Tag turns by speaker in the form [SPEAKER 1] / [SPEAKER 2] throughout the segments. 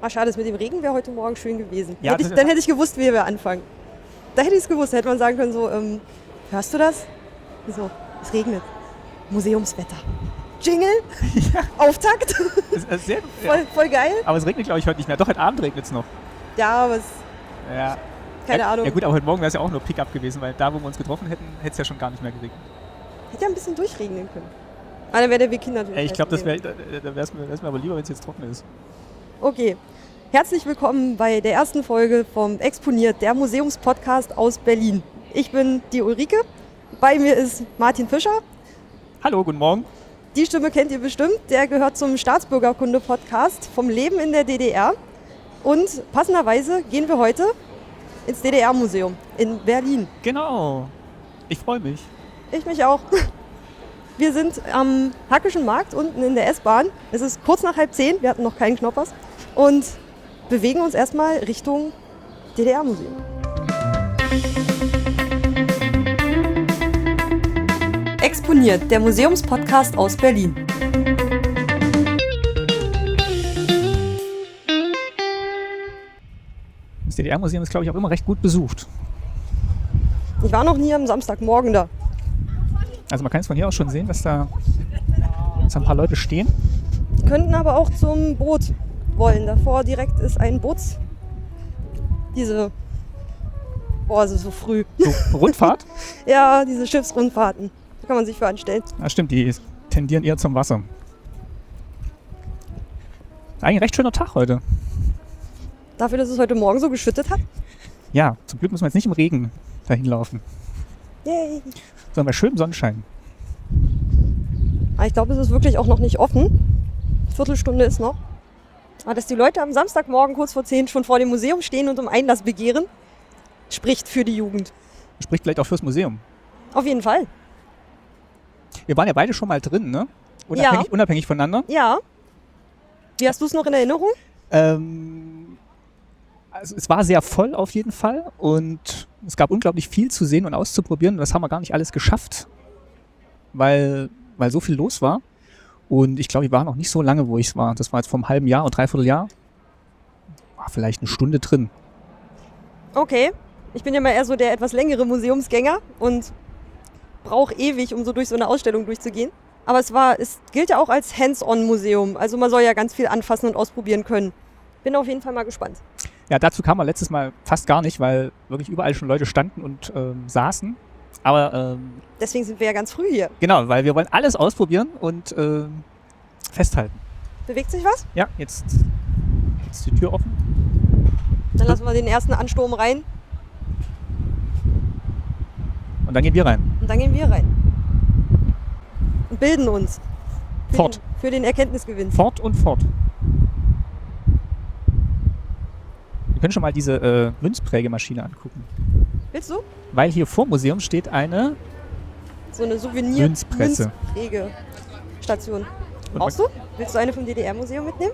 [SPEAKER 1] Ah, schade, das mit dem Regen wäre heute Morgen schön gewesen.
[SPEAKER 2] Ja,
[SPEAKER 1] hätte
[SPEAKER 2] das
[SPEAKER 1] ich,
[SPEAKER 2] ist-
[SPEAKER 1] dann hätte ich gewusst, wie wir anfangen. Da hätte ich es gewusst. Da hätte man sagen können, so, ähm, hörst du das? So, es regnet. Museumswetter. Jingle, Auftakt,
[SPEAKER 2] Es- es ist sehr,
[SPEAKER 1] voll, voll geil.
[SPEAKER 2] Aber es regnet, glaube ich, heute nicht mehr. Doch, heute Abend regnet es noch.
[SPEAKER 1] Ja, aber es,
[SPEAKER 2] Ja.
[SPEAKER 1] keine
[SPEAKER 2] ja,
[SPEAKER 1] Ahnung.
[SPEAKER 2] Ja gut, aber heute Morgen wäre es ja auch nur Pickup gewesen, weil da, wo wir uns getroffen hätten, hätte es ja schon gar nicht mehr geregnet.
[SPEAKER 1] Hätte ja ein bisschen durchregnen können. Ah, dann wäre der Weg natürlich.
[SPEAKER 2] Ey, ich
[SPEAKER 1] gleich
[SPEAKER 2] glaube, das
[SPEAKER 1] gewesen.
[SPEAKER 2] wäre da, da wär's mir, wär's mir aber lieber, wenn es jetzt trocken ist.
[SPEAKER 1] Okay. Herzlich willkommen bei der ersten Folge vom Exponiert, der Museumspodcast aus Berlin. Ich bin die Ulrike. Bei mir ist Martin Fischer.
[SPEAKER 2] Hallo, guten Morgen.
[SPEAKER 1] Die Stimme kennt ihr bestimmt. Der gehört zum Staatsbürgerkunde-Podcast vom Leben in der DDR. Und passenderweise gehen wir heute ins DDR-Museum in Berlin.
[SPEAKER 2] Genau. Ich freue mich.
[SPEAKER 1] Ich mich auch. Wir sind am Hackischen Markt unten in der S-Bahn. Es ist kurz nach halb zehn. Wir hatten noch keinen Knoppers. Und bewegen uns erstmal Richtung DDR-Museum. Exponiert, der Museumspodcast aus Berlin.
[SPEAKER 2] Das DDR-Museum ist, glaube ich, auch immer recht gut besucht.
[SPEAKER 1] Ich war noch nie am Samstagmorgen da.
[SPEAKER 2] Also man kann es von hier aus schon sehen, dass da, dass da ein paar Leute stehen.
[SPEAKER 1] könnten aber auch zum Boot wollen. Davor direkt ist ein Boots. Diese. Boah, es ist so früh.
[SPEAKER 2] So, Rundfahrt.
[SPEAKER 1] Ja, diese Schiffsrundfahrten. Da kann man sich für anstellen.
[SPEAKER 2] Ja, Ah, stimmt, die tendieren eher zum Wasser. Eigentlich ein recht schöner Tag heute.
[SPEAKER 1] Dafür, dass es heute Morgen so geschüttet hat.
[SPEAKER 2] Ja, zum Glück müssen wir jetzt nicht im Regen dahin laufen,
[SPEAKER 1] Yay.
[SPEAKER 2] sondern bei schönem Sonnenschein.
[SPEAKER 1] Aber Ah, ich glaube, es ist wirklich auch noch nicht offen. Viertelstunde ist noch. Aber dass die Leute am Samstagmorgen kurz vor 10 schon vor dem Museum stehen und um Einlass begehren, spricht für die Jugend.
[SPEAKER 2] Spricht vielleicht auch fürs Museum.
[SPEAKER 1] Auf jeden Fall.
[SPEAKER 2] Wir waren ja beide schon mal drin, ne? Unabhängig, unabhängig voneinander.
[SPEAKER 1] Ja. Wie hast du es noch in Erinnerung?
[SPEAKER 2] Ähm, also es war sehr voll auf jeden Fall und es gab unglaublich viel zu sehen und auszuprobieren. Das haben wir gar nicht alles geschafft, weil, weil so viel los war. Und ich glaube, ich war noch nicht so lange, wo ich war. Das war jetzt vom halben Jahr und dreiviertel Jahr. War vielleicht eine Stunde drin.
[SPEAKER 1] Okay. Ich bin ja mal eher so der etwas längere Museumsgänger und brauche ewig, um so durch so eine Ausstellung durchzugehen. Aber es war, es gilt ja auch als Hands-on-Museum. Also man soll ja ganz viel anfassen und ausprobieren können. Bin auf jeden Fall mal gespannt.
[SPEAKER 2] Ja, dazu kam man letztes Mal fast gar nicht, weil wirklich überall schon Leute standen und ähm, saßen. Aber ähm,
[SPEAKER 1] Deswegen sind wir ja ganz früh hier.
[SPEAKER 2] genau, weil wir wollen alles ausprobieren und ähm, festhalten.
[SPEAKER 1] Bewegt sich was?
[SPEAKER 2] Ja, jetzt ist die Tür offen.
[SPEAKER 1] Dann lassen wir den ersten Ansturm rein
[SPEAKER 2] Und dann gehen wir rein.
[SPEAKER 1] und dann gehen wir rein. Und bilden uns. Für
[SPEAKER 2] Fort.
[SPEAKER 1] Den, für den Erkenntnisgewinn.
[SPEAKER 2] Fort und fort. Wir können schon mal diese äh, Münzprägemaschine angucken.
[SPEAKER 1] Willst du?
[SPEAKER 2] Weil hier vor Museum steht eine.
[SPEAKER 1] So eine souvenir
[SPEAKER 2] Münzpresse.
[SPEAKER 1] Münzprägestation.
[SPEAKER 2] Und
[SPEAKER 1] Brauchst du? Willst du eine vom DDR-Museum mitnehmen?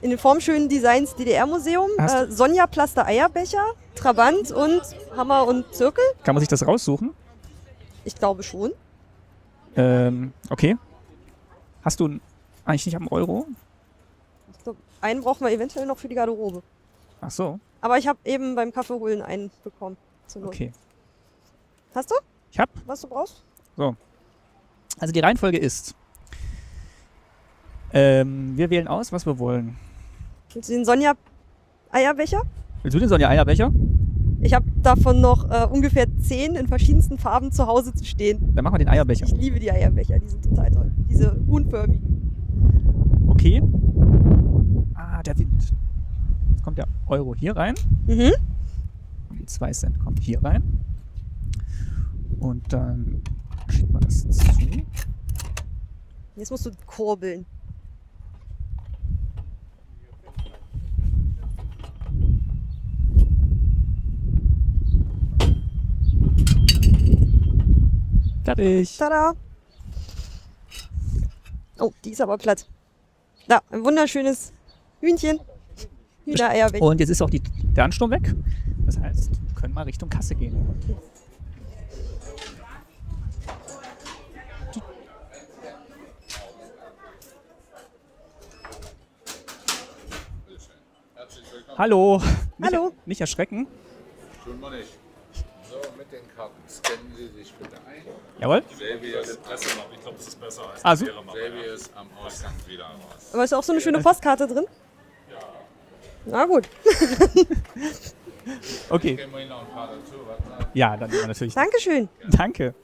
[SPEAKER 1] In den formschönen Designs DDR-Museum,
[SPEAKER 2] Hast
[SPEAKER 1] äh, Sonja Plaster Eierbecher, Trabant und Hammer und Zirkel?
[SPEAKER 2] Kann man sich das raussuchen?
[SPEAKER 1] Ich glaube schon.
[SPEAKER 2] Ähm, okay. Hast du ein, eigentlich nicht am Euro?
[SPEAKER 1] Ich glaub, einen brauchen wir eventuell noch für die Garderobe.
[SPEAKER 2] Ach so,
[SPEAKER 1] Aber ich habe eben beim Kaffee holen einen bekommen. Zur Not.
[SPEAKER 2] okay.
[SPEAKER 1] Hast du,
[SPEAKER 2] Ich hab.
[SPEAKER 1] was du brauchst?
[SPEAKER 2] Also die Reihenfolge ist. Ähm, wir wählen aus, was wir wollen.
[SPEAKER 1] Willst du den Sonja Eierbecher?
[SPEAKER 2] Willst du den Sonja Eierbecher?
[SPEAKER 1] Ich habe davon noch äh, ungefähr zehn in verschiedensten Farben zu Hause zu stehen.
[SPEAKER 2] Dann machen wir den Eierbecher.
[SPEAKER 1] Ich liebe die Eierbecher, die sind total toll. Diese unförmigen.
[SPEAKER 2] Okay. Ah, der Wind. Jetzt kommt der Euro hier rein.
[SPEAKER 1] Mhm.
[SPEAKER 2] Die 2 Cent kommt hier rein. Und dann schickt man das zu.
[SPEAKER 1] Jetzt musst du kurbeln.
[SPEAKER 2] Fertig.
[SPEAKER 1] Tada! Oh, die ist aber platt. Da, ein wunderschönes Hühnchen. Hühnereier weg.
[SPEAKER 2] Und jetzt ist auch die, der Ansturm weg. Das heißt, wir können mal Richtung Kasse gehen. Hallo. Nicht,
[SPEAKER 1] Hallo.
[SPEAKER 2] Nicht erschrecken.
[SPEAKER 3] Schon mal nicht. So, mit den Karten scannen Sie sich bitte ein.
[SPEAKER 2] Jawohl.
[SPEAKER 3] Xavier ist,
[SPEAKER 4] Ich glaube, das ist besser als
[SPEAKER 2] Also,
[SPEAKER 3] Xavier ist am Ausgang wieder raus.
[SPEAKER 1] Aber ist auch so eine schöne Postkarte drin? Na gut,
[SPEAKER 2] okay.
[SPEAKER 3] Gehen wir Ihnen noch ein paar dazu. Warte,
[SPEAKER 2] Ja, dann nehmen wir natürlich.
[SPEAKER 1] Dankeschön.
[SPEAKER 2] Danke.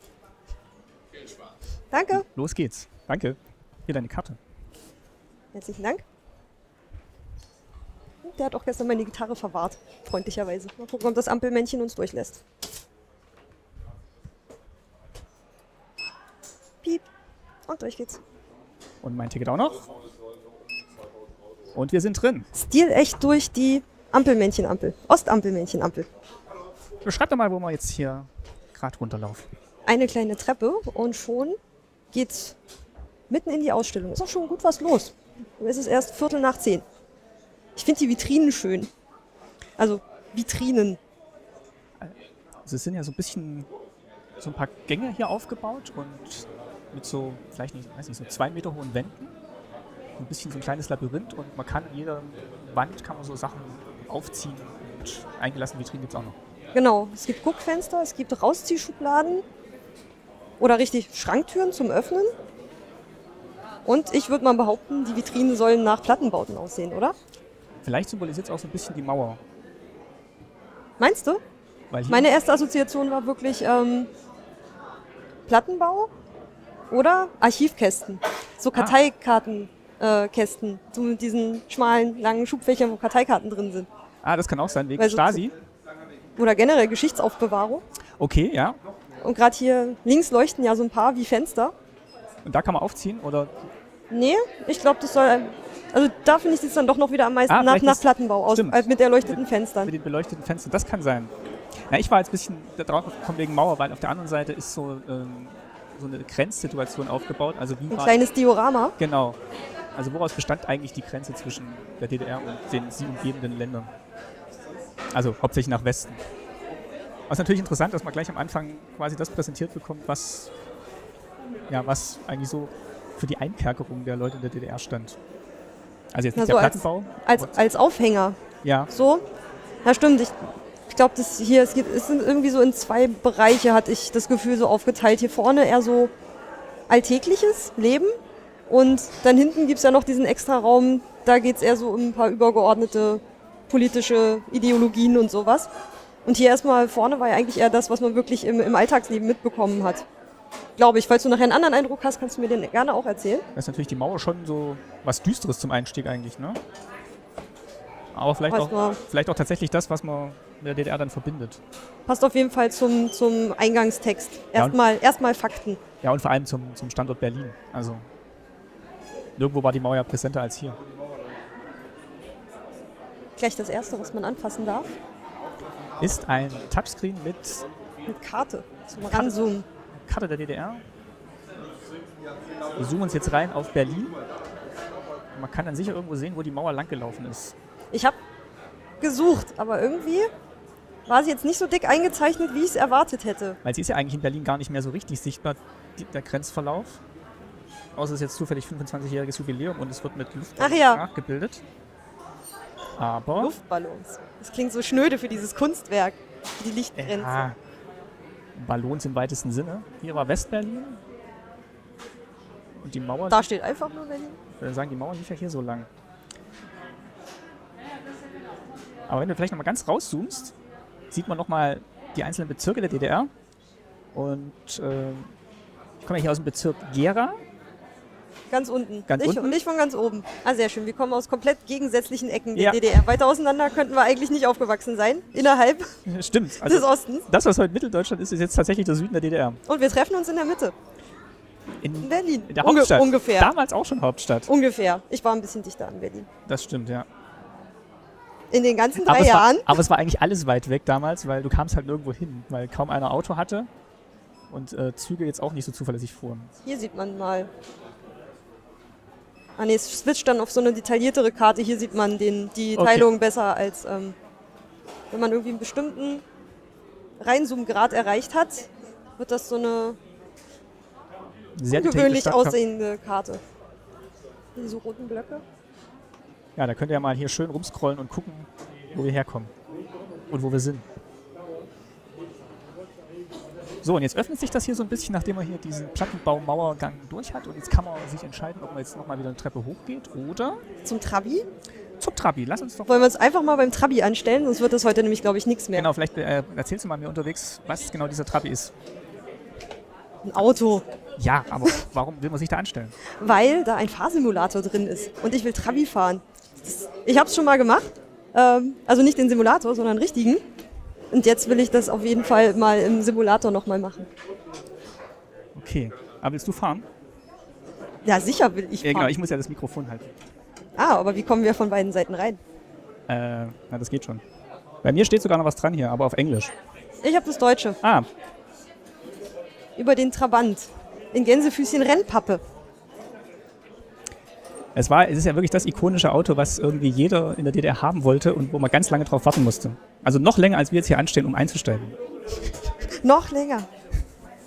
[SPEAKER 3] viel Spaß.
[SPEAKER 1] Danke.
[SPEAKER 2] Los geht's. Danke. Hier deine Karte.
[SPEAKER 1] Herzlichen Dank. Der hat auch gestern meine Gitarre verwahrt, freundlicherweise. Mal gucken, ob das Ampelmännchen uns durchlässt. Piep. Und durch geht's.
[SPEAKER 2] Und mein Ticket auch noch. Und wir sind drin.
[SPEAKER 1] Stil echt durch die Ampelmännchen-Ampel. Ostampelmännchen-Ampel.
[SPEAKER 2] Beschreib doch mal, wo wir jetzt hier gerade runterlaufen.
[SPEAKER 1] Eine kleine Treppe und schon geht's mitten in die Ausstellung. Ist auch schon gut was los. Es ist erst Viertel nach zehn. Ich finde die Vitrinen schön. Also Vitrinen.
[SPEAKER 2] Also es sind ja so ein bisschen so ein paar Gänge hier aufgebaut und mit so, vielleicht nicht, weiß nicht, so zwei Meter hohen Wänden. Ein bisschen so ein kleines Labyrinth und man kann an jeder Wand kann man so Sachen aufziehen und eingelassene Vitrinen gibt es auch noch.
[SPEAKER 1] Genau, es gibt Guckfenster, es gibt Rausziehschubladen oder richtig Schranktüren zum Öffnen. Und ich würde mal behaupten, die Vitrinen sollen nach Plattenbauten aussehen, oder?
[SPEAKER 2] Vielleicht symbolisiert es auch so ein bisschen die Mauer.
[SPEAKER 1] Meinst du?
[SPEAKER 2] Weil hier
[SPEAKER 1] Meine erste Assoziation war wirklich ähm, Plattenbau oder Archivkästen. So Karteikartenkästen. Äh, Kästen. so mit diesen schmalen, langen Schubfächern, wo Karteikarten drin sind.
[SPEAKER 2] ah, das kann auch sein, wegen
[SPEAKER 1] Weil so-
[SPEAKER 2] Stasi.
[SPEAKER 1] Oder generell Geschichtsaufbewahrung.
[SPEAKER 2] Okay, ja.
[SPEAKER 1] Und gerade hier links leuchten ja so ein paar wie Fenster.
[SPEAKER 2] Und da kann man aufziehen oder
[SPEAKER 1] Nee, ich glaube, das soll. Also da finde ich es dann doch noch wieder am meisten
[SPEAKER 2] Ah,
[SPEAKER 1] nach,
[SPEAKER 2] vielleicht
[SPEAKER 1] nach
[SPEAKER 2] ist-
[SPEAKER 1] Plattenbau aus,
[SPEAKER 2] stimmt.
[SPEAKER 1] als mit erleuchteten Fenstern.
[SPEAKER 2] mit den beleuchteten Fenstern. Das kann sein. Ja, ich war jetzt ein bisschen darauf gekommen wegen Mauer, weil auf der anderen Seite ist so, ähm, so eine Grenzsituation aufgebaut. Also wie
[SPEAKER 1] Ein
[SPEAKER 2] war
[SPEAKER 1] kleines Diorama.
[SPEAKER 2] Genau. Also woraus bestand eigentlich die Grenze zwischen der DDR und den sie umgebenden Ländern? Also hauptsächlich nach Westen. Was natürlich interessant, dass man gleich am Anfang quasi das präsentiert bekommt, was, ja, was eigentlich so für die Einkerkerung der Leute in der DDR stand. Also jetzt
[SPEAKER 1] Na,
[SPEAKER 2] nicht
[SPEAKER 1] so
[SPEAKER 2] der
[SPEAKER 1] als-
[SPEAKER 2] Plattenbau.
[SPEAKER 1] Als,
[SPEAKER 2] aber-
[SPEAKER 1] als Aufhänger.
[SPEAKER 2] ja,
[SPEAKER 1] So. Na stimmt, ich, ich glaube, das hier, es, gibt, es sind irgendwie so in zwei Bereiche, hatte ich das Gefühl, so aufgeteilt. Hier vorne eher so alltägliches Leben. Und dann hinten gibt es ja noch diesen extra Raum, da geht es eher so um ein paar übergeordnete politische Ideologien und sowas. Und hier erstmal vorne war ja eigentlich eher das, was man wirklich im, im Alltagsleben mitbekommen hat. Glaube ich. Falls du nachher einen anderen Eindruck hast, kannst du mir den gerne auch erzählen.
[SPEAKER 2] da ist natürlich die Mauer schon so was Düsteres zum Einstieg eigentlich, ne? Aber vielleicht
[SPEAKER 1] Was
[SPEAKER 2] auch,
[SPEAKER 1] war-
[SPEAKER 2] vielleicht auch tatsächlich das, was man mit der DDR dann verbindet.
[SPEAKER 1] Passt auf jeden Fall zum, zum Eingangstext.
[SPEAKER 2] Ja, und-
[SPEAKER 1] Erstmal, erstmal Fakten.
[SPEAKER 2] Ja, und vor allem zum, zum Standort Berlin. Also nirgendwo war die Mauer ja präsenter als hier.
[SPEAKER 1] Gleich das erste, was man anfassen darf.
[SPEAKER 2] Ist ein Touchscreen mit
[SPEAKER 1] Mit Karte zum Ranzoomen.
[SPEAKER 2] Karte der DDR. Wir zoomen uns jetzt rein auf Berlin. Man kann dann sicher irgendwo sehen, wo die Mauer langgelaufen ist.
[SPEAKER 1] Ich habe gesucht, aber irgendwie war sie jetzt nicht so dick eingezeichnet, wie ich es erwartet hätte.
[SPEAKER 2] Weil sie ist ja eigentlich in Berlin gar nicht mehr so richtig sichtbar, die, der Grenzverlauf. Außer es ist jetzt zufällig 25-jähriges Jubiläum und es wird mit Luft
[SPEAKER 1] Ach ja.
[SPEAKER 2] nachgebildet. Aber
[SPEAKER 1] Luftballons. Das klingt so schnöde für dieses Kunstwerk, für die Lichtgrenze.
[SPEAKER 2] Ja. äh, Ballons im weitesten Sinne. Hier war Westberlin. Und die Mauer,
[SPEAKER 1] Da steht einfach nur Berlin.
[SPEAKER 2] äh, sagen die Mauer lief ja hier so lang. Aber wenn du vielleicht nochmal ganz rauszoomst, sieht man nochmal die einzelnen Bezirke der DDR. Und äh, ich komme ja hier aus dem Bezirk Gera.
[SPEAKER 1] Ganz unten.
[SPEAKER 2] Ganz
[SPEAKER 1] ich,
[SPEAKER 2] unten?
[SPEAKER 1] Und ich von ganz oben. Ah, sehr schön. Wir kommen aus komplett gegensätzlichen Ecken der
[SPEAKER 2] Ja.
[SPEAKER 1] DDR. Weiter auseinander könnten wir eigentlich nicht aufgewachsen sein. Innerhalb
[SPEAKER 2] Stimmt.
[SPEAKER 1] des
[SPEAKER 2] Also
[SPEAKER 1] Ostens.
[SPEAKER 2] das, was heute Mitteldeutschland ist, ist jetzt tatsächlich der Süden der DDR.
[SPEAKER 1] Und wir treffen uns in der Mitte. In
[SPEAKER 2] In,
[SPEAKER 1] Berlin.
[SPEAKER 2] in der
[SPEAKER 1] Ne, Unge-
[SPEAKER 2] Hauptstadt.
[SPEAKER 1] Ungefähr.
[SPEAKER 2] Damals auch schon Hauptstadt.
[SPEAKER 1] Ungefähr. Ich war ein bisschen dichter an Berlin.
[SPEAKER 2] Das stimmt, ja.
[SPEAKER 1] In den ganzen drei
[SPEAKER 2] es war,
[SPEAKER 1] Jahren.
[SPEAKER 2] aber es war eigentlich alles weit weg damals, weil du kamst halt nirgendwo hin, weil kaum einer Auto hatte und äh, Züge jetzt auch nicht so zuverlässig fuhren.
[SPEAKER 1] Hier sieht man mal. Ah ne, es switcht dann auf so eine detailliertere Karte. Hier sieht man den, die
[SPEAKER 2] Okay.
[SPEAKER 1] Teilung besser als ähm, wenn man irgendwie einen bestimmten Reinzoomgrad erreicht hat, wird das so eine
[SPEAKER 2] Sehr detaillierte
[SPEAKER 1] gewöhnlich
[SPEAKER 2] Stadtkarte.
[SPEAKER 1] aussehende Karte. Diese roten Blöcke.
[SPEAKER 2] Ja, da könnt ihr ja mal hier schön rumscrollen und gucken, wo wir herkommen und wo wir sind. So, und jetzt öffnet sich das hier so ein bisschen, nachdem man hier diesen Plattenbaumauergang durch hat. Und jetzt kann man sich entscheiden, ob man jetzt nochmal wieder eine Treppe hochgeht oder
[SPEAKER 1] Zum Trabi?
[SPEAKER 2] zum Trabi. Lass uns doch.
[SPEAKER 1] Wollen wir uns einfach mal beim Trabi anstellen, sonst wird das heute nämlich, glaube ich, nichts mehr.
[SPEAKER 2] Genau, vielleicht äh, erzählst du mal mir unterwegs, was genau dieser Trabi ist.
[SPEAKER 1] Ein Auto.
[SPEAKER 2] Ja, aber warum will man sich da anstellen?
[SPEAKER 1] weil da ein Fahrsimulator drin ist und ich will Trabi fahren. Das, ich habe es schon mal gemacht, ähm, also nicht den Simulator, sondern einen richtigen. Und jetzt will ich das auf jeden Fall mal im Simulator nochmal machen.
[SPEAKER 2] Okay. Aber willst du fahren?
[SPEAKER 1] Ja, sicher will ich
[SPEAKER 2] Ja,
[SPEAKER 1] fahren.
[SPEAKER 2] genau, ich muss ja das Mikrofon halten.
[SPEAKER 1] ah, aber wie kommen wir von beiden Seiten rein?
[SPEAKER 2] Äh, na, das geht schon. Bei mir steht sogar noch was dran hier, aber auf Englisch.
[SPEAKER 1] Ich habe das Deutsche.
[SPEAKER 2] Ah,
[SPEAKER 1] Über den Trabant. In Gänsefüßchen Rennpappe.
[SPEAKER 2] es war, es ist ja wirklich das ikonische Auto, was irgendwie jeder in der DDR haben wollte und wo man ganz lange drauf warten musste. Also noch länger, als wir jetzt hier anstehen, um einzusteigen.
[SPEAKER 1] Noch länger.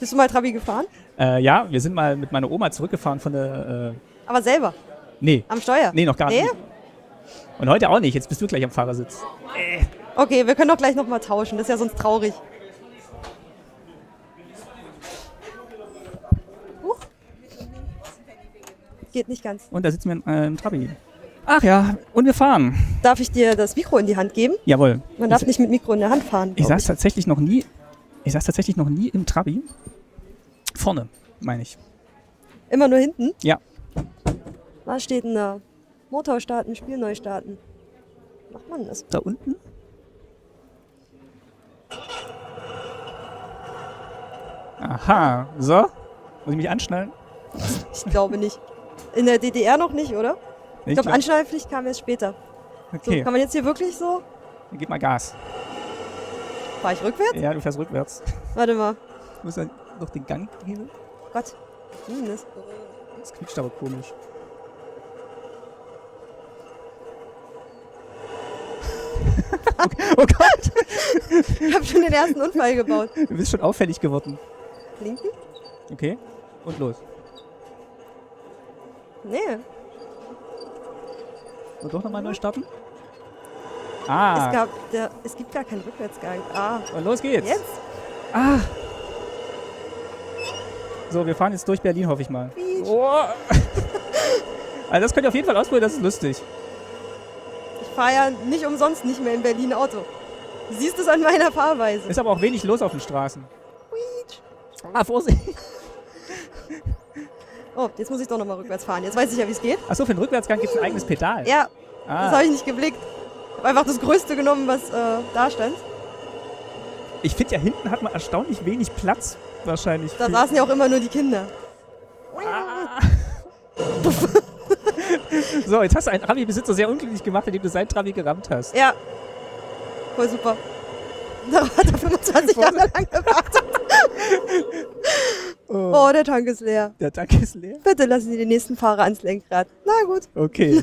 [SPEAKER 1] Bist du mal Trabi gefahren?
[SPEAKER 2] Äh, ja, wir sind mal mit meiner Oma zurückgefahren von der, äh,
[SPEAKER 1] Aber selber,
[SPEAKER 2] nee,
[SPEAKER 1] am Steuer?
[SPEAKER 2] nee, noch gar
[SPEAKER 1] Nee?
[SPEAKER 2] nicht. Und heute auch nicht, jetzt bist du gleich am Fahrersitz.
[SPEAKER 1] Okay, wir können doch gleich nochmal tauschen, das ist ja sonst traurig. Huch. Geht nicht ganz.
[SPEAKER 2] Und da sitzen wir äh, im Trabi. Ach ja, und wir fahren.
[SPEAKER 1] Darf ich dir das Mikro in die Hand geben?
[SPEAKER 2] Jawohl.
[SPEAKER 1] Man darf nicht mit Mikro in der Hand fahren.
[SPEAKER 2] Ich
[SPEAKER 1] glaub
[SPEAKER 2] saß tatsächlich noch nie, ich saß tatsächlich noch nie im Trabi. Vorne, meine ich.
[SPEAKER 1] ich. Immer nur hinten?
[SPEAKER 2] Ja.
[SPEAKER 1] Was steht denn da? Motor starten, Spiel neu starten. Macht man das?
[SPEAKER 2] Da unten? Aha, so. Muss ich mich anschnallen?
[SPEAKER 1] Ich glaube nicht. In der DDR noch nicht, oder? Ich glaube, Anschnallpflicht kam erst später. So,
[SPEAKER 2] okay,
[SPEAKER 1] kann man jetzt hier wirklich so?
[SPEAKER 2] dann gib mal Gas.
[SPEAKER 1] Fahr ich rückwärts?
[SPEAKER 2] Ja, du fährst rückwärts.
[SPEAKER 1] Warte mal.
[SPEAKER 2] Du musst dann noch den Gang heben.
[SPEAKER 1] Gott. Hm, das
[SPEAKER 2] Das quietscht aber komisch. oh Gott,
[SPEAKER 1] Ich habe schon den ersten Unfall gebaut.
[SPEAKER 2] du bist schon auffällig geworden.
[SPEAKER 1] Linken?
[SPEAKER 2] Okay, und los.
[SPEAKER 1] Nee.
[SPEAKER 2] Und doch nochmal neu starten? Ah,
[SPEAKER 1] Mhm. Es, gab, der, es gibt gar keinen Rückwärtsgang. Ah,
[SPEAKER 2] und los geht's.
[SPEAKER 1] jetzt?
[SPEAKER 2] Ah. So, wir fahren jetzt durch Berlin, hoffe ich mal.
[SPEAKER 1] Quietsch.
[SPEAKER 2] Oh. also das könnt ihr auf jeden Fall ausprobieren, das ist lustig.
[SPEAKER 1] Ich fahre ja nicht umsonst nicht mehr in Berlin Auto. Du siehst es an meiner Fahrweise.
[SPEAKER 2] Ist aber auch wenig los auf den Straßen.
[SPEAKER 1] Quietsch.
[SPEAKER 2] Ah, Vorsicht.
[SPEAKER 1] Oh, jetzt muss ich doch nochmal rückwärts fahren. Jetzt weiß ich ja, wie es geht.
[SPEAKER 2] Achso, für den Rückwärtsgang gibt es ein eigenes Pedal.
[SPEAKER 1] Ja, das
[SPEAKER 2] ah.
[SPEAKER 1] habe ich nicht geblickt. Ich habe einfach das Größte genommen, was äh, da stand.
[SPEAKER 2] Ich finde ja, hinten hat man erstaunlich wenig Platz wahrscheinlich.
[SPEAKER 1] Da
[SPEAKER 2] für- Ah.
[SPEAKER 1] saßen ja auch immer nur die Kinder.
[SPEAKER 2] So, jetzt hast du einen Trabi-Besitzer sehr unglücklich gemacht, indem du sein Trabi gerammt hast.
[SPEAKER 1] Ja. Voll super. Darauf hat er 25 Jahre lang gewartet. Oh, der Tank ist leer.
[SPEAKER 2] Der Tank ist leer.
[SPEAKER 1] Bitte lassen Sie den nächsten Fahrer ans Lenkrad. Na gut.
[SPEAKER 2] Okay.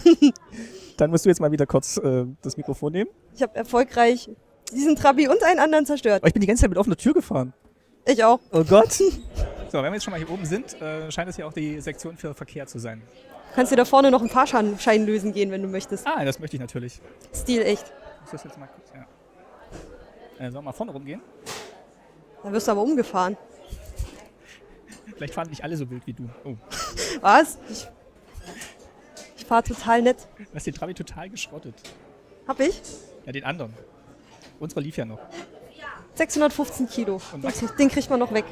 [SPEAKER 2] Dann musst du jetzt mal wieder kurz äh, das Mikrofon nehmen.
[SPEAKER 1] Ich habe erfolgreich diesen Trabi und einen anderen zerstört.
[SPEAKER 2] Oh, ich bin die ganze Zeit mit offener Tür gefahren.
[SPEAKER 1] Ich auch.
[SPEAKER 2] Oh Gott. So, wenn wir jetzt schon mal hier oben sind, äh, scheint es ja auch die Sektion für Verkehr zu sein.
[SPEAKER 1] Kannst dir da vorne noch einen Fahrschein Schein lösen gehen, wenn du möchtest.
[SPEAKER 2] Ah, das möchte ich natürlich.
[SPEAKER 1] Stil echt.
[SPEAKER 2] Muss das jetzt mal kurz, ja. Äh, sollen wir mal vorne rumgehen?
[SPEAKER 1] Da wirst du aber umgefahren.
[SPEAKER 2] Vielleicht fahren nicht alle so wild wie du. Oh,
[SPEAKER 1] Was? Ich, ich fahre total nett.
[SPEAKER 2] du hast den Trabi total geschrottet.
[SPEAKER 1] Hab ich?
[SPEAKER 2] Ja, den anderen. Unsere lief ja noch.
[SPEAKER 1] 615 Kilo. Den,
[SPEAKER 2] Und was?
[SPEAKER 1] krieg- den kriegt man noch weg.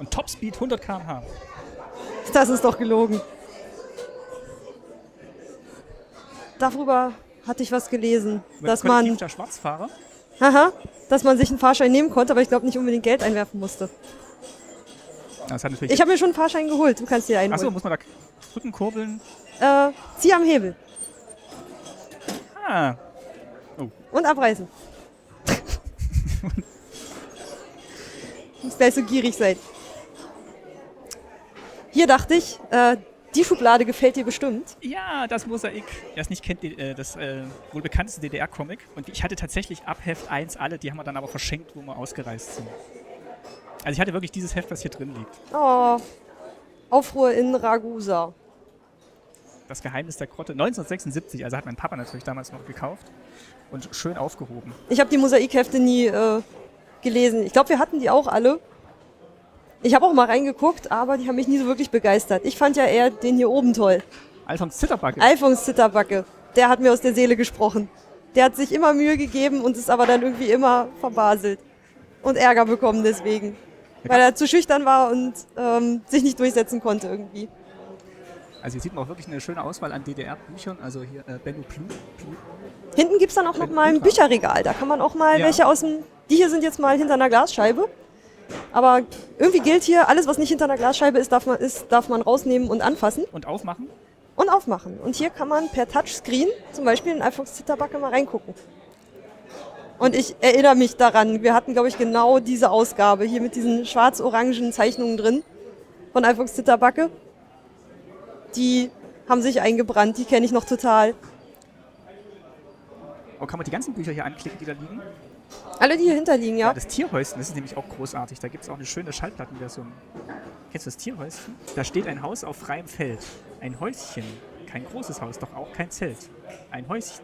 [SPEAKER 2] Und Topspeed 100 km/h.
[SPEAKER 1] Das ist doch gelogen. Darüber hatte ich was gelesen, dass man,
[SPEAKER 2] Kollektiv der Schwarzfahrer.
[SPEAKER 1] aha, dass man sich einen Fahrschein nehmen konnte, aber ich glaube nicht unbedingt Geld einwerfen musste.
[SPEAKER 2] Das hat natürlich.
[SPEAKER 1] Ich habe mir schon einen Fahrschein geholt. Du kannst dir einen
[SPEAKER 2] Achso,
[SPEAKER 1] holen.
[SPEAKER 2] muss man da drücken, kurbeln.
[SPEAKER 1] Äh, zieh am Hebel
[SPEAKER 2] Ah,
[SPEAKER 1] und abreißen. Muss gleich so gierig sein. Hier dachte ich, äh, die Schublade gefällt dir bestimmt.
[SPEAKER 2] Ja, das Mosaik. Wer es nicht kennt, die- äh, das äh, wohl bekannteste DDR-Comic. Und ich hatte tatsächlich ab Heft 1 alle, die haben wir dann aber verschenkt, wo wir ausgereist sind. Also ich hatte wirklich dieses Heft, was hier drin liegt.
[SPEAKER 1] Oh, Aufruhr in Ragusa.
[SPEAKER 2] Das Geheimnis der Grotte. 1976, also hat mein Papa natürlich damals noch gekauft und schön aufgehoben.
[SPEAKER 1] Ich habe die Mosaikhefte nie äh, gelesen. Ich glaube, wir hatten die auch alle. Ich habe auch mal reingeguckt, aber die haben mich nie so wirklich begeistert. Ich fand ja eher den hier oben toll.
[SPEAKER 2] Alfons Zitterbacke.
[SPEAKER 1] Alfons Zitterbacke. Der hat mir aus der Seele gesprochen. Der hat sich immer Mühe gegeben und ist aber dann irgendwie immer verbaselt. Und Ärger bekommen deswegen. Weil er zu schüchtern war und ähm, sich nicht durchsetzen konnte irgendwie.
[SPEAKER 2] also hier sieht man auch wirklich eine schöne Auswahl an DDR-Büchern. Also hier äh, Benno Plu. Plu.
[SPEAKER 1] Hinten gibt's dann auch noch mal ein Bücherregal. Da kann man auch mal
[SPEAKER 2] Ja.
[SPEAKER 1] welche aus dem. Die hier sind jetzt mal hinter einer Glasscheibe. Aber irgendwie gilt hier, alles, was nicht hinter einer Glasscheibe ist, darf man, ist, darf man rausnehmen und anfassen
[SPEAKER 2] Und aufmachen.
[SPEAKER 1] und aufmachen. Und hier kann man per Touchscreen zum Beispiel in Alfons Zitterbacke mal reingucken. Und ich erinnere mich daran, wir hatten, glaube ich, genau diese Ausgabe hier mit diesen schwarz-orangen Zeichnungen drin von Alfons Zitterbacke. Die haben sich eingebrannt, die kenne ich noch total.
[SPEAKER 2] Oh, kann man die ganzen Bücher hier anklicken, die da liegen?
[SPEAKER 1] Alle, die hier hinterliegen, ja.
[SPEAKER 2] Das Tierhäuschen, das ist nämlich auch großartig. Da gibt es auch eine schöne Schallplattenversion. Kennst du das Tierhäuschen? Da steht ein Haus auf freiem Feld. Ein Häuschen. Kein großes Haus, doch auch kein Zelt. Ein Häuschen.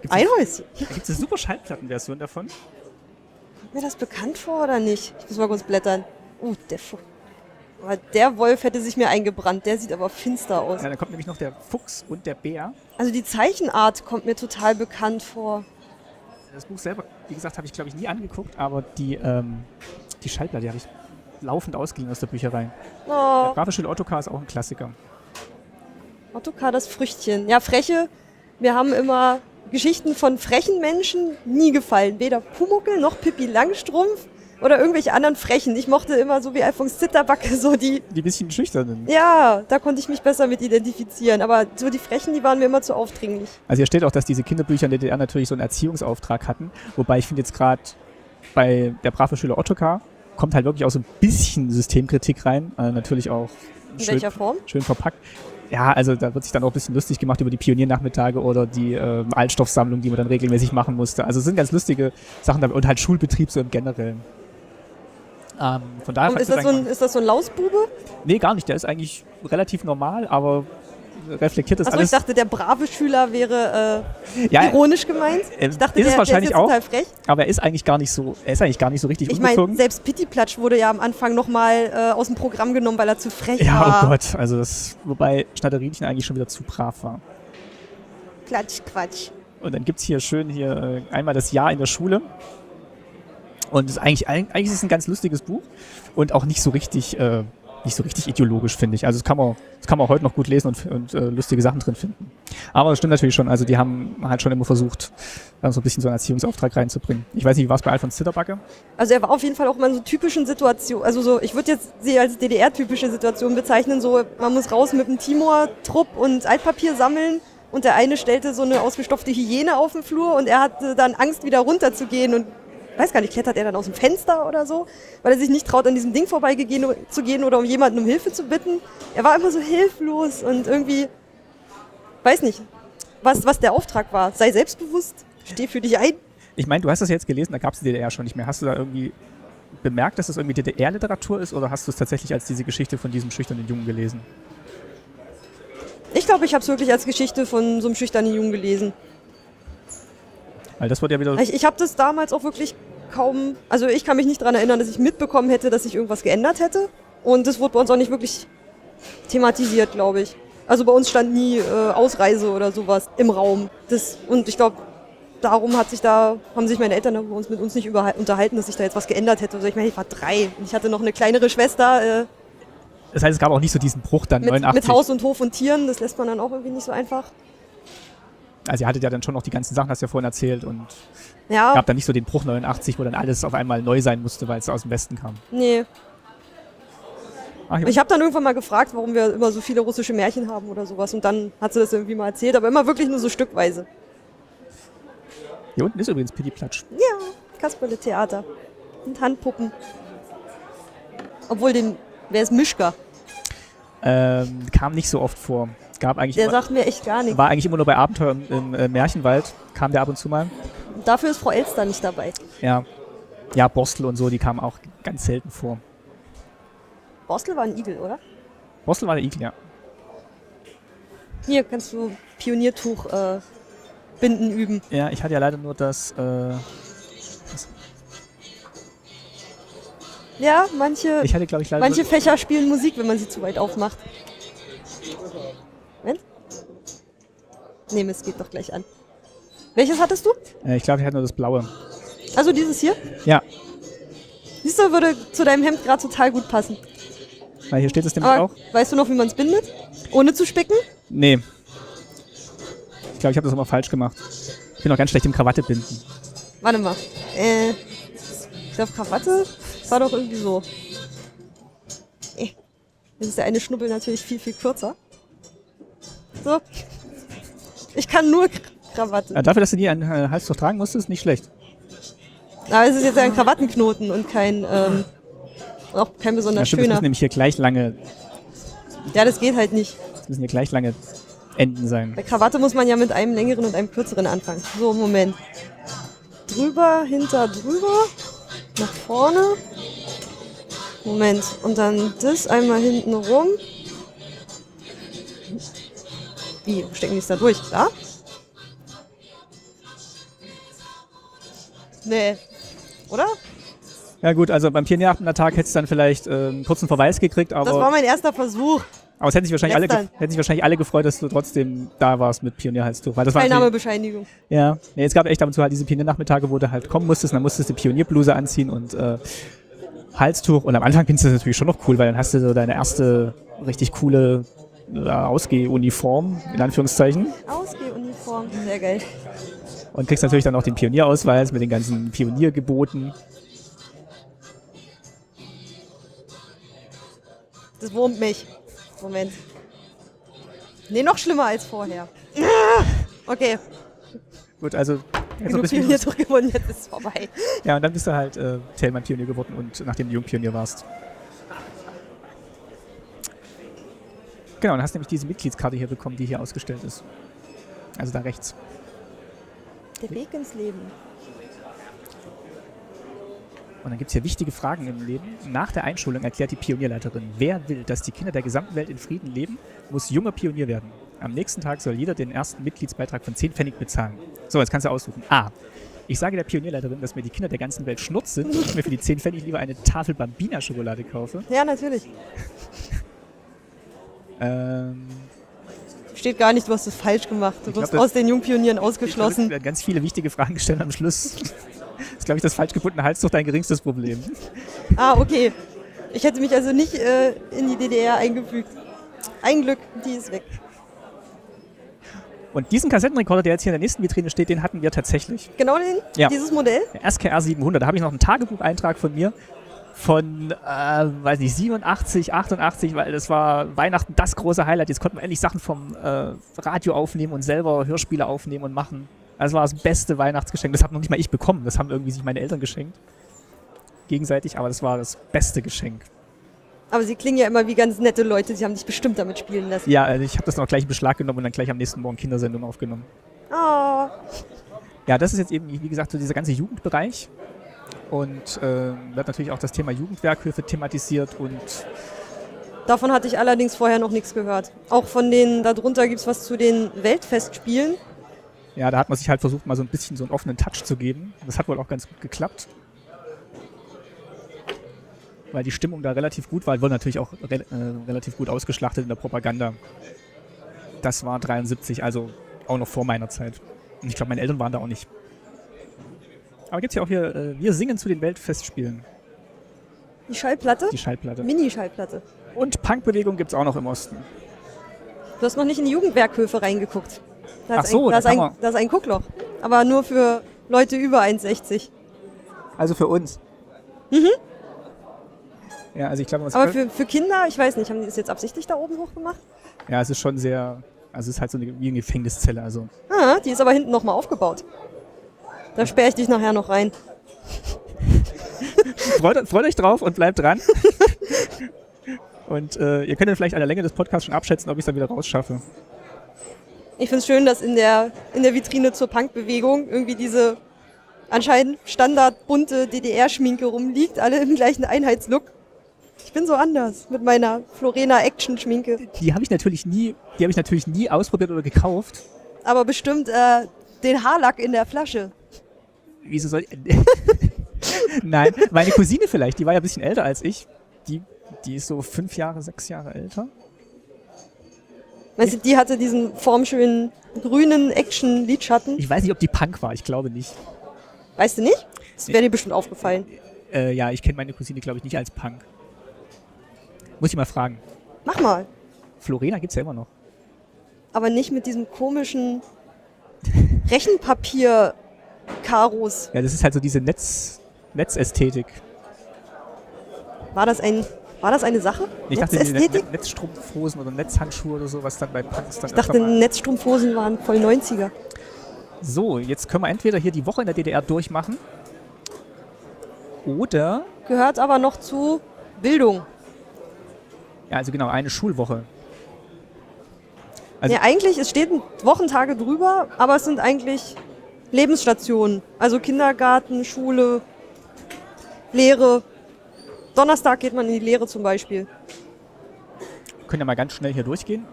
[SPEAKER 2] Gibt's
[SPEAKER 1] Ein Häuschen.
[SPEAKER 2] Da gibt es eine super Schallplattenversion davon.
[SPEAKER 1] Kommt mir das bekannt vor oder nicht? Ich muss mal kurz blättern. Uh, der Fuchs. Aber der Wolf hätte sich mir eingebrannt. Der sieht aber finster aus.
[SPEAKER 2] Ja, da kommt nämlich noch der Fuchs und der Bär.
[SPEAKER 1] Also die Zeichenart kommt mir total bekannt vor.
[SPEAKER 2] Das Buch selber, wie gesagt, habe ich glaube ich nie angeguckt, aber die, ähm, die Schallplatte, die habe ich laufend ausgeliehen aus der Bücherei. Der
[SPEAKER 1] Oh,
[SPEAKER 2] brave Schüler Ottokar ist auch ein Klassiker.
[SPEAKER 1] Ottokar, das Früchtchen. Ja, Freche. Mir haben immer Geschichten von frechen Menschen nie gefallen. Weder Pumuckel noch Pippi Langstrumpf oder irgendwelche anderen Frechen. Ich mochte immer so wie Alfons Zitterbacke so die
[SPEAKER 2] Die bisschen schüchternen.
[SPEAKER 1] Ja, da konnte ich mich besser mit identifizieren. Aber so die Frechen, die waren mir immer zu aufdringlich.
[SPEAKER 2] Also hier steht auch, dass diese Kinderbücher in der DDR natürlich so einen Erziehungsauftrag hatten. Wobei ich finde jetzt gerade bei der brave Schüler Ottokar kommt halt wirklich auch so ein bisschen Systemkritik rein. Äh, natürlich auch
[SPEAKER 1] In
[SPEAKER 2] schön,
[SPEAKER 1] welcher Form?
[SPEAKER 2] schön verpackt. Ja, also da wird sich dann auch ein bisschen lustig gemacht über die Pioniernachmittage oder die ähm, Altstoffsammlung, die man dann regelmäßig machen musste. Also es sind ganz lustige Sachen dabei und halt Schulbetrieb so im Generellen. Ähm, von daher
[SPEAKER 1] Und
[SPEAKER 2] fand ich
[SPEAKER 1] ist, das so
[SPEAKER 2] eigentlich-
[SPEAKER 1] ein, ist das so ein Lausbube?
[SPEAKER 2] Nee, gar nicht. Der ist eigentlich relativ normal, aber reflektiert das
[SPEAKER 1] Achso, ich
[SPEAKER 2] alles.
[SPEAKER 1] dachte, der brave Schüler wäre äh,
[SPEAKER 2] ja,
[SPEAKER 1] ironisch gemeint.
[SPEAKER 2] ähm,
[SPEAKER 1] Ich dachte,
[SPEAKER 2] ist es
[SPEAKER 1] der,
[SPEAKER 2] wahrscheinlich
[SPEAKER 1] der ist
[SPEAKER 2] auch.
[SPEAKER 1] jetzt total frech.
[SPEAKER 2] aber er ist eigentlich gar nicht so, er ist eigentlich gar nicht so richtig
[SPEAKER 1] Ich meine,
[SPEAKER 2] unbezogen.
[SPEAKER 1] selbst Pittiplatsch wurde ja am Anfang nochmal äh, aus dem Programm genommen, weil er zu frech
[SPEAKER 2] ja,
[SPEAKER 1] war.
[SPEAKER 2] oh Gott, also das, wobei Schnatterinchen eigentlich schon wieder zu brav war.
[SPEAKER 1] Klatsch, Quatsch.
[SPEAKER 2] Und dann gibt's hier schön hier äh, einmal das Jahr in der Schule. Und es ist eigentlich, eigentlich ist es ein ganz lustiges Buch und auch nicht so richtig, äh, nicht so richtig ideologisch, finde ich. Also das kann man, das kann man auch heute noch gut lesen und, und äh, lustige Sachen drin finden. Aber das stimmt natürlich schon. Also die haben halt schon immer versucht, da so ein bisschen so einen Erziehungsauftrag reinzubringen. Ich weiß nicht, wie war es bei Alfons Zitterbacke?
[SPEAKER 1] Also er war auf jeden Fall auch immer in so typischen Situationen, also so, ich würde jetzt sie als DDR-typische Situation bezeichnen, so man muss raus mit dem Timor-Trupp und Altpapier sammeln und der eine stellte so eine ausgestopfte Hyäne auf den Flur und er hatte dann Angst, wieder runterzugehen und weiß gar nicht, klettert er dann aus dem Fenster oder so, weil er sich nicht traut, an diesem Ding vorbeigehen zu gehen oder um jemanden um Hilfe zu bitten. Er war immer so hilflos und irgendwie, weiß nicht, was, was der Auftrag war. Sei selbstbewusst, steh für dich ein.
[SPEAKER 2] Ich meine, du hast das jetzt gelesen, da gab's die DDR schon nicht mehr. Hast du da irgendwie bemerkt, dass das irgendwie DDR-Literatur ist oder hast du es tatsächlich als diese Geschichte von diesem schüchternen Jungen gelesen?
[SPEAKER 1] Ich glaube, ich habe es wirklich als Geschichte von so einem schüchternen Jungen gelesen.
[SPEAKER 2] Weil das wird ja wieder
[SPEAKER 1] Ich, ich habe das damals auch wirklich kaum, also ich kann mich nicht daran erinnern, dass ich mitbekommen hätte, dass sich irgendwas geändert hätte. Und das wurde bei uns auch nicht wirklich thematisiert, glaube ich. Also bei uns stand nie äh, Ausreise oder sowas im Raum. Das, und ich glaube, darum hat sich da, haben sich meine Eltern bei uns mit uns nicht überhal- unterhalten, dass sich da jetzt was geändert hätte. Also ich meine, ich war drei und ich hatte noch eine kleinere Schwester äh,
[SPEAKER 2] Das heißt, es gab auch nicht so diesen Bruch dann
[SPEAKER 1] mit,
[SPEAKER 2] 89.
[SPEAKER 1] mit Haus und Hof und Tieren. Das lässt man dann auch irgendwie nicht so einfach.
[SPEAKER 2] Also ihr hattet ja dann schon noch die ganzen Sachen, hast du ja vorhin erzählt und
[SPEAKER 1] Ja,
[SPEAKER 2] gab dann nicht so den Bruch 89, wo dann alles auf einmal neu sein musste, weil es aus dem Westen kam.
[SPEAKER 1] nee.
[SPEAKER 2] Ach, hier-
[SPEAKER 1] Ich habe dann irgendwann mal gefragt, warum wir immer so viele russische Märchen haben oder sowas. Und dann hat sie das irgendwie mal erzählt, aber immer wirklich nur so stückweise.
[SPEAKER 2] hier unten ist übrigens Pity Platsch.
[SPEAKER 1] Ja, Kasperle Theater. Und Handpuppen. Obwohl dem. Wer ist Mischka?
[SPEAKER 2] Ähm, kam nicht so oft vor. Gab eigentlich
[SPEAKER 1] Der
[SPEAKER 2] immer,
[SPEAKER 1] sagt mir echt gar nichts.
[SPEAKER 2] war eigentlich immer nur bei Abenteuer im, im äh, Märchenwald, kam der ab und zu mal.
[SPEAKER 1] Dafür ist Frau Elster nicht dabei.
[SPEAKER 2] Ja. Ja, Borstel und so, die kamen auch ganz selten vor.
[SPEAKER 1] Borstel war ein Igel, oder?
[SPEAKER 2] Borstel war der Igel, ja.
[SPEAKER 1] Hier kannst du Pioniertuch äh, binden üben.
[SPEAKER 2] Ja, ich hatte ja leider nur das. Äh,
[SPEAKER 1] Ja, manche,
[SPEAKER 2] ich hatte, glaube ich, leider.
[SPEAKER 1] manche Fächer spielen Musik, wenn man sie zu weit aufmacht. Moment. Nee, es geht doch gleich an. Welches hattest du?
[SPEAKER 2] nur, äh, ich glaube, ich hatte nur das Blaue.
[SPEAKER 1] Also dieses hier?
[SPEAKER 2] Ja,
[SPEAKER 1] Siehst du, würde zu deinem Hemd gerade total gut passen.
[SPEAKER 2] weil hier steht es nämlich
[SPEAKER 1] Aber
[SPEAKER 2] auch.
[SPEAKER 1] weißt du noch, wie man es bindet? Ohne zu spicken?
[SPEAKER 2] Nee. Ich glaube, ich habe das nochmal falsch gemacht. Ich bin noch ganz schlecht im Krawatte binden.
[SPEAKER 1] Warte mal. Äh, ich glaube, Krawatte war doch irgendwie so. Äh, Jetzt ist der eine Schnubbel natürlich viel, viel kürzer. So. Ich kann nur Kr- Krawatte.
[SPEAKER 2] Äh, dafür, dass du nie einen äh, Halstuch tragen musstest, nicht schlecht.
[SPEAKER 1] Aber es ist jetzt ein Krawattenknoten und kein, ähm, auch kein
[SPEAKER 2] Ja,
[SPEAKER 1] besonders
[SPEAKER 2] stimmt, das
[SPEAKER 1] schöner.
[SPEAKER 2] müssen nämlich hier gleich lange,
[SPEAKER 1] Ja, das geht halt nicht.
[SPEAKER 2] das müssen hier gleich lange Enden sein.
[SPEAKER 1] Bei Krawatte muss man ja mit einem längeren und einem kürzeren anfangen. So, Moment. Drüber, hinter, drüber, nach vorne. Moment. Und dann das einmal hinten rum. Wie? Wo stecken die es da durch? Da? Nee. Oder?
[SPEAKER 2] Ja gut, also beim Pionierabend-Tag hättest du dann vielleicht äh, einen kurzen Verweis gekriegt,
[SPEAKER 1] Das war
[SPEAKER 2] aber,
[SPEAKER 1] mein erster Versuch.
[SPEAKER 2] aber es hätten sich, wahrscheinlich alle,
[SPEAKER 1] Letzter.
[SPEAKER 2] ge- hätten sich wahrscheinlich alle gefreut, dass du trotzdem da warst mit Pionierhalstuch. Weil das war natürlich-
[SPEAKER 1] Teilnahmebescheinigung.
[SPEAKER 2] ja, nee, es gab echt ab und zu halt diese Pioniernachmittage, wo du halt kommen musstest und dann musstest du die Pionierbluse anziehen und äh, Halstuch. Und am Anfang findest du das natürlich schon noch cool, weil dann hast du so deine erste richtig coole äh, Ausgehuniform, in Anführungszeichen.
[SPEAKER 1] Ausgehuniform. Sehr geil.
[SPEAKER 2] Und kriegst natürlich dann auch den Pionierausweis mit den ganzen Pioniergeboten.
[SPEAKER 1] Das wurmt mich. Moment. Nee, noch schlimmer als vorher. Ah! Okay,
[SPEAKER 2] Gut, also. jetzt noch ein
[SPEAKER 1] genug
[SPEAKER 2] bisschen-
[SPEAKER 1] Pionier durchgewonnen, jetzt ist es vorbei.
[SPEAKER 2] Ja, und dann bist du halt äh, Tellmann Pionier geworden und nachdem du Jungpionier warst. Genau, und hast nämlich diese Mitgliedskarte hier bekommen, die hier ausgestellt ist. Also da rechts.
[SPEAKER 1] Der Weg ins Leben.
[SPEAKER 2] Und dann gibt es hier wichtige Fragen im Leben. Nach der Einschulung erklärt die Pionierleiterin, wer will, dass die Kinder der gesamten Welt in Frieden leben, muss junger Pionier werden. Am nächsten Tag soll jeder den ersten Mitgliedsbeitrag von 10 Pfennig bezahlen. So, jetzt kannst du aussuchen. A. Ich sage der Pionierleiterin, dass mir die Kinder der ganzen Welt schnurz sind und ich mir für die 10 Pfennig lieber eine Tafel Bambina-Schokolade kaufe.
[SPEAKER 1] Ja, natürlich.
[SPEAKER 2] Ähm,
[SPEAKER 1] Steht gar nicht, du hast es falsch gemacht. Du
[SPEAKER 2] Ich glaub,
[SPEAKER 1] wirst
[SPEAKER 2] das-
[SPEAKER 1] aus den Jungpionieren
[SPEAKER 2] Ich
[SPEAKER 1] ausgeschlossen.
[SPEAKER 2] werden ganz viele wichtige Fragen gestellt am Schluss. ist, glaube ich, das falsch gebundene Halstuch dein geringstes Problem.
[SPEAKER 1] Ah, okay. Ich hätte mich also nicht äh, in die DDR eingefügt. Ein Glück, die ist weg.
[SPEAKER 2] Und diesen Kassettenrekorder, der jetzt hier in der nächsten Vitrine steht, den hatten wir tatsächlich.
[SPEAKER 1] Genau den,
[SPEAKER 2] Ja.
[SPEAKER 1] dieses Modell.
[SPEAKER 2] Der SKR 700. Da habe ich noch einen Tagebucheintrag von mir von, äh, weiß nicht, 87, 88, weil das war Weihnachten das große Highlight. Jetzt konnten wir endlich Sachen vom äh, Radio aufnehmen und selber Hörspiele aufnehmen und machen. Das war das beste Weihnachtsgeschenk. Das habe noch nicht mal ich bekommen. Das haben irgendwie sich meine Eltern geschenkt. Gegenseitig, aber das war das beste Geschenk.
[SPEAKER 1] Aber sie klingen ja immer wie ganz nette Leute, sie haben dich bestimmt damit spielen lassen.
[SPEAKER 2] Ja, also ich habe das dann auch gleich in Beschlag genommen und dann gleich am nächsten Morgen Kindersendung aufgenommen.
[SPEAKER 1] Oh,
[SPEAKER 2] Ja, das ist jetzt eben, wie gesagt, so dieser ganze Jugendbereich. Und ähm, da hat natürlich auch das Thema Jugendwerkhöfe thematisiert und
[SPEAKER 1] Davon hatte ich allerdings vorher noch nichts gehört. Auch von den, darunter gibt es was zu den Weltfestspielen.
[SPEAKER 2] ja, da hat man sich halt versucht, mal so ein bisschen so einen offenen Touch zu geben. Das hat wohl auch ganz gut geklappt. Weil die Stimmung da relativ gut war, wurde natürlich auch re äh, relativ gut ausgeschlachtet in der Propaganda. Das war 73, also auch noch vor meiner Zeit. Und ich glaube, meine Eltern waren da auch nicht. Aber gibt's ja auch hier, äh, wir singen zu den Weltfestspielen,
[SPEAKER 1] Die Schallplatte?
[SPEAKER 2] die Schallplatte.
[SPEAKER 1] Mini-Schallplatte.
[SPEAKER 2] Und Punkbewegung gibt's auch noch im Osten.
[SPEAKER 1] Du hast noch nicht in die Jugendwerkhöfe reingeguckt. Da
[SPEAKER 2] Ach
[SPEAKER 1] ist
[SPEAKER 2] so,
[SPEAKER 1] ein, da ist
[SPEAKER 2] da kann
[SPEAKER 1] ein,
[SPEAKER 2] man-
[SPEAKER 1] da ist ein Guckloch. Aber nur für Leute über 1,60.
[SPEAKER 2] Also für uns. Mhm. Ja, also ich glaube, was-
[SPEAKER 1] Aber für, für Kinder, ich weiß nicht, haben die das jetzt absichtlich da oben hochgemacht?
[SPEAKER 2] ja, es ist schon sehr, also es ist halt so eine, wie eine Gefängniszelle. Also
[SPEAKER 1] Ah, die ist aber hinten nochmal aufgebaut. Da sperre ich dich nachher noch rein.
[SPEAKER 2] freut, freut euch drauf und bleibt dran. und äh, ihr könnt dann vielleicht an der Länge des Podcasts schon abschätzen, ob ich es dann wieder rausschaffe.
[SPEAKER 1] Ich finde es schön, dass in der, in der Vitrine zur Punkbewegung irgendwie diese anscheinend standardbunte DDR-Schminke rumliegt, alle im gleichen Einheitslook. Ich bin so anders mit meiner Florena-Action-Schminke.
[SPEAKER 2] Die habe ich natürlich nie, die habe ich natürlich nie ausprobiert oder gekauft.
[SPEAKER 1] Aber bestimmt äh, den Haarlack in der Flasche.
[SPEAKER 2] Wieso soll ich. Nein, meine Cousine vielleicht, die war ja ein bisschen älter als ich. Die, die ist so fünf Jahre, sechs Jahre älter.
[SPEAKER 1] Weißt du, die hatte diesen formschönen grünen Action-Lidschatten.
[SPEAKER 2] Ich weiß nicht, ob die Punk war, ich glaube nicht.
[SPEAKER 1] Weißt du nicht? Das wäre dir bestimmt aufgefallen.
[SPEAKER 2] Äh, ja, ich kenne meine Cousine, glaube ich, nicht als Punk. Muss ich mal fragen.
[SPEAKER 1] Mach mal.
[SPEAKER 2] Florena gibt's ja immer noch.
[SPEAKER 1] Aber nicht mit diesem komischen Rechenpapier-Karos.
[SPEAKER 2] Ja, das ist halt so diese Netz, Netzästhetik.
[SPEAKER 1] War das, ein, war das eine Sache?
[SPEAKER 2] Ich dachte, diese Net
[SPEAKER 1] Netzästhetik?
[SPEAKER 2] Net- Netzstrumpfhosen oder Netzhandschuhe oder so, was dann bei Punks dann
[SPEAKER 1] Ich dachte, Netzstrumpfhosen waren voll 90er.
[SPEAKER 2] So, jetzt können wir entweder hier die Woche in der DDR durchmachen oder,
[SPEAKER 1] Gehört aber noch zu Bildung.
[SPEAKER 2] ja, also genau, eine Schulwoche. Also-
[SPEAKER 1] ja, eigentlich, es stehen Wochentage drüber, aber es sind eigentlich Lebensstationen. Also Kindergarten, Schule, Lehre. Donnerstag geht man in die Lehre zum Beispiel.
[SPEAKER 2] Können ja mal ganz schnell hier durchgehen.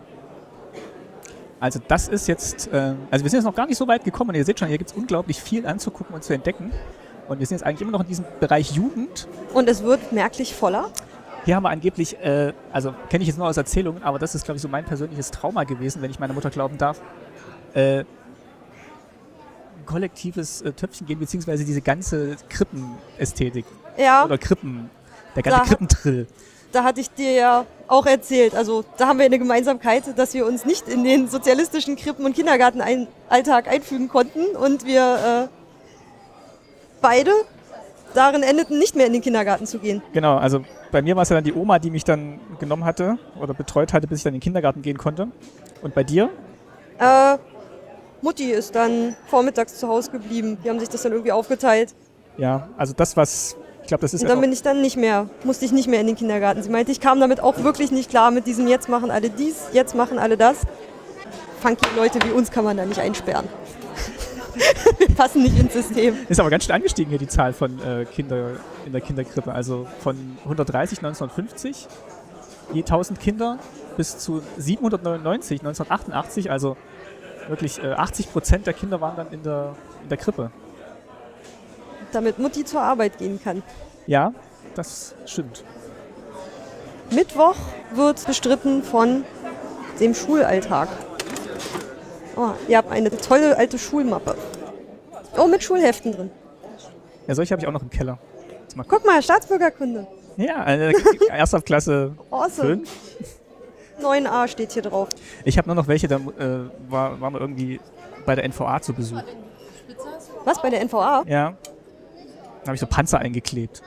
[SPEAKER 2] Also das ist jetzt, äh, also wir sind jetzt noch gar nicht so weit gekommen. Ihr seht schon, hier gibt es unglaublich viel anzugucken und zu entdecken. Und wir sind jetzt eigentlich immer noch in diesem Bereich Jugend.
[SPEAKER 1] Und es wird merklich voller.
[SPEAKER 2] Hier haben wir angeblich, äh, also kenne ich jetzt nur aus Erzählungen, aber das ist, glaube ich, so mein persönliches Trauma gewesen, wenn ich meiner Mutter glauben darf. Äh, kollektives äh, Töpfchen gehen, beziehungsweise diese ganze Krippenästhetik
[SPEAKER 1] Ja,
[SPEAKER 2] oder Krippen, der
[SPEAKER 1] Da
[SPEAKER 2] ganze
[SPEAKER 1] hat-
[SPEAKER 2] Krippentrill.
[SPEAKER 1] da hatte ich dir ja auch erzählt. Also da haben wir eine Gemeinsamkeit, dass wir uns nicht in den sozialistischen Krippen- und Kindergartenalltag einfügen konnten und wir äh, beide darin endeten, nicht mehr in den Kindergarten zu gehen.
[SPEAKER 2] Genau, also bei mir war es ja dann die Oma, die mich dann genommen hatte oder betreut hatte, bis ich dann in den Kindergarten gehen konnte. Und bei dir?
[SPEAKER 1] Äh, Mutti ist dann vormittags zu Hause geblieben. Die haben sich das dann irgendwie aufgeteilt.
[SPEAKER 2] Ja, also das, was, ich glaube, das ist
[SPEAKER 1] Und
[SPEAKER 2] ja
[SPEAKER 1] dann
[SPEAKER 2] auch,
[SPEAKER 1] bin ich dann nicht mehr, musste ich nicht mehr in den Kindergarten. Sie meinte, ich kam damit auch wirklich nicht klar mit diesem jetzt machen alle dies, jetzt machen alle das. Funky Leute wie uns kann man da nicht einsperren. Wir passen nicht ins System.
[SPEAKER 2] ist aber ganz schön angestiegen hier die Zahl von äh, Kinder in der Kinderkrippe. Also von 130 1950 je 1000 Kinder bis zu 799 1988. Also wirklich äh, 80 Prozent der Kinder waren dann in der, in der Krippe.
[SPEAKER 1] Damit Mutti zur Arbeit gehen kann.
[SPEAKER 2] Ja, das stimmt.
[SPEAKER 1] Mittwoch wird bestritten von dem Schulalltag. Oh, ihr habt eine tolle alte Schulmappe. Oh, mit Schulheften drin.
[SPEAKER 2] Ja, solche habe ich auch noch im Keller.
[SPEAKER 1] Guck mal, Staatsbürgerkunde.
[SPEAKER 2] Ja, äh, Erstaufklasse
[SPEAKER 1] Awesome.
[SPEAKER 2] 5.
[SPEAKER 1] 9a steht hier drauf.
[SPEAKER 2] Ich habe nur noch welche, da äh, war, waren wir irgendwie bei der NVA zu Besuch.
[SPEAKER 1] Was, bei der NVA?
[SPEAKER 2] Ja. Da habe ich so Panzer eingeklebt.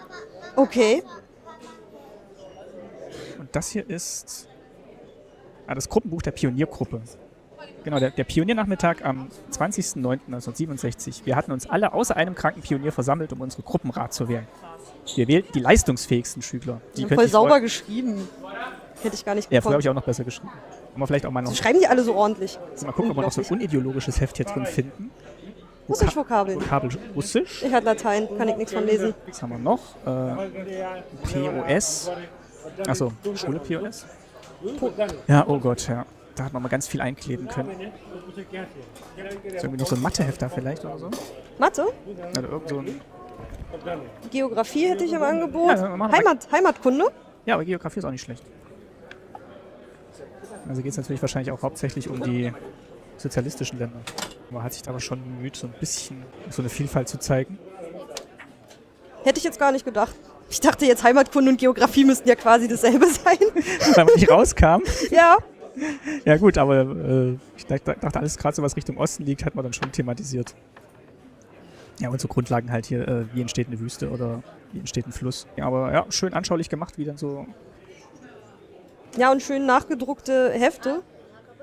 [SPEAKER 1] Okay.
[SPEAKER 2] Und das hier ist ah, das Gruppenbuch der Pioniergruppe. Genau, der, der Pioniernachmittag am 20.09.1967. Wir hatten uns alle außer einem kranken Pionier versammelt, um unsere Gruppenrat zu wählen. Wir wählten die leistungsfähigsten Schüler. Die könnte
[SPEAKER 1] Voll
[SPEAKER 2] ich
[SPEAKER 1] sauber
[SPEAKER 2] vorher-
[SPEAKER 1] geschrieben. Hätte ich gar nicht
[SPEAKER 2] Ja, früher habe
[SPEAKER 1] bekommen.
[SPEAKER 2] ich auch noch besser geschrieben. Haben wir vielleicht auch mal noch.
[SPEAKER 1] so schreiben die alle so ordentlich.
[SPEAKER 2] Mal gucken, ob wir noch so ein unideologisches Heft hier drin finden.
[SPEAKER 1] Russisch-Vokabeln.
[SPEAKER 2] Vokabel Russisch.
[SPEAKER 1] Ich hatte Latein, kann ich nichts von lesen.
[SPEAKER 2] Was haben wir noch? Äh, POS. Achso, Schule POS? Ja, oh Gott, ja. Da hat man mal ganz viel einkleben können. Ist irgendwie noch so ein Matheheft da vielleicht oder so?
[SPEAKER 1] Mathe,
[SPEAKER 2] Oder irgend so ein
[SPEAKER 1] Geografie hätte ich im Angebot.
[SPEAKER 2] Ja, machen wir-
[SPEAKER 1] Heimat, Heimatkunde.
[SPEAKER 2] ja, aber Geografie ist auch nicht schlecht. Also geht es natürlich wahrscheinlich auch hauptsächlich um die sozialistischen Länder. Man hat sich da aber schon bemüht, so ein bisschen so eine Vielfalt zu zeigen.
[SPEAKER 1] Hätte ich jetzt gar nicht gedacht. Ich dachte jetzt Heimatkunde und Geografie müssten ja quasi dasselbe sein.
[SPEAKER 2] Weil man nicht rauskam.
[SPEAKER 1] ja,
[SPEAKER 2] Ja gut, aber äh, ich dachte, dachte alles gerade so, was Richtung Osten liegt, hat man dann schon thematisiert. Ja, und so Grundlagen halt hier, äh, wie entsteht eine Wüste oder wie entsteht ein Fluss. Ja, aber ja, schön anschaulich gemacht, wie dann so.
[SPEAKER 1] ja und schön nachgedruckte Hefte,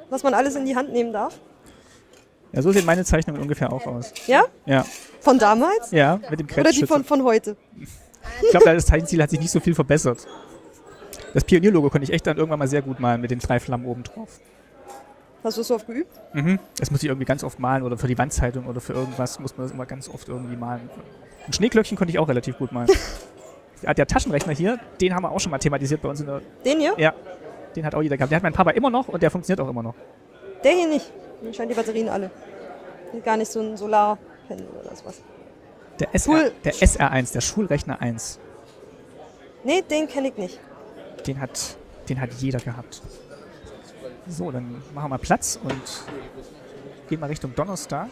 [SPEAKER 1] was man alles in die Hand nehmen darf.
[SPEAKER 2] Ja, so sehen meine Zeichnungen ungefähr auch aus.
[SPEAKER 1] Ja?
[SPEAKER 2] Ja,
[SPEAKER 1] Von damals?
[SPEAKER 2] ja, mit dem
[SPEAKER 1] Oder die
[SPEAKER 2] Grenzschützer.
[SPEAKER 1] von, von heute?
[SPEAKER 2] Ich glaube, das Zeichenziel hat sich nicht so viel verbessert. Das Pionierlogo konnte ich echt dann irgendwann mal sehr gut malen mit den drei Flammen oben drauf.
[SPEAKER 1] Hast du es so oft geübt?
[SPEAKER 2] Mhm. Das muss ich irgendwie ganz oft malen oder für die Wandzeitung oder für irgendwas muss man das immer ganz oft irgendwie malen. Ein Schneeglöckchen konnte ich auch relativ gut malen. ah, der Taschenrechner hier, den haben wir auch schon mal thematisiert bei uns in der.
[SPEAKER 1] Den hier?
[SPEAKER 2] Ja, den hat auch jeder gehabt. Der hat mein Papa immer noch und der funktioniert auch immer noch.
[SPEAKER 1] Der hier nicht. Mir scheinen die Batterien alle. Gar nicht so ein Solarpanel oder sowas.
[SPEAKER 2] Der, SR,
[SPEAKER 1] Cool.
[SPEAKER 2] der SR1, der Schulrechner 1,
[SPEAKER 1] Nee, den kenne ich nicht.
[SPEAKER 2] den hat, den hat jeder gehabt. So, dann machen wir mal Platz und gehen mal Richtung Donnerstag.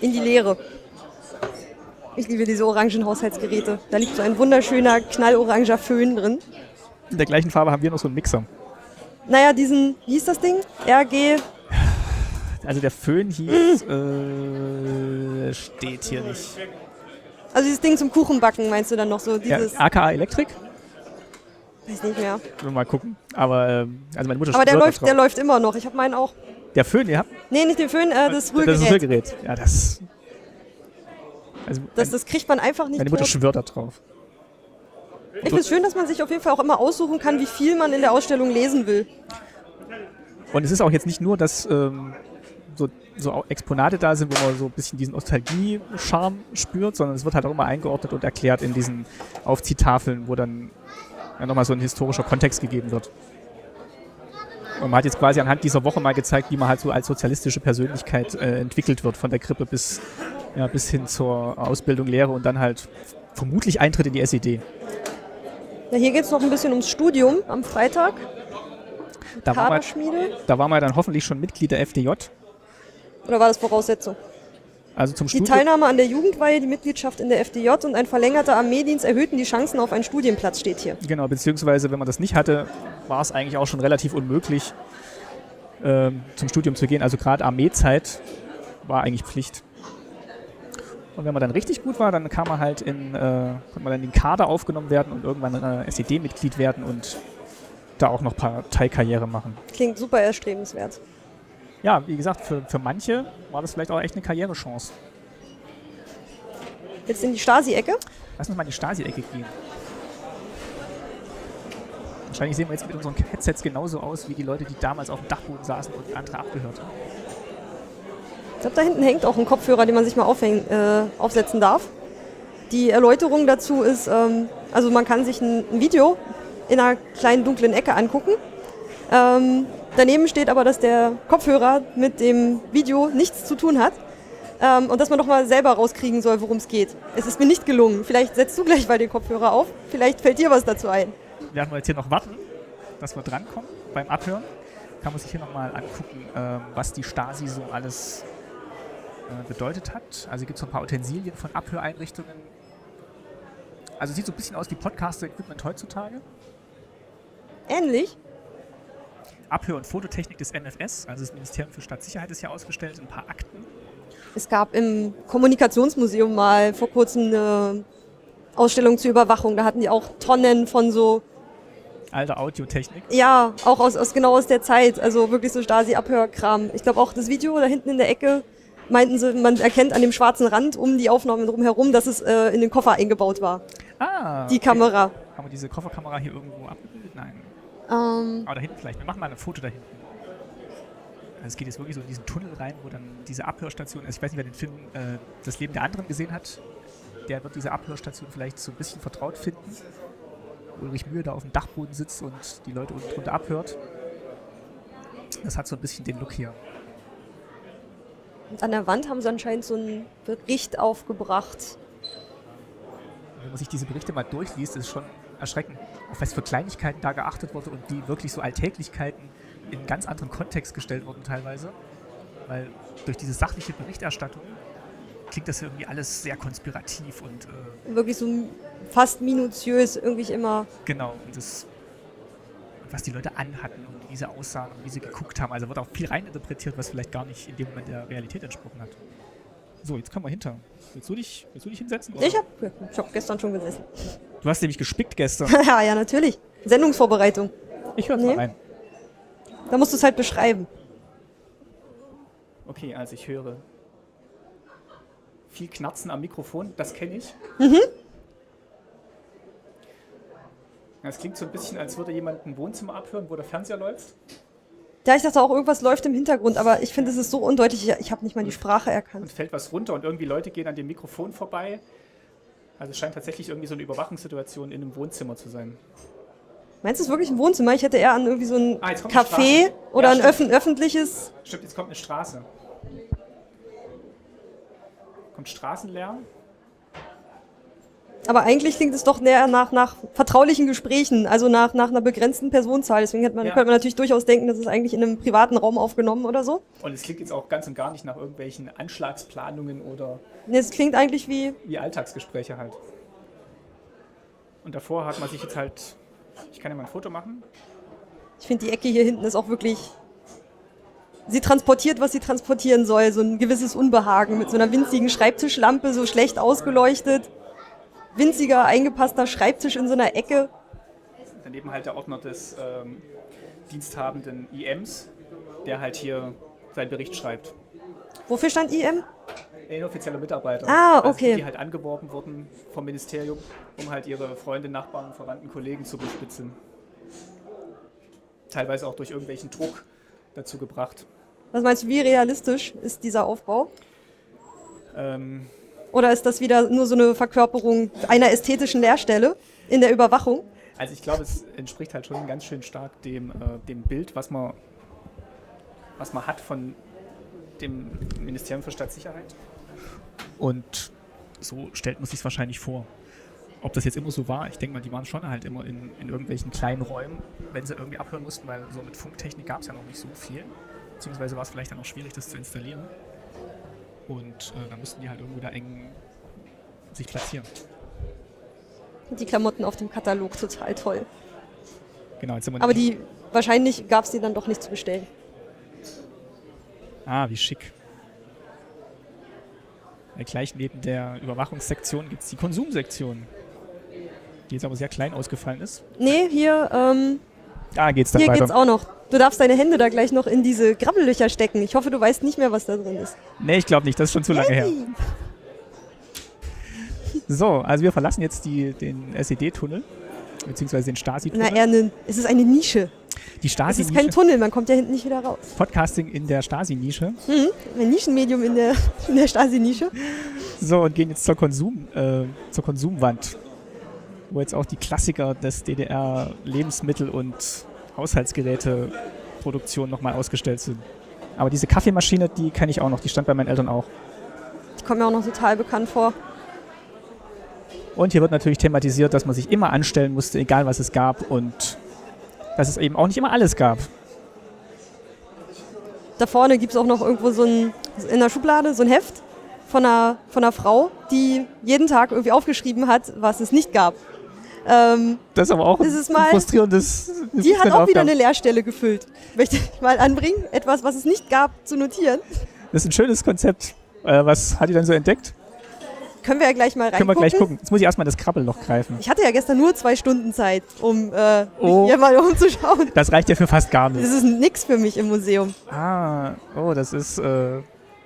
[SPEAKER 1] In die Leere. Ich liebe diese orangen Haushaltsgeräte. Da liegt so ein wunderschöner, knalloranger Föhn drin.
[SPEAKER 2] In der gleichen Farbe haben wir noch so einen Mixer.
[SPEAKER 1] Naja, diesen, wie hieß das Ding? RG.
[SPEAKER 2] Also der Föhn hieß, äh, steht hier nicht.
[SPEAKER 1] Also dieses Ding zum Kuchenbacken, meinst du dann noch so?
[SPEAKER 2] Ja,
[SPEAKER 1] Dieses,
[SPEAKER 2] AKA Elektrik?
[SPEAKER 1] weiß nicht mehr.
[SPEAKER 2] Mal gucken. Aber, ähm, also meine Mutter
[SPEAKER 1] Aber der
[SPEAKER 2] schwört
[SPEAKER 1] läuft,
[SPEAKER 2] noch
[SPEAKER 1] der
[SPEAKER 2] drauf.
[SPEAKER 1] läuft immer noch. Ich habe meinen auch.
[SPEAKER 2] der Föhn, ihr habt
[SPEAKER 1] Nee, nicht den Föhn, äh, das Rührgerät. Das,
[SPEAKER 2] Das ist Rührgerät. Ja, das. Also,
[SPEAKER 1] das, kriegt man einfach nicht
[SPEAKER 2] meine Mutter
[SPEAKER 1] tot.
[SPEAKER 2] schwört da drauf.
[SPEAKER 1] Ich finde es schön, dass man sich auf jeden Fall auch immer aussuchen kann, wie viel man in der Ausstellung lesen will.
[SPEAKER 2] Und es ist auch jetzt nicht nur, dass ähm, so, so auch Exponate da sind, wo man so ein bisschen diesen Nostalgie-Charme spürt, sondern es wird halt auch immer eingeordnet und erklärt in diesen Aufziehtafeln, wo dann ja, nochmal so ein historischer Kontext gegeben wird. Und man hat jetzt quasi anhand dieser Woche mal gezeigt, wie man halt so als sozialistische Persönlichkeit äh, entwickelt wird, von der Krippe bis, ja, bis hin zur Ausbildung, Lehre und dann halt vermutlich Eintritt in die E SED.
[SPEAKER 1] Ja, hier geht es noch ein bisschen ums Studium am Freitag.
[SPEAKER 2] Da war, man,
[SPEAKER 1] Kaderschmiede.
[SPEAKER 2] da war man dann hoffentlich schon Mitglied der FDJ.
[SPEAKER 1] Oder war das Voraussetzung?
[SPEAKER 2] Also zum
[SPEAKER 1] Die
[SPEAKER 2] Studium.
[SPEAKER 1] Teilnahme an der Jugendweihe, die Mitgliedschaft in der FDJ und ein verlängerter Armeedienst erhöhten die Chancen auf einen Studienplatz, steht hier.
[SPEAKER 2] Genau, beziehungsweise wenn man das nicht hatte, war es eigentlich auch schon relativ unmöglich, ähm, zum Studium zu gehen. Also gerade Armeezeit war eigentlich Pflicht. Und wenn man dann richtig gut war, dann kam man halt in, äh, konnte man dann in den Kader aufgenommen werden und irgendwann äh, SED-Mitglied werden und da auch noch Parteikarriere machen.
[SPEAKER 1] Klingt super erstrebenswert.
[SPEAKER 2] Ja, wie gesagt, für, für manche war das vielleicht auch echt eine Karrierechance.
[SPEAKER 1] Jetzt in die Stasi-Ecke.
[SPEAKER 2] Lass uns mal in die Stasi-Ecke gehen. Wahrscheinlich sehen wir jetzt mit unseren Headsets genauso aus wie die Leute, die damals auf dem Dachboden saßen und andere abgehört haben.
[SPEAKER 1] Ich glaube, da hinten hängt auch ein Kopfhörer, den man sich mal aufhängen, äh, aufsetzen darf. Die Erläuterung dazu ist, ähm, also man kann sich ein, ein Video in einer kleinen dunklen Ecke angucken. Ähm, daneben steht aber, dass der Kopfhörer mit dem Video nichts zu tun hat. Ähm, und dass man doch mal selber rauskriegen soll, worum es geht. Es ist mir nicht gelungen. Vielleicht setzt du gleich mal den Kopfhörer auf. Vielleicht fällt dir was dazu ein.
[SPEAKER 2] Werden wir jetzt hier noch warten, dass wir drankommen beim Abhören. Kann man sich hier nochmal angucken, ähm, was die Stasi so alles äh, bedeutet hat. Also gibt es so ein paar Utensilien von Abhöreinrichtungen. Also sieht so ein bisschen aus wie Podcaster-Equipment heutzutage.
[SPEAKER 1] Ähnlich.
[SPEAKER 2] Abhör- und Fototechnik des NFS, also das Ministerium für Staatssicherheit ist hier ausgestellt, ein paar Akten.
[SPEAKER 1] Es gab im Kommunikationsmuseum mal vor kurzem eine Ausstellung zur Überwachung. Da hatten die auch Tonnen von so,
[SPEAKER 2] Alte Audiotechnik.
[SPEAKER 1] ja, auch aus, aus genau aus der Zeit. Also wirklich so Stasi-Abhörkram. Ich glaube auch das Video da hinten in der Ecke meinten sie, man erkennt an dem schwarzen Rand um die Aufnahmen drumherum, dass es äh, in den Koffer eingebaut war.
[SPEAKER 2] Ah,
[SPEAKER 1] Die Kamera.
[SPEAKER 2] Haben wir diese Kofferkamera hier irgendwo abgebildet? Nein.
[SPEAKER 1] Ähm,
[SPEAKER 2] Aber da hinten vielleicht. Wir machen mal ein Foto da hinten. Also es geht jetzt wirklich so in diesen Tunnel rein, wo dann diese Abhörstation, also ich weiß nicht, wer den Film äh, Das Leben der anderen gesehen hat, der wird diese Abhörstation vielleicht so ein bisschen vertraut finden. Wo Ulrich Mühe da auf dem Dachboden sitzt und die Leute unten drunter abhört. Das hat so ein bisschen den Look hier.
[SPEAKER 1] und an der Wand haben sie anscheinend so einen Bericht aufgebracht.
[SPEAKER 2] Und Wenn man sich diese Berichte mal durchliest, ist es schon erschreckend, auf was für Kleinigkeiten da geachtet wurde und die wirklich so Alltäglichkeiten in einen ganz anderen Kontext gestellt wurden teilweise. Weil durch diese sachliche Berichterstattung klingt das ja irgendwie alles sehr konspirativ und äh,
[SPEAKER 1] Wirklich so fast minutiös, irgendwie immer.
[SPEAKER 2] genau. Und das, und was die Leute anhatten und wie sie aussahen und wie sie geguckt haben. Also wird auch viel reininterpretiert, was vielleicht gar nicht in dem Moment der Realität entsprochen hat. So, jetzt können wir hinter. Willst du dich, willst du dich hinsetzen? oder?
[SPEAKER 1] Ich habe ich hab gestern schon gesessen.
[SPEAKER 2] du hast nämlich gespickt gestern.
[SPEAKER 1] ja, ja, natürlich. Sendungsvorbereitung.
[SPEAKER 2] Ich höre
[SPEAKER 1] Nee.
[SPEAKER 2] mal rein.
[SPEAKER 1] Da musst du es halt beschreiben.
[SPEAKER 2] Okay, also ich höre viel Knarzen am Mikrofon, das kenne ich. Das klingt so ein bisschen, als würde jemand ein Wohnzimmer abhören, wo der Fernseher läuft.
[SPEAKER 1] Ja, ich dachte auch, irgendwas läuft im Hintergrund, aber ich finde, es ist so undeutlich. Ich, ich habe nicht mal die Sprache
[SPEAKER 2] und
[SPEAKER 1] erkannt.
[SPEAKER 2] fällt was runter und irgendwie Leute gehen an dem Mikrofon vorbei
[SPEAKER 4] Also es scheint tatsächlich irgendwie so eine Überwachungssituation in einem Wohnzimmer zu sein.
[SPEAKER 1] Meinst du, es ist wirklich ein Wohnzimmer? Ich hätte eher an irgendwie so ein
[SPEAKER 4] Ah, jetzt kommt die
[SPEAKER 1] Café
[SPEAKER 4] Straße.
[SPEAKER 1] oder
[SPEAKER 4] Ja,
[SPEAKER 1] ein öffn öffentliches.
[SPEAKER 4] Stimmt, jetzt kommt eine Straße. Kommt Straßenlärm?
[SPEAKER 1] Aber eigentlich klingt es doch näher nach, nach vertraulichen Gesprächen, also nach, nach einer begrenzten Personenzahl. Deswegen hätte man,
[SPEAKER 4] Ja.
[SPEAKER 1] könnte man natürlich durchaus denken, das ist eigentlich in einem privaten Raum aufgenommen oder so.
[SPEAKER 4] Und es klingt jetzt auch ganz und gar nicht nach irgendwelchen Anschlagsplanungen oder
[SPEAKER 1] Nee, es klingt eigentlich wie,
[SPEAKER 4] wie Alltagsgespräche halt. Und davor hat man sich jetzt halt. Ich kann ja mal ein Foto machen.
[SPEAKER 1] ich finde die Ecke hier hinten ist auch wirklich. Sie transportiert, was sie transportieren soll. So ein gewisses Unbehagen mit so einer winzigen Schreibtischlampe, so schlecht ausgeleuchtet. Winziger, eingepasster Schreibtisch in so einer Ecke.
[SPEAKER 4] Daneben halt der Ordner des ähm, diensthabenden IMs, der halt hier seinen Bericht schreibt.
[SPEAKER 1] Wofür stand IM?
[SPEAKER 4] Inoffizielle Mitarbeiter.
[SPEAKER 1] Ah,
[SPEAKER 4] Also
[SPEAKER 1] okay.
[SPEAKER 4] Die, die halt angeworben wurden vom Ministerium, um halt ihre Freunde, Nachbarn, Verwandten, Kollegen zu bespitzeln. Teilweise auch durch irgendwelchen Druck dazu gebracht.
[SPEAKER 1] Was meinst du, wie realistisch ist dieser Aufbau?
[SPEAKER 4] Ähm,
[SPEAKER 1] Oder ist das wieder nur so eine Verkörperung einer ästhetischen Leerstelle in der Überwachung?
[SPEAKER 4] also ich glaube, es entspricht halt schon ganz schön stark dem, äh, dem Bild, was man, was man hat von dem Ministerium für Staatssicherheit.
[SPEAKER 2] Und so stellt man sich wahrscheinlich vor. Ob das jetzt immer so war, ich denke mal, die waren schon halt immer in, in irgendwelchen kleinen Räumen, wenn sie irgendwie abhören mussten, weil so mit Funktechnik gab es ja noch nicht so viel. Beziehungsweise war es vielleicht dann auch schwierig, das zu installieren. Und äh, dann mussten die halt irgendwo da eng sich platzieren.
[SPEAKER 1] Die Klamotten auf dem Katalog total toll.
[SPEAKER 2] Genau, jetzt sind wir
[SPEAKER 1] Aber
[SPEAKER 2] nicht-
[SPEAKER 1] die wahrscheinlich gab es die dann doch nicht zu bestellen.
[SPEAKER 2] Ah, wie schick. Äh, Gleich neben der Überwachungssektion gibt es die Konsumsektion, die jetzt aber sehr klein ausgefallen ist.
[SPEAKER 1] Nee, hier, ähm,
[SPEAKER 2] Da geht's dann
[SPEAKER 1] hier
[SPEAKER 2] weiter.
[SPEAKER 1] geht's auch noch. Du darfst deine Hände da gleich noch in diese Grabbellöcher stecken. Ich hoffe, du weißt nicht mehr, was da drin ist.
[SPEAKER 2] Nee, ich glaube nicht, das ist schon zu lange her.
[SPEAKER 1] Hey,
[SPEAKER 2] So, also wir verlassen jetzt die, den SED-Tunnel, beziehungsweise den
[SPEAKER 1] na,
[SPEAKER 2] Stasi-Tunnel.
[SPEAKER 1] eher eine, es ist eine Nische.
[SPEAKER 2] Ah,
[SPEAKER 1] Es
[SPEAKER 2] die
[SPEAKER 1] ist kein
[SPEAKER 2] Stasi-Nische,
[SPEAKER 1] Tunnel, man kommt ja hinten nicht wieder raus.
[SPEAKER 2] Podcasting in der Stasi-Nische.
[SPEAKER 1] Ein Nischenmedium in der, in der Stasi-Nische.
[SPEAKER 2] So, und gehen jetzt zur, Konsum, äh, zur Konsumwand, wo jetzt auch die Klassiker des DDR Lebensmittel- und Haushaltsgeräteproduktion nochmal ausgestellt sind. Aber diese Kaffeemaschine, die kenne ich auch noch, die stand bei meinen Eltern auch.
[SPEAKER 1] Die kommt mir auch noch total bekannt vor.
[SPEAKER 2] Und hier wird natürlich thematisiert, dass man sich immer anstellen musste, egal was es gab und dass es eben auch nicht immer alles gab.
[SPEAKER 1] Da vorne gibt's auch noch irgendwo so ein, in der Schublade so ein Heft von einer, von einer Frau, die jeden Tag irgendwie aufgeschrieben hat, was es nicht gab. Ähm,
[SPEAKER 2] Das ist aber auch
[SPEAKER 1] Das ist mal-
[SPEAKER 2] frustrierendes.
[SPEAKER 1] die hat auch wieder
[SPEAKER 2] Aufgabe.
[SPEAKER 1] eine Leerstelle gefüllt. Möchte ich mal anbringen, etwas, was es nicht gab, zu notieren.
[SPEAKER 2] Das ist ein schönes Konzept. Äh, was hat die dann so entdeckt?
[SPEAKER 1] Können wir ja gleich mal reingucken.
[SPEAKER 2] Können wir gleich gucken. Jetzt muss ich erstmal das Krabbelloch greifen.
[SPEAKER 1] Ich hatte ja gestern nur zwei Stunden Zeit, um äh,
[SPEAKER 2] Oh.
[SPEAKER 1] mich hier mal umzuschauen.
[SPEAKER 2] Das reicht ja für fast gar nichts.
[SPEAKER 1] Das ist nix für mich im Museum.
[SPEAKER 2] Ah, oh, das ist. Äh,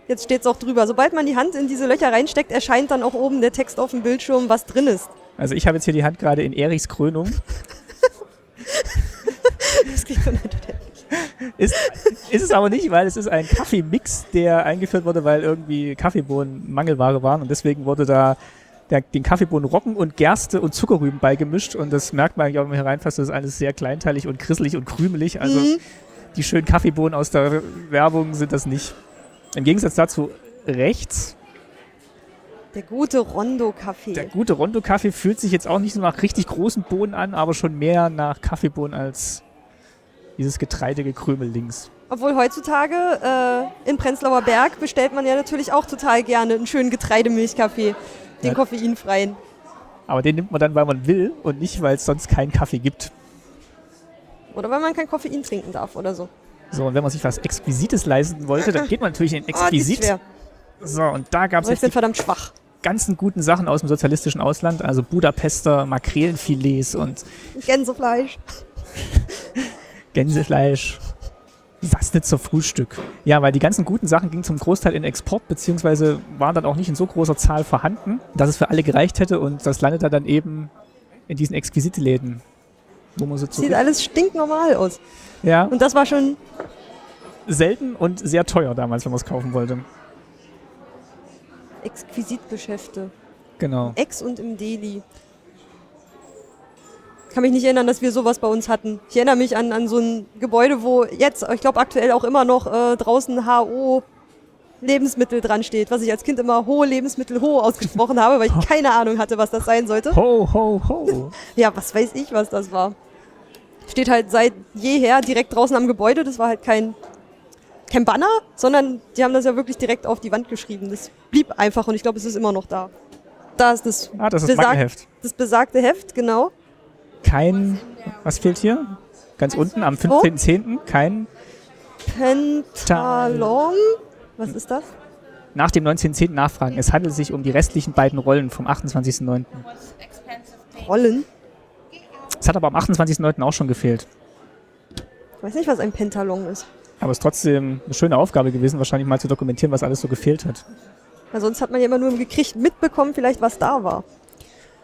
[SPEAKER 1] Jetzt steht's auch drüber. Sobald man die Hand in diese Löcher reinsteckt, erscheint dann auch oben der Text auf dem Bildschirm, was drin ist.
[SPEAKER 2] also ich habe jetzt hier die Hand gerade in Erichs Krönung.
[SPEAKER 1] Das klingt so nett.
[SPEAKER 2] Ist, ist es aber nicht, weil es ist ein Kaffeemix, der eingeführt wurde, weil irgendwie Kaffeebohnen Mangelware waren und deswegen wurde da der, den Kaffeebohnen Roggen und Gerste und Zuckerrüben beigemischt und das merkt man eigentlich auch, wenn man hier reinfasst, das ist alles sehr kleinteilig und grisselig und krümelig. Also
[SPEAKER 1] Mhm.
[SPEAKER 2] die schönen Kaffeebohnen aus der Werbung sind das nicht. Im Gegensatz dazu rechts,
[SPEAKER 1] Der gute Rondo-Kaffee.
[SPEAKER 2] der gute Rondo-Kaffee fühlt sich jetzt auch nicht so nach richtig großen Bohnen an, aber schon mehr nach Kaffeebohnen als dieses Getreidegekrümel links.
[SPEAKER 1] Obwohl heutzutage äh, in Prenzlauer Berg bestellt man ja natürlich auch total gerne einen schönen Getreidemilchkaffee, den
[SPEAKER 2] Ja.
[SPEAKER 1] koffeinfreien.
[SPEAKER 2] Aber den nimmt man dann, weil man will und nicht, weil es sonst keinen Kaffee gibt.
[SPEAKER 1] Oder weil man kein Koffein trinken darf oder so.
[SPEAKER 2] So, und wenn man sich was Exquisites leisten wollte, dann geht man natürlich in den
[SPEAKER 1] Ah, die ist
[SPEAKER 2] Exquisit.
[SPEAKER 1] schwer.
[SPEAKER 2] so, und da gab es
[SPEAKER 1] Aber ich
[SPEAKER 2] jetzt
[SPEAKER 1] bin
[SPEAKER 2] die
[SPEAKER 1] verdammt schwach.
[SPEAKER 2] ganzen guten Sachen aus dem sozialistischen Ausland, also Budapester Makrelenfilets und
[SPEAKER 1] Gänsefleisch.
[SPEAKER 2] Gänsefleisch. Sassnitzer Frühstück. Ja, weil die ganzen guten Sachen gingen zum Großteil in Export, beziehungsweise waren dann auch nicht in so großer Zahl vorhanden, dass es für alle gereicht hätte und das landete dann eben in diesen exquisite Läden, wo man so
[SPEAKER 1] Sieht
[SPEAKER 2] zurück...
[SPEAKER 1] alles stinknormal aus.
[SPEAKER 2] Ja,
[SPEAKER 1] Und das war schon,
[SPEAKER 2] selten und sehr teuer damals, wenn man es kaufen wollte.
[SPEAKER 1] Exquisitgeschäfte.
[SPEAKER 2] Genau.
[SPEAKER 1] Ex und im Delhi. Kann mich nicht erinnern, dass wir sowas bei uns hatten. Ich erinnere mich an, an so ein Gebäude, wo jetzt, ich glaube aktuell auch immer noch äh, draußen HO Lebensmittel dran steht, was ich als Kind immer hohe Lebensmittel ho ausgesprochen habe, weil ich keine Ahnung hatte, was das sein sollte.
[SPEAKER 2] Ho, ho, ho.
[SPEAKER 1] Ja, was weiß ich, was das war. Steht halt seit jeher direkt draußen am Gebäude. Das war halt kein, kein Banner, sondern die haben das ja wirklich direkt auf die Wand geschrieben. Das blieb einfach und ich glaube, es ist immer noch da. Da ist das,
[SPEAKER 2] Ah, das ist Markenheft.
[SPEAKER 1] das besagte Heft, genau.
[SPEAKER 2] Kein, was fehlt hier? Ganz unten am 15.10. kein,
[SPEAKER 1] Pentalon. Was ist das?
[SPEAKER 2] nach dem 19.10. nachfragen. Es handelt sich um die restlichen beiden Rollen vom 28.09.
[SPEAKER 1] Rollen?
[SPEAKER 2] Es hat aber am 28.09. auch schon gefehlt.
[SPEAKER 1] Ich weiß nicht, was ein Pentalon ist.
[SPEAKER 2] Aber es ist trotzdem eine schöne Aufgabe gewesen, wahrscheinlich mal zu dokumentieren, was alles so gefehlt hat.
[SPEAKER 1] Weil sonst hat man ja immer nur gekriegt, mitbekommen vielleicht, was da war.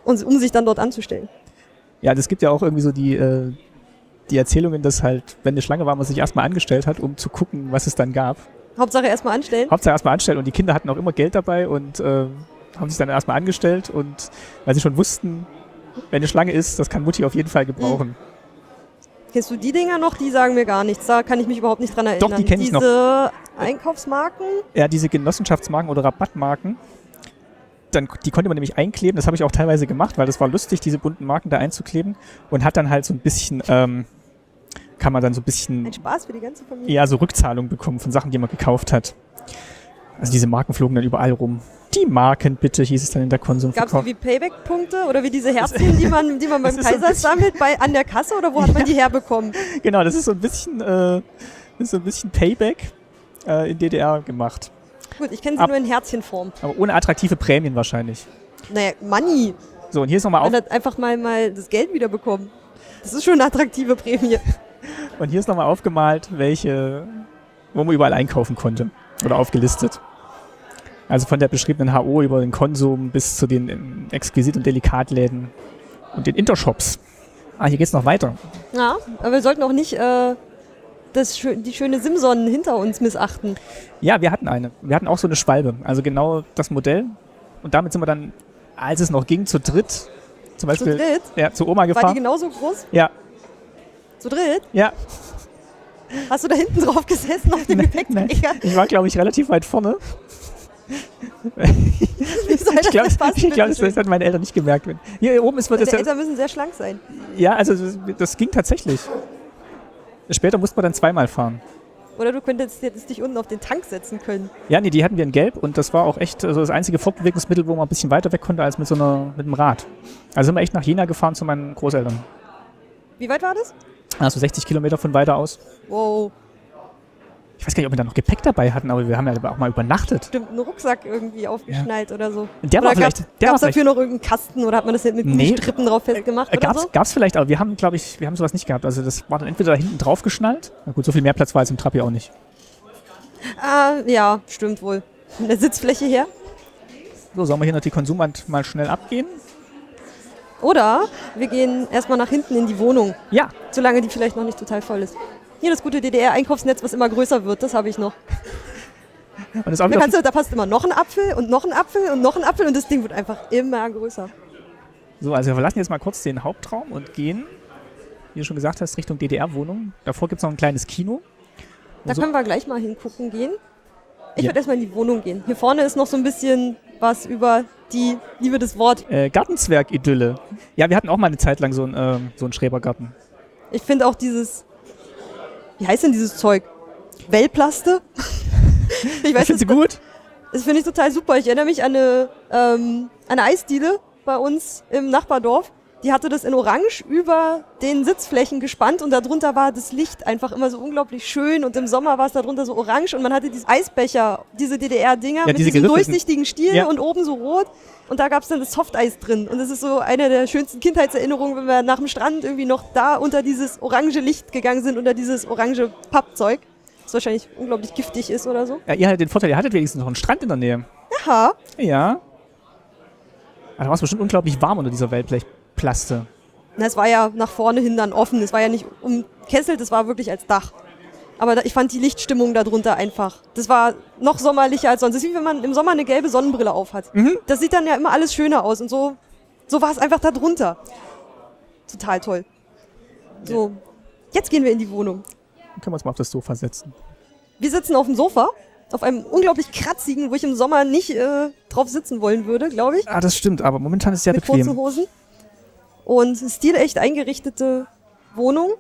[SPEAKER 1] Und, um sich dann dort anzustellen.
[SPEAKER 2] Ja, das gibt ja auch irgendwie so die, äh, die Erzählungen, dass halt, wenn eine Schlange war, man sich erstmal angestellt hat, um zu gucken, was es dann gab.
[SPEAKER 1] Hauptsache erstmal anstellen.
[SPEAKER 2] Hauptsache erstmal anstellen und die Kinder hatten auch immer Geld dabei und äh, haben sich dann erstmal angestellt und weil sie schon wussten, wenn eine Schlange ist, das kann Mutti auf jeden Fall gebrauchen.
[SPEAKER 1] Kennst du die Dinger noch? Die sagen mir gar nichts. Da kann ich mich überhaupt nicht dran erinnern.
[SPEAKER 2] Doch, die kenn ich noch.
[SPEAKER 1] Diese Einkaufsmarken?
[SPEAKER 2] Ja, diese Genossenschaftsmarken oder Rabattmarken, dann, die konnte man nämlich einkleben. Das habe ich auch teilweise gemacht, weil das war lustig, diese bunten Marken da einzukleben und hat dann halt so ein bisschen, ähm, kann man dann so ein bisschen
[SPEAKER 1] Ein Spaß für die ganze Familie.
[SPEAKER 2] eher so Rückzahlung bekommen von Sachen, die man gekauft hat. Also diese Marken flogen dann überall rum. Die Marken bitte, hieß es dann in der Konsum.
[SPEAKER 1] Gab es irgendwie Payback-Punkte oder wie diese Herzchen, die man, die man beim
[SPEAKER 2] Das ist so ein
[SPEAKER 1] Kaiser sammelt, bei, an der Kasse oder wo hat man die herbekommen?
[SPEAKER 2] Genau, das ist so ein bisschen, äh, das ist so ein bisschen Payback äh, in DDR gemacht.
[SPEAKER 1] Gut, ich kenne sie
[SPEAKER 2] Ab-
[SPEAKER 1] nur in Herzchenform.
[SPEAKER 2] Aber ohne attraktive Prämien wahrscheinlich.
[SPEAKER 1] Naja, Money.
[SPEAKER 2] So, und hier ist nochmal auf,
[SPEAKER 1] Man hat einfach mal, mal das Geld wiederbekommen. Das ist schon eine attraktive Prämie.
[SPEAKER 2] Und hier ist nochmal aufgemalt, welche, wo man überall einkaufen konnte oder aufgelistet. Also von der beschriebenen HO über den Konsum bis zu den ähm, Exquisit- und Delikatläden und den Intershops. Ah, hier geht's noch weiter.
[SPEAKER 1] Ja, aber wir sollten auch nicht äh, das, schö- die schöne Simson hinter uns missachten.
[SPEAKER 2] Ja, wir hatten eine. Wir hatten auch so eine Schwalbe. Also genau das Modell. Und damit sind wir dann, als es noch ging, zu dritt zum
[SPEAKER 1] Zu
[SPEAKER 2] Beispiel
[SPEAKER 1] dritt
[SPEAKER 2] Ja, zu Oma
[SPEAKER 1] war die
[SPEAKER 2] gefahren.
[SPEAKER 1] genauso groß.
[SPEAKER 2] Ja,
[SPEAKER 1] Zu dritt
[SPEAKER 2] ja.
[SPEAKER 1] hast du da hinten drauf gesessen auf dem
[SPEAKER 2] Nein,
[SPEAKER 1] Gepäckträger.
[SPEAKER 2] ich war, glaube ich, relativ weit vorne.
[SPEAKER 1] Wie soll
[SPEAKER 2] Ich glaube,
[SPEAKER 1] das passen?
[SPEAKER 2] ich glaub, das das hat meine Eltern nicht gemerkt. Hier oben ist man das
[SPEAKER 1] Deine
[SPEAKER 2] ja
[SPEAKER 1] Eltern müssen sehr schlank sein.
[SPEAKER 2] Ja, also das, das ging tatsächlich. Später musste man dann zweimal fahren.
[SPEAKER 1] Oder du könntest hättest dich unten auf den Tank setzen können.
[SPEAKER 2] Ja, nee, die hatten wir in Gelb und das war auch echt also das einzige Fortbewegungsmittel, wo man ein bisschen weiter weg konnte als mit so einer mit dem Rad. Also sind wir echt nach Jena gefahren zu meinen Großeltern.
[SPEAKER 1] Wie weit war das?
[SPEAKER 2] Also 60 Kilometer von weiter aus.
[SPEAKER 1] Wow,
[SPEAKER 2] Ich weiß gar nicht, ob wir da noch Gepäck dabei hatten, aber wir haben ja auch mal übernachtet.
[SPEAKER 1] stimmt, einen Rucksack irgendwie aufgeschnallt oder so.
[SPEAKER 2] Und der war
[SPEAKER 1] oder
[SPEAKER 2] vielleicht- der war
[SPEAKER 1] gab's
[SPEAKER 2] vielleicht-
[SPEAKER 1] dafür noch irgendeinen Kasten oder hat man das mit
[SPEAKER 2] Nee.
[SPEAKER 1] Strippen drauf festgemacht
[SPEAKER 2] Äh,
[SPEAKER 1] oder
[SPEAKER 2] gab's,
[SPEAKER 1] so?
[SPEAKER 2] gab's vielleicht, aber wir haben, glaube ich, wir haben sowas nicht gehabt. Also das war dann entweder da hinten drauf geschnallt. Na gut, so viel mehr Platz war jetzt im Trab hier auch nicht.
[SPEAKER 1] Ah, ja, stimmt wohl. Von der Sitzfläche her.
[SPEAKER 2] So, sollen wir hier noch die Konsumwand mal schnell abgehen?
[SPEAKER 1] Oder wir gehen erstmal nach hinten in die Wohnung,
[SPEAKER 2] Ja,
[SPEAKER 1] solange die vielleicht noch nicht total voll ist. Hier das gute DDR-Einkaufsnetz, was immer größer wird, das habe ich noch.
[SPEAKER 2] und ist auch
[SPEAKER 1] Da,
[SPEAKER 2] wieder
[SPEAKER 1] kannst du, da passt immer noch ein Apfel und noch ein Apfel und noch ein Apfel und das Ding wird einfach immer größer.
[SPEAKER 2] So, also wir verlassen jetzt mal kurz den Hauptraum und gehen, wie du schon gesagt hast, Richtung DDR-Wohnung. Davor gibt es noch ein kleines Kino.
[SPEAKER 1] Da
[SPEAKER 2] So.
[SPEAKER 1] können wir gleich mal hingucken gehen. Ich
[SPEAKER 2] Ja.
[SPEAKER 1] würde erstmal in die Wohnung gehen. Hier vorne ist noch so ein bisschen was über die Liebe des Wort.
[SPEAKER 2] Äh, Gartenzwerg-Idylle. Ja, wir hatten auch mal eine Zeit lang so einen, ähm, so einen Schrebergarten.
[SPEAKER 1] Ich finde auch dieses. Wie heißt denn dieses Zeug? Wellplaste? ich weiß
[SPEAKER 2] Findest
[SPEAKER 1] nicht.
[SPEAKER 2] du gut?
[SPEAKER 1] Das finde ich total super. Ich erinnere mich an eine, ähm, an eine Eisdiele bei uns im Nachbardorf. Die hatte das in Orange über den Sitzflächen gespannt und darunter war das Licht einfach immer so unglaublich schön und im Sommer war es darunter so orange und man hatte diese Eisbecher, diese DDR-Dinger mit
[SPEAKER 2] diese
[SPEAKER 1] diesem
[SPEAKER 2] geriffelten.
[SPEAKER 1] durchsichtigen Stiel
[SPEAKER 2] Ja.
[SPEAKER 1] und oben so rot und da gab es dann das Softeis drin und das ist so eine der schönsten Kindheitserinnerungen, wenn wir nach dem Strand irgendwie noch da unter dieses orange Licht gegangen sind, unter dieses orange Pappzeug, das wahrscheinlich unglaublich giftig ist oder so.
[SPEAKER 2] Ja, ihr hattet den Vorteil, ihr hattet wenigstens noch einen Strand in der Nähe.
[SPEAKER 1] Ha.
[SPEAKER 2] Ja. Aber da war es bestimmt unglaublich warm unter dieser Wellblechplaste.
[SPEAKER 1] Na, es war ja nach vorne hin dann offen. Es war ja nicht umkesselt, es war wirklich als Dach. Aber da, ich fand die Lichtstimmung darunter einfach. Das war noch sommerlicher als sonst. Das ist wie wenn man im Sommer eine gelbe Sonnenbrille aufhat. Das sieht dann ja immer alles schöner aus. Und so, so war es einfach darunter. Total toll. So, jetzt gehen wir in die Wohnung.
[SPEAKER 2] Dann können wir uns mal auf das Sofa setzen.
[SPEAKER 1] Wir sitzen auf dem Sofa, auf einem unglaublich kratzigen, wo ich im Sommer nicht äh, drauf sitzen wollen würde, glaube ich.
[SPEAKER 2] Ah, das stimmt, aber momentan ist es sehr
[SPEAKER 1] mit kurzen
[SPEAKER 2] bequem.
[SPEAKER 1] Hosen. Und stilecht eingerichtete Wohnung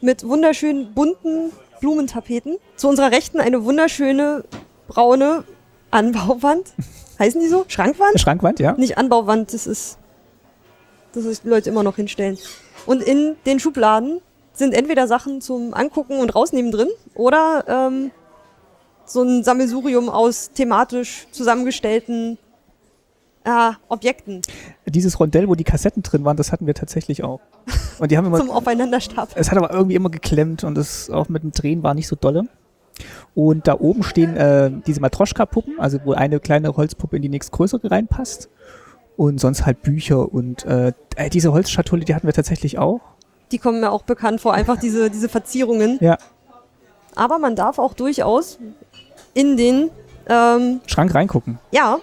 [SPEAKER 1] mit wunderschönen bunten Blumentapeten. Zu unserer Rechten eine wunderschöne braune Anbauwand. Heißen die so? Schrankwand?
[SPEAKER 2] Schrankwand, ja?
[SPEAKER 1] Nicht Anbauwand, das ist, das ist Leute immer noch hinstellen. Und in den Schubladen sind entweder Sachen zum Angucken und Rausnehmen drin oder ähm, so ein Sammelsurium aus thematisch zusammengestellten äh, Objekten
[SPEAKER 2] Dieses Rondell, wo die Kassetten drin waren, das hatten wir tatsächlich auch. Und die haben immer,
[SPEAKER 1] zum Aufeinanderstapeln.
[SPEAKER 2] es hat aber irgendwie immer geklemmt und es auch mit dem Drehen war nicht so dolle. Und da oben stehen äh, diese Matroschka-Puppen, also wo eine kleine Holzpuppe in die nächstgrößere reinpasst. Und sonst halt Bücher und äh, äh, diese Holzschatulle, die hatten wir tatsächlich auch.
[SPEAKER 1] Die kommen mir auch bekannt vor, einfach diese, diese Verzierungen.
[SPEAKER 2] Ja,
[SPEAKER 1] Aber man darf auch durchaus in den ähm,
[SPEAKER 2] Schrank reingucken.
[SPEAKER 1] Ja.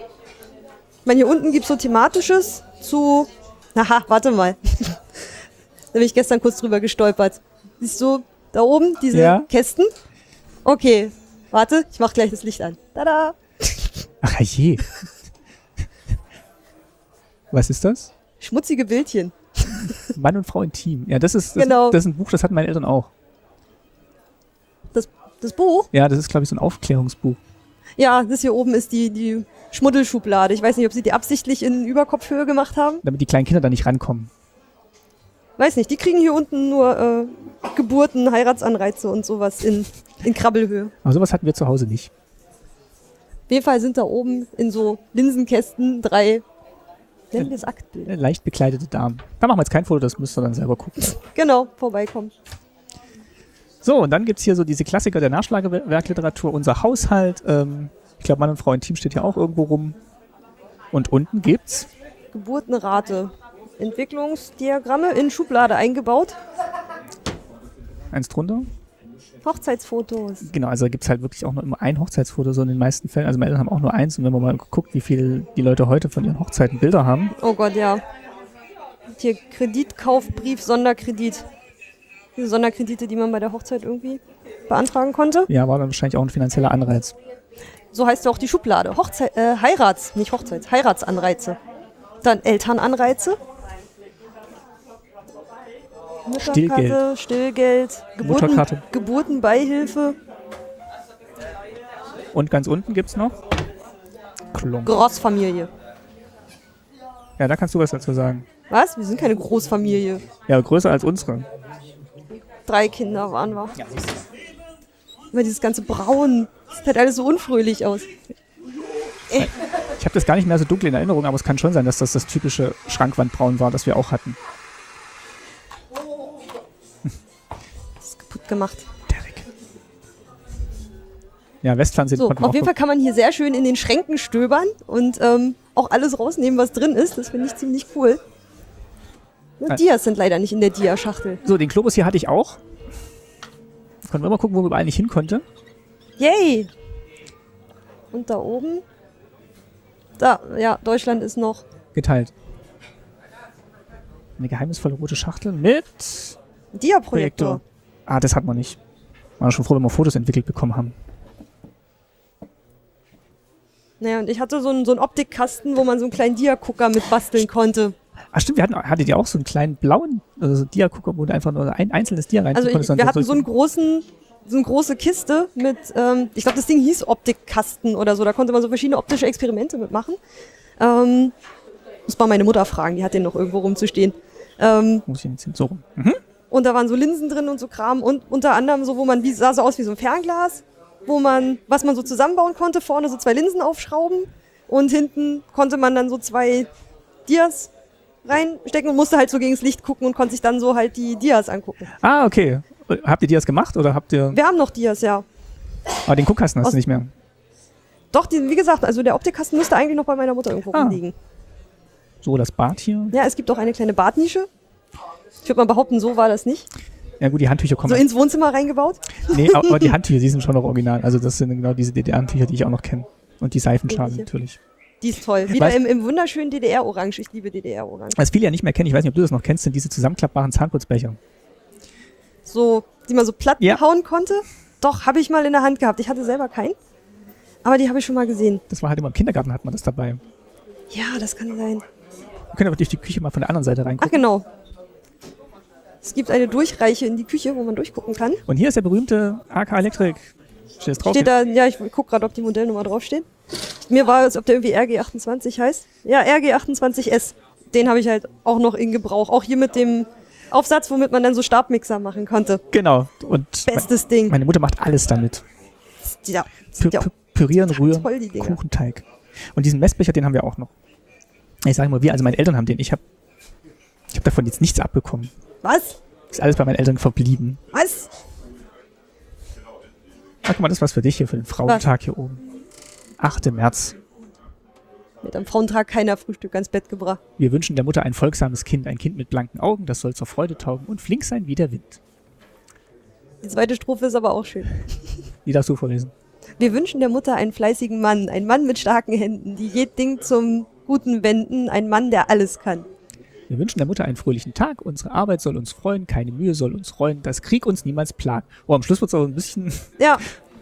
[SPEAKER 1] Ich meine, hier unten gibt's so thematisches zu. Aha, warte mal. da bin ich gestern kurz drüber gestolpert. Siehst du da oben diese
[SPEAKER 2] Ja.
[SPEAKER 1] Kästen? Okay, warte, ich mach gleich das Licht an. Tada!
[SPEAKER 2] Ach je. Was ist das?
[SPEAKER 1] Schmutzige Bildchen.
[SPEAKER 2] Mann und Frau intim. Ja, das ist das,
[SPEAKER 1] Genau.
[SPEAKER 2] das ist ein Buch, das hatten meine Eltern auch.
[SPEAKER 1] Das, das Buch?
[SPEAKER 2] Ja, das ist glaube ich so ein Aufklärungsbuch.
[SPEAKER 1] Ja, das hier oben ist die, die Schmuddelschublade. Ich weiß nicht, ob sie die absichtlich in Überkopfhöhe gemacht haben.
[SPEAKER 2] damit die kleinen Kinder da nicht rankommen.
[SPEAKER 1] Weiß nicht, die kriegen hier unten nur äh, Geburten, Heiratsanreize und sowas in, in Krabbelhöhe.
[SPEAKER 2] Aber sowas hatten wir zu Hause nicht.
[SPEAKER 1] Auf jeden Fall sind da oben in so Linsenkästen drei, nennen wir es Aktbilder.
[SPEAKER 2] Eine Leicht bekleidete Damen. Da machen wir jetzt kein Foto, das müsst ihr dann selber gucken.
[SPEAKER 1] Genau, vorbeikommen.
[SPEAKER 2] So, und dann gibt's hier so diese Klassiker der Nachschlagewerkliteratur, unser Haushalt. Ähm, ich glaube, Mann und Frau intim steht hier auch irgendwo rum. Und unten gibt's
[SPEAKER 1] Geburtenrate. Entwicklungsdiagramme in Schublade eingebaut.
[SPEAKER 2] eins drunter.
[SPEAKER 1] Hochzeitsfotos.
[SPEAKER 2] Genau, also da gibt's halt wirklich auch nur immer ein Hochzeitsfoto, so in den meisten Fällen. Also meine Eltern haben auch nur eins. Und wenn man mal guckt, wie viel die Leute heute von ihren Hochzeiten Bilder haben,
[SPEAKER 1] Oh Gott, ja. Und Hier Kreditkaufbrief, Sonderkredit. Diese Sonderkredite, die man bei der Hochzeit irgendwie beantragen konnte.
[SPEAKER 2] ja, war dann wahrscheinlich auch ein finanzieller Anreiz.
[SPEAKER 1] So heißt ja auch die Schublade. Hochzeit, äh, Heirats, nicht Hochzeit, Heiratsanreize. Dann Elternanreize. Mutterkarte,
[SPEAKER 2] Stillgeld.
[SPEAKER 1] Stillgeld, Geburten,
[SPEAKER 2] Mutterkarte.
[SPEAKER 1] Geburtenbeihilfe,
[SPEAKER 2] Und ganz unten gibt's noch Klump.
[SPEAKER 1] Großfamilie.
[SPEAKER 2] Ja, da kannst du was dazu sagen.
[SPEAKER 1] Was? Wir sind keine Großfamilie.
[SPEAKER 2] Ja, größer als unsere.
[SPEAKER 1] Drei Kinder waren wir. Immer dieses ganze Braun. Sieht halt alles so unfröhlich aus.
[SPEAKER 2] Ich habe das gar nicht mehr so dunkel in Erinnerung, aber es kann schon sein, dass das das typische Schrankwandbraun war, das wir auch hatten.
[SPEAKER 1] Das ist kaputt gemacht.
[SPEAKER 2] Derek. Ja, Westfernsehen
[SPEAKER 1] So,
[SPEAKER 2] konnten wir
[SPEAKER 1] auf jeden
[SPEAKER 2] auch
[SPEAKER 1] Fall kann man hier sehr schön in den Schränken stöbern und ähm, auch alles rausnehmen, was drin ist. Das finde ich ziemlich cool. Ne,
[SPEAKER 2] Nein.
[SPEAKER 1] Dias sind leider nicht in der Dia-Schachtel.
[SPEAKER 2] So, den Globus hier hatte ich auch. Konnten wir mal gucken, wo man überall nicht hin konnte.
[SPEAKER 1] Yay! Und da oben? Da, ja, Deutschland ist noch.
[SPEAKER 2] Geteilt. Eine geheimnisvolle rote Schachtel mit
[SPEAKER 1] Dia-Projektor.
[SPEAKER 2] Projektor. Ah, das hat man nicht. War schon froh, wenn wir Fotos entwickelt bekommen haben.
[SPEAKER 1] Naja, und ich hatte so einen, so einen Optikkasten, wo man so einen kleinen Dia-Gucker mit basteln konnte.
[SPEAKER 2] Ah, stimmt, wir hatten, hattet ihr auch so einen kleinen blauen also so Dia-Gucker, wo du einfach nur ein einzelnes Dia rein
[SPEAKER 1] Also ich,
[SPEAKER 2] konntest, dann
[SPEAKER 1] wir hatten so einen
[SPEAKER 2] solche-
[SPEAKER 1] großen, so eine große Kiste mit, ähm, ich glaube, das Ding hieß Optikkasten oder so. Da konnte man so verschiedene optische Experimente mitmachen. Ähm, muss mal meine Mutter fragen, die hat den noch irgendwo rumzustehen. Ähm,
[SPEAKER 2] Muss ich jetzt hin? So rum.
[SPEAKER 1] und da waren so Linsen drin und so Kram und unter anderem so, wo man, wie sah so aus wie so ein Fernglas, wo man, was man so zusammenbauen konnte, vorne so zwei Linsen aufschrauben und hinten konnte man dann so zwei Dias reinstecken und musste halt so gegen das Licht gucken und konnte sich dann so halt die Dias angucken.
[SPEAKER 2] Ah, okay. Habt ihr die das gemacht oder habt ihr.
[SPEAKER 1] Wir haben noch Dias, ja.
[SPEAKER 2] Ah, den Guckkasten hast
[SPEAKER 1] Aus-
[SPEAKER 2] du nicht mehr.
[SPEAKER 1] Doch, die, wie gesagt, also der Optikkasten müsste eigentlich noch bei meiner Mutter irgendwo
[SPEAKER 2] Ah.
[SPEAKER 1] rumliegen.
[SPEAKER 2] So, das Bad hier.
[SPEAKER 1] Ja, es gibt auch eine kleine Badnische. Ich würde mal behaupten, so war das nicht.
[SPEAKER 2] Ja gut, die Handtücher kommen.
[SPEAKER 1] So ins Wohnzimmer reingebaut?
[SPEAKER 2] nee, aber die Handtücher, die sind schon noch original. Also das sind genau diese DDR-Handtücher, die ich auch noch kenne. Und die Seifenschalen
[SPEAKER 1] Ähnliche.
[SPEAKER 2] natürlich.
[SPEAKER 1] Die ist toll. Wieder
[SPEAKER 2] Weiß-
[SPEAKER 1] im, im wunderschönen DDR-Orange. Ich liebe DDR-Orange.
[SPEAKER 2] Was viele ja nicht mehr kennen, ich weiß nicht, ob du das noch kennst, sind diese zusammenklappbaren Zahnputzbecher.
[SPEAKER 1] So, die man so platt
[SPEAKER 2] Ja.
[SPEAKER 1] hauen konnte. Doch, habe ich mal in der Hand gehabt. Ich hatte selber keinen. Aber die habe ich schon mal gesehen.
[SPEAKER 2] Das war halt immer im Kindergarten hat man das dabei.
[SPEAKER 1] Ja, das kann sein.
[SPEAKER 2] Wir können aber durch die Küche mal von der anderen Seite
[SPEAKER 1] Ach,
[SPEAKER 2] reingucken.
[SPEAKER 1] genau. Es gibt eine Durchreiche in die Küche, wo man durchgucken kann.
[SPEAKER 2] Und hier ist der berühmte AK Elektrik. Steht das drauf?
[SPEAKER 1] Steht da, ja, ich gucke gerade, ob die Modellnummer draufsteht. Mir war es, ob der irgendwie RG28 heißt. Ja, RG28S. Den habe ich halt auch noch in Gebrauch. Auch hier mit dem Aufsatz, womit man dann so Stabmixer machen konnte.
[SPEAKER 2] Genau. Und
[SPEAKER 1] Bestes Ding.
[SPEAKER 2] meine Mutter macht alles damit.
[SPEAKER 1] Ja,
[SPEAKER 2] Pü
[SPEAKER 1] ja,
[SPEAKER 2] pü pürieren, rühren,
[SPEAKER 1] toll, die Dinger.
[SPEAKER 2] Kuchenteig. Und diesen Messbecher, den haben wir auch noch. Ich sage mal, wir, also meine Eltern haben den. Ich habe ich hab davon jetzt nichts abbekommen.
[SPEAKER 1] was?
[SPEAKER 2] Ist alles bei meinen Eltern verblieben.
[SPEAKER 1] Was?
[SPEAKER 2] Ach, guck mal, das war's für dich hier, für den Frauentag hier oben. 8. März.
[SPEAKER 1] Mit am Frauentag keiner Frühstück ans Bett gebracht.
[SPEAKER 2] Wir wünschen der Mutter ein folgsames Kind, ein Kind mit blanken Augen, das soll zur Freude taugen und flink sein wie der Wind.
[SPEAKER 1] Die zweite Strophe ist aber auch schön.
[SPEAKER 2] Die darfst du vorlesen.
[SPEAKER 1] Wir wünschen der Mutter einen fleißigen Mann, einen Mann mit starken Händen, die jed Ding zum Guten wenden, ein Mann, der alles kann.
[SPEAKER 2] Wir wünschen der Mutter einen fröhlichen Tag, unsere Arbeit soll uns freuen, keine Mühe soll uns reuen, dass Krieg uns niemals plagt. Oh, am Schluss wird's auch ein bisschen,
[SPEAKER 1] Ja,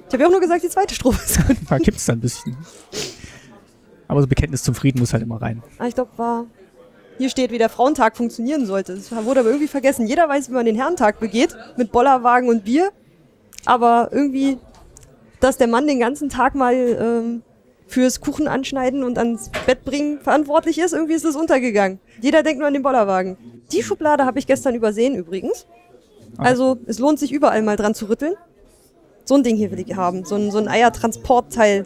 [SPEAKER 1] ich habe ja auch nur gesagt, die zweite Strophe ist gut.
[SPEAKER 2] da kippt's dann ein bisschen. Aber so Bekenntnis zum Frieden muss halt immer rein.
[SPEAKER 1] Ah, ich glaube, war. Hier steht, wie der Frauentag funktionieren sollte. Das wurde aber irgendwie vergessen. Jeder weiß, wie man den Herrentag begeht, mit Bollerwagen und Bier. Aber irgendwie, dass der Mann den ganzen Tag mal ähm, fürs Kuchen anschneiden und ans Bett bringen verantwortlich ist, irgendwie ist das untergegangen. Jeder denkt nur an den Bollerwagen. Die Schublade habe ich gestern übersehen übrigens. Also es lohnt sich überall mal dran zu rütteln. So ein Ding hier will ich haben, so ein, so ein Eiertransportteil.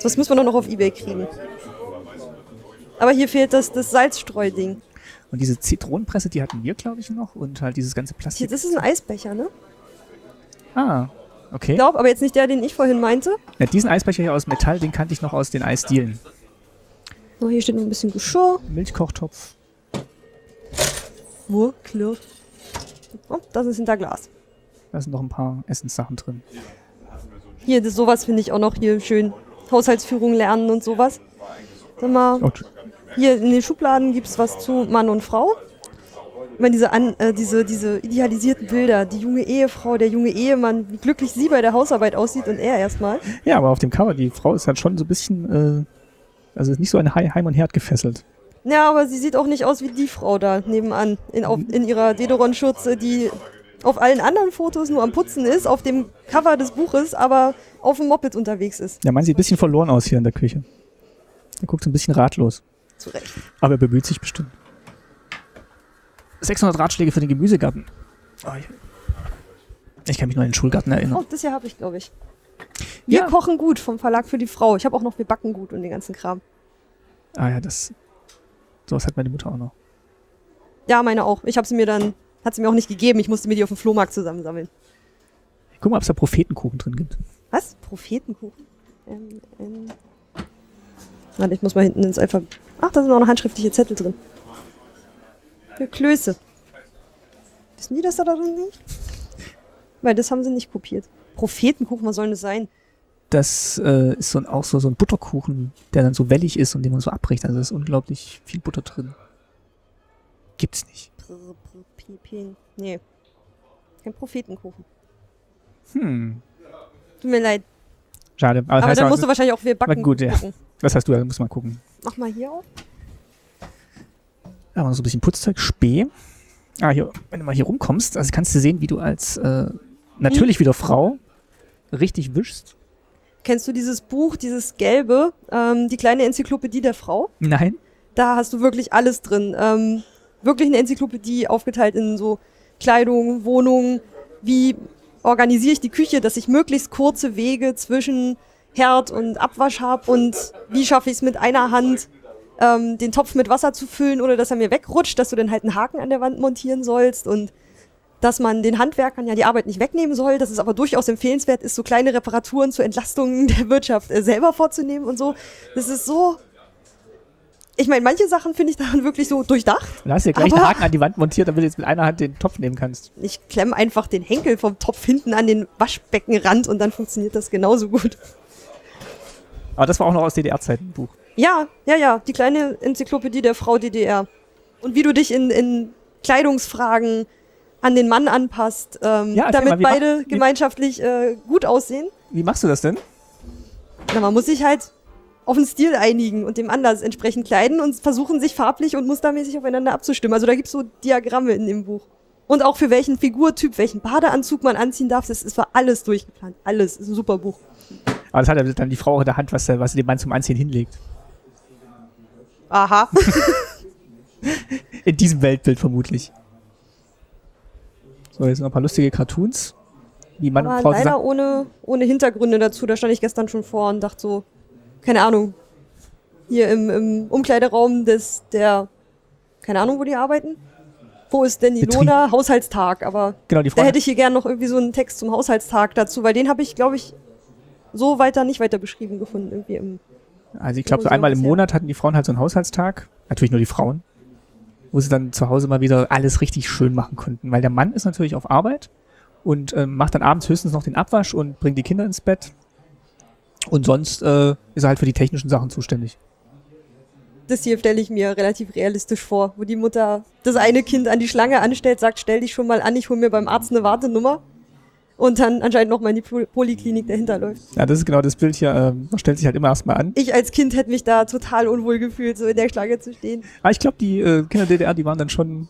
[SPEAKER 1] Das müssen wir doch noch auf Ebay kriegen. Aber hier fehlt das, das Salzstreuding.
[SPEAKER 2] Und diese Zitronenpresse, die hatten wir, glaube ich, noch und halt dieses ganze
[SPEAKER 1] Hier,
[SPEAKER 2] Plastik.
[SPEAKER 1] das ist ein Eisbecher, ne?
[SPEAKER 2] Ah, okay.
[SPEAKER 1] Ich glaube, aber jetzt nicht der, den ich vorhin meinte.
[SPEAKER 2] Ja, diesen Eisbecher hier aus Metall, den kannte ich noch aus den Eisdielen.
[SPEAKER 1] Oh, hier steht noch ein bisschen Geschirr.
[SPEAKER 2] Milchkochtopf.
[SPEAKER 1] Wo? Klirr. Oh, das ist hinter Glas.
[SPEAKER 2] Da sind noch ein paar Essenssachen drin.
[SPEAKER 1] Hier, das, sowas finde ich auch noch hier schön. Haushaltsführung lernen und sowas. Sag mal,
[SPEAKER 2] Oh, tsch-
[SPEAKER 1] hier in den Schubladen gibt es was zu Mann und Frau. Ich meine, diese, an, äh, diese, diese idealisierten Bilder, die junge Ehefrau, der junge Ehemann, wie glücklich sie bei der Hausarbeit aussieht und er erstmal.
[SPEAKER 2] Ja, aber auf dem Cover, die Frau ist halt schon so ein bisschen, äh, also ist nicht so an He- Heim und Herd gefesselt.
[SPEAKER 1] Ja, aber sie sieht auch nicht aus wie die Frau da nebenan in, auf, in ihrer Dedoron-Schürze, die auf allen anderen Fotos nur am Putzen ist, auf dem Cover des Buches, aber auf dem Moped unterwegs ist.
[SPEAKER 2] Ja, man sieht ein bisschen verloren aus hier in der Küche. Er guckt so ein bisschen ratlos,
[SPEAKER 1] Zu Recht.
[SPEAKER 2] aber er bemüht sich bestimmt. 600 Ratschläge für den Gemüsegarten. Oh, ich- ich kann mich nur an den Schulgarten
[SPEAKER 1] Oh,
[SPEAKER 2] erinnern.
[SPEAKER 1] das hier habe ich, glaube ich. Wir
[SPEAKER 2] Ja.
[SPEAKER 1] kochen gut vom Verlag für die Frau. Ich habe auch noch Wir backen gut und den ganzen Kram.
[SPEAKER 2] Ah ja, das. Sowas hat meine Mutter auch noch.
[SPEAKER 1] Ja, meine auch. Ich habe sie mir dann, hat sie mir auch nicht gegeben. Ich musste mir die auf dem Flohmarkt zusammensammeln.
[SPEAKER 2] Guck mal, ob es da Prophetenkuchen drin gibt.
[SPEAKER 1] Was? Prophetenkuchen? Ähm, ähm. Warte, ich muss mal hinten ins Alphabet. Ach, da sind auch noch handschriftliche Zettel drin. Für Klöße. Wissen die, dass da da drin sind? Weil das haben sie nicht kopiert. Prophetenkuchen, was soll denn das sein?
[SPEAKER 2] Das äh, ist so ein, auch so, so ein Butterkuchen, der dann so wellig ist und den man so abbricht. Also da ist unglaublich viel Butter drin. Gibt's nicht.
[SPEAKER 1] Pr- pr- pi- pi- Nee. Kein Prophetenkuchen.
[SPEAKER 2] Hm.
[SPEAKER 1] Tut mir leid.
[SPEAKER 2] Schade. Aber, das
[SPEAKER 1] Aber
[SPEAKER 2] heißt
[SPEAKER 1] dann
[SPEAKER 2] auch-
[SPEAKER 1] musst du wahrscheinlich auch wir backen.
[SPEAKER 2] gut, ja.
[SPEAKER 1] gucken.
[SPEAKER 2] Was hast du? Da muss mal gucken.
[SPEAKER 1] Mach mal hier auf.
[SPEAKER 2] Aber noch so ein bisschen Putzzeug, Spee. Ah, hier, wenn du mal hier rumkommst, also kannst du sehen, wie du als äh, natürlich wieder Frau richtig wischst.
[SPEAKER 1] Kennst du dieses Buch, dieses gelbe, ähm, die kleine Enzyklopädie der Frau?
[SPEAKER 2] Nein.
[SPEAKER 1] da hast du wirklich alles drin. Ähm, wirklich eine Enzyklopädie aufgeteilt in so Kleidung, Wohnung, wie organisiere ich die Küche, dass ich möglichst kurze Wege zwischen Herd und Abwasch habe und wie schaffe ich es mit einer Hand, ähm, den Topf mit Wasser zu füllen oder dass er mir wegrutscht, dass du dann halt einen Haken an der Wand montieren sollst und dass man den Handwerkern ja die Arbeit nicht wegnehmen soll, dass es aber durchaus empfehlenswert ist, so kleine Reparaturen zur Entlastung der Wirtschaft äh, selber vorzunehmen und so. Das ist so ich meine, manche Sachen finde ich daran wirklich so durchdacht.
[SPEAKER 2] Und da hast du ja gleich
[SPEAKER 1] Aber-
[SPEAKER 2] einen Haken an die Wand montiert, damit du jetzt mit einer Hand den Topf nehmen kannst.
[SPEAKER 1] Ich klemme einfach den Henkel vom Topf hinten an den Waschbeckenrand und dann funktioniert das genauso gut.
[SPEAKER 2] Aber das war auch noch aus DDR-Zeiten ein Buch.
[SPEAKER 1] Ja, ja, ja, die kleine Enzyklopädie der Frau DDR. Und wie du dich in, in Kleidungsfragen an den Mann anpasst, ähm,
[SPEAKER 2] Ja, erzähl
[SPEAKER 1] damit
[SPEAKER 2] mal, wie
[SPEAKER 1] beide
[SPEAKER 2] mach- wie-
[SPEAKER 1] gemeinschaftlich äh, gut aussehen.
[SPEAKER 2] Wie machst du das denn?
[SPEAKER 1] Na, man muss sich halt auf den Stil einigen und dem Anlass entsprechend kleiden und versuchen sich farblich und mustermäßig aufeinander abzustimmen. Also da gibt's so Diagramme in dem Buch. Und auch für welchen Figurtyp, welchen Badeanzug man anziehen darf, das ist war alles durchgeplant. Alles. Ist ein super Buch.
[SPEAKER 2] Aber das hat ja dann die Frau auch in der Hand, was, der- was sie dem Mann zum Anziehen hinlegt.
[SPEAKER 1] Aha.
[SPEAKER 2] In diesem Weltbild vermutlich. So, jetzt noch ein paar lustige Cartoons. Die Mann und
[SPEAKER 1] Aber
[SPEAKER 2] Frau
[SPEAKER 1] leider
[SPEAKER 2] zusammen.
[SPEAKER 1] ohne, ohne Hintergründe dazu. Da stand ich gestern schon vor und dachte so, keine Ahnung. Hier im, im Umkleideraum des, der, keine Ahnung, wo die arbeiten. Wo ist denn
[SPEAKER 2] Betrieb.
[SPEAKER 1] Ilona? Haushaltstag, aber
[SPEAKER 2] Genau, die Frau.
[SPEAKER 1] da hätte ich hier gern noch irgendwie so einen Text zum Haushaltstag dazu, weil den habe ich, glaube ich, so weiter nicht weiter beschrieben gefunden irgendwie im.
[SPEAKER 2] also ich glaube, so
[SPEAKER 1] Museum
[SPEAKER 2] einmal im
[SPEAKER 1] bisher.
[SPEAKER 2] Monat hatten die Frauen halt so einen Haushaltstag. Natürlich nur die Frauen. Wo sie dann zu Hause mal wieder alles richtig schön machen konnten. Weil der Mann ist natürlich auf Arbeit und ähm, macht dann abends höchstens noch den Abwasch und bringt die Kinder ins Bett. Und sonst äh, ist er halt für die technischen Sachen zuständig.
[SPEAKER 1] Das hier stelle ich mir relativ realistisch vor, wo die Mutter das eine Kind an die Schlange anstellt, sagt, stell dich schon mal an, ich hole mir beim Arzt eine Wartenummer und dann anscheinend nochmal in die Pol- Poliklinik dahinter läuft.
[SPEAKER 2] Ja, das ist genau das Bild hier. ähm, Man stellt sich halt immer erstmal an.
[SPEAKER 1] Ich als Kind hätte mich da total unwohl gefühlt, so in der Schlange zu stehen.
[SPEAKER 2] Aber ich glaube, die äh, Kinder DDR, die waren dann schon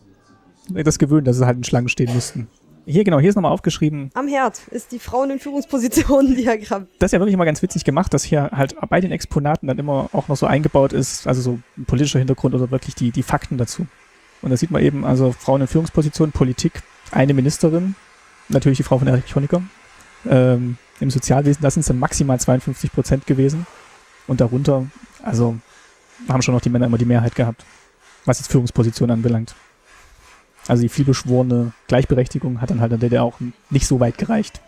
[SPEAKER 2] das gewöhnt, dass sie halt in Schlangen stehen mussten. Hier, genau, hier ist nochmal aufgeschrieben.
[SPEAKER 1] Am Herd ist die Frauen in Führungspositionen Diagramm.
[SPEAKER 2] Das ist ja wirklich immer ganz witzig gemacht, dass hier halt bei den Exponaten dann immer auch noch so eingebaut ist, also so ein politischer Hintergrund oder wirklich die, die Fakten dazu. Und da sieht man eben, also Frauen in Führungspositionen, Politik, eine Ministerin, natürlich die Frau von Erich Honecker. Ähm, Im Sozialwesen, das sind dann maximal 52 Prozent gewesen. Und darunter, also haben schon noch die Männer immer die Mehrheit gehabt, was jetzt Führungspositionen anbelangt. Also die vielbeschworene Gleichberechtigung hat dann halt in der DDR auch nicht so weit gereicht.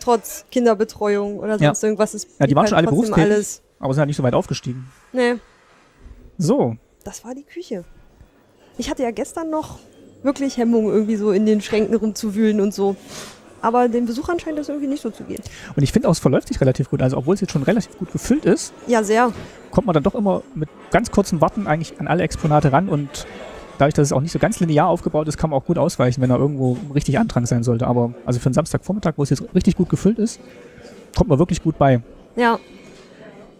[SPEAKER 1] Trotz Kinderbetreuung oder
[SPEAKER 2] Ja.
[SPEAKER 1] sonst irgendwas ist.
[SPEAKER 2] Ja, die
[SPEAKER 1] blieb
[SPEAKER 2] waren schon alle
[SPEAKER 1] trotzdem
[SPEAKER 2] berufstätig.
[SPEAKER 1] alles.
[SPEAKER 2] Aber sind halt nicht so weit aufgestiegen.
[SPEAKER 1] Nee,
[SPEAKER 2] So,
[SPEAKER 1] das war die Küche. Ich hatte ja gestern noch wirklich Hemmung, irgendwie so in den Schränken rumzuwühlen und so. Aber den Besuchern scheint das irgendwie nicht so zu gehen.
[SPEAKER 2] Und ich finde auch, es verläuft sich relativ gut. Also, obwohl es jetzt schon relativ gut gefüllt ist,
[SPEAKER 1] Ja, sehr.
[SPEAKER 2] kommt man dann doch immer mit ganz kurzen Warten eigentlich an alle Exponate ran. Und dadurch, dass es auch nicht so ganz linear aufgebaut ist, kann man auch gut ausweichen, wenn er irgendwo richtig Andrang sein sollte. Aber also für einen Samstagvormittag, wo es jetzt richtig gut gefüllt ist, kommt man wirklich gut bei.
[SPEAKER 1] Ja,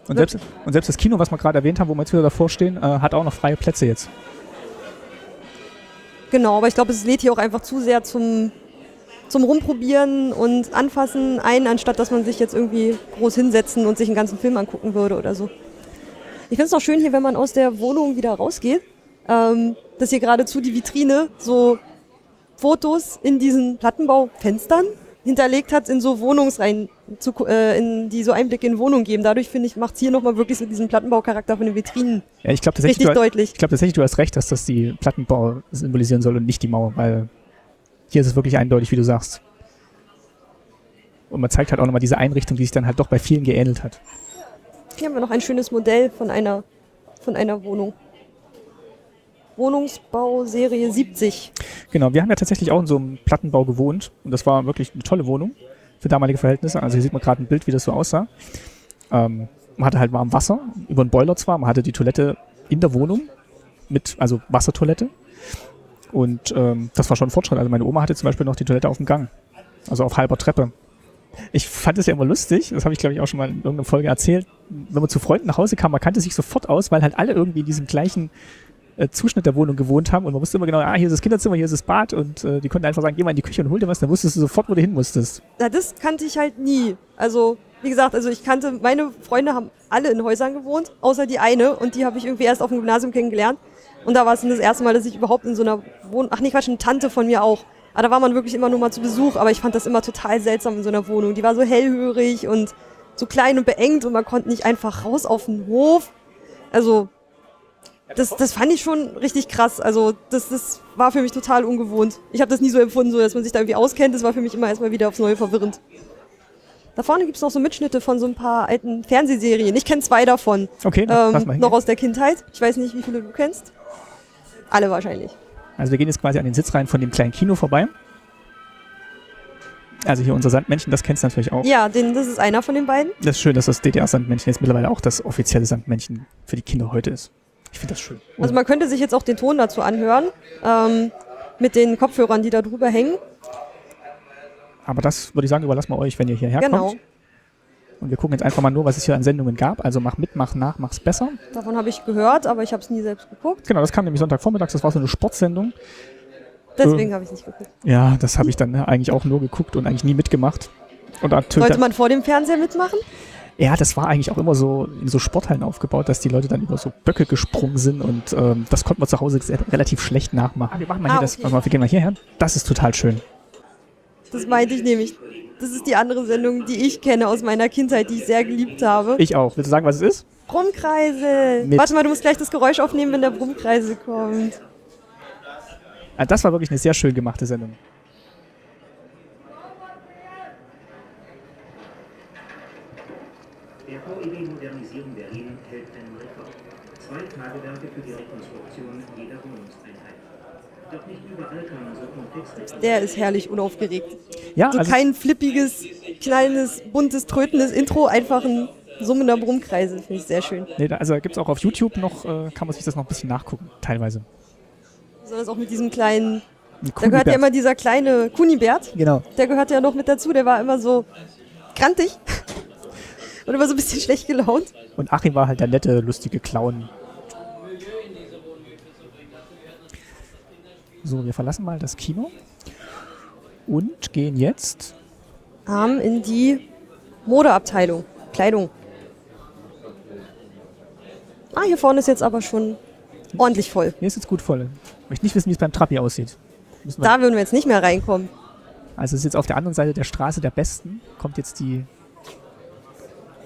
[SPEAKER 2] Und selbst, und selbst das Kino, was wir gerade erwähnt haben, wo wir jetzt wieder davor stehen, äh, hat auch noch freie Plätze jetzt.
[SPEAKER 1] genau. Aber ich glaube, es lädt hier auch einfach zu sehr zum, zum Rumprobieren und Anfassen ein, anstatt dass man sich jetzt irgendwie groß hinsetzen und sich einen ganzen Film angucken würde oder so. Ich finde es auch schön hier, wenn man aus der Wohnung wieder rausgeht, ähm, dass hier geradezu die Vitrine so Fotos in diesen Plattenbaufenstern hinterlegt hat, in so Wohnungsreihen, zu, gu- äh, in, die so Einblicke in Wohnungen geben. Dadurch, finde ich, macht es hier nochmal wirklich so diesen Plattenbaucharakter von den Vitrinen
[SPEAKER 2] Ja, ich glaube tatsächlich,
[SPEAKER 1] richtig
[SPEAKER 2] du,
[SPEAKER 1] deutlich.
[SPEAKER 2] ich glaub, tatsächlich, du hast recht, dass das die Plattenbau symbolisieren soll und nicht die Mauer, weil hier ist es wirklich eindeutig, wie du sagst. Und man zeigt halt auch nochmal diese Einrichtung, die sich dann halt doch bei vielen geähnelt hat.
[SPEAKER 1] Hier haben wir noch ein schönes Modell von einer, von einer Wohnung. Wohnungsbau Serie 70.
[SPEAKER 2] Genau, wir haben ja tatsächlich auch in so einem Plattenbau gewohnt und das war wirklich eine tolle Wohnung für damalige Verhältnisse. Also hier sieht man gerade ein Bild, wie das so aussah. Ähm, man hatte halt warm Wasser, über einen Boiler zwar, man hatte die Toilette in der Wohnung, mit, also Wassertoilette. Und ähm, das war schon ein Fortschritt. Also meine Oma hatte zum Beispiel noch die Toilette auf dem Gang, also auf halber Treppe. Ich fand es ja immer lustig, das habe ich glaube ich auch schon mal in irgendeiner Folge erzählt. Wenn man zu Freunden nach Hause kam, man kannte sich sofort aus, weil halt alle irgendwie in diesem gleichen äh, Zuschnitt der Wohnung gewohnt haben und man wusste immer genau, ah, hier ist das Kinderzimmer, hier ist das Bad und äh, die konnten einfach sagen, geh mal in die Küche und hol dir was, dann wusstest du sofort, wo du hin musstest.
[SPEAKER 1] Na, das kannte ich halt nie. Also, wie gesagt, also ich kannte, meine Freunde haben alle in Häusern gewohnt, außer die eine und die habe ich irgendwie erst auf dem Gymnasium kennengelernt. Und da war es dann das erste Mal, dass ich überhaupt in so einer Wohnung, ach nee, Quatsch, eine Tante von mir auch. Aber da war man wirklich immer nur mal zu Besuch, aber ich fand das immer total seltsam in so einer Wohnung. Die war so hellhörig und so klein und beengt und man konnte nicht einfach raus auf den Hof. Also, das, das fand ich schon richtig krass. Also das, das war für mich total ungewohnt. Ich habe das nie so empfunden, so dass man sich da irgendwie auskennt. Das war für mich immer erstmal wieder aufs Neue verwirrend. Da vorne gibt's noch so Mitschnitte von so ein paar alten Fernsehserien. Ich kenne zwei davon.
[SPEAKER 2] Okay, dann lass mal
[SPEAKER 1] Ähm,
[SPEAKER 2] hingehen.
[SPEAKER 1] noch aus der Kindheit. Ich weiß nicht, wie viele du kennst. Alle wahrscheinlich.
[SPEAKER 2] Also wir gehen jetzt quasi an den Sitzreihen von dem kleinen Kino vorbei. Also hier unser Sandmännchen, das kennst du natürlich auch.
[SPEAKER 1] Ja, den, das ist einer von den beiden.
[SPEAKER 2] Das ist schön, dass das DDR-Sandmännchen jetzt mittlerweile auch das offizielle Sandmännchen für die Kinder heute ist. Ich finde das schön. Oh,
[SPEAKER 1] Also man könnte sich jetzt auch den Ton dazu anhören. Ähm, mit den Kopfhörern, die da drüber hängen.
[SPEAKER 2] Aber das würde ich sagen, überlassen wir euch, wenn ihr hierher
[SPEAKER 1] genau.
[SPEAKER 2] kommt. Und wir gucken jetzt einfach mal nur, was es hier an Sendungen gab. Also mach mit, mach nach, mach's besser.
[SPEAKER 1] Davon habe ich gehört, aber ich habe es nie selbst geguckt.
[SPEAKER 2] Genau, das kam nämlich Sonntagvormittags, das war so eine Sportsendung.
[SPEAKER 1] Deswegen habe ich nicht geguckt.
[SPEAKER 2] Ja, das habe ich dann ne, eigentlich auch nur geguckt und eigentlich nie mitgemacht. Und natürlich
[SPEAKER 1] Sollte man vor dem Fernseher mitmachen?
[SPEAKER 2] Ja, das war eigentlich auch immer so in so Sporthallen aufgebaut, dass die Leute dann über so Böcke gesprungen sind und ähm, das konnten wir zu Hause sehr, relativ schlecht nachmachen. Ah, wir machen mal
[SPEAKER 1] Ah,
[SPEAKER 2] hier das,
[SPEAKER 1] okay.
[SPEAKER 2] warte mal, wir gehen mal hierher. Das ist total schön.
[SPEAKER 1] Das meinte ich nämlich. Das ist die andere Sendung, die ich kenne aus meiner Kindheit, die ich sehr geliebt habe.
[SPEAKER 2] Ich auch. Willst du sagen, was es ist?
[SPEAKER 1] Brummkreisel.
[SPEAKER 2] Mit-
[SPEAKER 1] Warte mal, du musst gleich das Geräusch aufnehmen, wenn der Brummkreisel kommt.
[SPEAKER 2] Ah, das war wirklich eine sehr schön gemachte Sendung.
[SPEAKER 5] Der VEB Modernisierung Berlin hält einen Rekord. Zwei Tagewerke für die Rekonstruktion jeder Wohnungseinheit. Doch nicht überall kann man so komplexe
[SPEAKER 1] Der ist herrlich unaufgeregt.
[SPEAKER 2] Ja,
[SPEAKER 1] So
[SPEAKER 2] also
[SPEAKER 1] kein flippiges, knallendes, buntes, trötendes Intro, einfach ein summender Brummkreisel. Finde ich sehr schön.
[SPEAKER 2] nee, da- also gibt's auch auf YouTube noch, äh, kann man sich das noch ein bisschen nachgucken, teilweise.
[SPEAKER 1] Besonders auch mit diesem kleinen.
[SPEAKER 2] Ein
[SPEAKER 1] Da gehört ja
[SPEAKER 2] Kunibert.
[SPEAKER 1] immer dieser kleine Kunibert.
[SPEAKER 2] Genau.
[SPEAKER 1] Der gehörte ja noch mit dazu. Der war immer so krantig. Und immer so ein bisschen schlecht gelaunt.
[SPEAKER 2] Und Achim war halt der nette, lustige Clown. So, wir verlassen mal das Kino und gehen jetzt
[SPEAKER 1] Arm in die Modeabteilung. Kleidung. Ah, hier vorne ist jetzt aber schon ordentlich voll.
[SPEAKER 2] Hier ist jetzt gut voll. Ich möchte nicht wissen, wie es beim Trappi aussieht. Müssen wir-
[SPEAKER 1] Da würden wir jetzt nicht mehr reinkommen.
[SPEAKER 2] also es ist jetzt auf der anderen Seite der Straße der Besten. Kommt jetzt die...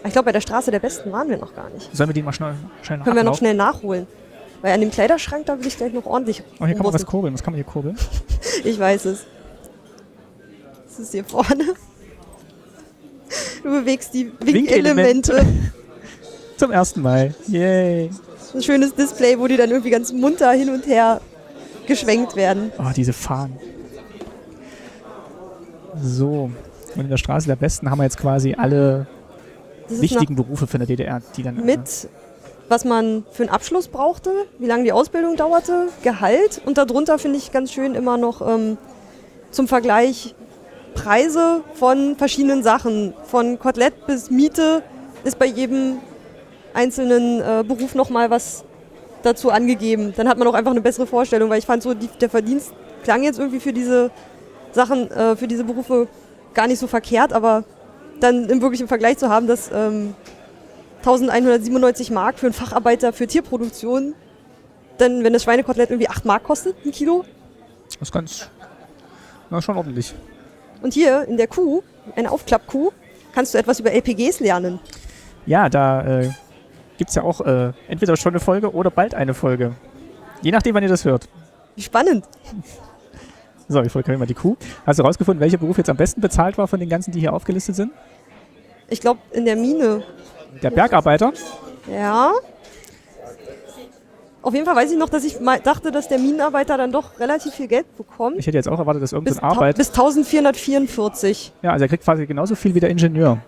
[SPEAKER 1] Ich glaube, bei der Straße der Besten waren wir noch gar nicht.
[SPEAKER 2] Sollen wir den mal schnell, schnell
[SPEAKER 1] Können wir noch
[SPEAKER 2] nachlaufen?
[SPEAKER 1] schnell nachholen. Weil an dem Kleiderschrank, da will ich gleich noch ordentlich
[SPEAKER 2] Oh, hier kann man was
[SPEAKER 1] rumrüsten.
[SPEAKER 2] kurbeln. Was kann man hier kurbeln?
[SPEAKER 1] Ich weiß es. Das ist hier vorne. Du bewegst die
[SPEAKER 2] Winkelemente.
[SPEAKER 1] Winkelemente.
[SPEAKER 2] Zum ersten Mal. Yay.
[SPEAKER 1] Ein schönes Display, wo die dann irgendwie ganz munter hin und her geschwenkt werden.
[SPEAKER 2] Oh, diese Fahnen. So. Und in der Straße der Besten haben wir jetzt quasi alle
[SPEAKER 1] Das ist
[SPEAKER 2] wichtigen Berufe von der DDR, die dann... äh,
[SPEAKER 1] noch mit, was man für einen Abschluss brauchte, wie lange die Ausbildung dauerte, Gehalt und darunter finde ich ganz schön immer noch ähm, zum Vergleich Preise von verschiedenen Sachen. Von Kotelett bis Miete ist bei jedem einzelnen äh, Beruf nochmal was dazu angegeben. Dann hat man auch einfach eine bessere Vorstellung, weil ich fand so, die, der Verdienst klang jetzt irgendwie für diese Sachen, äh, für diese Berufe gar nicht so verkehrt, aber dann im wirklichen Vergleich zu haben, dass ähm, 1197 Mark für einen Facharbeiter für Tierproduktion, dann wenn das Schweinekotelett irgendwie 8 Mark kostet, ein Kilo,
[SPEAKER 2] Das ist ganz... Na, schon ordentlich.
[SPEAKER 1] und hier in der Kuh, eine Aufklappkuh, kannst du etwas über LPGs lernen.
[SPEAKER 2] Ja, da äh, gibt es ja auch äh, entweder schon eine Folge oder bald eine Folge. Je nachdem, wann ihr das hört.
[SPEAKER 1] Wie spannend.
[SPEAKER 2] So, ich folge mal die Kuh. Hast du rausgefunden, welcher Beruf jetzt am besten bezahlt war von den ganzen, die hier aufgelistet sind?
[SPEAKER 1] Ich glaube, in der Mine.
[SPEAKER 2] Der Bergarbeiter.
[SPEAKER 1] Ja. Auf jeden Fall weiß ich noch, dass ich mal dachte, dass der Minenarbeiter dann doch relativ viel Geld bekommt.
[SPEAKER 2] Ich hätte jetzt auch erwartet, dass irgendein
[SPEAKER 1] Bis,
[SPEAKER 2] so
[SPEAKER 1] tau-
[SPEAKER 2] Arbeit.
[SPEAKER 1] bis 1444.
[SPEAKER 2] Ja, also er kriegt quasi genauso viel wie der Ingenieur.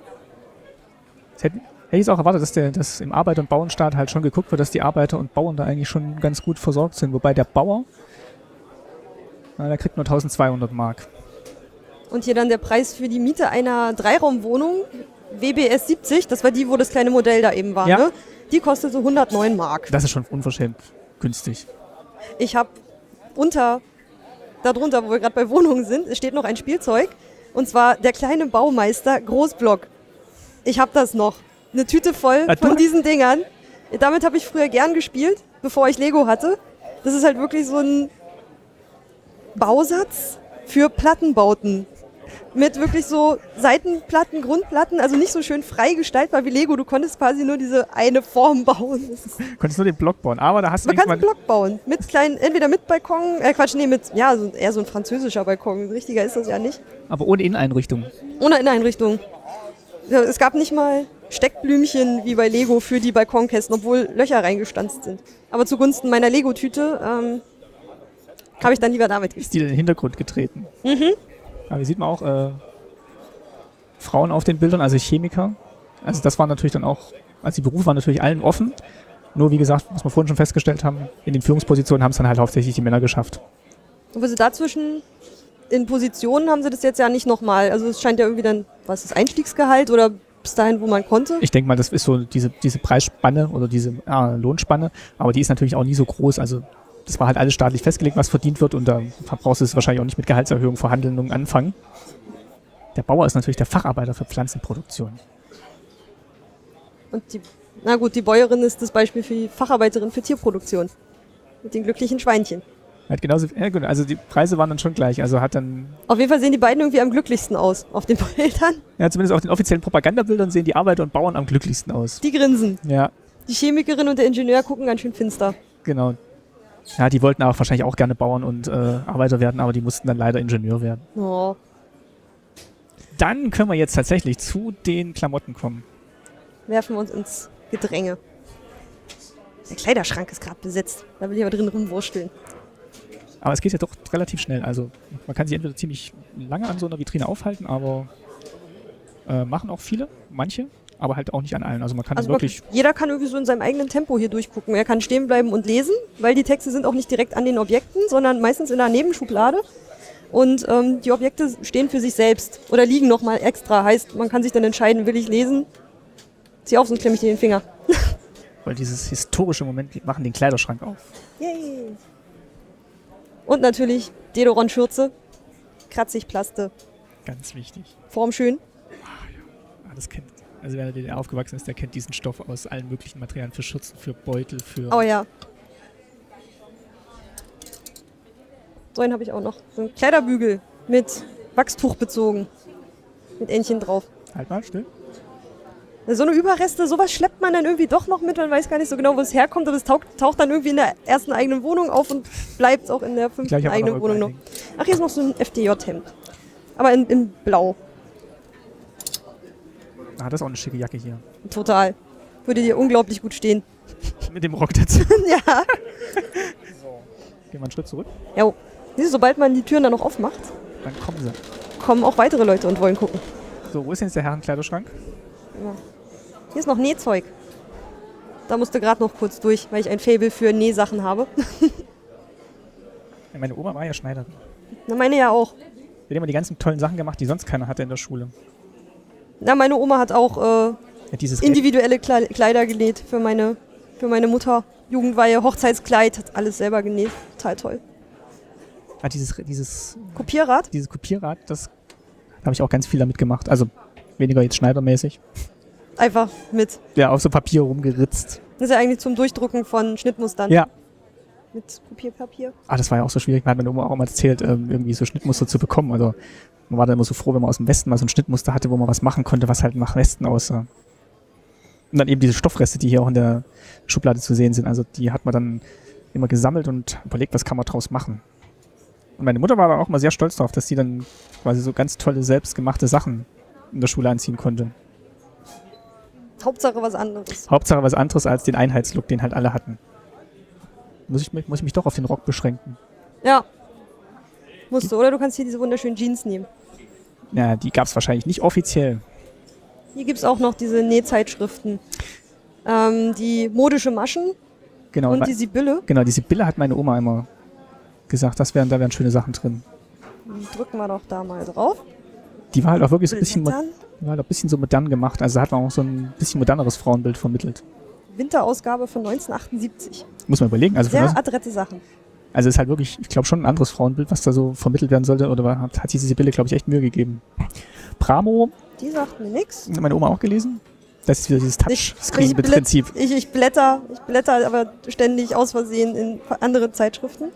[SPEAKER 2] Das hätte, hätte ich jetzt auch erwartet, dass, der, dass im Arbeiter- und Bauernstaat halt schon geguckt wird, dass die Arbeiter und Bauern da eigentlich schon ganz gut versorgt sind. Wobei der Bauer, na, der kriegt nur 1200 Mark.
[SPEAKER 1] Und hier dann der Preis für die Miete einer Dreiraumwohnung, WBS 70, das war die, wo das kleine Modell da eben war,
[SPEAKER 2] Ja.
[SPEAKER 1] ne? Die kostete 109 Mark.
[SPEAKER 2] Das ist schon unverschämt günstig.
[SPEAKER 1] Ich habe unter, darunter, wo wir gerade bei Wohnungen sind, es steht noch ein Spielzeug. Und zwar der kleine Baumeister Großblock. Ich habe das noch. Eine Tüte voll
[SPEAKER 2] Ah, du
[SPEAKER 1] von
[SPEAKER 2] hast-
[SPEAKER 1] diesen Dingern. Damit habe ich früher gern gespielt, bevor ich Lego hatte. Das ist halt wirklich so ein Bausatz für Plattenbauten. Mit wirklich so Seitenplatten, Grundplatten, also nicht so schön frei gestaltbar wie Lego. Du konntest quasi nur diese eine Form bauen. Das ist
[SPEAKER 2] Konntest nur den Block bauen, aber da hast du
[SPEAKER 1] man kann einen
[SPEAKER 2] wenigstens mal-
[SPEAKER 1] Block bauen. Mit kleinen, entweder mit Balkon, äh Quatsch, nee, mit, ja, so, eher so ein französischer Balkon. Ein richtiger ist das ja nicht.
[SPEAKER 2] aber ohne Inneneinrichtung.
[SPEAKER 1] Ohne Inneneinrichtung. Es gab nicht mal Steckblümchen wie bei Lego für die Balkonkästen, obwohl Löcher reingestanzt sind. Aber zugunsten meiner Lego-Tüte ähm, habe ich dann lieber damit gespielt.
[SPEAKER 2] Ist die in den Hintergrund getreten. Aber hier sieht man auch äh, Frauen auf den Bildern, also Chemiker. Also das war natürlich dann auch, also die Berufe waren natürlich allen offen. Nur wie gesagt, was wir vorhin schon festgestellt haben, in den Führungspositionen haben es dann halt hauptsächlich die Männer geschafft.
[SPEAKER 1] Obwohl sie dazwischen in Positionen haben sie das jetzt ja nicht nochmal. Also es scheint ja irgendwie dann, was ist Einstiegsgehalt oder bis dahin, wo man konnte.
[SPEAKER 2] Ich denke mal, das ist so diese, diese Preisspanne oder diese ah, Lohnspanne, aber die ist natürlich auch nie so groß. Also das war halt alles staatlich festgelegt, was verdient wird und da brauchst du es wahrscheinlich auch nicht mit Gehaltserhöhung, Verhandlungen anfangen. Der Bauer ist natürlich der Facharbeiter für Pflanzenproduktion.
[SPEAKER 1] Und die, na gut, die Bäuerin ist das Beispiel für die Facharbeiterin für Tierproduktion. Mit den glücklichen Schweinchen.
[SPEAKER 2] Er Hat genauso, ja gut, also die Preise waren dann schon gleich. Also hat dann,
[SPEAKER 1] Auf jeden Fall sehen die beiden irgendwie am glücklichsten aus auf den Bildern.
[SPEAKER 2] ja zumindest auf den offiziellen Propagandabildern sehen die Arbeiter und Bauern am glücklichsten aus.
[SPEAKER 1] Die grinsen.
[SPEAKER 2] Ja,
[SPEAKER 1] Die Chemikerin und der Ingenieur gucken ganz schön finster.
[SPEAKER 2] genau. Ja, die wollten auch wahrscheinlich auch gerne Bauern und äh, Arbeiter werden, aber die mussten dann leider Ingenieur werden.
[SPEAKER 1] Oh.
[SPEAKER 2] Dann können wir jetzt tatsächlich zu den Klamotten kommen.
[SPEAKER 1] werfen wir uns ins Gedränge. Der Kleiderschrank ist gerade besetzt. Da will ich aber drin rumwursteln.
[SPEAKER 2] Aber es geht ja doch relativ schnell. Also man kann sich entweder ziemlich lange an so einer Vitrine aufhalten, aber äh, machen auch viele, manche, aber halt auch nicht an allen. Also man kann
[SPEAKER 1] Also
[SPEAKER 2] wirklich,
[SPEAKER 1] man- jeder kann irgendwie so in seinem eigenen Tempo hier durchgucken. Er kann stehen bleiben und lesen, weil die Texte sind auch nicht direkt an den Objekten, sondern meistens in einer Nebenschublade. Und ähm, die Objekte stehen für sich selbst oder liegen nochmal extra. Heißt, man kann sich dann entscheiden, will ich lesen? Zieh auf, sonst klemme ich dir den Finger.
[SPEAKER 2] weil dieses historische Moment, wir machen den Kleiderschrank auf.
[SPEAKER 1] Yay. Und natürlich Dedoron-Schürze, kratzig Plaste,
[SPEAKER 2] Ganz wichtig.
[SPEAKER 1] formschön.
[SPEAKER 2] Ah, das kennt, also wer in der DDR aufgewachsen ist, der kennt diesen Stoff aus allen möglichen Materialien für Schürzen, für Beutel, für...
[SPEAKER 1] Oh ja. So einen habe ich auch noch. So einen Kleiderbügel mit Wachstuch bezogen. Mit Entchen drauf.
[SPEAKER 2] Halt mal, still.
[SPEAKER 1] So eine Überreste, sowas schleppt man dann irgendwie doch noch mit. Man weiß gar nicht so genau, wo es herkommt, aber es taucht, taucht dann irgendwie in der ersten eigenen Wohnung auf und bleibt auch in der fünften
[SPEAKER 2] Gleich haben wir
[SPEAKER 1] eigenen
[SPEAKER 2] noch
[SPEAKER 1] Wohnung noch.
[SPEAKER 2] irgendwo
[SPEAKER 1] Ach, hier ist noch so ein FDJ-Hemd. Aber in, in Blau.
[SPEAKER 2] Ah, das ist auch eine schicke Jacke hier.
[SPEAKER 1] Total. Würde dir unglaublich gut stehen.
[SPEAKER 2] Mit dem Rock dazu.
[SPEAKER 1] ja.
[SPEAKER 2] Gehen wir einen Schritt zurück,
[SPEAKER 1] Jo. Siehst du, sobald man die Türen dann noch aufmacht,
[SPEAKER 2] dann kommen sie.
[SPEAKER 1] kommen auch weitere Leute und wollen gucken.
[SPEAKER 2] So, wo ist denn jetzt der Herrenkleiderschrank?
[SPEAKER 1] Hier ist noch Nähzeug. Da musste gerade noch kurz durch, weil ich ein Faible für Nähsachen habe.
[SPEAKER 2] Ja, Meine Oma war ja Schneiderin.
[SPEAKER 1] Na, meine ja auch.
[SPEAKER 2] Wir haben immer die ganzen tollen Sachen gemacht, die sonst keiner hatte in der Schule.
[SPEAKER 1] Na, meine Oma hat auch äh,
[SPEAKER 2] Ja, dieses
[SPEAKER 1] individuelle Kle- Kleider genäht für meine, für meine Mutter. Jugendweihe, Hochzeitskleid, hat alles selber genäht. Total toll.
[SPEAKER 2] Ah, dieses, dieses,
[SPEAKER 1] Kopierrad?
[SPEAKER 2] dieses Kopierrad, das da habe ich auch ganz viel damit gemacht. Also weniger jetzt schneidermäßig.
[SPEAKER 1] Einfach mit.
[SPEAKER 2] Ja, auf so Papier rumgeritzt.
[SPEAKER 1] Das ist ja eigentlich zum Durchdrucken von Schnittmustern.
[SPEAKER 2] Ja.
[SPEAKER 1] Mit Kopierpapier.
[SPEAKER 2] Ah, das war ja auch so schwierig. Man hat meine Oma auch mal erzählt, ähm, irgendwie so Schnittmuster zu bekommen. Also man war dann immer so froh, wenn man aus dem Westen mal so ein Schnittmuster hatte, wo man was machen konnte, was halt nach Westen aussah. Und dann eben diese Stoffreste, die hier auch in der Schublade zu sehen sind. Also die hat man dann immer gesammelt und überlegt, was kann man draus machen. Und meine Mutter war da auch mal sehr stolz drauf, dass sie dann quasi so ganz tolle, selbstgemachte Sachen in der Schule anziehen konnte.
[SPEAKER 1] Hauptsache was anderes.
[SPEAKER 2] Hauptsache was anderes als den Einheitslook, den halt alle hatten. Muss ich, mich- muss ich mich doch auf den Rock beschränken.
[SPEAKER 1] Ja. Musst du, oder du kannst hier diese wunderschönen Jeans nehmen.
[SPEAKER 2] Ja, die gab's wahrscheinlich nicht offiziell.
[SPEAKER 1] Hier gibt es auch noch diese Nähzeitschriften. Ähm, die modische Maschen
[SPEAKER 2] Genau,
[SPEAKER 1] und
[SPEAKER 2] wa-
[SPEAKER 1] die Sibylle.
[SPEAKER 2] genau, die Sibylle hat meine Oma immer gesagt, das wären, da wären schöne Sachen drin.
[SPEAKER 1] Drücken wir doch da mal drauf.
[SPEAKER 2] Die war halt auch wirklich so ein bisschen, mo-
[SPEAKER 1] Blättern.
[SPEAKER 2] die war halt auch ein bisschen so modern gemacht. Also da hat man auch so ein bisschen moderneres Frauenbild vermittelt.
[SPEAKER 1] Winterausgabe von 1978.
[SPEAKER 2] Muss man überlegen. Also,
[SPEAKER 1] Sehr
[SPEAKER 2] von,
[SPEAKER 1] adrette Sachen.
[SPEAKER 2] also ist halt wirklich, ich glaube schon ein anderes Frauenbild, was da so vermittelt werden sollte. Oder war- hat, hat sich die Sibylle, glaube ich, echt Mühe gegeben. Bramo,
[SPEAKER 1] Die sagt mir nichts.
[SPEAKER 2] hat meine Oma auch gelesen. Das ist wieder dieses Touchscreen-Prinzip.
[SPEAKER 1] Ich, ich blätter, ich blätter aber ständig aus Versehen in andere Zeitschriften.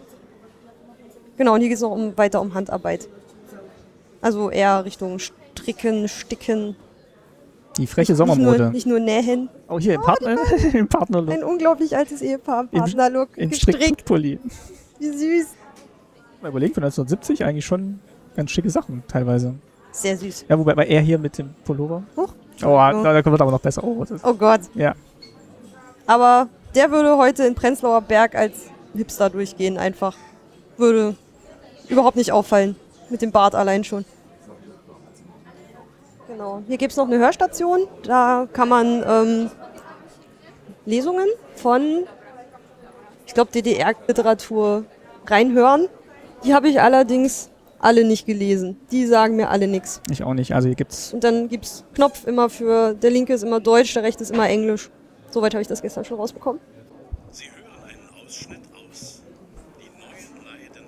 [SPEAKER 1] Genau, und hier geht es noch um, weiter um Handarbeit. Also eher Richtung Stricken, Sticken.
[SPEAKER 2] Die freche
[SPEAKER 1] Nicht nur,
[SPEAKER 2] Sommermode.
[SPEAKER 1] nicht nur nähen.
[SPEAKER 2] Oh, hier im Partner, im Partnerlook,
[SPEAKER 1] Ein unglaublich altes Ehepaar im
[SPEAKER 2] Im-
[SPEAKER 1] Partnerlook.
[SPEAKER 2] im
[SPEAKER 1] Gestrickt.
[SPEAKER 2] Strickpulli.
[SPEAKER 1] Wie süß.
[SPEAKER 2] Mal überlegen, von 1970 eigentlich schon ganz schicke Sachen teilweise.
[SPEAKER 1] Sehr süß.
[SPEAKER 2] Ja, wobei war er hier mit dem Pullover.
[SPEAKER 1] Huch,
[SPEAKER 2] Oh, da wird aber noch besser. Oh, das ist,
[SPEAKER 1] Oh Gott.
[SPEAKER 2] ja.
[SPEAKER 1] Aber der würde heute in Prenzlauer Berg als Hipster durchgehen einfach. Würde überhaupt nicht auffallen. Mit dem Bart allein schon. Genau. Hier gibt es noch eine Hörstation. Da kann man ähm, Lesungen von, ich glaube, DDR-Literatur reinhören. Die habe ich allerdings alle nicht gelesen. Die sagen mir alle nichts.
[SPEAKER 2] Ich auch nicht. Also hier gibt's.
[SPEAKER 1] Und dann gibt es Knopf immer für, der linke ist immer Deutsch, der rechte ist immer Englisch. Soweit habe ich das gestern schon rausbekommen.
[SPEAKER 6] Sie hören einen Ausschnitt aus Die neuen Leiden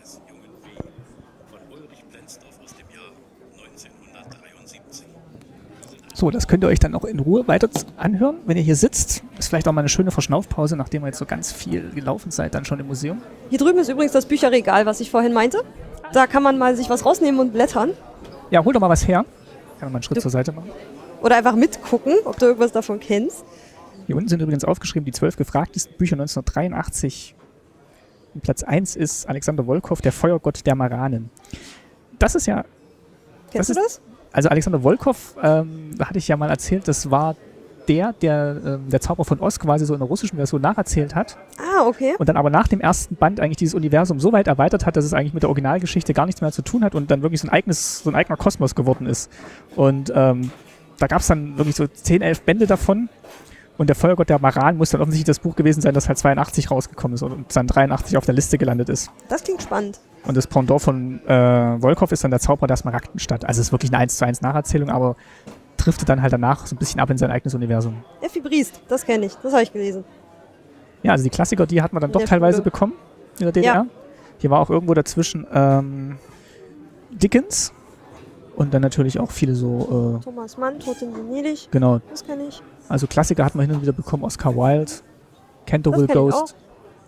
[SPEAKER 6] des jungen W. von Ulrich Blenzdorf aus dem Jahr 1973.
[SPEAKER 2] So, das könnt ihr euch dann auch in Ruhe weiter z- anhören, wenn ihr hier sitzt. Ist vielleicht auch mal eine schöne Verschnaufpause, nachdem ihr jetzt so ganz viel gelaufen seid, dann schon im Museum.
[SPEAKER 1] Hier drüben ist übrigens das Bücherregal, was ich vorhin meinte. Da kann man mal sich was rausnehmen und blättern.
[SPEAKER 2] Ja, hol doch mal was her. Kann man mal einen Schritt zur Seite machen.
[SPEAKER 1] Oder einfach mitgucken, ob du irgendwas davon kennst.
[SPEAKER 2] Hier unten sind übrigens aufgeschrieben die zwölf gefragtesten Bücher 1983. Und Platz 1 ist Alexander Wolkow, der Feuergott der Maranen. Das ist ja,
[SPEAKER 1] Kennst
[SPEAKER 2] Das
[SPEAKER 1] du das?
[SPEAKER 2] also Alexander Wolkow, ähm, da hatte ich ja mal erzählt, das war der, der ähm, der Zauber von Oz quasi so in der russischen Version nacherzählt hat
[SPEAKER 1] Ah, okay.
[SPEAKER 2] und dann aber nach dem ersten Band eigentlich dieses Universum so weit erweitert hat, dass es eigentlich mit der Originalgeschichte gar nichts mehr zu tun hat und dann wirklich so ein, eigenes, so ein eigener Kosmos geworden ist. Und ähm, da gab es dann wirklich so 10, 11 Bände davon. Und der Feuergott der Maran muss dann offensichtlich das Buch gewesen sein, das halt 82 rausgekommen ist und- und dann 83 auf der Liste gelandet ist.
[SPEAKER 1] Das klingt spannend.
[SPEAKER 2] Und das Pendant von äh, Wolkow ist dann der Zauberer der Smaragdenstadt. Also es ist wirklich eine 1 zu 1 Nacherzählung, aber driftet dann halt danach so ein bisschen ab in sein eigenes Universum.
[SPEAKER 1] Effi Briest, das kenne ich. Das habe ich gelesen.
[SPEAKER 2] Ja, also die Klassiker, die hat man dann
[SPEAKER 1] In
[SPEAKER 2] doch
[SPEAKER 1] der
[SPEAKER 2] teilweise
[SPEAKER 1] Schule.
[SPEAKER 2] bekommen in der DDR.
[SPEAKER 1] Ja.
[SPEAKER 2] Hier war auch irgendwo dazwischen ähm, Dickens und dann natürlich auch viele so, äh,
[SPEAKER 1] Thomas Mann, Tod in Venedig,
[SPEAKER 2] genau,
[SPEAKER 1] das kenne ich.
[SPEAKER 2] also Klassiker hat man hin und wieder bekommen, Oscar Wilde, Canterville
[SPEAKER 1] Das kenn ich
[SPEAKER 2] Ghost,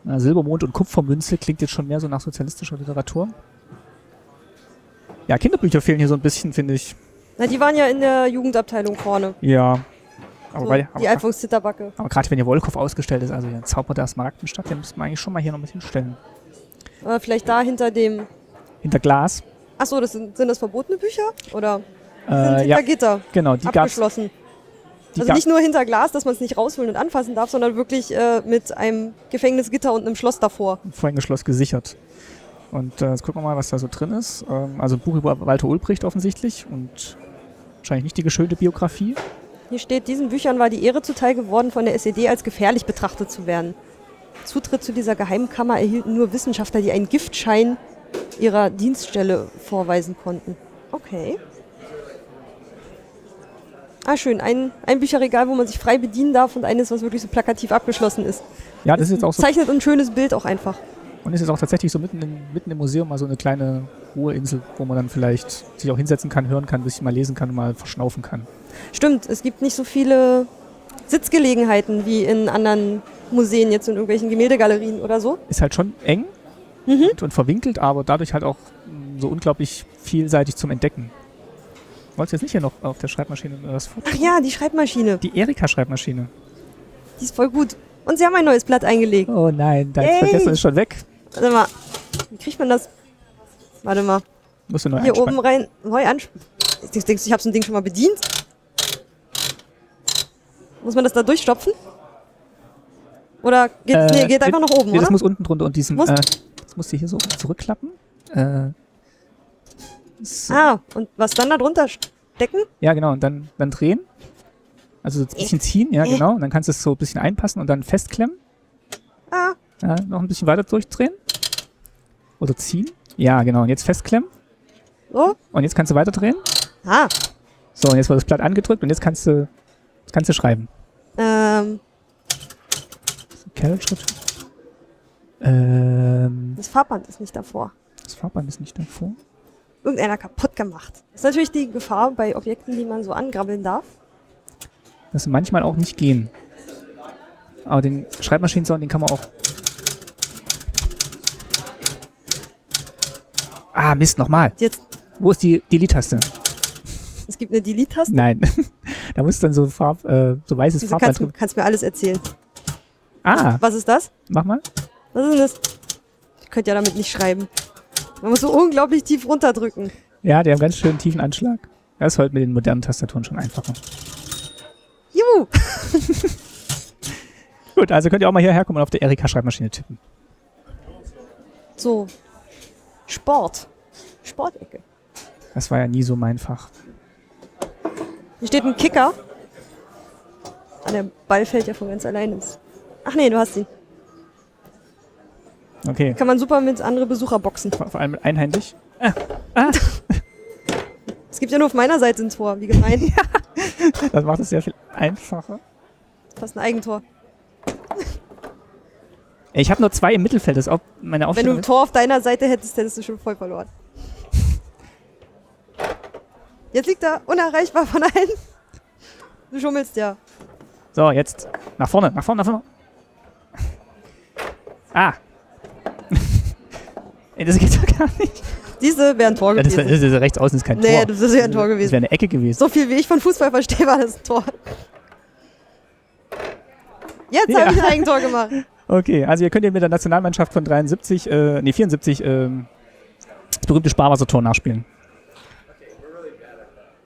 [SPEAKER 2] äh, Silbermond und Kupfermünze klingt jetzt schon mehr so nach sozialistischer Literatur. Ja, Kinderbücher fehlen hier so ein bisschen, finde ich.
[SPEAKER 1] Na, die waren ja in der Jugendabteilung vorne.
[SPEAKER 2] Ja. Aber,
[SPEAKER 1] So,
[SPEAKER 2] bei,
[SPEAKER 1] die
[SPEAKER 2] aber,
[SPEAKER 1] Alfons Zitterbacke.
[SPEAKER 2] aber gerade wenn hier Wolkow ausgestellt ist, also der Zauber der Smaragdenstadt, den müssten wir eigentlich schon mal hier noch mit hinstellen.
[SPEAKER 1] Aber Äh, vielleicht da hinter dem.
[SPEAKER 2] Hinter Glas.
[SPEAKER 1] Achso, das sind, sind das verbotene Bücher? Oder sind
[SPEAKER 2] Äh,
[SPEAKER 1] hinter
[SPEAKER 2] ja,
[SPEAKER 1] Gitter?
[SPEAKER 2] genau, die gab's.
[SPEAKER 1] abgeschlossen.
[SPEAKER 2] Die
[SPEAKER 1] also
[SPEAKER 2] gab-
[SPEAKER 1] nicht nur hinter Glas, dass man es nicht rausholen und anfassen darf, sondern wirklich äh, mit einem Gefängnisgitter und einem Schloss davor.
[SPEAKER 2] vorhin geschlossen gesichert. Und äh, jetzt gucken wir mal, was da so drin ist. Ähm, also ein Buch über Walter Ulbricht offensichtlich und wahrscheinlich nicht die geschönte Biografie.
[SPEAKER 1] Hier steht, diesen Büchern war die Ehre zuteil geworden, von der SED als gefährlich betrachtet zu werden. Zutritt zu dieser Geheimkammer erhielten nur Wissenschaftler, die einen Giftschein ihrer Dienststelle vorweisen konnten. Okay. Ah, schön. Ein, ein Bücherregal, wo man sich frei bedienen darf und eines, was wirklich so plakativ abgeschlossen ist.
[SPEAKER 2] Ja, das ist jetzt auch so
[SPEAKER 1] Zeichnet ein schönes Bild auch einfach.
[SPEAKER 2] und ist jetzt auch tatsächlich so mitten, in, mitten im Museum mal so eine kleine Ruheinsel, wo man dann vielleicht sich auch hinsetzen kann, hören kann, ein bisschen mal lesen kann und mal verschnaufen kann.
[SPEAKER 1] Stimmt, es gibt nicht so viele Sitzgelegenheiten wie in anderen Museen, jetzt in irgendwelchen Gemäldegalerien oder so.
[SPEAKER 2] Ist halt schon eng
[SPEAKER 1] Mhm.
[SPEAKER 2] und, und verwinkelt, aber dadurch halt auch mh, so unglaublich vielseitig zum Entdecken. Wolltest du jetzt nicht hier noch auf der Schreibmaschine was vor?
[SPEAKER 1] Ach ja, die Schreibmaschine,
[SPEAKER 2] Die Erika-Schreibmaschine.
[SPEAKER 1] die ist voll gut. Und sie haben ein neues Blatt eingelegt.
[SPEAKER 2] Oh nein, da
[SPEAKER 1] Yay.
[SPEAKER 2] ist vergessen, ist schon weg.
[SPEAKER 1] Warte mal, wie kriegt man das? Warte mal,
[SPEAKER 2] Musst du neu
[SPEAKER 1] hier
[SPEAKER 2] einspannen.
[SPEAKER 1] oben rein, neu anspannen. Denkst du, ich habe so ein Ding schon mal bedient? Muss man das da durchstopfen? Oder geht,
[SPEAKER 2] Äh,
[SPEAKER 1] nee, geht einfach
[SPEAKER 2] nee,
[SPEAKER 1] nach oben,
[SPEAKER 2] Nee, das
[SPEAKER 1] oder?
[SPEAKER 2] muss unten drunter und diesen.
[SPEAKER 1] Muss-
[SPEAKER 2] Äh, das musst du hier so zurückklappen. Äh, so.
[SPEAKER 1] Ah, und was dann da drunter stecken?
[SPEAKER 2] Ja, genau. Und dann, dann drehen. Also so ein
[SPEAKER 1] Äh.
[SPEAKER 2] bisschen ziehen, ja, genau. Und dann kannst du es so ein bisschen einpassen und dann festklemmen.
[SPEAKER 1] Ah,
[SPEAKER 2] Ja, noch ein bisschen weiter durchdrehen. Oder ziehen. Ja, genau. Und jetzt festklemmen.
[SPEAKER 1] so?
[SPEAKER 2] Und jetzt kannst du weiterdrehen.
[SPEAKER 1] Ah,
[SPEAKER 2] So, und jetzt wird das Blatt angedrückt und jetzt kannst du, jetzt kannst du schreiben.
[SPEAKER 1] ähm,
[SPEAKER 2] Carrot-Schrift. Ähm,
[SPEAKER 1] das Farbband ist nicht davor.
[SPEAKER 2] das Farbband ist nicht davor.
[SPEAKER 1] irgendeiner kaputt gemacht. Das ist natürlich die Gefahr bei Objekten, die man so angrabbeln darf.
[SPEAKER 2] dass sie manchmal auch nicht gehen. Aber den Schreibmaschinensound, den kann man auch. Ah, Mist, nochmal.
[SPEAKER 1] Jetzt,
[SPEAKER 2] Wo ist die Delete-Taste?
[SPEAKER 1] es gibt eine Delete-Taste.
[SPEAKER 2] Nein. da muss dann so, Farb, äh, so weißes
[SPEAKER 1] Wieso
[SPEAKER 2] Farbband
[SPEAKER 1] kannst du
[SPEAKER 2] drin.
[SPEAKER 1] kannst mir alles erzählen?
[SPEAKER 2] Ah,
[SPEAKER 1] Was ist das?
[SPEAKER 2] mach mal.
[SPEAKER 1] Was ist denn das? Ich könnte ja damit nicht schreiben. Man muss so unglaublich tief runterdrücken.
[SPEAKER 2] Ja, die haben ganz schön tiefen Anschlag. Das ist heute mit den modernen Tastaturen schon einfacher.
[SPEAKER 1] Juhu!
[SPEAKER 2] Gut, also könnt ihr auch mal hierher kommen und auf der Erika-Schreibmaschine tippen.
[SPEAKER 1] So. Sport. Sportecke.
[SPEAKER 2] Das war ja nie so mein Fach.
[SPEAKER 1] Hier steht ein Kicker. Ah, der Ball fällt ja von ganz allein ins. Ach nee, du hast ihn.
[SPEAKER 2] Okay,
[SPEAKER 1] Kann man super mit andere Besucher boxen.
[SPEAKER 2] vor vor allem mit einhändig.
[SPEAKER 1] Es gibt ja nur auf meiner Seite ein Tor, wie gemein.
[SPEAKER 2] Das macht es sehr viel einfacher.
[SPEAKER 1] Fast ein Eigentor.
[SPEAKER 2] Ich habe nur zwei im Mittelfeld. Das ist auch meine
[SPEAKER 1] Wenn du
[SPEAKER 2] Aufstellung.
[SPEAKER 1] ein Tor auf deiner Seite hättest, hättest du schon voll verloren. Jetzt liegt er unerreichbar von allen. Du schummelst ja.
[SPEAKER 2] ist- so, jetzt nach vorne, nach vorne, nach vorne. Ah. Ey, das geht doch gar nicht.
[SPEAKER 1] Diese wären Tor
[SPEAKER 2] Ja, das, wär,
[SPEAKER 1] gewesen.
[SPEAKER 2] das ist rechts außen ist kein
[SPEAKER 1] Nee,
[SPEAKER 2] Tor.
[SPEAKER 1] das ist ja ein Tor
[SPEAKER 2] Das
[SPEAKER 1] gewesen.
[SPEAKER 2] wäre eine Ecke gewesen.
[SPEAKER 1] So viel wie ich von Fußball verstehe, war das ein Tor. Jetzt
[SPEAKER 2] Ja.
[SPEAKER 1] habe ich ein Eigentor gemacht.
[SPEAKER 2] Okay, also ihr könnt ihr mit der Nationalmannschaft von 73, äh, nee 74, ähm, das berühmte Sparwassertor nachspielen.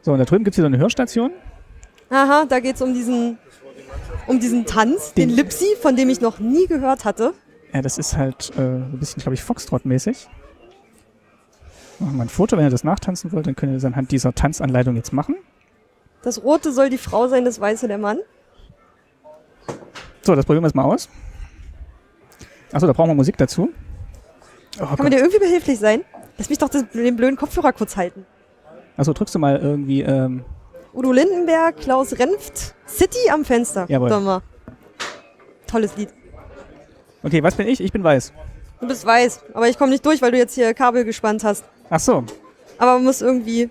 [SPEAKER 2] So, und da drüben gibt es hier so eine Hörstation.
[SPEAKER 1] Aha, da geht es um diesen, um diesen Tanz, den
[SPEAKER 2] Den-
[SPEAKER 1] Lipsi, von dem ich noch nie gehört hatte.
[SPEAKER 2] Ja, das ist halt äh, ein bisschen, glaube ich, Foxtrot-mäßig. Machen wir mal ein Foto, wenn ihr das nachtanzen wollt, dann könnt ihr das anhand dieser Tanzanleitung jetzt machen.
[SPEAKER 1] Das Rote soll die Frau sein, das Weiße der Mann.
[SPEAKER 2] So, das probieren wir jetzt mal aus. Achso, da brauchen wir Musik dazu. Oh
[SPEAKER 1] Kann man dir irgendwie behilflich sein? Lass mich doch das, den blöden Kopfhörer kurz halten.
[SPEAKER 2] Achso, drückst du mal irgendwie, ähm,
[SPEAKER 1] Udo Lindenberg, Klaus Renft, City am Fenster.
[SPEAKER 2] Jawohl.
[SPEAKER 1] Doch mal. Tolles Lied.
[SPEAKER 2] okay, was bin ich? Ich bin weiß.
[SPEAKER 1] Du bist weiß, aber ich komme nicht durch, weil du jetzt hier Kabel gespannt hast.
[SPEAKER 2] Achso,
[SPEAKER 1] Aber man muss irgendwie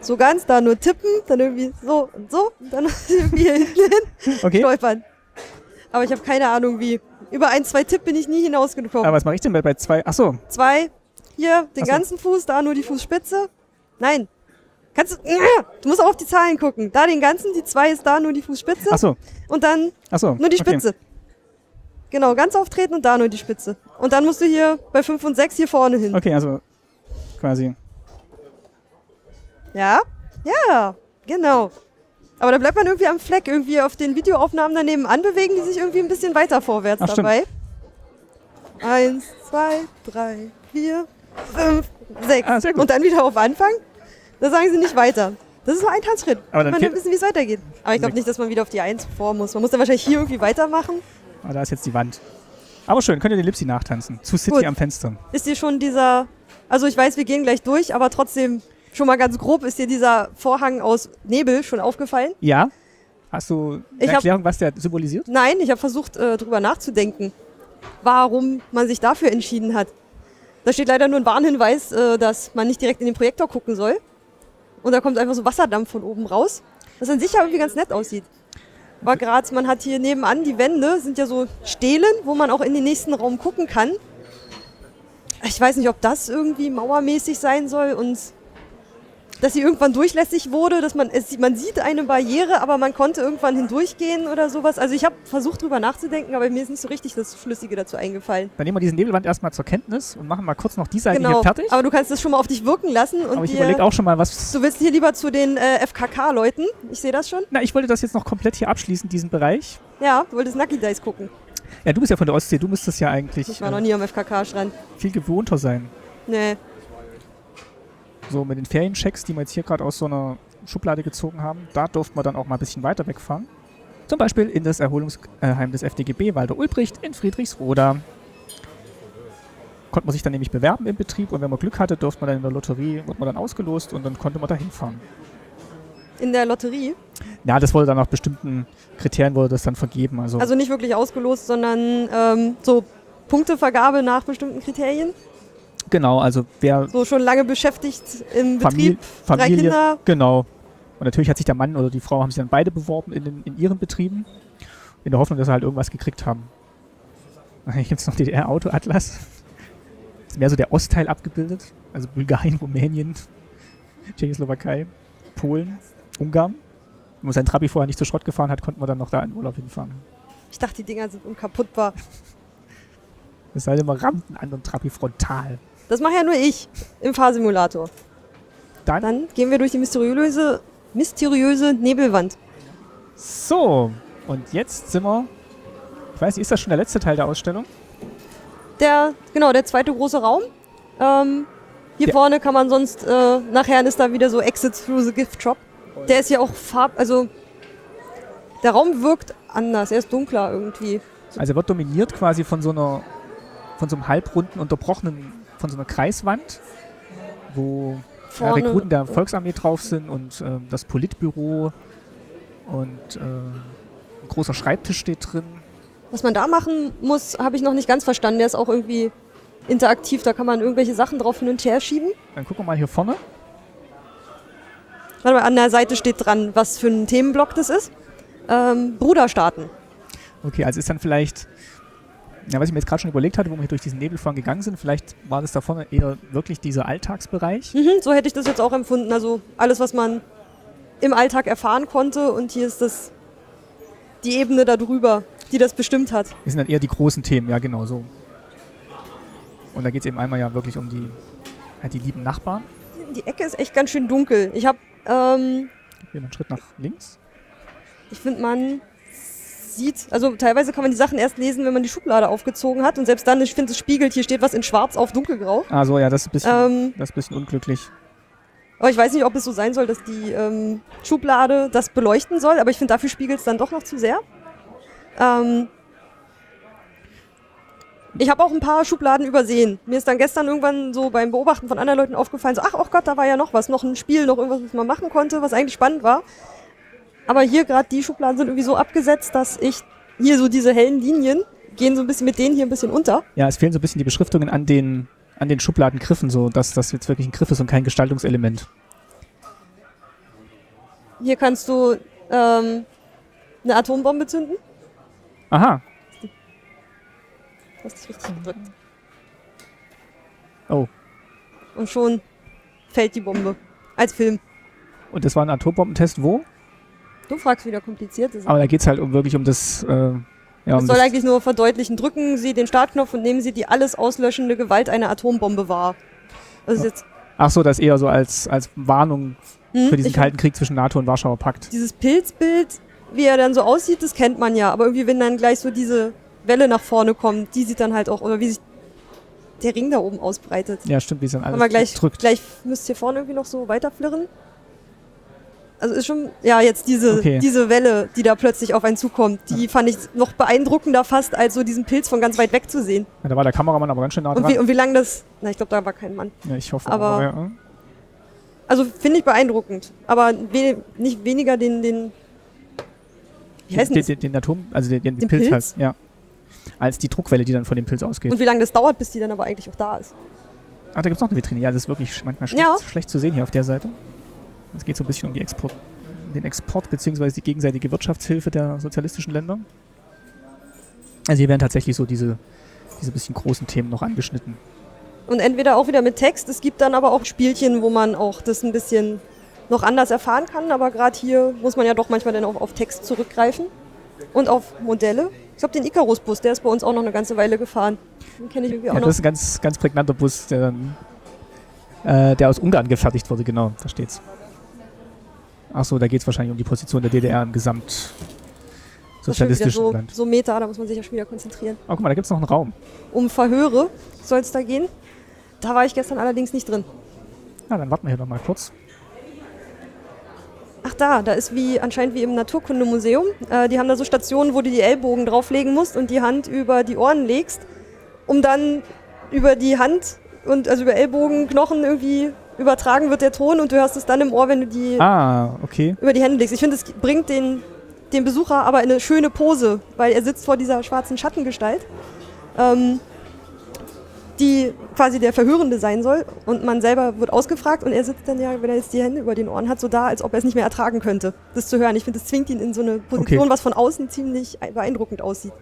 [SPEAKER 1] so ganz da nur tippen, dann irgendwie so und so und dann irgendwie hin
[SPEAKER 2] okay.
[SPEAKER 1] stolpern. Aber ich habe keine Ahnung wie. Über ein, zwei Tipp bin ich nie hinausgekommen.
[SPEAKER 2] Aber was mache ich denn bei, bei zwei? Achso,
[SPEAKER 1] zwei, hier den
[SPEAKER 2] Ach so.
[SPEAKER 1] ganzen Fuß, da nur die Fußspitze. Nein. Kannst du, du musst auch auf die Zahlen gucken. Da den ganzen, die zwei ist da nur die Fußspitze.
[SPEAKER 2] achso,
[SPEAKER 1] Und dann
[SPEAKER 2] achso.
[SPEAKER 1] nur die
[SPEAKER 2] okay.
[SPEAKER 1] Spitze. Genau, ganz auftreten und da nur die Spitze. Und dann musst du hier bei 5 und 6 hier vorne hin.
[SPEAKER 2] Okay, also quasi.
[SPEAKER 1] Ja, ja, genau. Aber da bleibt man irgendwie am Fleck, irgendwie auf den Videoaufnahmen daneben anbewegen, die sich irgendwie ein bisschen weiter vorwärts
[SPEAKER 2] Ach, stimmt.
[SPEAKER 1] dabei. Eins, zwei, drei, vier, fünf, sechs.
[SPEAKER 2] Ah, sehr gut.
[SPEAKER 1] Und dann wieder auf Anfang. Da sagen sie nicht weiter. Das ist nur ein Tanzschritt.
[SPEAKER 2] Aber dann
[SPEAKER 1] man
[SPEAKER 2] fehlt-
[SPEAKER 1] will wissen, wie es weitergeht. Aber ich glaube nicht, dass man wieder auf die Eins vor muss. Man muss dann wahrscheinlich hier irgendwie weitermachen.
[SPEAKER 2] Ah, da ist jetzt die Wand. Aber schön, könnt ihr den Lipsi nachtanzen. Zu City
[SPEAKER 1] Gut.
[SPEAKER 2] am Fenster.
[SPEAKER 1] Ist dir schon dieser, also ich weiß, wir gehen gleich durch, aber trotzdem schon mal ganz grob, ist dir dieser Vorhang aus Nebel schon aufgefallen?
[SPEAKER 2] Ja? Hast du
[SPEAKER 1] Ich
[SPEAKER 2] eine
[SPEAKER 1] hab-
[SPEAKER 2] Erklärung, was der symbolisiert?
[SPEAKER 1] Nein, ich habe versucht, äh, drüber nachzudenken, warum man sich dafür entschieden hat. Da steht leider nur ein Warnhinweis, äh, dass man nicht direkt in den Projektor gucken soll. Und da kommt einfach so Wasserdampf von oben raus, was an sich ja irgendwie ganz nett aussieht. War Graz, man hat hier nebenan die Wände, sind ja so Stelen, wo man auch in den nächsten Raum gucken kann. Ich weiß nicht, ob das irgendwie mauermäßig sein soll und dass sie irgendwann durchlässig wurde, dass man es sieht, man sieht eine Barriere, aber man konnte irgendwann hindurchgehen oder sowas. Also ich habe versucht drüber nachzudenken, aber mir ist nicht so richtig das Schlüssige dazu eingefallen.
[SPEAKER 2] Dann nehmen wir diesen Nebelwand erstmal zur Kenntnis und machen mal kurz noch die Seite
[SPEAKER 1] Genau.
[SPEAKER 2] hier fertig.
[SPEAKER 1] Aber du kannst es schon mal auf dich wirken lassen und
[SPEAKER 2] Aber ich
[SPEAKER 1] dir,
[SPEAKER 2] überlege auch schon mal, was.
[SPEAKER 1] du willst hier lieber zu den äh, FKK-Leuten. Ich sehe das schon.
[SPEAKER 2] Na, ich wollte das jetzt noch komplett hier abschließen, diesen Bereich.
[SPEAKER 1] Ja, du wolltest Nucky Dice gucken.
[SPEAKER 2] Ja, du bist ja von der Ostsee, du müsstest ja eigentlich
[SPEAKER 1] Ich war noch
[SPEAKER 2] äh,
[SPEAKER 1] nie am FKK-Strand.
[SPEAKER 2] viel gewohnter sein.
[SPEAKER 1] Nee.
[SPEAKER 2] So mit den Ferienchecks, die wir jetzt hier gerade aus so einer Schublade gezogen haben, da durften wir dann auch mal ein bisschen weiter wegfahren. Zum Beispiel in das Erholungsheim des FDGB Walter Ulbricht in Friedrichsroda. Konnte man sich dann nämlich bewerben im Betrieb und wenn man Glück hatte, durfte man dann in der Lotterie, wurde man dann ausgelost und dann konnte man da hinfahren.
[SPEAKER 1] In der Lotterie.
[SPEAKER 2] Ja, das wurde dann nach bestimmten Kriterien wurde das dann vergeben. Also,
[SPEAKER 1] Also nicht wirklich ausgelost, sondern ähm, so Punktevergabe nach bestimmten Kriterien.
[SPEAKER 2] genau, also wer
[SPEAKER 1] So schon lange beschäftigt im
[SPEAKER 2] Famil-
[SPEAKER 1] Betrieb. drei Kinder.
[SPEAKER 2] Genau. Und natürlich hat sich der Mann oder die Frau haben sich dann beide beworben in, den, in ihren Betrieben, in der Hoffnung, dass sie halt irgendwas gekriegt haben. Hier gibt es noch DDR-Autoatlas. Ist mehr so der Ostteil abgebildet. Also Bulgarien, Rumänien, Tschechoslowakei, Polen, Ungarn. Wenn man sein Trabi vorher nicht zu Schrott gefahren hat, konnten wir dann noch da in Urlaub hinfahren.
[SPEAKER 1] Ich dachte, die Dinger sind unkaputtbar.
[SPEAKER 2] Es sei denn, man rammt einen anderen Trabi frontal.
[SPEAKER 1] Das mache ja nur ich im Fahrsimulator.
[SPEAKER 2] Dann,
[SPEAKER 1] Dann gehen wir durch die mysteriöse, mysteriöse Nebelwand.
[SPEAKER 2] so. Und jetzt sind wir. Ich weiß nicht, ist das schon der letzte Teil der Ausstellung?
[SPEAKER 1] Der, genau, der zweite große Raum. Ähm, hier
[SPEAKER 2] Ja.
[SPEAKER 1] vorne kann man sonst, äh, nachher ist da wieder so Exit through the Gift Shop. Der ist ja auch farb, also der Raum wirkt anders, er ist dunkler irgendwie.
[SPEAKER 2] Also er wird dominiert quasi von so einer, von so einem halbrunden, unterbrochenen, von so einer Kreiswand, wo ja,
[SPEAKER 1] Vorne.
[SPEAKER 2] Rekruten der Volksarmee drauf sind und ähm, das Politbüro und ähm, ein großer Schreibtisch steht drin.
[SPEAKER 1] Was man da machen muss, habe ich noch nicht ganz verstanden. Der ist auch irgendwie interaktiv, da kann man irgendwelche Sachen drauf hin und her schieben.
[SPEAKER 2] Dann gucken wir mal hier vorne.
[SPEAKER 1] Warte mal, an der Seite steht dran, was für ein Themenblock das ist. Ähm, Bruderstaaten.
[SPEAKER 2] Okay, also ist dann vielleicht, ja, was ich mir jetzt gerade schon überlegt hatte, wo wir hier durch diesen Nebel vorhin gegangen sind, vielleicht war das da vorne eher wirklich dieser Alltagsbereich.
[SPEAKER 1] Mhm, so hätte ich das jetzt auch empfunden. Also alles, was man im Alltag erfahren konnte und hier ist das die Ebene darüber, die das bestimmt hat.
[SPEAKER 2] Das sind dann eher die großen Themen, ja genau so. Und da geht es eben einmal ja wirklich um die, halt die lieben Nachbarn.
[SPEAKER 1] Die Ecke ist echt ganz schön dunkel. Ich habe, ähm,
[SPEAKER 2] Hier noch einen Schritt nach links.
[SPEAKER 1] ich finde, man sieht, also teilweise kann man die Sachen erst lesen, wenn man die Schublade aufgezogen hat und selbst dann, ich finde, es spiegelt, hier steht was in Schwarz auf dunkelgrau.
[SPEAKER 2] Ah, so, ja, das ist ein bisschen,
[SPEAKER 1] Ähm.
[SPEAKER 2] das ist ein bisschen unglücklich.
[SPEAKER 1] Aber ich weiß nicht, ob es so sein soll, dass die ähm, Schublade das beleuchten soll, aber ich finde, dafür spiegelt es dann doch noch zu sehr. Ähm, ich habe auch ein paar Schubladen übersehen. Mir ist dann gestern irgendwann so beim Beobachten von anderen Leuten aufgefallen, so, ach, oh Gott, da war ja noch was, noch ein Spiel, noch irgendwas, was man machen konnte, was eigentlich spannend war. Aber hier gerade die Schubladen sind irgendwie so abgesetzt, dass ich hier so diese hellen Linien gehen so ein bisschen mit denen hier ein bisschen unter.
[SPEAKER 2] Ja, es fehlen so ein bisschen die Beschriftungen an den, an den Schubladengriffen, so dass das jetzt wirklich ein Griff ist und kein Gestaltungselement.
[SPEAKER 1] Hier kannst du ähm, eine Atombombe zünden.
[SPEAKER 2] Aha.
[SPEAKER 1] Du hast dich richtig gedrückt.
[SPEAKER 2] Mhm. Oh.
[SPEAKER 1] Und schon fällt die Bombe. Als Film.
[SPEAKER 2] Und das war ein Atombombentest wo?
[SPEAKER 1] Du fragst wieder komplizierte Sachen.
[SPEAKER 2] Aber da geht es halt um wirklich um das, äh, ja,
[SPEAKER 1] Es
[SPEAKER 2] um
[SPEAKER 1] soll
[SPEAKER 2] das,
[SPEAKER 1] eigentlich nur verdeutlichen, drücken Sie den Startknopf und nehmen Sie die alles auslöschende Gewalt einer Atombombe wahr. Das ist jetzt
[SPEAKER 2] ach so, das eher so als, als Warnung
[SPEAKER 1] hm,
[SPEAKER 2] für diesen
[SPEAKER 1] ich-
[SPEAKER 2] Kalten Krieg zwischen NATO und Warschauer Pakt.
[SPEAKER 1] dieses Pilzbild, wie er dann so aussieht, das kennt man ja. Aber irgendwie, wenn dann gleich so diese Welle nach vorne kommt, die sieht dann halt auch, oder wie sich der Ring da oben ausbreitet.
[SPEAKER 2] Ja, stimmt, wie es dann
[SPEAKER 1] Wenn wir
[SPEAKER 2] alles
[SPEAKER 1] gleich,
[SPEAKER 2] drückt.
[SPEAKER 1] gleich müsst ihr vorne irgendwie noch so weiterflirren. Also ist schon, ja, jetzt diese,
[SPEAKER 2] Okay.
[SPEAKER 1] diese Welle, die da plötzlich auf einen zukommt, die fand ich noch beeindruckender fast, als so diesen Pilz von ganz weit weg zu sehen.
[SPEAKER 2] Ja, da war der Kameramann aber ganz schön nah
[SPEAKER 1] Und wie,
[SPEAKER 2] dran.
[SPEAKER 1] und wie lang das, na, ich glaube, da war kein Mann.
[SPEAKER 2] Ja, ich hoffe,
[SPEAKER 1] aber-
[SPEAKER 2] ja.
[SPEAKER 1] Also finde ich beeindruckend, aber we nicht weniger den, den, wie heißt denn
[SPEAKER 2] den,
[SPEAKER 1] das?
[SPEAKER 2] den, den Atom, also den, den,
[SPEAKER 1] Den
[SPEAKER 2] Pilz,
[SPEAKER 1] Pilz?
[SPEAKER 2] halt, ja. Als die Druckwelle, die dann von dem Pilz ausgeht.
[SPEAKER 1] Und wie lange das dauert, bis die dann aber eigentlich auch da ist.
[SPEAKER 2] Ach, Ah, da gibt es noch eine Vitrine. Ja, das ist wirklich sch- manchmal schlecht,
[SPEAKER 1] Ja.
[SPEAKER 2] schlecht zu sehen hier auf der Seite. Es geht so ein bisschen um die Export, den Export bzw. die gegenseitige Wirtschaftshilfe der sozialistischen Länder. Also hier werden tatsächlich so diese, diese bisschen großen Themen noch angeschnitten.
[SPEAKER 1] Und entweder auch wieder mit Text, es gibt dann aber auch Spielchen, wo man auch das ein bisschen noch anders erfahren kann, aber gerade hier muss man ja doch manchmal dann auch auf Text zurückgreifen und auf Modelle. Ich glaube, den Icarus-Bus, der ist bei uns auch noch eine ganze Weile gefahren. Den kenne ich irgendwie auch
[SPEAKER 2] Ja,
[SPEAKER 1] noch.
[SPEAKER 2] das ist ein ganz, ganz prägnanter Bus, der, dann, äh, der aus Ungarn gefertigt wurde, genau, da steht's. Achso, da geht es wahrscheinlich um die Position der DDR im gesamt
[SPEAKER 1] Das ist schon wieder
[SPEAKER 2] sozialistischen
[SPEAKER 1] so,
[SPEAKER 2] Land.
[SPEAKER 1] so Meta, da muss man sich ja schon wieder konzentrieren.
[SPEAKER 2] Oh, guck mal, da gibt es noch einen Raum.
[SPEAKER 1] Um Verhöre soll es da gehen. Da war ich gestern allerdings nicht drin.
[SPEAKER 2] Ja, dann warten wir hier nochmal kurz.
[SPEAKER 1] Ach da, da ist wie anscheinend wie im Naturkundemuseum. Äh, die haben da so Stationen, wo du die Ellbogen drauflegen musst und die Hand über die Ohren legst, um dann über die Hand und also über Ellbogen, Knochen irgendwie übertragen wird der Ton und du hörst es dann im Ohr, wenn du die
[SPEAKER 2] Ah, okay.
[SPEAKER 1] über die Hände legst. Ich finde, es bringt den, den Besucher aber in eine schöne Pose, weil er sitzt vor dieser schwarzen Schattengestalt, ähm, die quasi der Verhörende sein soll. Und man selber wird ausgefragt und er sitzt dann ja, wenn er jetzt die Hände über den Ohren hat, so da, als ob er es nicht mehr ertragen könnte, das zu hören. Ich finde, das zwingt ihn in so eine Position,
[SPEAKER 2] Okay.
[SPEAKER 1] was von außen ziemlich beeindruckend aussieht.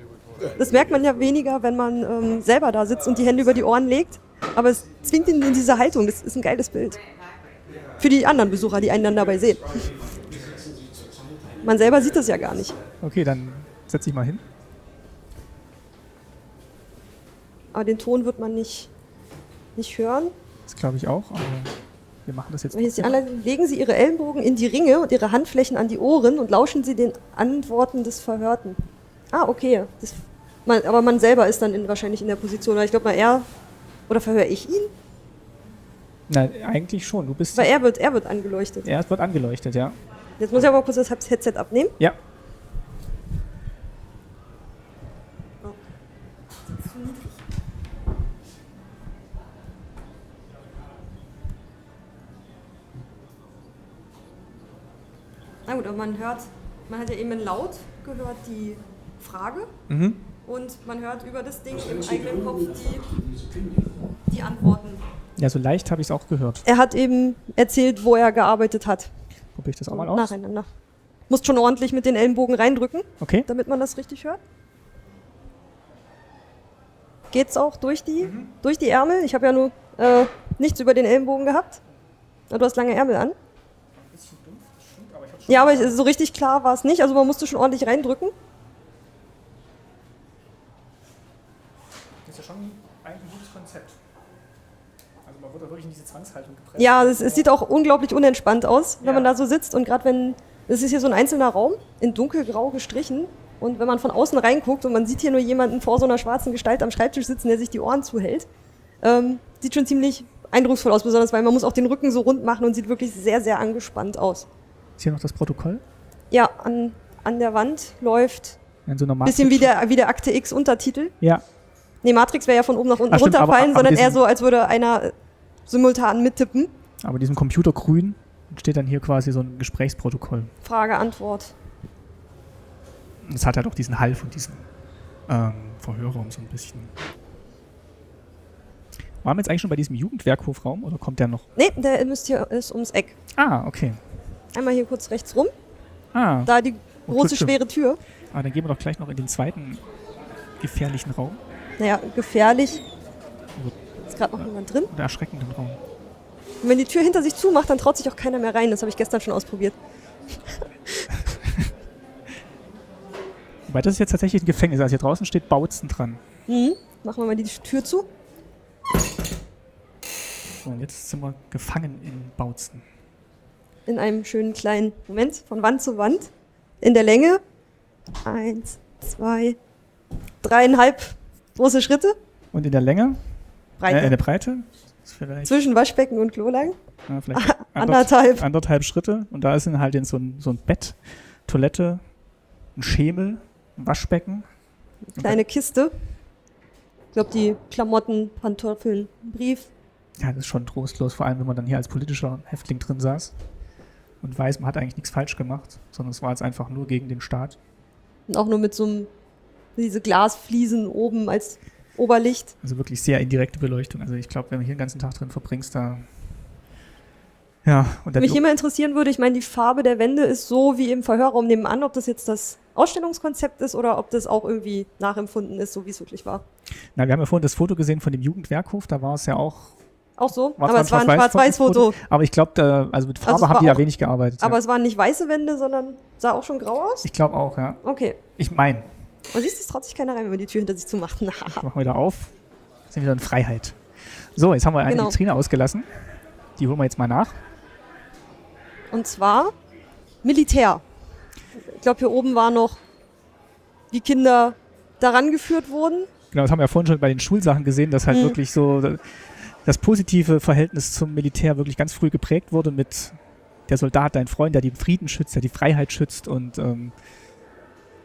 [SPEAKER 1] Das merkt man ja weniger, wenn man ähm, selber da sitzt und die Hände über die Ohren legt. Aber es zwingt ihn in diese Haltung. Das ist ein geiles Bild. Für die anderen Besucher, die einen dann dabei sehen. Man selber sieht das ja gar nicht.
[SPEAKER 2] Okay, dann setz dich mal hin.
[SPEAKER 1] Aber den Ton wird man nicht, nicht hören.
[SPEAKER 2] Das glaube ich auch. Aber wir machen das jetzt.
[SPEAKER 1] Wenn ich es dir anleite, legen Sie Ihre Ellenbogen in die Ringe und Ihre Handflächen an die Ohren und lauschen Sie den Antworten des Verhörten. Ah, okay. Das, man, aber man selber ist dann in, wahrscheinlich in der Position. Oder ich glaube mal, er. Oder verhöre ich ihn?
[SPEAKER 2] Nein, eigentlich schon. Du bist.
[SPEAKER 1] Weil er wird, er wird angeleuchtet.
[SPEAKER 2] Ja, es wird angeleuchtet, ja.
[SPEAKER 1] Jetzt muss ich aber kurz das Headset abnehmen.
[SPEAKER 2] Ja.
[SPEAKER 1] Na gut, aber man hört, man hat ja eben laut gehört die Frage
[SPEAKER 2] Mhm.
[SPEAKER 1] und man hört über das Ding im eigenen Kopf die, die Antworten.
[SPEAKER 2] Ja, so leicht habe ich es auch gehört.
[SPEAKER 1] Er hat eben erzählt, wo er gearbeitet hat.
[SPEAKER 2] Probiere ich das auch mal aus.
[SPEAKER 1] Nacheinander. Musst schon ordentlich mit den Ellenbogen reindrücken,
[SPEAKER 2] Okay.
[SPEAKER 1] damit man das richtig hört. Geht's auch durch die, durch die Ärmel? Ich habe ja nur äh, nichts über den Ellenbogen gehabt. Na, Du hast lange Ärmel an. Ja, aber ich, so richtig klar war es nicht. Also man musste schon ordentlich reindrücken.
[SPEAKER 4] Das ist ja schon eigentlich ein gutes Konzept. Also man wird da wirklich in diese Zwangshaltung gepresst.
[SPEAKER 1] Ja, es, es sieht auch unglaublich unentspannt aus, wenn
[SPEAKER 4] Ja.
[SPEAKER 1] man da so sitzt. Und gerade wenn, es ist hier so ein einzelner Raum, in dunkelgrau gestrichen. Und wenn man von außen reinguckt und man sieht hier nur jemanden vor so einer schwarzen Gestalt am Schreibtisch sitzen, der sich die Ohren zuhält, ähm, sieht schon ziemlich eindrucksvoll aus, besonders weil man muss auch den Rücken so rund machen und sieht wirklich sehr, sehr angespannt aus.
[SPEAKER 2] Ist hier noch das Protokoll?
[SPEAKER 1] Ja, an, an der Wand läuft
[SPEAKER 2] In so einer
[SPEAKER 1] ein bisschen wie der, wie der Akte X Untertitel.
[SPEAKER 2] Ja.
[SPEAKER 1] Nee, Matrix wäre ja von oben nach unten
[SPEAKER 2] Ah, stimmt, aber-
[SPEAKER 1] runterfallen,
[SPEAKER 2] aber
[SPEAKER 1] sondern eher
[SPEAKER 2] diesen-
[SPEAKER 1] so, als würde einer äh, simultan mittippen.
[SPEAKER 2] Aber diesem Computer grün steht dann hier quasi so ein Gesprächsprotokoll.
[SPEAKER 1] Frage, Antwort.
[SPEAKER 2] Und Es hat halt auch diesen Hall von diesem ähm, Verhörraum so ein bisschen. Waren wir jetzt eigentlich schon bei diesem Jugendwerkhofraum oder kommt der noch?
[SPEAKER 1] Nee, der müsst hier ist ums Eck.
[SPEAKER 2] Ah, okay.
[SPEAKER 1] Einmal hier kurz rechts rum,
[SPEAKER 2] Ah,
[SPEAKER 1] da die
[SPEAKER 2] Oh,
[SPEAKER 1] große
[SPEAKER 2] Glückchen.
[SPEAKER 1] schwere Tür.
[SPEAKER 2] aber dann gehen wir doch gleich noch in den zweiten gefährlichen Raum
[SPEAKER 1] Naja, gefährlich. Ist gerade noch jemand drin.
[SPEAKER 2] oder erschreckenden Raum.
[SPEAKER 1] Und wenn die Tür hinter sich zumacht, dann traut sich auch keiner mehr rein. Das habe ich gestern schon ausprobiert.
[SPEAKER 2] Wobei das ist jetzt tatsächlich ein Gefängnis. Also hier draußen steht Bautzen dran.
[SPEAKER 1] Mhm. Machen wir mal die Tür zu.
[SPEAKER 2] So, und jetzt sind wir gefangen in Bautzen.
[SPEAKER 1] In einem schönen kleinen Moment, von Wand zu Wand. In der Länge. Eins, zwei, dreieinhalb große Schritte.
[SPEAKER 2] Und in der Länge, äh, in
[SPEAKER 1] Breite.
[SPEAKER 2] der Breite, ist vielleicht,
[SPEAKER 1] Zwischen Waschbecken und Klo lang.
[SPEAKER 2] ja, vielleicht
[SPEAKER 1] Anderthalb.
[SPEAKER 2] anderthalb Schritte und da ist dann halt in so, ein, so ein Bett, Toilette, ein Schemel, ein Waschbecken.
[SPEAKER 1] Kleine Kiste. Ich glaube, die Klamotten, Pantoffeln, Brief.
[SPEAKER 2] Ja, das ist schon trostlos, vor allem wenn man dann hier als politischer Häftling drin saß und weiß, man hat eigentlich nichts falsch gemacht, sondern es war jetzt einfach nur gegen den Staat.
[SPEAKER 1] Und auch nur mit so einem, diese Glasfliesen oben als Oberlicht.
[SPEAKER 2] Also wirklich sehr indirekte Beleuchtung. Also ich glaube, wenn du hier den ganzen Tag drin verbringst, da. Ja, und dann.
[SPEAKER 1] Mich immer interessieren würde, ich meine, die Farbe der Wände ist so wie im Verhörraum nebenan, ob das jetzt das Ausstellungskonzept ist oder ob das auch irgendwie nachempfunden ist, so wie es wirklich war.
[SPEAKER 2] Na, wir haben ja vorhin das Foto gesehen von dem Jugendwerkhof, da war es ja auch.
[SPEAKER 1] Auch so,
[SPEAKER 2] war
[SPEAKER 1] aber es
[SPEAKER 2] zwar
[SPEAKER 1] war ein Schwarz-Weiß-Foto.
[SPEAKER 2] Aber ich glaube, da- also mit Farbe
[SPEAKER 1] Also es
[SPEAKER 2] haben
[SPEAKER 1] war
[SPEAKER 2] die ja
[SPEAKER 1] auch-
[SPEAKER 2] wenig gearbeitet.
[SPEAKER 1] Aber
[SPEAKER 2] ja.
[SPEAKER 1] es waren nicht weiße Wände, sondern sah auch schon grau aus.
[SPEAKER 2] Ich glaube auch, ja.
[SPEAKER 1] Okay.
[SPEAKER 2] Ich meine,
[SPEAKER 1] Man siehst, es traut sich keiner rein, wenn man die Tür hinter sich zumacht. Na,
[SPEAKER 2] machen wir wieder auf. Sind wieder in Freiheit. So, jetzt haben wir eine
[SPEAKER 1] Genau.
[SPEAKER 2] Vitrine ausgelassen. Die holen wir jetzt mal nach.
[SPEAKER 1] Und zwar Militär. Ich glaube, hier oben war noch, wie Kinder daran geführt wurden.
[SPEAKER 2] Genau, das haben wir ja vorhin schon bei den Schulsachen gesehen, dass halt
[SPEAKER 1] Mhm.
[SPEAKER 2] wirklich so da- das positive Verhältnis zum Militär wirklich ganz früh geprägt wurde mit der Soldat, dein Freund, der den Frieden schützt, der die Freiheit schützt und ähm,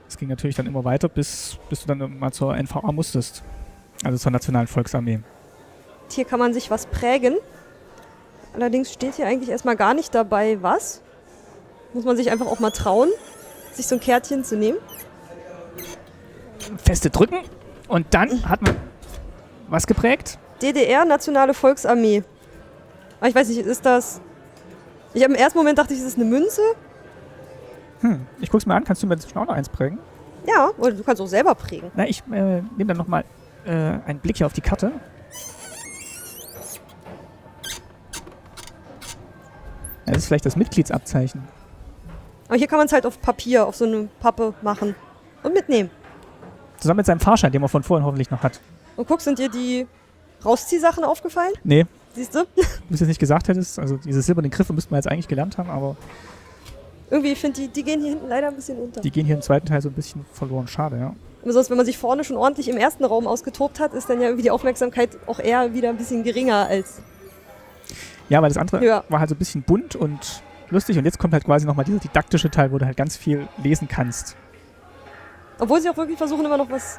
[SPEAKER 2] es ging natürlich dann immer weiter, bis, bis du dann mal zur NVA musstest. Also zur Nationalen Volksarmee.
[SPEAKER 1] Hier kann man sich was prägen. Allerdings steht hier eigentlich erstmal gar nicht dabei, was. Muss man sich einfach auch mal trauen, sich so ein Kärtchen zu nehmen.
[SPEAKER 2] Feste drücken und dann hat man was geprägt?
[SPEAKER 1] DDR, Nationale Volksarmee. Aber ich weiß nicht, ist das. Ich habe im ersten Moment dachte ich, es ist eine Münze.
[SPEAKER 2] Hm, ich guck's mir an, kannst du mir inzwischen auch noch eins prägen?
[SPEAKER 1] Ja, oder du kannst auch selber prägen.
[SPEAKER 2] Na, ich äh, nehme dann nochmal äh, einen Blick hier auf die Karte. Ja, Das ist vielleicht das Mitgliedsabzeichen.
[SPEAKER 1] Aber hier kann man es halt auf Papier, auf so eine Pappe machen und mitnehmen.
[SPEAKER 2] Zusammen mit seinem Fahrschein, den man von vorhin hoffentlich noch hat.
[SPEAKER 1] Und guck, sind dir die Rausziehsachen aufgefallen?
[SPEAKER 2] Nee,
[SPEAKER 1] Siehst du?
[SPEAKER 2] Du es jetzt nicht gesagt hättest, also diese silbernen Griffe müssten wir jetzt eigentlich gelernt haben, aber
[SPEAKER 1] Irgendwie, ich finde, die, die gehen hier hinten leider ein bisschen unter.
[SPEAKER 2] die gehen hier im zweiten Teil so ein bisschen verloren. Schade, ja.
[SPEAKER 1] Aber sonst, wenn man sich vorne schon ordentlich im ersten Raum ausgetobt hat, ist dann ja irgendwie die Aufmerksamkeit auch eher wieder ein bisschen geringer als.
[SPEAKER 2] Ja, weil das andere
[SPEAKER 1] Ja.
[SPEAKER 2] war halt so ein bisschen bunt und lustig und jetzt kommt halt quasi nochmal dieser didaktische Teil, wo du halt ganz viel lesen kannst.
[SPEAKER 1] Obwohl sie auch wirklich versuchen, immer noch was.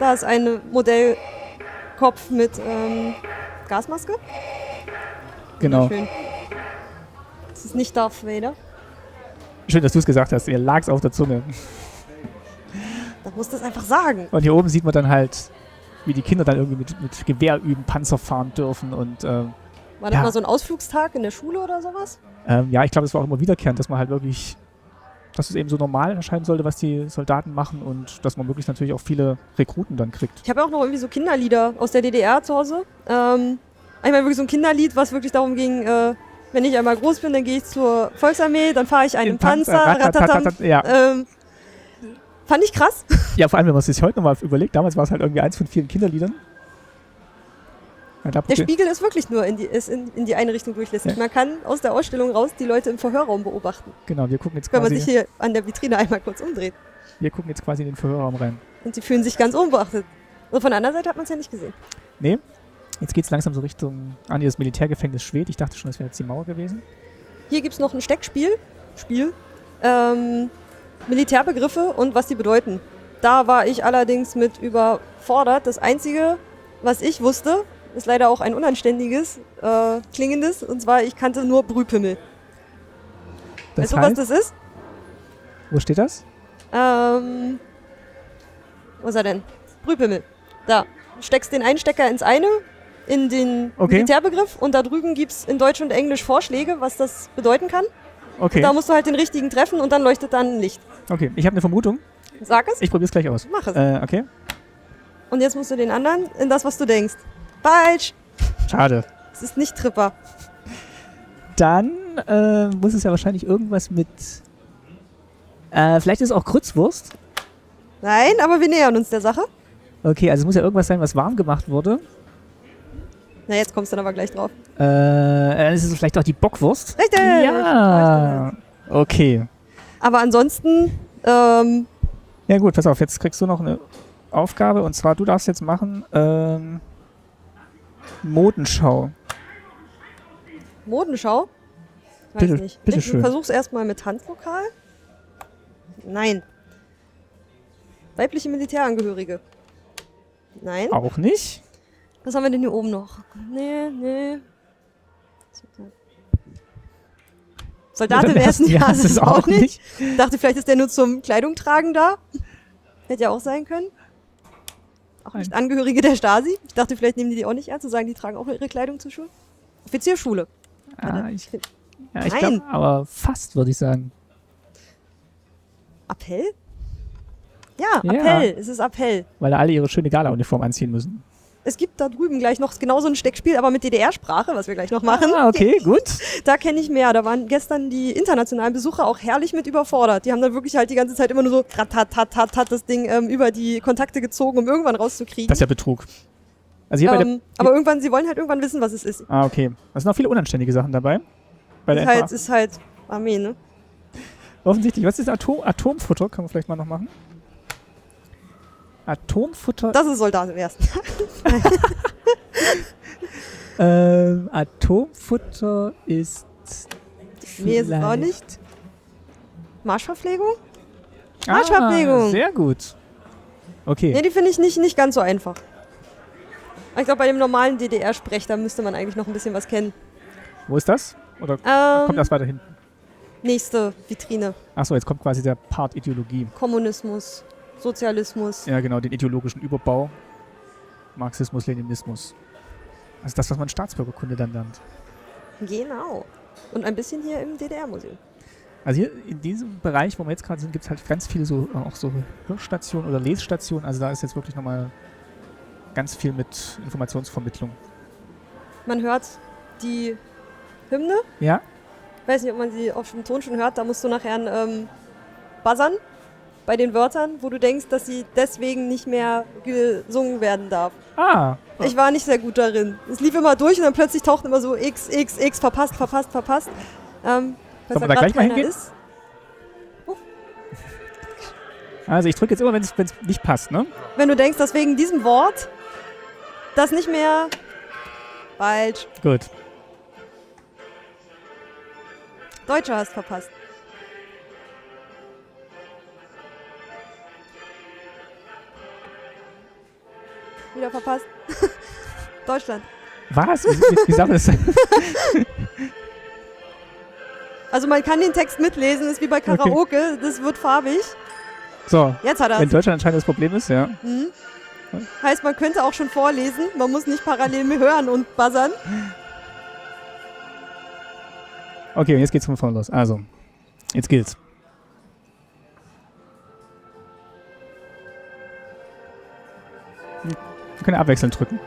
[SPEAKER 1] Da ist ein Modellkopf mit ähm, Gasmaske.
[SPEAKER 2] Genau. Schön,
[SPEAKER 1] Schön. Das ist nicht Darth Vader.
[SPEAKER 2] dass du es gesagt hast. Ihr lag's auf der Zunge.
[SPEAKER 1] Da muss das einfach sagen.
[SPEAKER 2] Und hier oben sieht man dann halt, wie die Kinder dann irgendwie mit, mit Gewehr üben, Panzer fahren dürfen und ähm,
[SPEAKER 1] War das
[SPEAKER 2] Ja.
[SPEAKER 1] mal so ein Ausflugstag in der Schule oder sowas?
[SPEAKER 2] Ähm, ja, ich glaube, das war auch immer wiederkehrend, dass man halt wirklich, dass es eben so normal erscheinen sollte, was die Soldaten machen und dass man möglichst natürlich auch viele Rekruten dann kriegt.
[SPEAKER 1] Ich habe ja auch noch irgendwie so Kinderlieder aus der DDR zu Hause. Ähm, einmal wirklich so ein Kinderlied, was wirklich darum ging, äh, wenn ich einmal groß bin, dann gehe ich zur Volksarmee, dann fahre ich einen
[SPEAKER 2] Im
[SPEAKER 1] Panzer. ratatatam.
[SPEAKER 2] ratatatat, Äh, ja.
[SPEAKER 1] Ähm, fand ich krass.
[SPEAKER 2] ja, vor allem, wenn man es sich heute nochmal überlegt, damals war es halt irgendwie eins von vielen Kinderliedern. Ja, da
[SPEAKER 1] Der
[SPEAKER 2] probi-
[SPEAKER 1] Spiegel ist wirklich nur in die, ist in, in die eine Richtung durchlässig.
[SPEAKER 2] Ja.
[SPEAKER 1] Man kann aus der Ausstellung raus die Leute im Verhörraum beobachten,
[SPEAKER 2] genau, wir gucken, jetzt
[SPEAKER 1] wenn man sich
[SPEAKER 2] quasi,
[SPEAKER 1] hier an der Vitrine einmal kurz umdreht.
[SPEAKER 2] wir gucken jetzt quasi in den Verhörraum rein.
[SPEAKER 1] Und sie fühlen sich ganz unbeachtet. Also von der anderen Seite hat man es ja nicht gesehen.
[SPEAKER 2] Nee, jetzt geht es langsam so Richtung an das Militärgefängnis Schwed. Ich dachte schon, das wäre jetzt die Mauer gewesen.
[SPEAKER 1] Hier gibt es noch ein Steckspiel. Spiel. Ähm, Militärbegriffe und was die bedeuten. Da war ich allerdings mit überfordert. Das Einzige, was ich wusste, ist leider auch ein unanständiges, äh, klingendes. Und zwar, ich kannte nur Brühpimmel.
[SPEAKER 2] Das
[SPEAKER 1] weißt du, was
[SPEAKER 2] heißt,
[SPEAKER 1] das ist?
[SPEAKER 2] wo steht das?
[SPEAKER 1] Ähm, wo ist er denn? Brühpimmel. Da. Steckst den einen Stecker ins eine, in den
[SPEAKER 2] Okay.
[SPEAKER 1] Militärbegriff und da drüben gibt's in Deutsch und Englisch Vorschläge, was das bedeuten kann.
[SPEAKER 2] Okay,
[SPEAKER 1] Da musst du halt den richtigen treffen und dann leuchtet dann ein Licht.
[SPEAKER 2] okay. ich habe eine Vermutung.
[SPEAKER 1] Sag es
[SPEAKER 2] Ich probiere es gleich aus.
[SPEAKER 1] Mach es.
[SPEAKER 2] Äh, okay,
[SPEAKER 1] und jetzt musst du den anderen in das, was du denkst. Falsch!
[SPEAKER 2] schade.
[SPEAKER 1] Es ist nicht Tripper.
[SPEAKER 2] Dann äh, muss es ja wahrscheinlich irgendwas mit. Äh, vielleicht ist es auch Grützwurst.
[SPEAKER 1] Nein, aber wir nähern uns der Sache.
[SPEAKER 2] Okay, also es muss ja irgendwas sein, was warm gemacht wurde.
[SPEAKER 1] Na, jetzt kommst du dann aber gleich drauf.
[SPEAKER 2] Äh, dann ist es vielleicht auch die Bockwurst.
[SPEAKER 1] Richtig! halt.
[SPEAKER 2] Ja! Okay.
[SPEAKER 1] Aber ansonsten, ähm,
[SPEAKER 2] Ja, gut, pass auf, jetzt kriegst du noch eine Aufgabe und zwar, du darfst jetzt machen ähm, Modenschau.
[SPEAKER 1] Modenschau? Weiß
[SPEAKER 2] Bitte-
[SPEAKER 1] nicht.
[SPEAKER 2] bitte
[SPEAKER 1] ich
[SPEAKER 2] schön.
[SPEAKER 1] versuch's erstmal mit Tanzlokal. Nein. Weibliche Militärangehörige. Nein.
[SPEAKER 2] Auch nicht.
[SPEAKER 1] Was haben wir denn hier oben noch? Nee, nee. Soldat im ersten Jahr ist es auch nicht. Dachte, vielleicht ist der nur zum Kleidung tragen da. Hätte ja auch sein können. Auch nicht Angehörige der Stasi. Ich dachte, vielleicht nehmen die die auch nicht ernst und sagen, die tragen auch ihre Kleidung zur Schule. Offizierschule.
[SPEAKER 2] Ah, ich ja, ich
[SPEAKER 1] Nein.
[SPEAKER 2] glaube, aber fast, würde ich sagen.
[SPEAKER 1] Appell? Ja,
[SPEAKER 2] Ja.
[SPEAKER 1] Appell. Es ist Appell.
[SPEAKER 2] Weil alle ihre schöne Gala-Uniform anziehen müssen.
[SPEAKER 1] Es gibt da drüben gleich noch genau so ein Steckspiel, aber mit DDR-Sprache, was wir gleich noch machen.
[SPEAKER 2] Ah, okay, gut.
[SPEAKER 1] Da kenne ich mehr. Da waren gestern die internationalen Besucher auch herrlich mit überfordert. Die haben dann wirklich halt die ganze Zeit immer nur so ratatatatat das Ding ähm, über die Kontakte gezogen, um irgendwann rauszukriegen.
[SPEAKER 2] Das ist ja Betrug. Also hier bei der,
[SPEAKER 1] ähm, aber irgendwann, sie wollen halt irgendwann wissen, was es ist.
[SPEAKER 2] Ah, okay. Da sind auch viele unanständige Sachen dabei. Bei der
[SPEAKER 1] Ist halt,
[SPEAKER 2] NVA.
[SPEAKER 1] ist halt Armee, ne?
[SPEAKER 2] Offensichtlich. Was ist Atom Atomfutter? Können wir vielleicht mal noch machen. Atomfutter.
[SPEAKER 1] Das ist Soldat im Ersten.
[SPEAKER 2] Ähm, Atomfutter ist.
[SPEAKER 1] Nee, ist es auch
[SPEAKER 2] vielleicht-
[SPEAKER 1] nicht. Marschverpflegung?
[SPEAKER 2] Ah,
[SPEAKER 1] Arschverpflegung.
[SPEAKER 2] sehr gut. Okay.
[SPEAKER 1] Nee, die finde ich nicht, nicht ganz so einfach. Aber Ich glaube, bei dem normalen DDR-Sprech, da müsste man eigentlich noch ein bisschen was kennen.
[SPEAKER 2] Wo ist das? Oder
[SPEAKER 1] Ähm,
[SPEAKER 2] kommt das weiter hinten?
[SPEAKER 1] nächste Vitrine.
[SPEAKER 2] Achso, jetzt kommt quasi der Part Ideologie.
[SPEAKER 1] Kommunismus, Sozialismus.
[SPEAKER 2] Ja, genau, den ideologischen Überbau. Marxismus, Leninismus. Also das, was man Staatsbürgerkunde dann lernt.
[SPEAKER 1] Genau. Und ein bisschen hier im DDR-Museum.
[SPEAKER 2] Also hier in diesem Bereich, wo wir jetzt gerade sind, gibt es halt ganz viele so auch so Hörstationen oder Lesstationen. Also da ist jetzt wirklich nochmal ganz viel mit Informationsvermittlung.
[SPEAKER 1] Man hört die Hymne.
[SPEAKER 2] Ja,
[SPEAKER 1] Ich weiß nicht, ob man sie auf dem Ton schon hört. Da musst du nachher ähm, buzzern. bei den Wörtern, wo du denkst, dass sie deswegen nicht mehr gesungen werden darf.
[SPEAKER 2] Ah,
[SPEAKER 1] Ich war nicht sehr gut darin. Es lief immer durch und dann plötzlich tauchten immer so X, X, X, verpasst, verpasst, verpasst. Ähm,
[SPEAKER 2] Sollen wir da
[SPEAKER 1] grad
[SPEAKER 2] gleich mal
[SPEAKER 1] keiner
[SPEAKER 2] hingehen?
[SPEAKER 1] Ist.
[SPEAKER 2] also ich drücke jetzt immer, wenn es nicht passt, ne?
[SPEAKER 1] Wenn du denkst, dass wegen diesem Wort das nicht mehr falsch.
[SPEAKER 2] Gut.
[SPEAKER 1] Deutsche hast verpasst. Wieder verpasst. Deutschland.
[SPEAKER 2] Was? Wie, wie, wie sagt man das?
[SPEAKER 1] Also man kann den Text mitlesen, ist wie bei Karaoke, das wird farbig.
[SPEAKER 2] So,
[SPEAKER 1] Jetzt hat er
[SPEAKER 2] wenn Deutschland anscheinend das Problem ist, ja.
[SPEAKER 1] Heißt, man könnte auch schon vorlesen, man muss nicht parallel hören und buzzern.
[SPEAKER 2] Okay, und jetzt geht's von vorne los. Also, jetzt gilt's. Wir können abwechselnd drücken.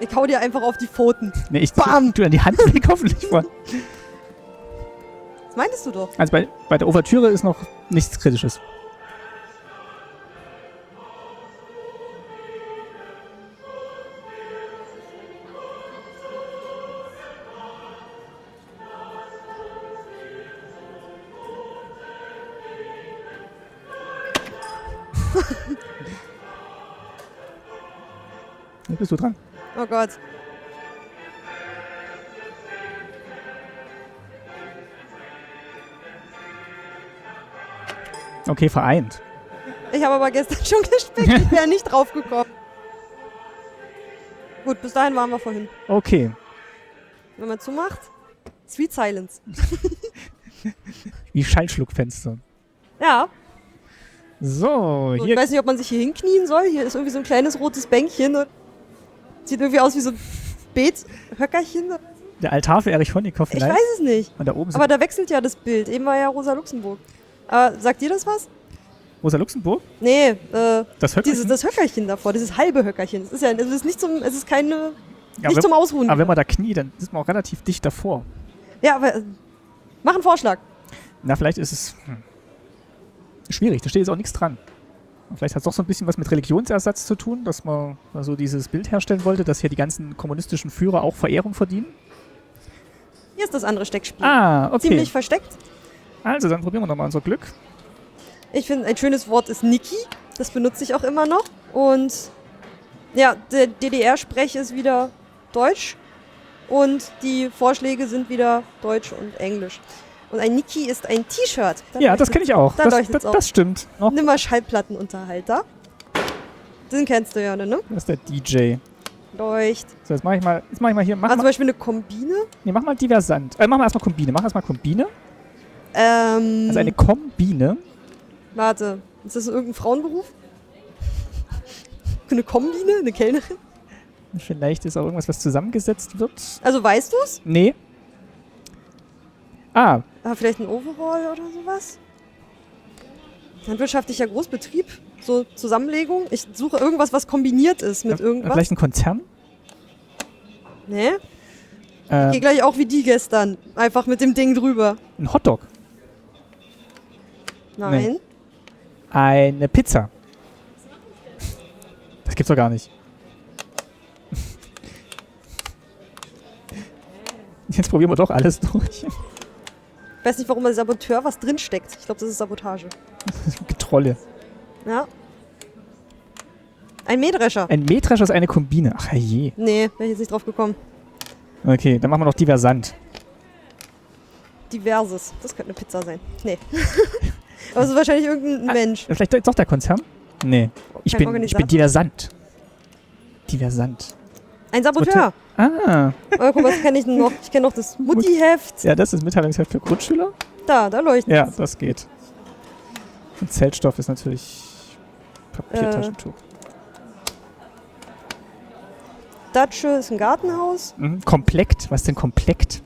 [SPEAKER 1] Ich hau dir einfach auf die Pfoten.
[SPEAKER 2] Nee, ich
[SPEAKER 1] Bam!
[SPEAKER 2] tue an die Hand weg, hoffentlich vor.
[SPEAKER 1] Das meintest du doch.
[SPEAKER 2] Also bei, bei der Ouvertüre ist noch nichts Kritisches. Jetzt bist du dran.
[SPEAKER 1] Oh Gott.
[SPEAKER 2] Okay, vereint.
[SPEAKER 1] Ich habe aber gestern schon gespickt, ich wäre nicht draufgekommen. Gut, bis dahin waren wir vorhin.
[SPEAKER 2] Okay.
[SPEAKER 1] Wenn man zumacht, Sweet Silence.
[SPEAKER 2] Wie Schallschluckfenster.
[SPEAKER 1] Ja,
[SPEAKER 2] So,
[SPEAKER 1] so, ich
[SPEAKER 2] hier
[SPEAKER 1] weiß nicht, ob man sich hier hinknien soll. Hier ist irgendwie so ein kleines rotes Bänkchen. Und sieht irgendwie aus wie so ein Beethöckerchen.
[SPEAKER 2] der Altar für Erich Honeckhoff.
[SPEAKER 1] Ich
[SPEAKER 2] live.
[SPEAKER 1] weiß es nicht.
[SPEAKER 2] Und da oben sind
[SPEAKER 1] Aber da wechselt ja das Bild. Eben war ja Rosa Luxemburg. Aber sagt dir das was?
[SPEAKER 2] Rosa Luxemburg.
[SPEAKER 1] Nee, äh,
[SPEAKER 2] Das hört
[SPEAKER 1] dieses, das Höckerchen davor, dieses halbe Höckerchen. Es ist ja, es ist nicht zum, es ist keine,
[SPEAKER 2] Ja,
[SPEAKER 1] nicht
[SPEAKER 2] wenn-
[SPEAKER 1] zum Ausruhen.
[SPEAKER 2] Aber wenn man da kniet, dann ist man auch relativ dicht davor.
[SPEAKER 1] ja, aber äh, mach einen Vorschlag.
[SPEAKER 2] Na, vielleicht ist es hm, schwierig, da steht jetzt auch nichts dran. Und Vielleicht hat es doch so ein bisschen was mit Religionsersatz zu tun, dass man mal so dieses Bild herstellen wollte, dass hier die ganzen kommunistischen Führer auch Verehrung verdienen.
[SPEAKER 1] Hier ist das andere Steckspiel.
[SPEAKER 2] Ah, okay.
[SPEAKER 1] Ziemlich versteckt.
[SPEAKER 2] Also, dann probieren wir nochmal unser Glück.
[SPEAKER 1] Ich finde, ein schönes Wort ist Niki. Das benutze ich auch immer noch. Und ja, der DDR-Sprech ist wieder Deutsch. Und die Vorschläge sind wieder Deutsch und Englisch. Und ein Niki ist ein T-Shirt. Da
[SPEAKER 2] ja, das
[SPEAKER 1] leuchtet's-
[SPEAKER 2] kenne ich auch.
[SPEAKER 1] Da
[SPEAKER 2] Das,
[SPEAKER 1] leuchtet's
[SPEAKER 2] das,
[SPEAKER 1] auf.
[SPEAKER 2] das stimmt. Oh, Noch,
[SPEAKER 1] Nimm mal Schallplattenunterhalter. Den kennst du ja, ne?
[SPEAKER 2] das ist der DJ.
[SPEAKER 1] Leucht.
[SPEAKER 2] So, jetzt mache ich mal, jetzt mach ich mal hier, mach,
[SPEAKER 1] Also zum
[SPEAKER 2] mal,
[SPEAKER 1] Beispiel eine Kombine.
[SPEAKER 2] nee, mach mal Diversant. Äh, mach mal erstmal Kombine, mach erstmal Kombine.
[SPEAKER 1] Ähm,
[SPEAKER 2] Also eine Kombine.
[SPEAKER 1] warte, ist das irgendein Frauenberuf? Eine Kombine? Eine Kellnerin?
[SPEAKER 2] Vielleicht ist auch irgendwas, was zusammengesetzt wird.
[SPEAKER 1] Also weißt du's?
[SPEAKER 2] Nee. Ah,
[SPEAKER 1] Ah, vielleicht ein Overall oder sowas? Landwirtschaftlicher Großbetrieb? So Zusammenlegung? Ich suche irgendwas, was kombiniert ist mit
[SPEAKER 2] Ja,
[SPEAKER 1] irgendwas.
[SPEAKER 2] Vielleicht ein Konzern?
[SPEAKER 1] Nee? Geh
[SPEAKER 2] Äh,
[SPEAKER 1] gleich auch wie die gestern. Einfach mit dem Ding drüber.
[SPEAKER 2] ein Hotdog.
[SPEAKER 1] Nein.
[SPEAKER 2] Eine Pizza. Das gibt's doch gar nicht. Jetzt probieren wir doch alles durch.
[SPEAKER 1] Ich weiß nicht, warum bei Saboteur was drinsteckt. Ich glaube, das ist Sabotage.
[SPEAKER 2] Getrolle.
[SPEAKER 1] Ja. Ein Mähdrescher.
[SPEAKER 2] Ein Mähdrescher ist eine Kombine. Ach je.
[SPEAKER 1] Nee, wäre ich jetzt nicht drauf gekommen.
[SPEAKER 2] Okay, dann machen wir noch Diversant.
[SPEAKER 1] Diverses. Das könnte eine Pizza sein. Nee. Aber es ist wahrscheinlich irgendein Mensch.
[SPEAKER 2] Äh, Vielleicht doch der Konzern? Nee. Ich
[SPEAKER 1] Kein
[SPEAKER 2] bin, ich bin
[SPEAKER 1] Organisator?
[SPEAKER 2] Diversant. Diversant.
[SPEAKER 1] Ein Saboteur.
[SPEAKER 2] Ah,
[SPEAKER 1] Oh, guck mal, was kenne ich denn noch? Ich kenne noch das Muttiheft.
[SPEAKER 2] ja, das ist Mitteilungsheft für Grundschüler.
[SPEAKER 1] Da, da leuchtet
[SPEAKER 2] Ja, das geht. Und Zeltstoff ist natürlich Papiertaschentuch.
[SPEAKER 1] Datsche ist ein Gartenhaus.
[SPEAKER 2] Mhm. Komplekt? Was ist denn Komplekt?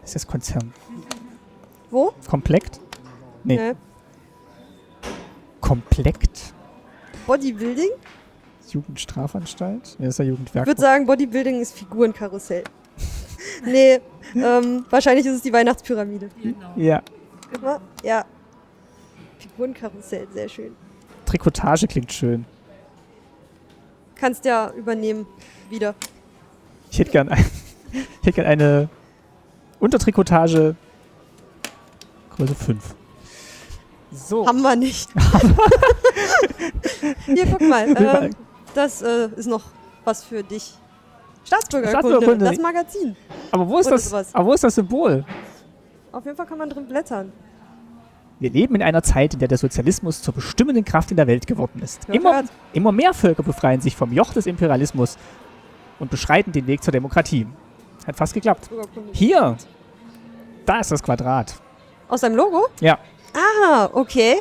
[SPEAKER 2] Das ist das Konzern.
[SPEAKER 1] Wo? Ne?
[SPEAKER 2] Komplekt? Nee.
[SPEAKER 1] Nee.
[SPEAKER 2] Komplekt?
[SPEAKER 1] Bodybuilding?
[SPEAKER 2] Jugendstrafanstalt? Nee, das ist ja
[SPEAKER 1] Ich würde
[SPEAKER 2] Jugendwerk.
[SPEAKER 1] sagen, Bodybuilding ist Figurenkarussell. Nee, ähm, wahrscheinlich ist es die Weihnachtspyramide.
[SPEAKER 7] Genau.
[SPEAKER 2] Ja.
[SPEAKER 1] Ja. Figurenkarussell, sehr schön.
[SPEAKER 2] Trikotage klingt schön.
[SPEAKER 1] Kannst ja übernehmen. Wieder.
[SPEAKER 2] Ich hätte gern, ein, ich hätte gern eine Untertrikotage Größe 5. So.
[SPEAKER 1] Haben wir nicht. Hier, guck mal. Ähm, das äh, ist noch was für dich. Staatsbürgerkunde,
[SPEAKER 2] Staatsbürgerkunde.
[SPEAKER 1] das Magazin.
[SPEAKER 2] Aber wo ist
[SPEAKER 1] Oder
[SPEAKER 2] das?
[SPEAKER 1] sowas.
[SPEAKER 2] Aber wo ist das Symbol?
[SPEAKER 1] Auf jeden Fall kann man drin blättern.
[SPEAKER 2] Wir leben in einer Zeit, in der der Sozialismus zur bestimmenden Kraft in der Welt geworden ist.
[SPEAKER 1] Gehört,
[SPEAKER 2] Immer,
[SPEAKER 1] gehört.
[SPEAKER 2] immer mehr Völker befreien sich vom Joch des Imperialismus und beschreiten den Weg zur Demokratie. Hat fast geklappt.
[SPEAKER 1] Bürgerkunde.
[SPEAKER 2] Hier, da ist das Quadrat.
[SPEAKER 1] Aus deinem Logo?
[SPEAKER 2] Ja,
[SPEAKER 1] Ah, okay.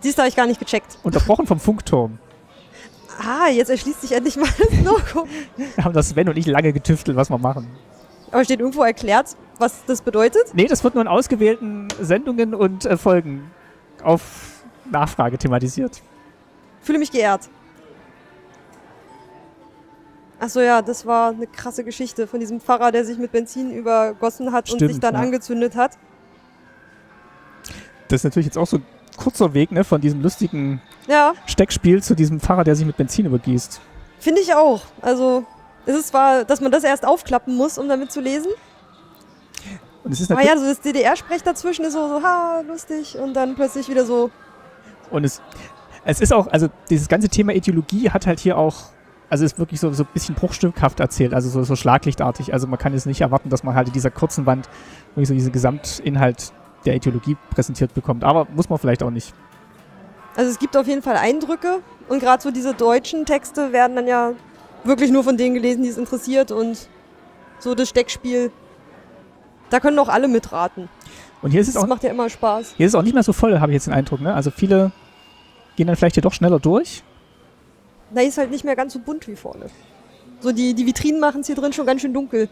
[SPEAKER 1] Siehst du, habe ich gar nicht gecheckt.
[SPEAKER 2] unterbrochen vom Funkturm.
[SPEAKER 1] Ah, jetzt erschließt sich endlich mal das Logo.
[SPEAKER 2] Da haben das Sven und ich lange getüftelt, was wir machen.
[SPEAKER 1] Aber steht irgendwo erklärt, was das bedeutet?
[SPEAKER 2] Nee, das wird nur in ausgewählten Sendungen und äh, Folgen auf Nachfrage thematisiert.
[SPEAKER 1] Fühle mich geehrt. Achso, ja, das war eine krasse Geschichte von diesem Pfarrer, der sich mit Benzin übergossen hat und
[SPEAKER 2] Stimmt,
[SPEAKER 1] sich dann
[SPEAKER 2] ja.
[SPEAKER 1] angezündet hat.
[SPEAKER 2] Das ist natürlich jetzt auch so ein kurzer Weg, ne, von diesem lustigen
[SPEAKER 1] Ja,
[SPEAKER 2] Steckspiel zu diesem Fahrer, der sich mit Benzin übergießt.
[SPEAKER 1] finde ich auch. Also, es ist zwar, dass man das erst aufklappen muss, um damit zu lesen.
[SPEAKER 2] Und es ist
[SPEAKER 1] Aber
[SPEAKER 2] natürlich,
[SPEAKER 1] ja, so das DDR-Sprech dazwischen ist so, so, ha, lustig. Und dann plötzlich wieder so,
[SPEAKER 2] und es, es ist auch, also dieses ganze Thema Ideologie hat halt hier auch, also ist wirklich so, so ein bisschen bruchstückhaft erzählt, also so, so schlaglichtartig. Also man kann jetzt nicht erwarten, dass man halt in dieser kurzen Wand wirklich so diesen Gesamtinhalt der Ideologie präsentiert bekommt. Aber muss man vielleicht auch nicht.
[SPEAKER 1] Also es gibt auf jeden Fall Eindrücke und gerade so diese deutschen Texte werden dann ja wirklich nur von denen gelesen, die es interessiert und so das Steckspiel. Da können auch alle mitraten.
[SPEAKER 2] Und hier ist es
[SPEAKER 1] Das
[SPEAKER 2] auch
[SPEAKER 1] macht ja immer Spaß.
[SPEAKER 2] Hier ist es auch nicht mehr so voll, habe ich jetzt den Eindruck. Ne? Also viele gehen dann vielleicht hier doch schneller durch.
[SPEAKER 1] Da ist halt nicht mehr ganz so bunt wie vorne. So die, die Vitrinen machen es hier drin schon ganz schön dunkel.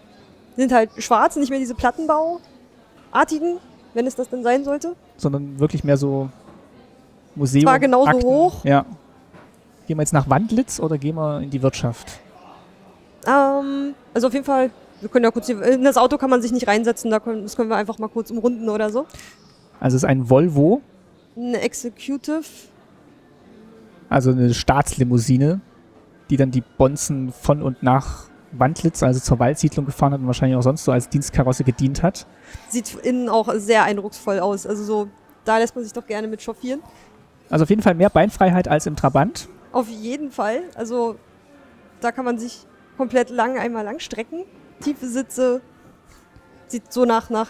[SPEAKER 1] Die sind halt schwarz, nicht mehr diese Plattenbauartigen, wenn es das denn sein sollte.
[SPEAKER 2] sondern wirklich mehr so Museum.
[SPEAKER 1] Zwar genauso
[SPEAKER 2] Akten.
[SPEAKER 1] hoch.
[SPEAKER 2] Ja. Gehen wir jetzt nach Wandlitz oder gehen wir in die Wirtschaft?
[SPEAKER 1] Ähm, also auf jeden Fall, wir können ja kurz hier, in das Auto kann man sich nicht reinsetzen, da können, das können wir einfach mal kurz umrunden oder so.
[SPEAKER 2] Also es ist ein Volvo,
[SPEAKER 1] Ein Executive,
[SPEAKER 2] also eine Staatslimousine, die dann die Bonzen von und nach Wandlitz, also zur Waldsiedlung gefahren hat und wahrscheinlich auch sonst so als Dienstkarosse gedient hat.
[SPEAKER 1] sieht innen auch sehr eindrucksvoll aus. Also so, da lässt man sich doch gerne mit chauffieren.
[SPEAKER 2] Also auf jeden Fall mehr Beinfreiheit als im Trabant.
[SPEAKER 1] Auf jeden Fall. Also da kann man sich komplett lang einmal lang strecken. Tiefe Sitze. Sieht so nach, nach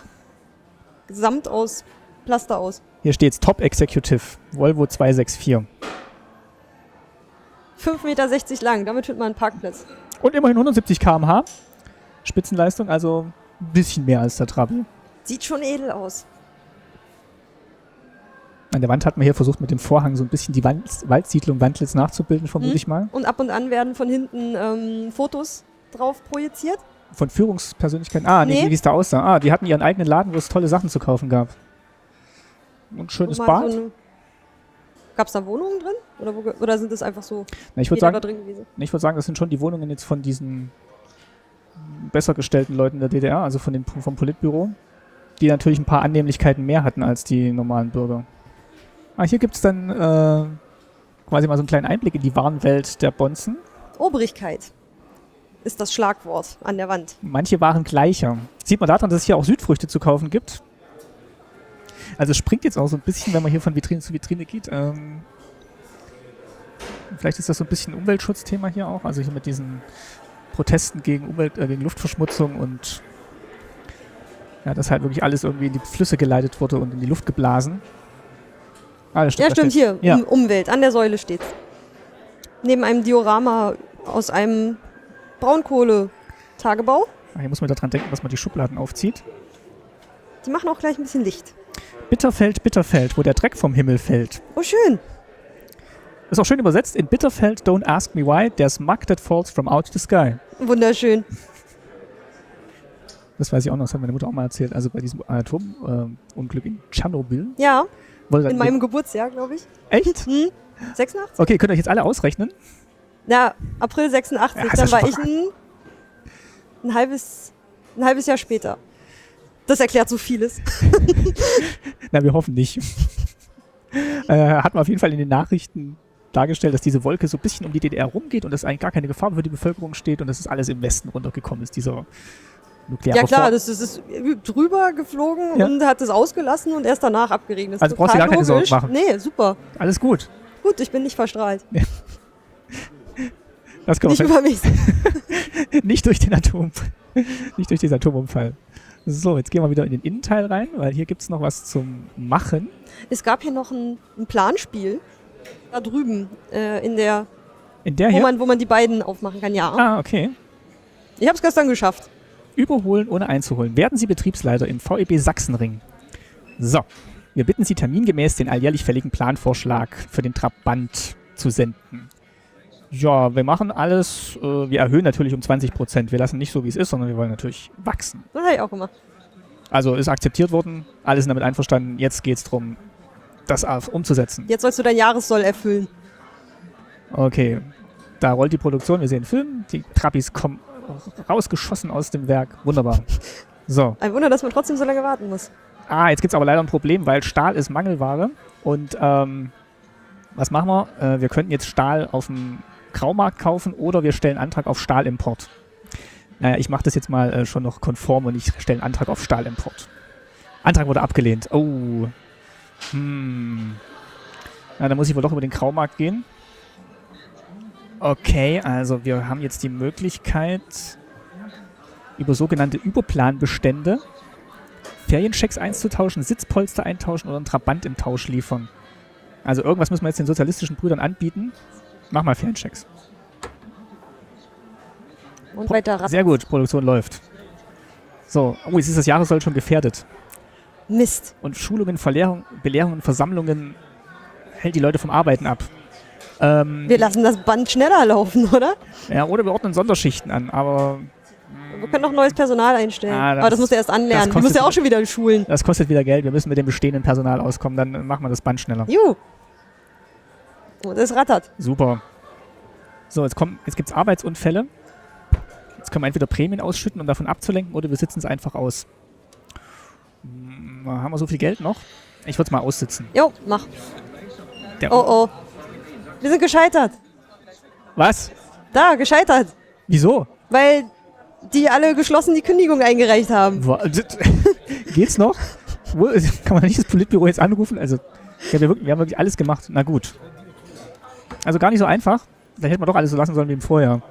[SPEAKER 1] Samt aus, Plaster aus.
[SPEAKER 2] Hier steht es Top Executive, Volvo 264.
[SPEAKER 1] 5,60 Meter lang, damit findet man einen Parkplatz.
[SPEAKER 2] Und immerhin 170 km/h. Spitzenleistung, also ein bisschen mehr als der Trabi.
[SPEAKER 1] Sieht schon edel aus.
[SPEAKER 2] An der Wand hat man hier versucht, mit dem Vorhang so ein bisschen die Wand, Waldsiedlung Wandlitz nachzubilden, vermute
[SPEAKER 1] Mhm.
[SPEAKER 2] ich mal.
[SPEAKER 1] Und ab und an werden von hinten ähm, Fotos drauf projiziert.
[SPEAKER 2] Von Führungspersönlichkeiten. Ah, nee,
[SPEAKER 1] Nee.
[SPEAKER 2] wie es da aussah. Ah, die hatten ihren eigenen Laden, wo es tolle Sachen zu kaufen gab. Und schönes
[SPEAKER 1] Mal
[SPEAKER 2] Bad.
[SPEAKER 1] So eine, gab's da Wohnungen drin? Oder, wo, ge- oder sind das einfach so
[SPEAKER 2] Na, ich würde
[SPEAKER 1] jeder da
[SPEAKER 2] sagen,
[SPEAKER 1] drin gewesen?
[SPEAKER 2] ich würd sagen, das sind schon die Wohnungen jetzt von diesen besser gestellten Leuten der DDR, also von den, vom Politbüro, die natürlich ein paar Annehmlichkeiten mehr hatten als die normalen Bürger. Ah, hier gibt es dann äh, quasi mal so einen kleinen Einblick in die Warenwelt der Bonzen.
[SPEAKER 1] Obrigkeit ist das Schlagwort an der Wand.
[SPEAKER 2] Manche waren gleicher. Sieht man daran, dass es hier auch Südfrüchte zu kaufen gibt. Also es springt jetzt auch so ein bisschen, wenn man hier von Vitrine zu Vitrine geht. Ähm, vielleicht ist das so ein bisschen Umweltschutzthema hier auch. Also hier mit diesen Protesten gegen, Umwelt, äh, gegen Luftverschmutzung und ja, dass halt wirklich alles irgendwie in die Flüsse geleitet wurde und in die Luft geblasen. Ah, das
[SPEAKER 1] Ja,
[SPEAKER 2] da
[SPEAKER 1] stimmt, hier,
[SPEAKER 2] steht's. Ja.
[SPEAKER 1] Um Umwelt, an der Säule steht Neben einem Diorama aus einem Braunkohletagebau.
[SPEAKER 2] Ah, Hier muss man daran denken, dass man die Schubladen aufzieht.
[SPEAKER 1] Die machen auch gleich ein bisschen Licht.
[SPEAKER 2] Bitterfeld, Bitterfeld, wo der Dreck vom Himmel fällt.
[SPEAKER 1] Oh, schön.
[SPEAKER 2] Ist auch schön übersetzt in Bitterfeld, Don't Ask Me Why, There's Mug That Falls From Out the Sky.
[SPEAKER 1] Wunderschön.
[SPEAKER 2] Das weiß ich auch noch, das hat meine Mutter auch mal erzählt. Also bei diesem Atomunglück in Tschernobyl.
[SPEAKER 1] Ja,
[SPEAKER 2] Wurde dann
[SPEAKER 1] in meinem Geburtsjahr, glaube ich.
[SPEAKER 2] Echt?
[SPEAKER 1] Hm? 86?
[SPEAKER 2] Okay, könnt ihr euch jetzt alle ausrechnen?
[SPEAKER 1] Na, April 86.
[SPEAKER 2] Ja, ist
[SPEAKER 1] dann
[SPEAKER 2] das
[SPEAKER 1] war
[SPEAKER 2] schon
[SPEAKER 1] ich ein, ein halbes Ein halbes Jahr später. Das erklärt so vieles.
[SPEAKER 2] Na, wir hoffen nicht. äh, hat man auf jeden Fall in den Nachrichten dargestellt, dass diese Wolke so ein bisschen um die DDR rumgeht und dass eigentlich gar keine Gefahr für die Bevölkerung steht und dass es alles im Westen runtergekommen ist, dieser nukleare
[SPEAKER 1] Ja, klar,
[SPEAKER 2] Vor-
[SPEAKER 1] das, das ist drüber geflogen
[SPEAKER 2] Ja.
[SPEAKER 1] und hat es ausgelassen und erst danach abgeregnet.
[SPEAKER 2] Also brauchst du
[SPEAKER 1] total
[SPEAKER 2] dir gar keine
[SPEAKER 1] logisch.
[SPEAKER 2] Sorgen
[SPEAKER 1] Nee, super.
[SPEAKER 2] Alles gut.
[SPEAKER 1] Gut, ich bin nicht verstrahlt.
[SPEAKER 2] Das können
[SPEAKER 1] Nicht
[SPEAKER 2] wir
[SPEAKER 1] über mich.
[SPEAKER 2] nicht durch den Atom, nicht durch diesen Atomunfall. So, jetzt gehen wir wieder in den Innenteil rein, weil hier gibt es noch was zum Machen.
[SPEAKER 1] Es gab hier noch ein, ein Planspiel da drüben äh, in der,
[SPEAKER 2] In der
[SPEAKER 1] wo
[SPEAKER 2] hier.
[SPEAKER 1] man, wo man die beiden aufmachen kann. Ja,
[SPEAKER 2] ah, okay.
[SPEAKER 1] ich habe es gestern geschafft.
[SPEAKER 2] Überholen ohne einzuholen. Werden Sie Betriebsleiter im VEB Sachsenring. So, wir bitten Sie termingemäß den alljährlich fälligen Planvorschlag für den Trabant zu senden. Ja, wir machen alles. Äh, wir erhöhen natürlich um 20 Prozent. Wir lassen nicht so, wie es ist, sondern wir wollen natürlich wachsen.
[SPEAKER 1] Das habe ich auch gemacht.
[SPEAKER 2] Also ist akzeptiert worden. Alle sind damit einverstanden. Jetzt geht es darum, das auf- umzusetzen.
[SPEAKER 1] Jetzt sollst du dein Jahressoll erfüllen.
[SPEAKER 2] Okay, da rollt die Produktion, wir sehen Film, die Trappis kommen rausgeschossen aus dem Werk. Wunderbar. So.
[SPEAKER 1] Ein Wunder, dass man trotzdem so lange warten muss.
[SPEAKER 2] Ah, jetzt gibt es aber leider ein Problem, weil Stahl ist Mangelware. Und ähm, was machen wir? Äh, wir könnten jetzt Stahl auf dem Graumarkt kaufen oder wir stellen Antrag auf Stahlimport. Naja, ich mache das jetzt mal äh, schon noch konform und ich stelle einen Antrag auf Stahlimport. Antrag wurde abgelehnt. Oh. Hm. Na, dann muss ich wohl doch über den Graumarkt gehen. Okay, also wir haben jetzt die Möglichkeit, über sogenannte Überplanbestände Ferienchecks einzutauschen, Sitzpolster eintauschen oder einen Trabant im Tausch liefern. Also irgendwas müssen wir jetzt den sozialistischen Brüdern anbieten. Mach mal Ferienchecks.
[SPEAKER 1] Und weiter ran.
[SPEAKER 2] Sehr gut, Produktion läuft. So, oh, jetzt ist das Jahressoll schon gefährdet.
[SPEAKER 1] Mist.
[SPEAKER 2] Und Schulungen, Verlehrung, Belehrungen, Versammlungen hält die Leute vom Arbeiten ab. Ähm,
[SPEAKER 1] Wir lassen das Band schneller laufen, oder?
[SPEAKER 2] ja, oder wir ordnen Sonderschichten an, aber
[SPEAKER 1] Wir können noch neues Personal einstellen.
[SPEAKER 2] Ah, das-
[SPEAKER 1] Aber das musst du erst anlernen. Du
[SPEAKER 2] kostet-
[SPEAKER 1] musst ja auch schon wieder in Schulen.
[SPEAKER 2] das kostet wieder Geld. Wir müssen mit dem bestehenden Personal auskommen, dann machen wir das Band schneller.
[SPEAKER 1] Juhu. Und es rattert.
[SPEAKER 2] Super. So, jetzt, kommen, jetzt gibt es Arbeitsunfälle. Jetzt können wir entweder Prämien ausschütten, um davon abzulenken, oder wir sitzen es einfach aus. Hm, haben wir so viel Geld noch? Ich würde es mal aussitzen.
[SPEAKER 1] Jo, mach.
[SPEAKER 2] Der
[SPEAKER 1] Oh oh. Wir sind gescheitert.
[SPEAKER 2] Was?
[SPEAKER 1] Da, gescheitert.
[SPEAKER 2] Wieso?
[SPEAKER 1] Weil die alle geschlossen die Kündigung eingereicht haben.
[SPEAKER 2] Wa- Geht's noch? Wo- Kann man nicht das Politbüro jetzt anrufen? Also, ich hab ja wirklich, wir haben wirklich alles gemacht. Na gut. Also gar nicht so einfach. Vielleicht hätte man doch alles so lassen sollen wie im Vorjahr.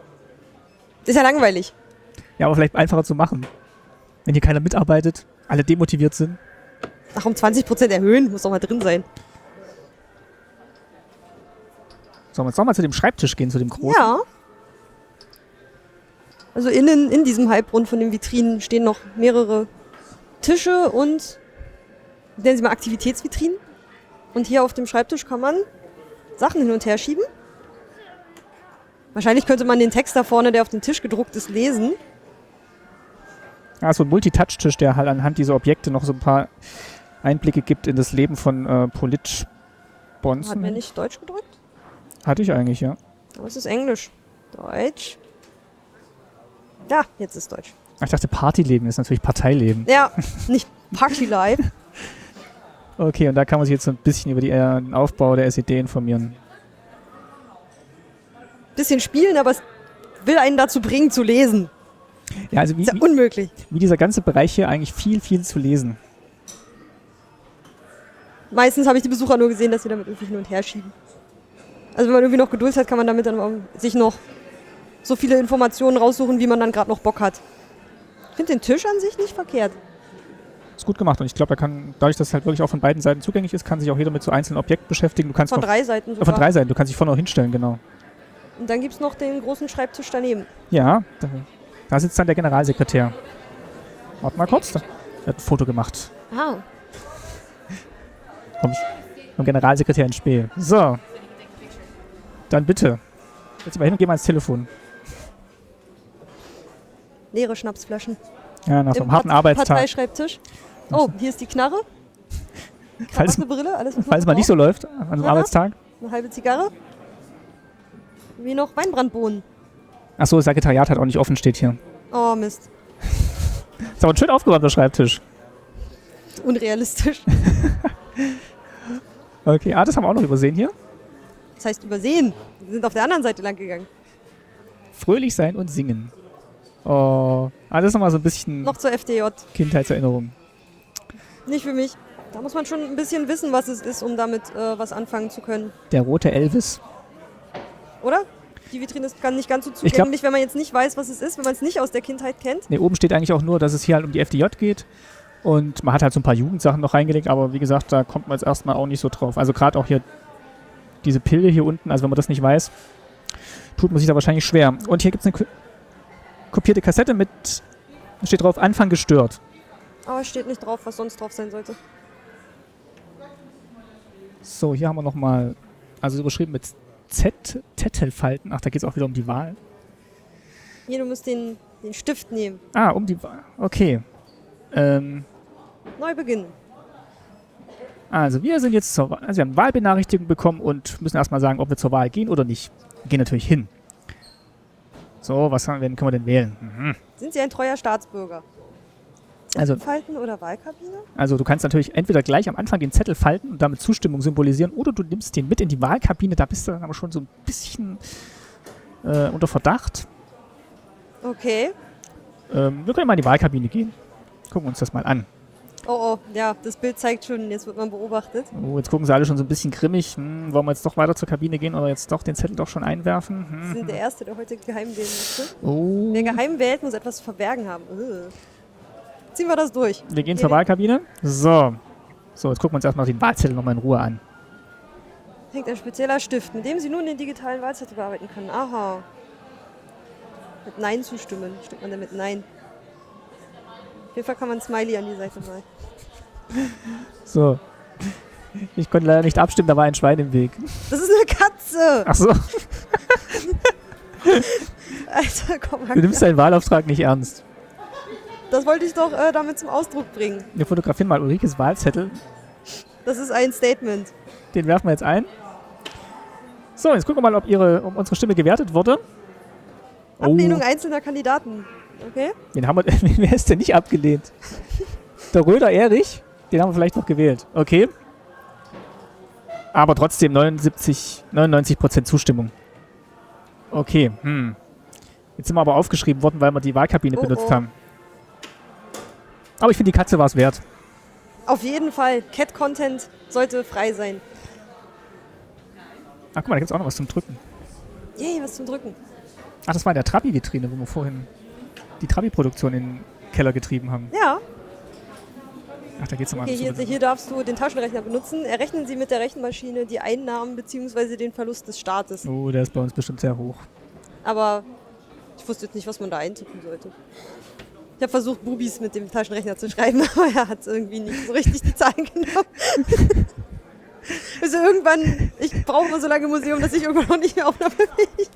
[SPEAKER 1] Ist ja langweilig.
[SPEAKER 2] Ja, aber vielleicht einfacher zu machen. Wenn hier keiner mitarbeitet, alle demotiviert sind.
[SPEAKER 1] Ach, um 20% erhöhen, muss doch mal drin sein.
[SPEAKER 2] Sollen wir jetzt nochmal zu dem Schreibtisch gehen, zu dem großen?
[SPEAKER 1] Ja. Also innen in diesem Halbrund von den Vitrinen stehen noch mehrere Tische und nennen sie mal Aktivitätsvitrinen. Und hier auf dem Schreibtisch kann man Sachen hin und her schieben. Wahrscheinlich könnte man den Text da vorne, der auf dem Tisch gedruckt ist, lesen.
[SPEAKER 2] Ah, so ein Multitouch-Tisch, der halt anhand dieser Objekte noch so ein paar Einblicke gibt in das Leben von äh, Polit
[SPEAKER 1] Hat mir
[SPEAKER 2] Bonzen.
[SPEAKER 1] nicht Deutsch gedrückt,
[SPEAKER 2] Hatte ich eigentlich, ja.
[SPEAKER 1] aber es ist Englisch. Deutsch. Ja, jetzt ist Deutsch.
[SPEAKER 2] Ah, Ich dachte, Partyleben ist natürlich Parteileben.
[SPEAKER 1] Ja, nicht Party Live.
[SPEAKER 2] Okay, und da kann man sich jetzt so ein bisschen über die, äh, den Aufbau der SED informieren.
[SPEAKER 1] Bisschen spielen, aber es will einen dazu bringen zu lesen.
[SPEAKER 2] Ja, also wie,
[SPEAKER 1] Ist ja
[SPEAKER 2] wie,
[SPEAKER 1] unmöglich.
[SPEAKER 2] wie dieser ganze Bereich hier eigentlich viel, viel zu lesen.
[SPEAKER 1] Meistens habe ich die Besucher nur gesehen, dass sie damit irgendwie hin und her schieben. Also wenn man irgendwie noch Geduld hat, kann man damit dann auch sich noch so viele Informationen raussuchen, wie man dann gerade noch Bock hat. Ich finde den Tisch an sich nicht verkehrt.
[SPEAKER 2] Ist gut gemacht und ich glaube, da kann, dadurch, dass es halt wirklich auch von beiden Seiten zugänglich ist, kann sich auch jeder mit so einzelnen Objekten beschäftigen. Du kannst
[SPEAKER 1] Von
[SPEAKER 2] noch,
[SPEAKER 1] drei Seiten
[SPEAKER 2] äh,
[SPEAKER 1] sogar.
[SPEAKER 2] von drei Seiten, du kannst dich vorne auch hinstellen, genau.
[SPEAKER 1] Und dann gibt es noch den großen Schreibtisch daneben.
[SPEAKER 2] Ja, da, da sitzt dann der Generalsekretär. Warte mal kurz, da wird ein Foto gemacht.
[SPEAKER 1] Ah,
[SPEAKER 2] Komm ich vom Generalsekretär ins Spiel. So. Dann bitte. Jetzt mal hin und geh mal ins Telefon.
[SPEAKER 1] leere Schnapsflaschen.
[SPEAKER 2] Ja, nach so
[SPEAKER 1] Im
[SPEAKER 2] einem harten
[SPEAKER 1] Part-
[SPEAKER 2] Arbeitstag.
[SPEAKER 1] Parteischreibtisch. Oh, hier ist die Knarre.
[SPEAKER 2] Falls-
[SPEAKER 1] Krawatte, Brille, alles was man
[SPEAKER 2] Falls mal nicht
[SPEAKER 1] braucht.
[SPEAKER 2] so läuft, an so einem
[SPEAKER 1] Aha.
[SPEAKER 2] Arbeitstag.
[SPEAKER 1] Eine halbe Zigarre. Wie noch Weinbrandbohnen.
[SPEAKER 2] Achso, das Sekretariat hat auch nicht offen, steht hier.
[SPEAKER 1] Oh, Mist.
[SPEAKER 2] Ist aber ein schön aufgeräumter Schreibtisch.
[SPEAKER 1] Unrealistisch.
[SPEAKER 2] Okay, ah, das haben wir auch noch übersehen hier.
[SPEAKER 1] Das heißt übersehen. Wir sind auf der anderen Seite lang gegangen.
[SPEAKER 2] Fröhlich sein und singen. Oh, ah, das ist nochmal so ein bisschen
[SPEAKER 1] Noch zur FDJ.
[SPEAKER 2] Kindheitserinnerung.
[SPEAKER 1] Nicht für mich. Da muss man schon ein bisschen wissen, was es ist, um damit äh, was anfangen zu können.
[SPEAKER 2] Der rote Elvis.
[SPEAKER 1] Oder? Die Vitrine ist kann nicht ganz so
[SPEAKER 2] glaub-
[SPEAKER 1] zugänglich, wenn man jetzt nicht weiß, was es ist, wenn man es nicht aus der Kindheit kennt.
[SPEAKER 2] Ne, oben steht eigentlich auch nur, dass es hier halt um die FDJ geht. Und man hat halt so ein paar Jugendsachen noch reingelegt, aber wie gesagt, da kommt man jetzt erstmal auch nicht so drauf. Also gerade auch hier diese Pille hier unten, also wenn man das nicht weiß, tut man sich da wahrscheinlich schwer. Und hier gibt es eine ko- kopierte Kassette mit, steht drauf, Anfang gestört.
[SPEAKER 1] Aber es steht nicht drauf, was sonst drauf sein sollte.
[SPEAKER 2] So, hier haben wir nochmal, also überschrieben mit Z, Tettelfalten. Ach, da geht es auch wieder um die Wahl.
[SPEAKER 1] Hier, du musst den, den Stift nehmen.
[SPEAKER 2] Ah, um die Wahl. Okay. Ähm,
[SPEAKER 1] Neu beginnen.
[SPEAKER 2] Also wir sind jetzt zur Wahl, also wir haben Wahlbenachrichtigung bekommen und müssen erstmal sagen, ob wir zur Wahl gehen oder nicht. Wir gehen natürlich hin. So, was haben wir denn, können wir denn wählen? Mhm.
[SPEAKER 1] Sind Sie ein treuer Staatsbürger?
[SPEAKER 2] Also,
[SPEAKER 1] Falten oder Wahlkabine?
[SPEAKER 2] also du kannst natürlich entweder gleich am Anfang den Zettel falten und damit Zustimmung symbolisieren oder du nimmst den mit in die Wahlkabine, da bist du dann aber schon so ein bisschen äh, unter Verdacht.
[SPEAKER 1] Okay.
[SPEAKER 2] Ähm, wir können mal in die Wahlkabine gehen. Gucken uns das mal an.
[SPEAKER 1] Oh, oh, ja, das Bild zeigt schon, jetzt wird man beobachtet.
[SPEAKER 2] Oh, jetzt gucken sie alle schon so ein bisschen grimmig. Hm, wollen wir jetzt doch weiter zur Kabine gehen oder jetzt doch den Zettel doch schon einwerfen? Hm.
[SPEAKER 1] Sie sind der Erste, der heute geheim wählen musste.
[SPEAKER 2] Oh.
[SPEAKER 1] Wer geheim wählt, muss etwas zu verbergen haben. Ugh. Ziehen wir das durch.
[SPEAKER 2] Wir gehen zur
[SPEAKER 1] Jeder-
[SPEAKER 2] Wahlkabine. So. So, jetzt gucken wir uns erstmal den Wahlzettel nochmal in Ruhe an.
[SPEAKER 1] Hängt ein spezieller Stift, mit dem Sie nun den digitalen Wahlzettel bearbeiten können. Aha. Mit Nein zustimmen. Stimmt man damit Nein? Auf jeden Fall kann man ein Smiley an die Seite malen.
[SPEAKER 2] So. Ich konnte leider nicht abstimmen, da war ein Schwein im Weg.
[SPEAKER 1] Das ist eine Katze!
[SPEAKER 2] Ach so,
[SPEAKER 1] Alter, komm
[SPEAKER 2] du
[SPEAKER 1] mal.
[SPEAKER 2] nimmst deinen Wahlauftrag nicht ernst.
[SPEAKER 1] Das wollte ich doch äh, damit zum Ausdruck bringen.
[SPEAKER 2] Wir fotografieren mal Ulrikes Wahlzettel.
[SPEAKER 1] Das ist ein Statement.
[SPEAKER 2] Den werfen wir jetzt ein. So, jetzt gucken wir mal, ob, ihre, ob unsere Stimme gewertet wurde.
[SPEAKER 1] Ablehnung
[SPEAKER 2] Oh.
[SPEAKER 1] einzelner Kandidaten. Okay?
[SPEAKER 2] den haben wir, wer ist denn nicht abgelehnt? Der Röder Erich, den haben wir vielleicht noch gewählt. Okay. Aber trotzdem 79, 99% Zustimmung. Okay, hm. Jetzt sind wir aber aufgeschrieben worden, weil wir die Wahlkabine
[SPEAKER 1] Oh,
[SPEAKER 2] benutzt
[SPEAKER 1] oh.
[SPEAKER 2] haben. Aber ich finde, die Katze war es wert.
[SPEAKER 1] Auf jeden Fall. Cat-Content sollte frei sein.
[SPEAKER 2] Ach, guck mal, da gibt es auch noch was zum Drücken.
[SPEAKER 1] Yay, was zum Drücken.
[SPEAKER 2] Ach, das war in der Trabi-Vitrine, wo wir vorhin die Trabi-Produktion in den Keller getrieben haben.
[SPEAKER 1] Ja,
[SPEAKER 2] Ach, da geht es nochmal
[SPEAKER 1] okay, hier, hier darfst du den Taschenrechner benutzen. Errechnen Sie mit der Rechenmaschine die Einnahmen bzw. den Verlust des Staates.
[SPEAKER 2] Oh, der ist bei uns bestimmt sehr hoch.
[SPEAKER 1] Aber ich wusste jetzt nicht, was man da eintippen sollte. Ich habe versucht, Bubis mit dem Taschenrechner zu schreiben, aber er hat irgendwie nicht so richtig die Zahlen genommen. also irgendwann, ich brauche immer so lange im Museum, dass ich irgendwann noch nicht mehr aufnahmefähig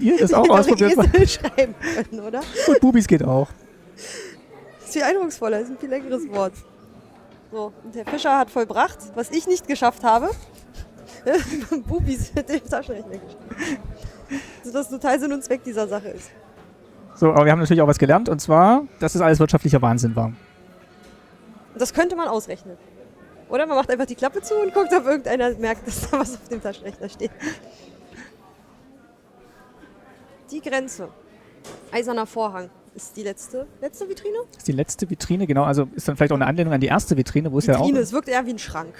[SPEAKER 2] ihr das auch
[SPEAKER 1] bin, aber
[SPEAKER 2] ausprobiert
[SPEAKER 1] Esel schreiben können, oder?
[SPEAKER 2] und Bubis geht auch.
[SPEAKER 1] ist viel eindrucksvoller, ist ein viel längeres Wort. So, und Herr Fischer hat vollbracht, was ich nicht geschafft habe. Bubis mit dem Taschenrechner geschrieben. Sodass Also, total Sinn und Zweck dieser Sache ist.
[SPEAKER 2] So, aber wir haben natürlich auch was gelernt und zwar, dass das alles wirtschaftlicher Wahnsinn war.
[SPEAKER 1] Und das könnte man ausrechnen. Oder man macht einfach die Klappe zu und guckt, ob irgendeiner merkt, dass da was auf dem Taschenrechner steht. Die Grenze. Eiserner Vorhang ist die letzte, letzte Vitrine?
[SPEAKER 2] Das ist die letzte Vitrine, genau, also ist dann vielleicht auch eine Anlehnung an die erste Vitrine, wo es ja auch.
[SPEAKER 1] Vitrine, es wirkt eher wie ein Schrank.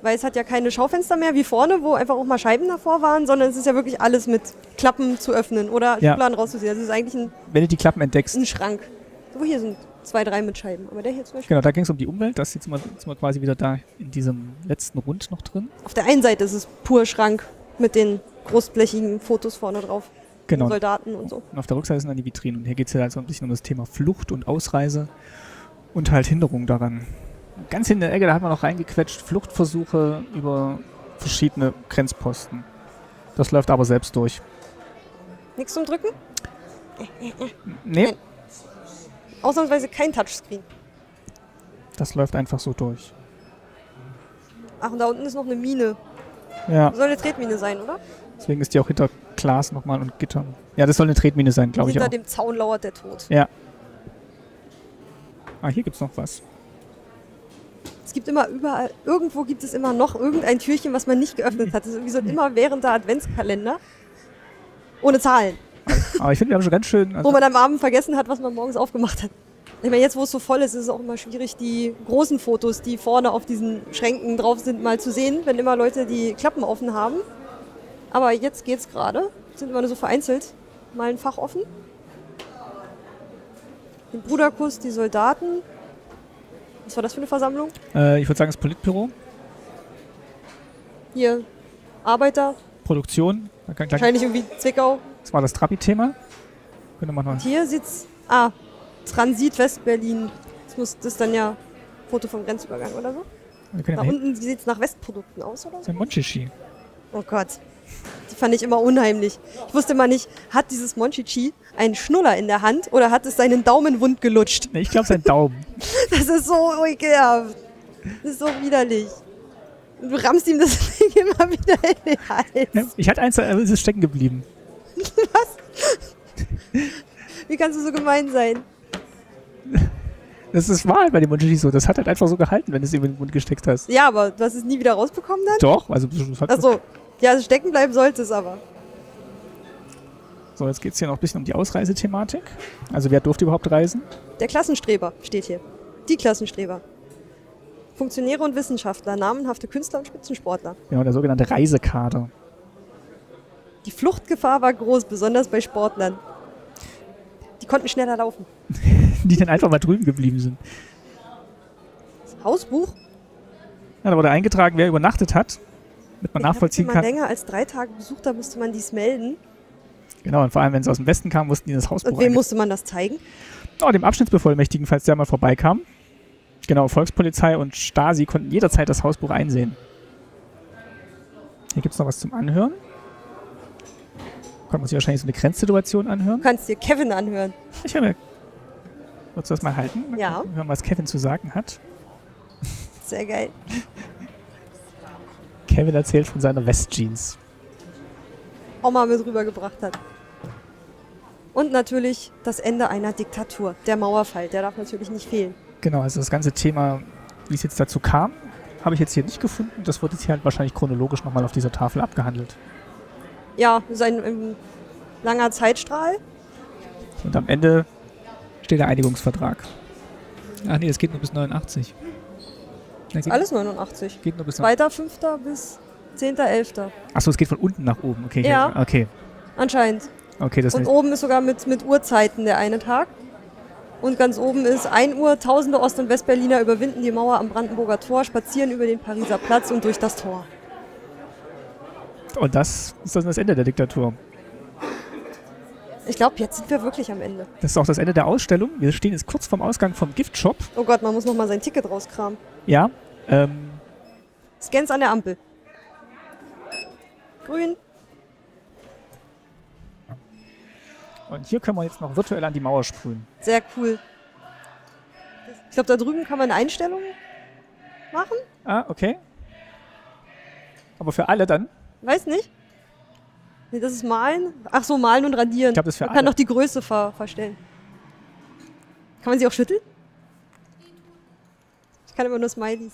[SPEAKER 1] Weil es hat ja keine Schaufenster mehr wie vorne, wo einfach auch mal Scheiben davor waren, sondern es ist ja wirklich alles mit Klappen zu öffnen oder
[SPEAKER 2] Ja.
[SPEAKER 1] Schubladen rauszuziehen. Also es ist eigentlich ein,
[SPEAKER 2] Wenn du die Klappen entdeckst.
[SPEAKER 1] ein Schrank. So hier sind zwei, drei mit Scheiben. Aber der hier zum Beispiel.
[SPEAKER 2] Genau, da ging es um die Umwelt, das jetzt mal, jetzt mal quasi wieder da in diesem letzten Rund noch drin.
[SPEAKER 1] Auf der einen Seite ist es pur Schrank mit den großblechigen Fotos vorne drauf.
[SPEAKER 2] Genau.
[SPEAKER 1] Und Soldaten und so.
[SPEAKER 2] Und auf der Rückseite sind dann die Vitrinen. Und hier geht es ja halt so ein bisschen um das Thema Flucht und Ausreise und halt Hinderung daran. Ganz hinten in der Ecke, da hat man noch reingequetscht, Fluchtversuche über verschiedene Grenzposten. Das läuft aber selbst durch.
[SPEAKER 1] Nichts zum Drücken?
[SPEAKER 2] Nee,
[SPEAKER 1] Ausnahmsweise kein Touchscreen.
[SPEAKER 2] das läuft einfach so durch.
[SPEAKER 1] Ach, und da unten ist noch eine Mine.
[SPEAKER 2] Ja.
[SPEAKER 1] Soll eine Tretmine sein, oder?
[SPEAKER 2] Deswegen ist die auch hinter Glas nochmal und Gittern. Ja, das soll eine Tretmine sein, glaube ich
[SPEAKER 1] Hinter
[SPEAKER 2] auch.
[SPEAKER 1] dem Zaun lauert der Tod.
[SPEAKER 2] Ah, hier gibt's noch was.
[SPEAKER 1] Es gibt immer überall, irgendwo gibt es immer noch irgendein Türchen, was man nicht geöffnet hat. Das ist irgendwie so ein immerwährender Adventskalender. Ohne Zahlen.
[SPEAKER 2] Aber ich finde, wir haben schon ganz schön.
[SPEAKER 1] Wo
[SPEAKER 2] Also,
[SPEAKER 1] man am Abend vergessen hat, was man morgens aufgemacht hat. Ich meine, jetzt wo es so voll ist, ist es auch immer schwierig, die großen Fotos, die vorne auf diesen Schränken drauf sind, mal zu sehen, wenn immer Leute die Klappen offen haben. Aber jetzt geht's gerade. Sind immer nur so vereinzelt. Mal ein Fach offen. Den Bruderkuss, die Soldaten. Was war das für eine Versammlung?
[SPEAKER 2] äh, ich würde sagen, das Politbüro,
[SPEAKER 1] Hier Arbeiter,
[SPEAKER 2] Produktion. Da kann- gleich-
[SPEAKER 1] wahrscheinlich irgendwie Zwickau.
[SPEAKER 2] Das war das Trabi-Thema. Könnte man noch.
[SPEAKER 1] Hier sitzt. Ah, Transit West-Berlin. Das muss das ist dann ja Foto vom Grenzübergang oder so.
[SPEAKER 2] Wir können
[SPEAKER 1] Da
[SPEAKER 2] ja mal hin.
[SPEAKER 1] unten sieht es nach Westprodukten aus oder so.
[SPEAKER 2] Der Monchichi.
[SPEAKER 1] Oh Gott. Die fand ich immer unheimlich. Ich wusste mal nicht, hat dieses Monchichi einen Schnuller in der Hand oder hat es seinen Daumen wund gelutscht?
[SPEAKER 2] Nee, ich glaube, sein Daumen.
[SPEAKER 1] Das ist so ekelhaft. Das ist so widerlich. Du rammst ihm das Ding immer wieder in den
[SPEAKER 2] Ja,
[SPEAKER 1] Hals.
[SPEAKER 2] ich hatte eins, aber es ist stecken geblieben.
[SPEAKER 1] Wie kannst du so gemein sein?
[SPEAKER 2] Das ist wahr halt bei dem Monchichi so. Das hat halt einfach so gehalten, wenn du es ihm in den Mund gesteckt hast.
[SPEAKER 1] Ja, aber du hast es nie wieder rausbekommen dann?
[SPEAKER 2] Doch, also das hat
[SPEAKER 1] Also, ja, also stecken bleiben sollte es aber.
[SPEAKER 2] So, jetzt geht es hier noch ein bisschen um die Ausreisethematik. Also wer durfte überhaupt reisen?
[SPEAKER 1] Der Klassenstreber steht hier. Die Klassenstreber. Funktionäre und Wissenschaftler, namenhafte Künstler und Spitzensportler.
[SPEAKER 2] Genau, der sogenannte Reisekader.
[SPEAKER 1] Die Fluchtgefahr war groß, besonders bei Sportlern. Die konnten schneller laufen.
[SPEAKER 2] Die dann einfach mal drüben geblieben sind.
[SPEAKER 1] Hausbuch?
[SPEAKER 2] Ja, da wurde eingetragen, wer übernachtet hat, damit man
[SPEAKER 1] Ich glaub,
[SPEAKER 2] nachvollziehen
[SPEAKER 1] Wenn man
[SPEAKER 2] kann.
[SPEAKER 1] länger als drei Tage besucht hat, musste man dies melden.
[SPEAKER 2] Genau, und vor allem, wenn sie aus dem Westen kamen, mussten die in das Hausbuch
[SPEAKER 1] Und wem
[SPEAKER 2] einge-
[SPEAKER 1] musste man das zeigen?
[SPEAKER 2] Oh, dem Abschnittsbevollmächtigen, falls der mal vorbeikam. Genau, Volkspolizei und Stasi konnten jederzeit das Hausbuch einsehen. Hier gibt es noch was zum Anhören. Konnte man sich wahrscheinlich so eine Grenzsituation anhören.
[SPEAKER 1] Du kannst dir Kevin anhören.
[SPEAKER 2] Ich höre mir. Wolltest du das mal halten? Dann
[SPEAKER 1] Ja.
[SPEAKER 2] können wir Hören, was Kevin zu sagen hat.
[SPEAKER 1] Sehr geil.
[SPEAKER 2] Kevin erzählt von seiner Westjeans.
[SPEAKER 1] Oma mit rübergebracht hat. Und natürlich das Ende einer Diktatur. Der Mauerfall, der darf natürlich nicht fehlen.
[SPEAKER 2] Genau, also das ganze Thema, wie es jetzt dazu kam, habe ich jetzt hier nicht gefunden. Das wird jetzt hier halt wahrscheinlich chronologisch nochmal auf dieser Tafel abgehandelt.
[SPEAKER 1] Ja, das ist ein, ein langer Zeitstrahl.
[SPEAKER 2] Und am Ende steht der Einigungsvertrag. Ach nee, das geht nur bis 89. Das geht,
[SPEAKER 1] Alles 89.
[SPEAKER 2] geht nur bis
[SPEAKER 1] 2., 5. bis 10.11.
[SPEAKER 2] Achso, es geht von unten nach oben. Okay, ich-
[SPEAKER 1] Ja.
[SPEAKER 2] okay,
[SPEAKER 1] Anscheinend.
[SPEAKER 2] okay, das
[SPEAKER 1] Und
[SPEAKER 2] ist
[SPEAKER 1] oben ist sogar mit, mit Uhrzeiten der eine Tag. Und ganz oben ist 1 Uhr, tausende Ost- und Westberliner überwinden die Mauer am Brandenburger Tor, spazieren über den Pariser Platz und durch das Tor.
[SPEAKER 2] und das ist dann das Ende der Diktatur.
[SPEAKER 1] Ich glaube, jetzt sind wir wirklich am Ende.
[SPEAKER 2] Das ist auch das Ende der Ausstellung. Wir stehen jetzt kurz vorm Ausgang vom Giftshop.
[SPEAKER 1] Oh Gott, man muss nochmal sein Ticket rauskramen.
[SPEAKER 2] Ja, ähm,
[SPEAKER 1] Scans an der Ampel. Grün.
[SPEAKER 2] und hier können wir jetzt noch virtuell an die Mauer sprühen.
[SPEAKER 1] Sehr cool. Ich glaube, da drüben kann man Einstellungen machen.
[SPEAKER 2] Ah, okay. Aber für alle dann?
[SPEAKER 1] Weiß nicht. Nee, das ist Malen. Ach so, Malen und Radieren.
[SPEAKER 2] Ich glaub, das ist für
[SPEAKER 1] man kann
[SPEAKER 2] alle.
[SPEAKER 1] doch die Größe ver verstellen. Kann man sie auch schütteln? Ich kann immer nur Smileys.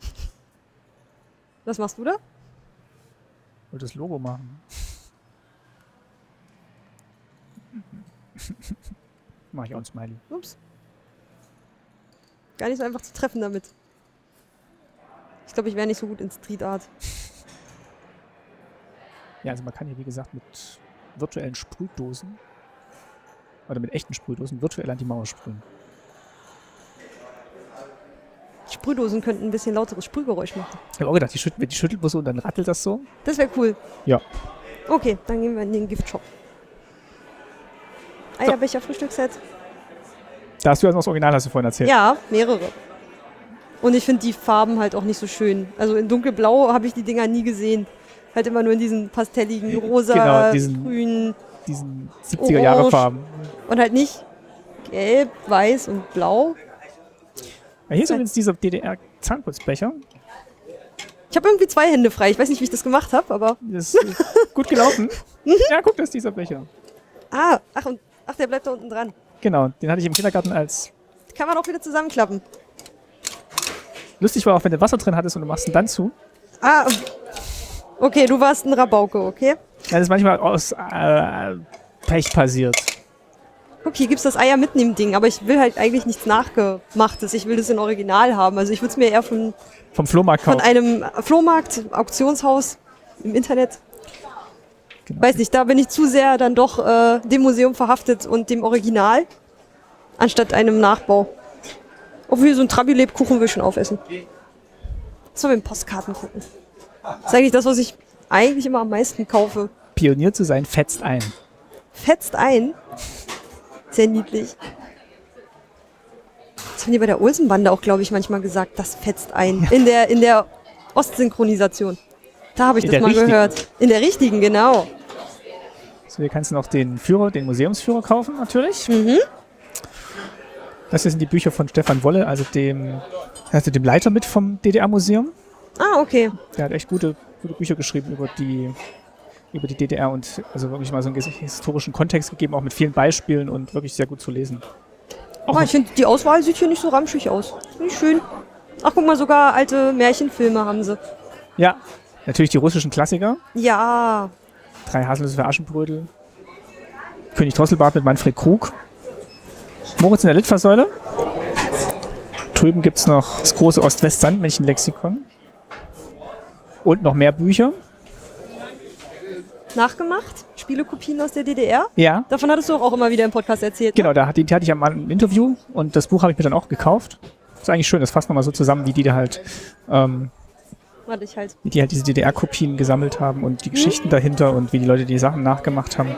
[SPEAKER 1] Was machst du da?
[SPEAKER 2] Wollte das Logo machen. Mach ich auch ein Smiley.
[SPEAKER 1] Ups. Gar nicht so einfach zu treffen damit. Ich glaube, ich wäre nicht so gut in Street Art.
[SPEAKER 2] Ja, also man kann hier, wie gesagt, mit virtuellen Sprühdosen oder mit echten Sprühdosen virtuell an die Mauer sprühen.
[SPEAKER 1] Sprühdosen könnten ein bisschen lauteres Sprühgeräusch machen.
[SPEAKER 2] Ich habe auch gedacht, die schütteln, wenn die schüttelt man so und dann rattelt das so.
[SPEAKER 1] Das wäre cool.
[SPEAKER 2] Ja.
[SPEAKER 1] Okay, dann gehen wir in den Giftshop. Eierbecher Frühstücksset.
[SPEAKER 2] Da hast du ja noch das Original, hast du vorhin erzählt.
[SPEAKER 1] Ja, mehrere. Und ich finde die Farben halt auch nicht so schön. Also in dunkelblau habe ich die Dinger nie gesehen. Halt immer nur in diesen pastelligen, rosa,
[SPEAKER 2] Genau, diesen-
[SPEAKER 1] grünen
[SPEAKER 2] Diesen 70er-Jahre-Farben.
[SPEAKER 1] und halt nicht gelb, weiß und blau.
[SPEAKER 2] Ja, hier ist übrigens dieser DDR-Zahnputzbecher.
[SPEAKER 1] Ich habe irgendwie zwei Hände frei. Ich weiß nicht, wie ich das gemacht habe, aber.
[SPEAKER 2] Das ist gut gelaufen. ja, guck, das ist dieser Becher.
[SPEAKER 1] Ah, ach, und, ach, der bleibt da unten dran.
[SPEAKER 2] Genau, den hatte ich im Kindergarten als
[SPEAKER 1] Kann man auch wieder zusammenklappen.
[SPEAKER 2] lustig war, auch wenn du Wasser drin hattest und du machst ihn dann zu.
[SPEAKER 1] Ah. Okay, du warst ein Rabauke, okay?
[SPEAKER 2] Ja, das ist manchmal aus äh, Pech passiert.
[SPEAKER 1] Guck, hier gibt's das Eier mitnehmen Ding, aber ich will halt eigentlich nichts nachgemachtes. Ich will das in Original haben. Also ich würde es mir eher von,
[SPEAKER 2] Vom Flohmarkt
[SPEAKER 1] von
[SPEAKER 2] kaufen.
[SPEAKER 1] einem Flohmarkt, Auktionshaus im Internet.
[SPEAKER 2] Genau.
[SPEAKER 1] Weiß nicht, da bin ich zu sehr dann doch äh, dem Museum verhaftet und dem Original, anstatt einem Nachbau. Obwohl so ein Trabi-Lebkuchen will ich schon aufessen. Sollen wir in Postkarten gucken? Das ist eigentlich das, was ich eigentlich immer am meisten kaufe.
[SPEAKER 2] Pionier zu sein, fetzt ein.
[SPEAKER 1] fetzt ein. Sehr niedlich. Das haben die bei der Olsenbande auch, glaube ich, manchmal gesagt, das fetzt ein. In der, in der Ostsynchronisation. Da habe ich
[SPEAKER 2] In
[SPEAKER 1] das
[SPEAKER 2] der
[SPEAKER 1] mal
[SPEAKER 2] richtigen.
[SPEAKER 1] gehört. In der richtigen, genau.
[SPEAKER 2] So, hier kannst du noch den Führer, den Museumsführer kaufen, natürlich. Das hier sind die Bücher von Stefan Wolle, also dem, also dem Leiter mit vom DDR-Museum.
[SPEAKER 1] Ah, okay.
[SPEAKER 2] Der hat echt gute, gute Bücher geschrieben über die, über die DDR und also wirklich mal so einen ges- historischen Kontext gegeben, auch mit vielen Beispielen und wirklich sehr gut zu lesen.
[SPEAKER 1] Ah, ich finde, die Auswahl sieht hier nicht so ramschig aus. Finde ich schön. Ach, guck mal, sogar alte Märchenfilme haben sie.
[SPEAKER 2] Ja, natürlich die russischen Klassiker.
[SPEAKER 1] Ja.
[SPEAKER 2] Drei Haselnüsse für Aschenbrödel. König Drosselbart mit Manfred Krug. Moritz in der Litfaßsäule. Drüben gibt's noch das große Ost-West-Sandmännchen-Lexikon. Und noch mehr Bücher.
[SPEAKER 1] Nachgemacht. Spielekopien aus der DDR.
[SPEAKER 2] Ja,
[SPEAKER 1] Davon hattest du doch auch immer wieder im Podcast erzählt. ne?
[SPEAKER 2] genau, da hatte, die hatte ich am Anfang ein Interview und das Buch habe ich mir dann auch gekauft. Ist eigentlich schön, das fasst nochmal so zusammen, wie die da halt, ähm,
[SPEAKER 1] Hatte ich halt.
[SPEAKER 2] wie die halt diese DDR-Kopien gesammelt haben und die Geschichten dahinter und wie die Leute die Sachen nachgemacht haben.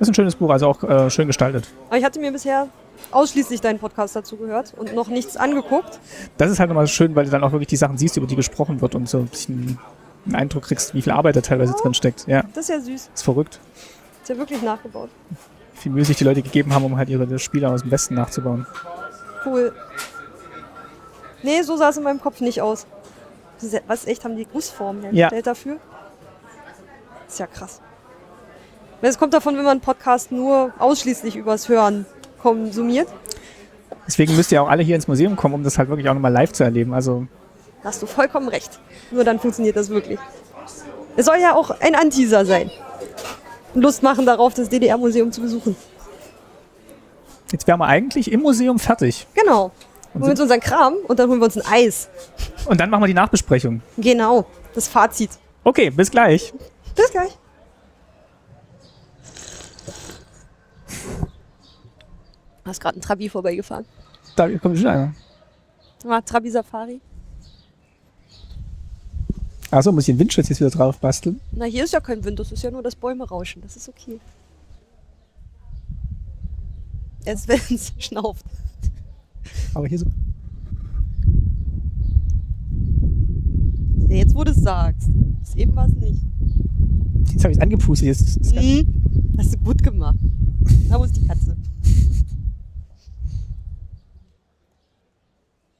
[SPEAKER 2] Das ist ein schönes Buch, also auch äh, schön gestaltet.
[SPEAKER 1] Aber ich hatte mir bisher ausschließlich deinen Podcast dazu gehört und noch nichts angeguckt.
[SPEAKER 2] Das ist halt nochmal schön, weil du dann auch wirklich die Sachen siehst, über die gesprochen wird und so ein bisschen einen Eindruck kriegst, wie viel Arbeit da teilweise drin steckt. Ja,
[SPEAKER 1] Das ist ja süß.
[SPEAKER 2] ist verrückt.
[SPEAKER 1] Ist ja wirklich nachgebaut.
[SPEAKER 2] Wie viel Mühe sich die Leute gegeben haben, um halt ihre Spiele aus dem Westen nachzubauen.
[SPEAKER 1] Cool. Nee, so sah es in meinem Kopf nicht aus. Das ist ja- Was echt haben die Gussformen hergestellt dafür? Ist ja krass. Es kommt davon, wenn man einen Podcast nur ausschließlich übers Hören konsumiert.
[SPEAKER 2] Deswegen müsst ihr auch alle hier ins Museum kommen, um das halt wirklich auch nochmal live zu erleben. Also
[SPEAKER 1] Da hast du vollkommen recht. Nur dann funktioniert das wirklich. Es soll ja auch ein Anteaser sein. Lust machen darauf, das DDR-Museum zu besuchen.
[SPEAKER 2] jetzt wären wir eigentlich im Museum fertig.
[SPEAKER 1] Genau. Holen wir uns unseren Kram und dann holen wir uns ein Eis.
[SPEAKER 2] Und dann machen wir die Nachbesprechung.
[SPEAKER 1] Genau. Das Fazit.
[SPEAKER 2] Okay, bis gleich.
[SPEAKER 1] Bis gleich. Da ist gerade ein Trabi vorbeigefahren.
[SPEAKER 2] Da kommt schon einer.
[SPEAKER 1] War Trabi Safari.
[SPEAKER 2] Achso, muss ich den Windschutz jetzt wieder drauf basteln?
[SPEAKER 1] Na, hier ist ja kein Wind, das ist ja nur das Bäume rauschen. Das ist okay. Erst wenn es schnauft.
[SPEAKER 2] Aber hier so.
[SPEAKER 1] Ja, jetzt, wo du es sagst. Bis eben war es nicht.
[SPEAKER 2] Jetzt habe ich es angepustet. Jetzt ist- ist-
[SPEAKER 1] Mhm. Hast du gut gemacht. Da muss die Katze.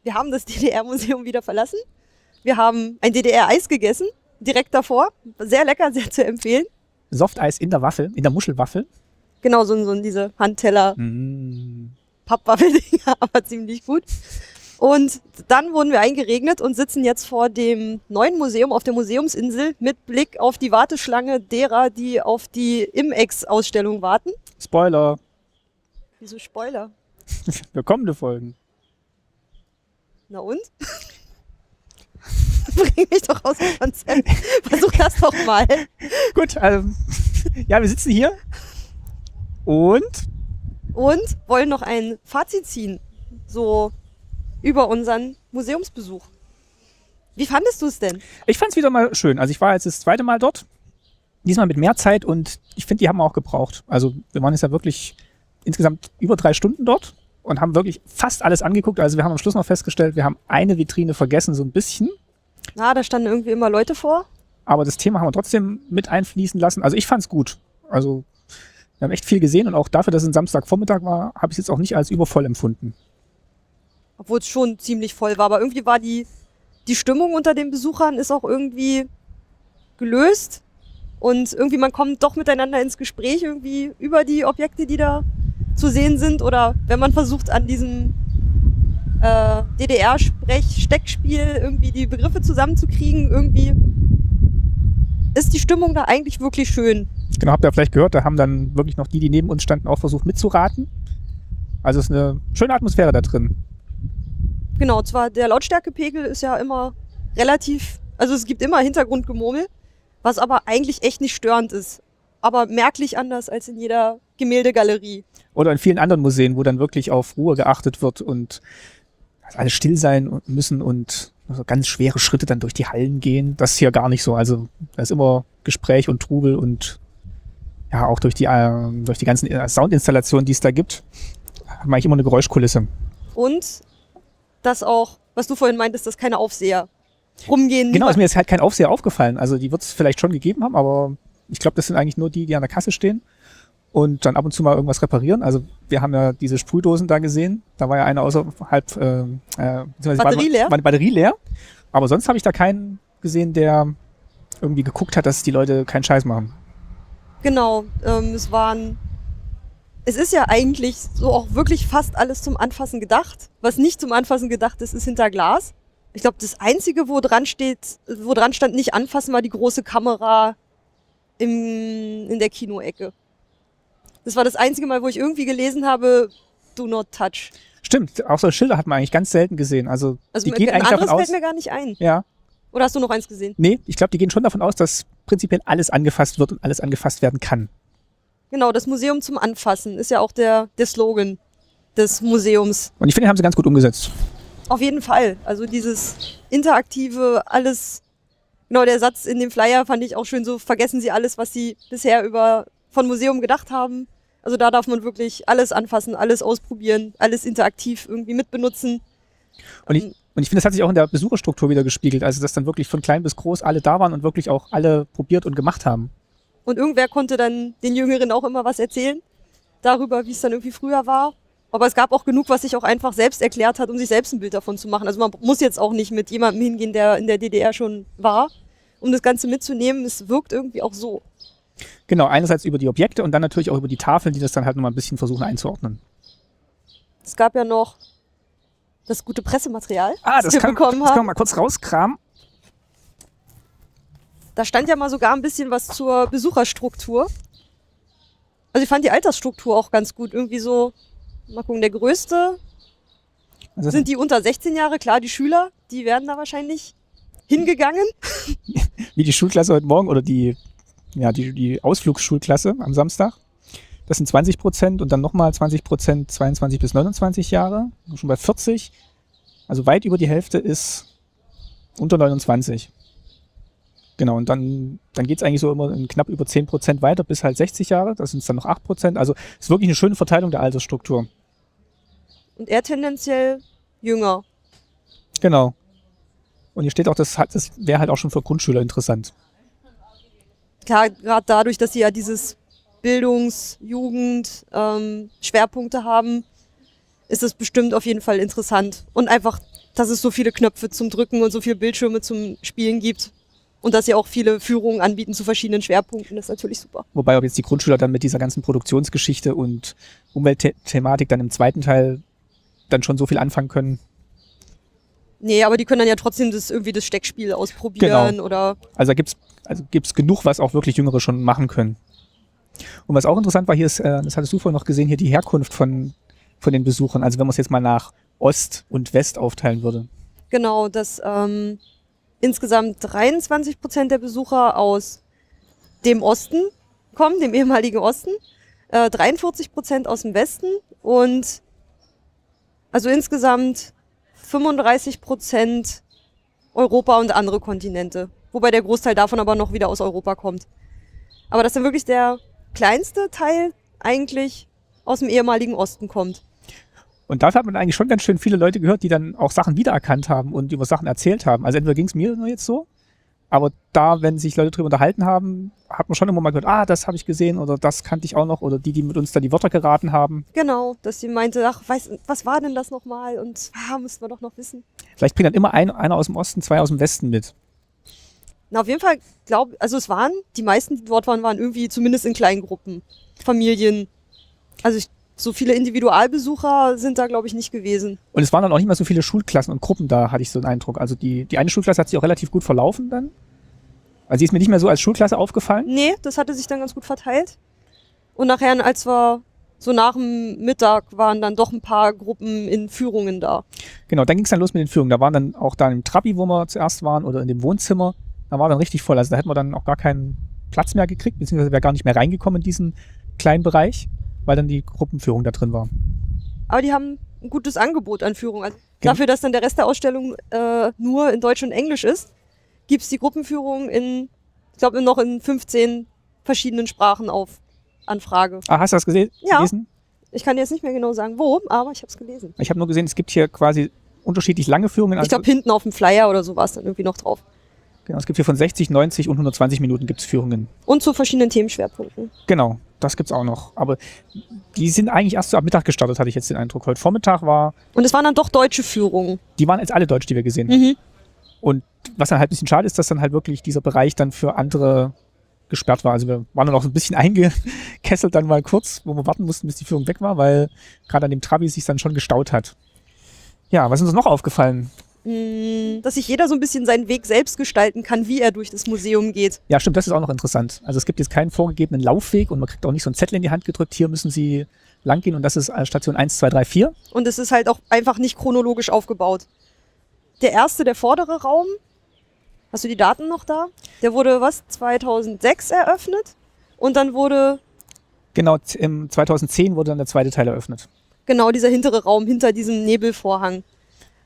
[SPEAKER 1] Wir haben das DDR-Museum wieder verlassen. Wir haben ein DDR-Eis gegessen, direkt davor. Sehr lecker, sehr zu empfehlen.
[SPEAKER 2] Softeis in der Waffel, in der Muschelwaffel.
[SPEAKER 1] Genau, so, ein- so ein- diese Handteller,
[SPEAKER 2] Mhm.
[SPEAKER 1] Pappwaffeldinger, aber ziemlich gut. Und dann wurden wir eingeregnet und sitzen jetzt vor dem neuen Museum auf der Museumsinsel mit Blick auf die Warteschlange derer, die auf die Imex-Ausstellung warten.
[SPEAKER 2] Spoiler
[SPEAKER 1] Wieso Spoiler?
[SPEAKER 2] für kommende Folgen.
[SPEAKER 1] Na und? Bring mich doch aus dem Konzept. Versuch das doch mal.
[SPEAKER 2] Gut, also, ja, wir sitzen hier und
[SPEAKER 1] Und wollen noch ein Fazit ziehen. So über unseren Museumsbesuch. Wie fandest du es denn?
[SPEAKER 2] ich fand es wieder mal schön. Also ich war jetzt das zweite Mal dort, diesmal mit mehr Zeit und ich finde, die haben wir auch gebraucht. Also wir waren jetzt ja wirklich insgesamt über drei Stunden dort und haben wirklich fast alles angeguckt. Also wir haben am Schluss noch festgestellt, wir haben eine Vitrine vergessen, so ein bisschen.
[SPEAKER 1] Na, da standen irgendwie immer Leute vor.
[SPEAKER 2] Aber das Thema haben wir trotzdem mit einfließen lassen. Also ich fand's gut. Also wir haben echt viel gesehen und auch dafür, dass es ein Samstagvormittag war, habe ich es jetzt auch nicht als übervoll empfunden.
[SPEAKER 1] Obwohl es schon ziemlich voll war, aber irgendwie war die die Stimmung unter den Besuchern ist auch irgendwie gelöst und irgendwie man kommt doch miteinander ins Gespräch irgendwie über die Objekte, die da zu sehen sind oder wenn man versucht an diesem äh, DDR-Sprech-Steckspiel irgendwie die Begriffe zusammenzukriegen, irgendwie ist die Stimmung da eigentlich wirklich schön.
[SPEAKER 2] Genau, habt ihr vielleicht gehört, da haben dann wirklich noch die, die neben uns standen, auch versucht mitzuraten. Also es ist eine schöne Atmosphäre da drin.
[SPEAKER 1] Genau, zwar der Lautstärkepegel ist ja immer relativ, also es gibt immer Hintergrundgemurmel, was aber eigentlich echt nicht störend ist. Aber merklich anders als in jeder Gemäldegalerie.
[SPEAKER 2] Oder in vielen anderen Museen, wo dann wirklich auf Ruhe geachtet wird und also alle still sein und- müssen und so ganz schwere Schritte dann durch die Hallen gehen. Das ist hier gar nicht so. Also da ist immer Gespräch und Trubel und ja, auch durch die, äh, durch die ganzen äh, Soundinstallationen, die es da gibt, haben wir eigentlich immer eine Geräuschkulisse.
[SPEAKER 1] Und dass auch, was du vorhin meintest, dass keine Aufseher rumgehen.
[SPEAKER 2] Genau, ist mir jetzt halt kein Aufseher aufgefallen. Also die wird es vielleicht schon gegeben haben, aber ich glaube, das sind eigentlich nur die, die an der Kasse stehen und dann ab und zu mal irgendwas reparieren. Also wir haben ja diese Sprühdosen da gesehen. Da war ja eine außerhalb äh, äh, beziehungsweise
[SPEAKER 1] Batterie
[SPEAKER 2] war,
[SPEAKER 1] leer?
[SPEAKER 2] War die Batterie leer. Aber sonst habe ich da keinen gesehen, der irgendwie geguckt hat, dass die Leute keinen Scheiß machen.
[SPEAKER 1] Genau, ähm, es waren. Es ist ja eigentlich so auch wirklich fast alles zum Anfassen gedacht. Was nicht zum Anfassen gedacht ist, ist hinter Glas. Ich glaube, das Einzige, wo dran steht, wo dran stand, nicht anfassen, war die große Kamera im, in der Kinoecke. Das war das einzige Mal, wo ich irgendwie gelesen habe, do not touch.
[SPEAKER 2] Stimmt, auch so Schilder hat man eigentlich ganz selten gesehen. Also,
[SPEAKER 1] Also
[SPEAKER 2] die
[SPEAKER 1] mir-
[SPEAKER 2] gehen
[SPEAKER 1] ein
[SPEAKER 2] eigentlich davon
[SPEAKER 1] anderes fällt mir
[SPEAKER 2] aus.
[SPEAKER 1] gar nicht ein.
[SPEAKER 2] Ja,
[SPEAKER 1] Oder hast du noch eins gesehen?
[SPEAKER 2] nee, ich glaube, die gehen schon davon aus, dass prinzipiell alles angefasst wird und alles angefasst werden kann.
[SPEAKER 1] Genau, das Museum zum Anfassen ist ja auch der, der Slogan des Museums.
[SPEAKER 2] Und ich finde, den haben sie ganz gut umgesetzt.
[SPEAKER 1] Auf jeden Fall. Also dieses interaktive, alles. Genau, der Satz in dem Flyer fand ich auch schön so, vergessen Sie alles, was Sie bisher über von Museum gedacht haben. Also da darf man wirklich alles anfassen, alles ausprobieren, alles interaktiv irgendwie mitbenutzen.
[SPEAKER 2] Und ich,
[SPEAKER 1] Ähm.
[SPEAKER 2] und ich finde, das hat sich auch in der Besucherstruktur wieder gespiegelt, also dass dann wirklich von klein bis groß alle da waren und wirklich auch alle probiert und gemacht haben.
[SPEAKER 1] Und irgendwer konnte dann den Jüngeren auch immer was erzählen darüber, wie es dann irgendwie früher war. Aber es gab auch genug, was sich auch einfach selbst erklärt hat, um sich selbst ein Bild davon zu machen. Also man muss jetzt auch nicht mit jemandem hingehen, der in der DDR schon war, um das Ganze mitzunehmen. Es wirkt irgendwie auch so.
[SPEAKER 2] Genau, einerseits über die Objekte und dann natürlich auch über die Tafeln, die das dann halt nochmal ein bisschen versuchen einzuordnen.
[SPEAKER 1] Es gab ja noch das gute Pressematerial,
[SPEAKER 2] Ah,
[SPEAKER 1] das wir bekommen
[SPEAKER 2] das kann man
[SPEAKER 1] haben.
[SPEAKER 2] mal kurz rauskramen.
[SPEAKER 1] Da stand ja mal sogar ein bisschen was zur Besucherstruktur. Also ich fand die Altersstruktur auch ganz gut. Irgendwie so, mal gucken, der größte
[SPEAKER 2] Also das
[SPEAKER 1] sind die unter 16 Jahre. Klar, die Schüler, die werden da wahrscheinlich hingegangen.
[SPEAKER 2] wie die Schulklasse heute Morgen oder die, ja, die, die Ausflugsschulklasse am Samstag. Das sind 20 Prozent und dann nochmal 20 Prozent 22 bis 29 Jahre, schon bei 40. Also weit über die Hälfte ist unter 29. Genau, und dann, dann geht es eigentlich so immer in knapp über 10 Prozent weiter bis halt 60 Jahre. Das sind dann noch 8 Prozent. Also ist wirklich eine schöne Verteilung der Altersstruktur.
[SPEAKER 1] Und er tendenziell jünger.
[SPEAKER 2] Genau. Und hier steht auch, das, hat- das wäre halt auch schon für Grundschüler interessant.
[SPEAKER 1] Klar, gerade dadurch, dass sie ja dieses Bildungs-, Jugend-, ähm, Schwerpunkte haben, ist das bestimmt auf jeden Fall interessant. Und einfach, dass es so viele Knöpfe zum Drücken und so viele Bildschirme zum Spielen gibt. Und dass sie auch viele Führungen anbieten zu verschiedenen Schwerpunkten, das ist natürlich super.
[SPEAKER 2] Wobei, ob jetzt die Grundschüler dann mit dieser ganzen Produktionsgeschichte und Umweltthematik dann im zweiten Teil dann schon so viel anfangen können.
[SPEAKER 1] Nee, aber die können dann ja trotzdem das irgendwie das Steckspiel ausprobieren oder
[SPEAKER 2] Also da gibt's also gibt's genug, was auch wirklich Jüngere schon machen können. Und was auch interessant war hier ist, äh, das hattest du vorhin noch gesehen, hier die Herkunft von, von den Besuchern. Also wenn man es jetzt mal nach Ost und West aufteilen würde.
[SPEAKER 1] genau, dass ähm, insgesamt 23 Prozent der Besucher aus dem Osten kommen, dem ehemaligen Osten, äh, 43 Prozent aus dem Westen und also insgesamt 35 Prozent Europa und andere Kontinente. Wobei der Großteil davon aber noch wieder aus Europa kommt. Aber dass dann wirklich der kleinste Teil eigentlich aus dem ehemaligen Osten kommt.
[SPEAKER 2] Und dafür hat man eigentlich schon ganz schön viele Leute gehört, die dann auch Sachen wiedererkannt haben und über Sachen erzählt haben. Also entweder ging es mir nur jetzt so, Aber da, wenn sich Leute drüber unterhalten haben, hat man schon immer mal gehört, ah, das habe ich gesehen oder das kannte ich auch noch oder die, die mit uns da die Wörter geraten haben.
[SPEAKER 1] Genau, dass sie meinte, ach, weiß, was war denn das nochmal? Und ah, müssen wir doch noch wissen.
[SPEAKER 2] Vielleicht bringt dann immer ein, einer aus dem Osten, zwei aus dem Westen mit.
[SPEAKER 1] Na, auf jeden Fall, glaube also es waren, die meisten, die dort waren, waren irgendwie zumindest in kleinen Gruppen, Familien. Also ich, so viele Individualbesucher sind da, glaube ich, nicht gewesen.
[SPEAKER 2] Und es waren dann auch nicht mehr so viele Schulklassen und Gruppen da, hatte ich so einen Eindruck. Also die, die eine Schulklasse hat sich auch relativ gut verlaufen dann. Also die ist mir nicht mehr so als Schulklasse aufgefallen.
[SPEAKER 1] Nee, das hatte sich dann ganz gut verteilt. Und nachher, als wir so nach dem Mittag waren dann doch ein paar Gruppen in Führungen da.
[SPEAKER 2] Genau, dann ging es dann los mit den Führungen. Da waren dann auch da im Trabi, wo wir zuerst waren, oder in dem Wohnzimmer. Da war dann richtig voll. Also da hätten wir dann auch gar keinen Platz mehr gekriegt, beziehungsweise wäre gar nicht mehr reingekommen in diesen kleinen Bereich, weil dann die Gruppenführung da drin war.
[SPEAKER 1] Aber die haben ein gutes Angebot an Führung. Also Dafür, dass dann der Rest der Ausstellung äh, nur in Deutsch und Englisch ist, gibt es die Gruppenführung in, ich glaube, noch in 15 verschiedenen Sprachen auf Anfrage.
[SPEAKER 2] Ah, hast du das gesehen?
[SPEAKER 1] Ja.
[SPEAKER 2] Gelesen?
[SPEAKER 1] Ich kann jetzt nicht mehr genau sagen, wo, aber ich habe es gelesen.
[SPEAKER 2] Ich habe nur gesehen, es gibt hier quasi unterschiedlich lange Führungen. Also,
[SPEAKER 1] Ich glaube, hinten auf dem Flyer oder so war es dann irgendwie noch drauf.
[SPEAKER 2] genau, es gibt hier von 60, 90 und 120 Minuten gibt's Führungen.
[SPEAKER 1] Und zu verschiedenen Themenschwerpunkten.
[SPEAKER 2] Genau, das gibt's auch noch. Aber die sind eigentlich erst so ab Mittag gestartet, hatte ich jetzt den Eindruck. Heute Vormittag war,
[SPEAKER 1] Und es waren dann doch deutsche Führungen.
[SPEAKER 2] die waren jetzt alle deutsch, die wir gesehen haben.
[SPEAKER 1] Mhm.
[SPEAKER 2] Und was dann halt ein bisschen schade ist, dass dann halt wirklich dieser Bereich dann für andere gesperrt war. Also wir waren dann auch so ein bisschen eingekesselt dann mal kurz, wo wir warten mussten, bis die Führung weg war, weil gerade an dem Trabi sich dann schon gestaut hat. Ja, was ist uns noch aufgefallen?
[SPEAKER 1] Mm, Dass sich jeder so ein bisschen seinen Weg selbst gestalten kann, wie er durch das Museum geht.
[SPEAKER 2] Ja, stimmt, das ist auch noch interessant. Also es gibt jetzt keinen vorgegebenen Laufweg und man kriegt auch nicht so einen Zettel in die Hand gedrückt, hier müssen Sie lang gehen und das ist äh, Station 1, 2, 3, 4.
[SPEAKER 1] Und es ist halt auch einfach nicht chronologisch aufgebaut. Der erste, der vordere Raum, hast du die Daten noch da? Der wurde, was, 2006 eröffnet? Und dann wurde
[SPEAKER 2] Genau, z- im 2010 wurde dann der zweite Teil eröffnet.
[SPEAKER 1] genau dieser hintere Raum hinter diesem Nebelvorhang.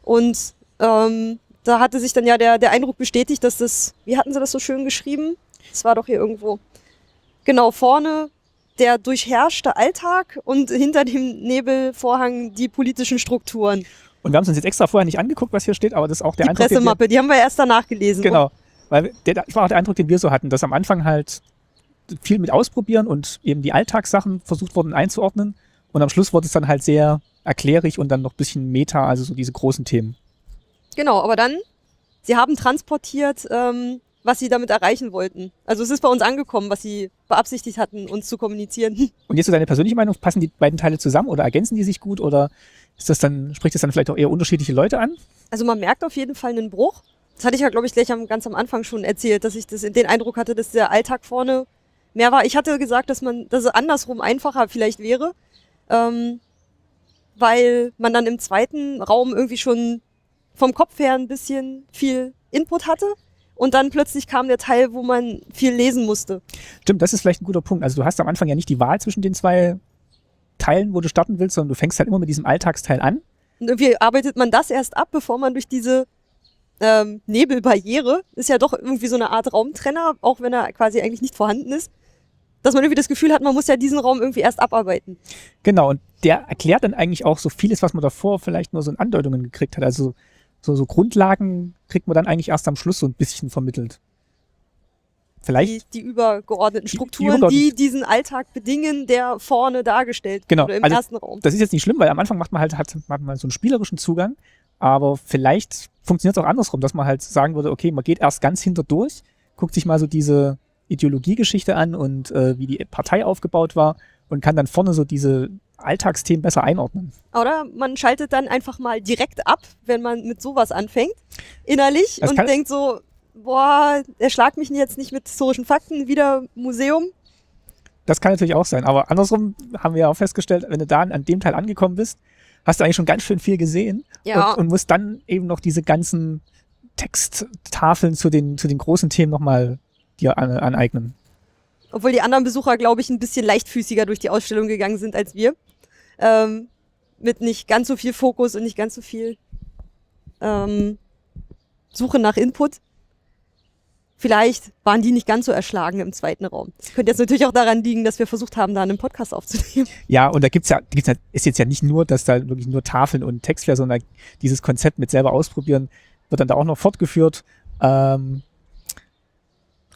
[SPEAKER 1] Und ähm, da hatte sich dann ja der, der Eindruck bestätigt, dass das, wie hatten sie das so schön geschrieben? Das war doch hier irgendwo. Genau, vorne der durchherrschte Alltag und hinter dem Nebelvorhang die politischen Strukturen.
[SPEAKER 2] Und wir haben es uns jetzt extra vorher nicht angeguckt, was hier steht, aber das ist auch der
[SPEAKER 1] die
[SPEAKER 2] Eindruck, den wir-
[SPEAKER 1] Pressemappe, die haben wir erst danach gelesen.
[SPEAKER 2] Genau. Weil der, das war auch der Eindruck, den wir so hatten, dass am Anfang halt viel mit ausprobieren und eben die Alltagssachen versucht wurden einzuordnen. Und am Schluss wurde es dann halt sehr erklärig und dann noch ein bisschen Meta, also so diese großen Themen.
[SPEAKER 1] Genau, aber dann, sie haben transportiert, ähm, was sie damit erreichen wollten. Also es ist bei uns angekommen, was sie beabsichtigt hatten, uns zu kommunizieren.
[SPEAKER 2] Und jetzt so deine persönliche Meinung, passen die beiden Teile zusammen oder ergänzen die sich gut oder ist das dann, spricht das dann vielleicht auch eher unterschiedliche Leute an?
[SPEAKER 1] Also man merkt auf jeden Fall einen Bruch. Das hatte ich ja, glaube ich, gleich am, ganz am Anfang schon erzählt, dass ich das, den Eindruck hatte, dass der Alltag vorne mehr war. Ich hatte gesagt, dass man, dass es andersrum einfacher vielleicht wäre, ähm, weil man dann im zweiten Raum irgendwie schon vom Kopf her ein bisschen viel Input hatte. Und dann plötzlich kam der Teil, wo man viel lesen musste.
[SPEAKER 2] Stimmt, das ist vielleicht ein guter Punkt. Also du hast am Anfang ja nicht die Wahl zwischen den zwei Teilen, wo du starten willst, sondern du fängst halt immer mit diesem Alltagsteil an.
[SPEAKER 1] Und irgendwie arbeitet man das erst ab, bevor man durch diese ähm, Nebelbarriere, ist ja doch irgendwie so eine Art Raumtrenner, auch wenn er quasi eigentlich nicht vorhanden ist, dass man irgendwie das Gefühl hat, man muss ja diesen Raum irgendwie erst abarbeiten.
[SPEAKER 2] Genau, und der erklärt dann eigentlich auch so vieles, was man davor vielleicht nur so in Andeutungen gekriegt hat. Also so, so Grundlagen kriegt man dann eigentlich erst am Schluss so ein bisschen vermittelt. Vielleicht,
[SPEAKER 1] Die, die übergeordneten
[SPEAKER 2] Die- die
[SPEAKER 1] Strukturen, die,
[SPEAKER 2] übergeordneten-
[SPEAKER 1] diesen Alltag bedingen, der vorne dargestellt
[SPEAKER 2] Genau,
[SPEAKER 1] wurde im
[SPEAKER 2] also-
[SPEAKER 1] ersten Raum.
[SPEAKER 2] das ist jetzt nicht schlimm, weil am Anfang macht man halt hat, hat man so einen spielerischen Zugang, aber vielleicht funktioniert es auch andersrum, dass man halt sagen würde, okay, man geht erst ganz hinter durch, guckt sich mal so diese Ideologiegeschichte an und äh, wie die Partei aufgebaut war und kann dann vorne so diese Alltagsthemen besser einordnen.
[SPEAKER 1] Oder man schaltet dann einfach mal direkt ab, wenn man mit sowas anfängt, innerlich
[SPEAKER 2] Das
[SPEAKER 1] und
[SPEAKER 2] kann-
[SPEAKER 1] denkt so, boah, erschlag mich jetzt nicht mit historischen Fakten, wieder Museum,
[SPEAKER 2] Das kann natürlich auch sein. Aber andersrum haben wir ja auch festgestellt, wenn du da an dem Teil angekommen bist, hast du eigentlich schon ganz schön viel gesehen
[SPEAKER 1] Ja.
[SPEAKER 2] und, und musst dann eben noch diese ganzen Texttafeln zu den, zu den großen Themen nochmal dir an, aneignen.
[SPEAKER 1] obwohl die anderen Besucher, glaube ich, ein bisschen leichtfüßiger durch die Ausstellung gegangen sind als wir. Ähm, mit nicht ganz so viel Fokus und nicht ganz so viel ähm, Suche nach Input. Vielleicht waren die nicht ganz so erschlagen im zweiten Raum. Das könnte jetzt natürlich auch daran liegen, dass wir versucht haben, da einen Podcast aufzunehmen.
[SPEAKER 2] Ja, und da gibt's ja, gibt's ja, ist jetzt ja nicht nur, dass da wirklich nur Tafeln und Text wäre, sondern dieses Konzept mit selber ausprobieren wird dann da auch noch fortgeführt. Ähm,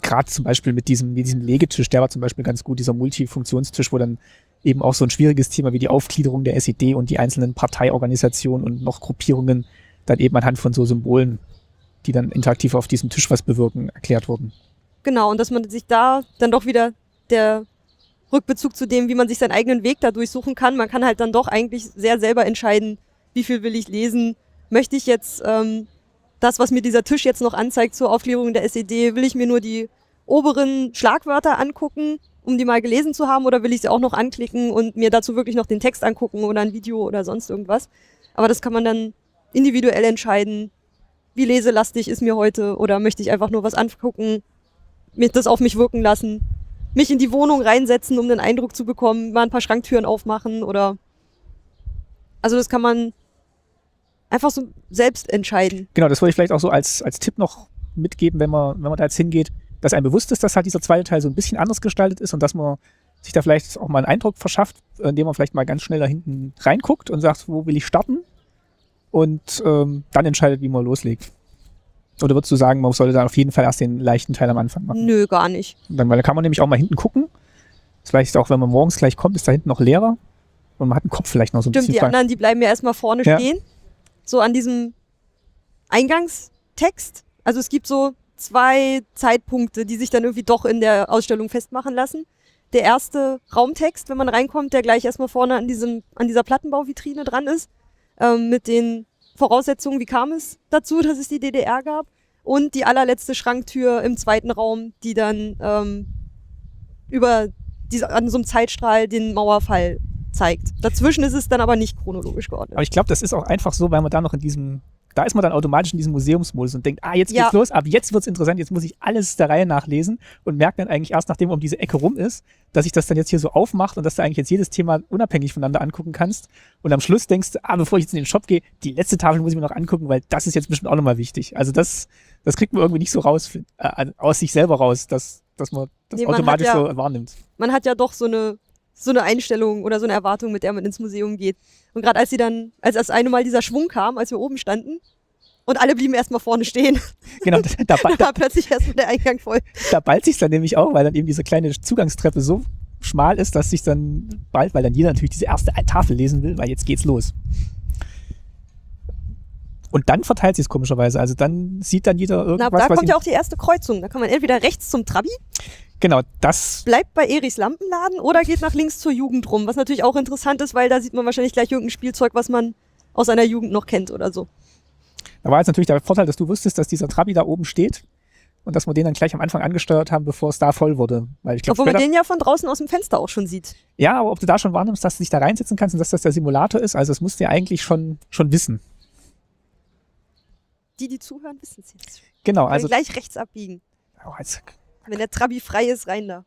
[SPEAKER 2] gerade zum Beispiel mit diesem, mit diesem Legetisch, der war zum Beispiel ganz gut, dieser Multifunktionstisch, wo dann eben auch so ein schwieriges Thema wie die Aufgliederung der SED und die einzelnen Parteiorganisationen und noch Gruppierungen dann eben anhand von so Symbolen, die dann interaktiv auf diesem Tisch was bewirken, erklärt wurden.
[SPEAKER 1] Genau, und dass man sich da dann doch wieder der Rückbezug zu dem, wie man sich seinen eigenen Weg dadurch suchen kann. Man kann halt dann doch eigentlich sehr selber entscheiden, wie viel will ich lesen. Möchte ich jetzt ähm, das, was mir dieser Tisch jetzt noch anzeigt zur Aufklärung der SED, will ich mir nur die oberen Schlagwörter angucken, um die mal gelesen zu haben, oder will ich sie auch noch anklicken und mir dazu wirklich noch den Text angucken oder ein Video oder sonst irgendwas. Aber das kann man dann individuell entscheiden, wie leselastig ist mir heute oder möchte ich einfach nur was angucken, mir das auf mich wirken lassen, mich in die Wohnung reinsetzen, um den Eindruck zu bekommen, mal ein paar Schranktüren aufmachen oder also das kann man einfach so selbst entscheiden.
[SPEAKER 2] Genau, das wollte ich vielleicht auch so als, als Tipp noch mitgeben, wenn man, wenn man da jetzt hingeht, dass einem bewusst ist, dass halt dieser zweite Teil so ein bisschen anders gestaltet ist und dass man sich da vielleicht auch mal einen Eindruck verschafft, indem man vielleicht mal ganz schnell da hinten reinguckt und sagt, wo will ich starten? Und ähm, dann entscheidet, wie man loslegt. Oder würdest du sagen, man sollte da auf jeden Fall erst den leichten Teil am Anfang machen?
[SPEAKER 1] Nö, gar nicht.
[SPEAKER 2] Und Dann, weil da kann man nämlich auch mal hinten gucken. Vielleicht auch, wenn man morgens gleich kommt, ist da hinten noch leerer und man hat den Kopf vielleicht noch so ein
[SPEAKER 1] Stimmt,
[SPEAKER 2] bisschen
[SPEAKER 1] die
[SPEAKER 2] frei.
[SPEAKER 1] anderen, die bleiben ja erstmal vorne
[SPEAKER 2] Ja.
[SPEAKER 1] stehen. So an diesem Eingangstext. Also es gibt so zwei Zeitpunkte, die sich dann irgendwie doch in der Ausstellung festmachen lassen. Der erste Raumtext, wenn man reinkommt, der gleich erstmal vorne an, diesem, an dieser Plattenbauvitrine dran ist, ähm, mit den Voraussetzungen, wie kam es dazu, dass es die DDR gab. Und die allerletzte Schranktür im zweiten Raum, die dann ähm, über diese, an so einem Zeitstrahl den Mauerfall zeigt. Dazwischen ist es dann aber nicht chronologisch geordnet.
[SPEAKER 2] Aber ich glaube, das ist auch einfach so, weil man da noch in diesem, da ist man dann automatisch in diesem Museumsmodus und denkt, ah, jetzt
[SPEAKER 1] Ja.
[SPEAKER 2] geht's los, ab jetzt wird's interessant, jetzt muss ich alles der Reihe nachlesen und merkt dann eigentlich erst, nachdem man um diese Ecke rum ist, dass sich das dann jetzt hier so aufmacht und dass du eigentlich jetzt jedes Thema unabhängig voneinander angucken kannst. Und am Schluss denkst du, ah, bevor ich jetzt in den Shop gehe, die letzte Tafel muss ich mir noch angucken, weil das ist jetzt bestimmt auch nochmal wichtig. Also das, das kriegt man irgendwie nicht so raus, find- äh, aus sich selber raus, dass, dass man das
[SPEAKER 1] Nee, man hat
[SPEAKER 2] automatisch
[SPEAKER 1] ja-
[SPEAKER 2] so wahrnimmt.
[SPEAKER 1] Man hat ja doch so eine, so eine Einstellung oder so eine Erwartung, mit der man ins Museum geht. Und gerade als sie dann, als das eine Mal dieser Schwung kam, als wir oben standen, und alle blieben erstmal vorne stehen,
[SPEAKER 2] Genau, da, da,
[SPEAKER 1] da war plötzlich erstmal der Eingang voll.
[SPEAKER 2] da ballt sich's dann nämlich auch, weil dann eben diese kleine Zugangstreppe so schmal ist, dass sich dann bald, weil dann jeder natürlich diese erste Tafel lesen will, weil jetzt geht's los. Und dann verteilt sich's komischerweise. Also dann sieht dann jeder
[SPEAKER 1] Na,
[SPEAKER 2] irgendwas,
[SPEAKER 1] da
[SPEAKER 2] was
[SPEAKER 1] kommt
[SPEAKER 2] ihn,
[SPEAKER 1] ja auch die erste Kreuzung. Da kann man entweder rechts zum Trabi,
[SPEAKER 2] genau das.
[SPEAKER 1] bleibt bei Erichs Lampenladen oder geht nach links zur Jugend rum, was natürlich auch interessant ist, weil da sieht man wahrscheinlich gleich irgendein Spielzeug, was man aus einer Jugend noch kennt oder so.
[SPEAKER 2] Da war jetzt natürlich der Vorteil, dass du wusstest, dass dieser Trabi da oben steht und dass wir den dann gleich am Anfang angesteuert haben, bevor es da voll wurde. Weil ich glaube,
[SPEAKER 1] Obwohl man
[SPEAKER 2] später,
[SPEAKER 1] den ja von draußen aus dem Fenster auch schon sieht.
[SPEAKER 2] ja, aber ob du da schon wahrnimmst, dass du dich da reinsetzen kannst und dass das der Simulator ist, also das musst du ja eigentlich schon schon wissen.
[SPEAKER 1] Die, die zuhören, wissen es jetzt.
[SPEAKER 2] Genau,
[SPEAKER 1] Also
[SPEAKER 2] also
[SPEAKER 1] gleich rechts abbiegen.
[SPEAKER 2] oh, jetzt,
[SPEAKER 1] Wenn der Trabi frei ist, rein da.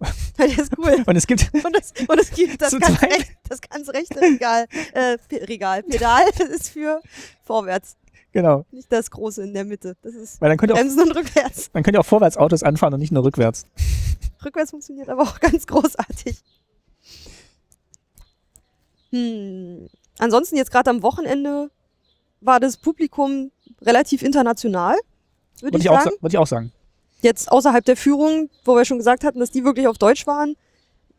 [SPEAKER 1] Ja, der ist cool.
[SPEAKER 2] und es gibt
[SPEAKER 1] Und es, und es gibt das
[SPEAKER 2] Zu
[SPEAKER 1] ganz,
[SPEAKER 2] zweit.
[SPEAKER 1] recht, das ganz rechte Regal, äh, Pe- Regal, Pedal, das ist für vorwärts.
[SPEAKER 2] genau,
[SPEAKER 1] Nicht das große in der Mitte. Das ist
[SPEAKER 2] weil dann könnte auch
[SPEAKER 1] Bremsen und rückwärts.
[SPEAKER 2] Man könnte auch vorwärts Autos anfahren und nicht nur rückwärts.
[SPEAKER 1] Rückwärts funktioniert aber auch ganz großartig. Hm. Ansonsten jetzt gerade am Wochenende war das Publikum relativ international, würde
[SPEAKER 2] Würde
[SPEAKER 1] ich
[SPEAKER 2] ich, auch
[SPEAKER 1] sagen.
[SPEAKER 2] sa- würde ich auch sagen.
[SPEAKER 1] jetzt außerhalb der Führung, wo wir schon gesagt hatten, dass die wirklich auf Deutsch waren,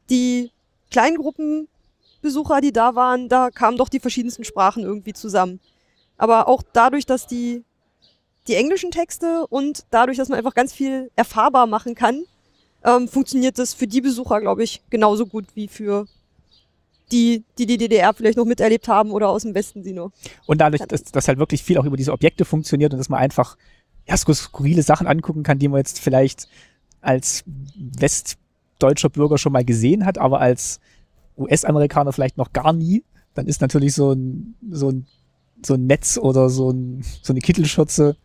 [SPEAKER 1] die Kleingruppenbesucher, die da waren, da kamen doch die verschiedensten Sprachen irgendwie zusammen. Aber auch dadurch, dass die, die englischen Texte und dadurch, dass man einfach ganz viel erfahrbar machen kann, ähm, funktioniert das für die Besucher, glaube ich, genauso gut wie für die, die die DDR vielleicht noch miterlebt haben oder aus dem Westen sie nur.
[SPEAKER 2] Und dadurch, dass, dass halt wirklich viel auch über diese Objekte funktioniert und dass man einfach ja, skur- skurrile Sachen angucken kann, die man jetzt vielleicht als westdeutscher Bürger schon mal gesehen hat, aber als US-Amerikaner vielleicht noch gar nie, dann ist natürlich so ein, so ein, so ein Netz oder so, ein, so eine Kittelschürze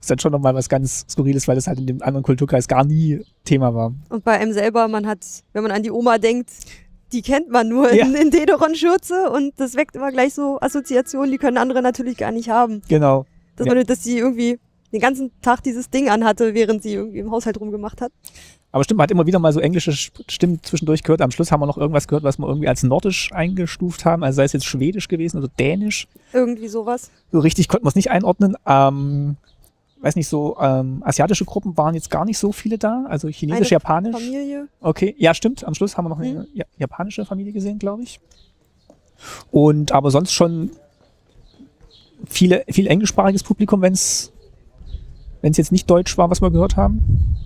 [SPEAKER 2] ist dann schon nochmal was ganz Skurriles, weil das halt in dem anderen Kulturkreis gar nie Thema war.
[SPEAKER 1] Und bei einem selber, man hat, wenn man an die Oma denkt, die kennt man nur in, in Dederon-Schürze und das weckt immer gleich so Assoziationen, die können andere natürlich gar nicht haben.
[SPEAKER 2] Genau.
[SPEAKER 1] Dass
[SPEAKER 2] Ja.
[SPEAKER 1] man, dass sie irgendwie den ganzen Tag dieses Ding anhatte, während sie irgendwie im Haushalt rumgemacht hat.
[SPEAKER 2] Aber stimmt, man hat immer wieder mal so englische Sp- Stimmen zwischendurch gehört. Am Schluss haben wir noch irgendwas gehört, was wir irgendwie als nordisch eingestuft haben. Also sei es jetzt schwedisch gewesen oder dänisch.
[SPEAKER 1] Irgendwie sowas.
[SPEAKER 2] So richtig konnten wir es nicht einordnen. Ähm, weiß nicht, so ähm, asiatische Gruppen waren jetzt gar nicht so viele da, also chinesisch,
[SPEAKER 1] Eine
[SPEAKER 2] japanisch.
[SPEAKER 1] Familie. Mhm.
[SPEAKER 2] Okay, ja, stimmt. Am Schluss haben wir noch eine ja- japanische Familie gesehen, glaube ich. Und aber sonst schon viele, viel englischsprachiges Publikum, wenn es jetzt nicht Deutsch war, was wir gehört haben.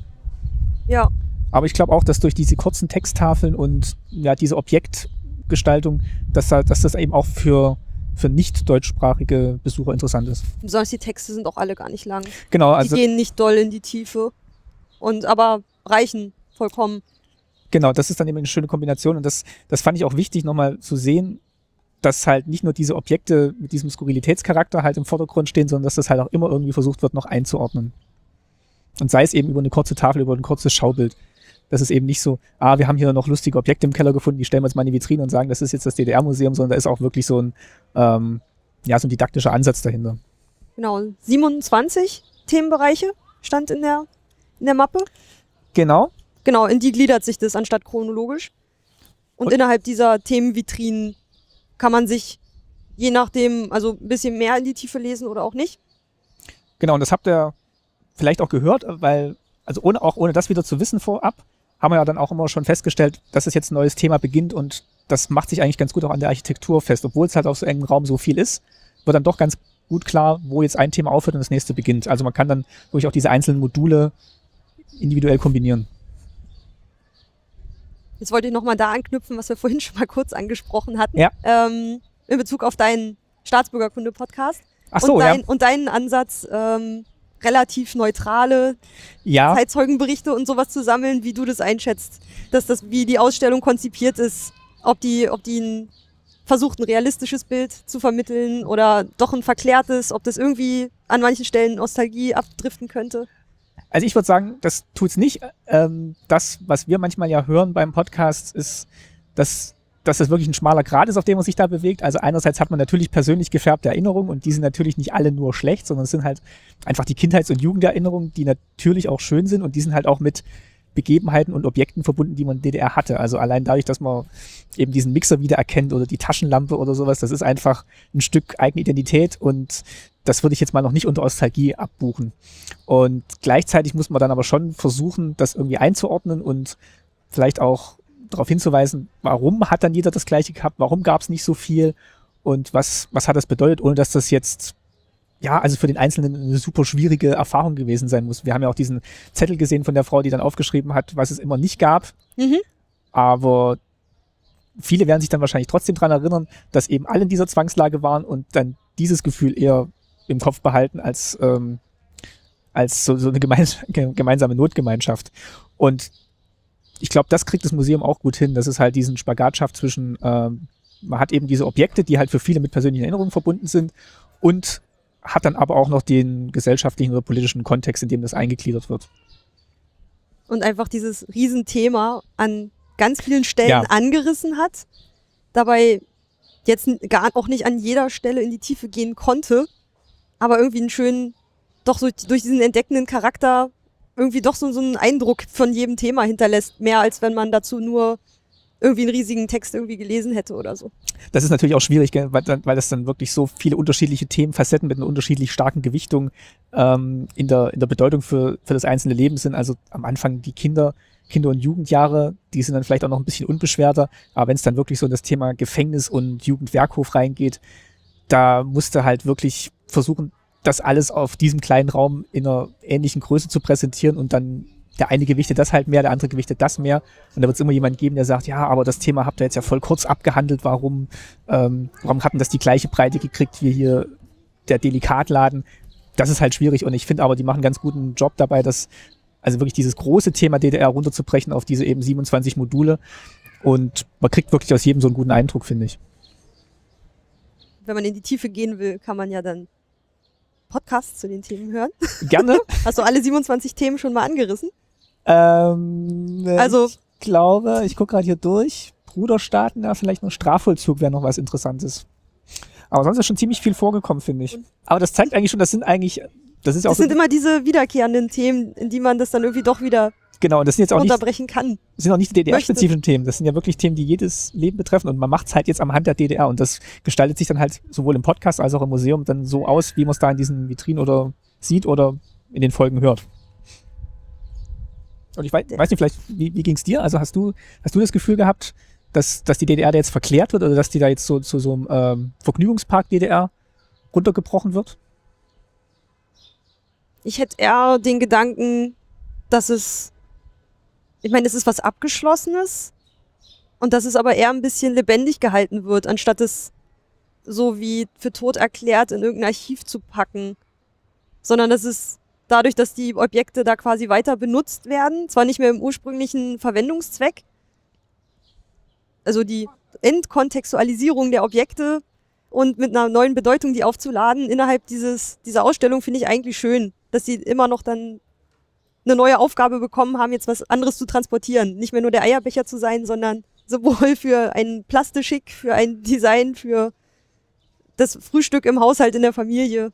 [SPEAKER 1] Ja,
[SPEAKER 2] Aber ich glaube auch, dass durch diese kurzen Texttafeln und ja, diese Objektgestaltung, dass, da- dass das eben auch für, für nicht deutschsprachige Besucher interessant ist.
[SPEAKER 1] besonders die Texte sind auch alle gar nicht lang.
[SPEAKER 2] Genau,
[SPEAKER 1] die
[SPEAKER 2] also
[SPEAKER 1] gehen nicht doll in die Tiefe. Und aber reichen vollkommen.
[SPEAKER 2] Genau, das ist dann eben eine schöne Kombination und das, das fand ich auch wichtig, nochmal zu sehen, dass halt nicht nur diese Objekte mit diesem Skurrilitätscharakter halt im Vordergrund stehen, sondern dass das halt auch immer irgendwie versucht wird, noch einzuordnen. Und sei es eben über eine kurze Tafel, über ein kurzes Schaubild. Das ist eben nicht so, ah, wir haben hier noch lustige Objekte im Keller gefunden, die stellen wir jetzt mal in die Vitrine und sagen, das ist jetzt das DDR-Museum, sondern da ist auch wirklich so ein, ähm, ja, so ein didaktischer Ansatz dahinter.
[SPEAKER 1] Genau, 27 Themenbereiche stand in der, in der Mappe.
[SPEAKER 2] Genau.
[SPEAKER 1] Genau, in die gliedert sich das anstatt chronologisch. Und,
[SPEAKER 2] Und-
[SPEAKER 1] innerhalb dieser Themenvitrinen kann man sich je nachdem, also ein bisschen mehr in die Tiefe lesen oder auch nicht.
[SPEAKER 2] Genau, und das habt ihr vielleicht auch gehört, weil, also ohne, auch ohne das wieder zu wissen vorab, haben wir ja dann auch immer schon festgestellt, dass es jetzt ein neues Thema beginnt und das macht sich eigentlich ganz gut auch an der Architektur fest. Obwohl es halt auf so engem Raum so viel ist, wird dann doch ganz gut klar, wo jetzt ein Thema aufhört und das nächste beginnt. Also man kann dann wirklich auch diese einzelnen Module individuell kombinieren.
[SPEAKER 1] Jetzt wollte ich nochmal da anknüpfen, was wir vorhin schon mal kurz angesprochen hatten.
[SPEAKER 2] Ja.
[SPEAKER 1] Ähm, in Bezug auf deinen Staatsbürgerkunde-Podcast
[SPEAKER 2] Ach so,
[SPEAKER 1] und,
[SPEAKER 2] ja.
[SPEAKER 1] dein, und deinen Ansatz, ähm, relativ neutrale
[SPEAKER 2] Ja,
[SPEAKER 1] Zeitzeugenberichte und sowas zu sammeln, wie du das einschätzt, dass das, wie die Ausstellung konzipiert ist, ob die, ob die ein, versucht, ein realistisches Bild zu vermitteln oder doch ein verklärtes, ob das irgendwie an manchen Stellen Nostalgie abdriften könnte.
[SPEAKER 2] Also ich würde sagen, das tut's nicht. Ähm, das, was wir manchmal ja hören beim Podcast, ist, dass, dass das wirklich ein schmaler Grat ist, auf dem man sich da bewegt. Also einerseits hat man natürlich persönlich gefärbte Erinnerungen und die sind natürlich nicht alle nur schlecht, sondern es sind halt einfach die Kindheits- und Jugenderinnerungen, die natürlich auch schön sind und die sind halt auch mit Begebenheiten und Objekten verbunden, die man in DDR hatte. Also allein dadurch, dass man eben diesen Mixer wiedererkennt oder die Taschenlampe oder sowas, das ist einfach ein Stück eigene Identität und das würde ich jetzt mal noch nicht unter Nostalgie abbuchen. Und gleichzeitig muss man dann aber schon versuchen, das irgendwie einzuordnen und vielleicht auch darauf hinzuweisen, warum hat dann jeder das Gleiche gehabt, warum gab es nicht so viel und was, was hat das bedeutet, ohne dass das jetzt, ja, also für den Einzelnen eine super schwierige Erfahrung gewesen sein muss. Wir haben ja auch diesen Zettel gesehen von der Frau, die dann aufgeschrieben hat, was es immer nicht gab.
[SPEAKER 1] Mhm.
[SPEAKER 2] Aber viele werden sich dann wahrscheinlich trotzdem daran erinnern, dass eben alle in dieser Zwangslage waren und dann dieses Gefühl eher im Kopf behalten als ähm, als so, so eine gemeins ge- gemeinsame Notgemeinschaft. Und ich glaube, das kriegt das Museum auch gut hin, dass es halt diesen Spagat schafft zwischen, ähm, man hat eben diese Objekte, die halt für viele mit persönlichen Erinnerungen verbunden sind und hat dann aber auch noch den gesellschaftlichen oder politischen Kontext, in dem das eingegliedert wird.
[SPEAKER 1] und einfach dieses Riesenthema an ganz vielen Stellen
[SPEAKER 2] Ja.
[SPEAKER 1] angerissen hat, dabei jetzt n- gar auch nicht an jeder Stelle in die Tiefe gehen konnte, aber irgendwie einen schönen, doch so, durch diesen entdeckenden Charakter irgendwie doch so, so einen Eindruck von jedem Thema hinterlässt, mehr als wenn man dazu nur irgendwie einen riesigen Text irgendwie gelesen hätte oder so.
[SPEAKER 2] Das ist natürlich auch schwierig, gell, weil, dann- weil das dann wirklich so viele unterschiedliche Themenfacetten mit einer unterschiedlich starken Gewichtung ähm, in, der, in der Bedeutung für, für das einzelne Leben sind. Also am Anfang die Kinder, Kinder- und Jugendjahre, die sind dann vielleicht auch noch ein bisschen unbeschwerter. Aber wenn es dann wirklich so in das Thema Gefängnis und Jugendwerkhof reingeht, da musste halt wirklich versuchen, das alles auf diesem kleinen Raum in einer ähnlichen Größe zu präsentieren und dann der eine gewichtet das halt mehr, der andere gewichtet das mehr. Und da wird es immer jemanden geben, der sagt, ja, aber das Thema habt ihr jetzt ja voll kurz abgehandelt, warum, ähm, warum hatten das die gleiche Breite gekriegt wie hier der Delikatladen? Das ist halt schwierig und ich finde aber, die machen einen ganz guten Job dabei, dass also wirklich dieses große Thema DDR runterzubrechen auf diese eben 27 Module und man kriegt wirklich aus jedem so einen guten Eindruck, finde ich.
[SPEAKER 1] Wenn man in die Tiefe gehen will, kann man ja dann Podcasts zu den Themen hören.
[SPEAKER 2] Gerne.
[SPEAKER 1] Hast du alle 27 Themen schon mal angerissen?
[SPEAKER 2] ähm,
[SPEAKER 1] Also
[SPEAKER 2] ich glaube, ich gucke gerade hier durch. Bruderstaaten, ja, vielleicht noch Strafvollzug wäre noch was Interessantes. Aber sonst ist schon ziemlich viel vorgekommen, finde ich. Aber das zeigt eigentlich schon, das sind eigentlich, das ist ja auch,
[SPEAKER 1] Das
[SPEAKER 2] so,
[SPEAKER 1] sind immer diese wiederkehrenden Themen, in die man das dann irgendwie doch wieder
[SPEAKER 2] genau, und das sind jetzt auch nicht,
[SPEAKER 1] unterbrechen kann.
[SPEAKER 2] das sind auch nicht die DDR-spezifischen Themen. Das sind ja wirklich Themen, die jedes Leben betreffen und man macht es halt jetzt am Hand der DDR und das gestaltet sich dann halt sowohl im Podcast als auch im Museum dann so aus, wie man es da in diesen Vitrinen oder sieht oder in den Folgen hört. Und ich weiß, weiß nicht, vielleicht, wie, wie ging es dir? Also hast du, hast du das Gefühl gehabt, dass, dass die DDR da jetzt verklärt wird oder dass die da jetzt so zu so einem ähm, Vergnügungspark DDR runtergebrochen wird?
[SPEAKER 1] Ich hätte eher den Gedanken, dass es, ich meine, es ist was Abgeschlossenes und dass es aber eher ein bisschen lebendig gehalten wird, anstatt es so wie für tot erklärt in irgendein Archiv zu packen, sondern dass es dadurch, dass die Objekte da quasi weiter benutzt werden, zwar nicht mehr im ursprünglichen Verwendungszweck, also die Entkontextualisierung der Objekte und mit einer neuen Bedeutung die aufzuladen innerhalb dieses, dieser Ausstellung finde ich eigentlich schön, dass sie immer noch dann eine neue Aufgabe bekommen haben, jetzt was anderes zu transportieren. Nicht mehr nur der Eierbecher zu sein, sondern sowohl für ein Plastischik, für ein Design, für das Frühstück im Haushalt, in der Familie.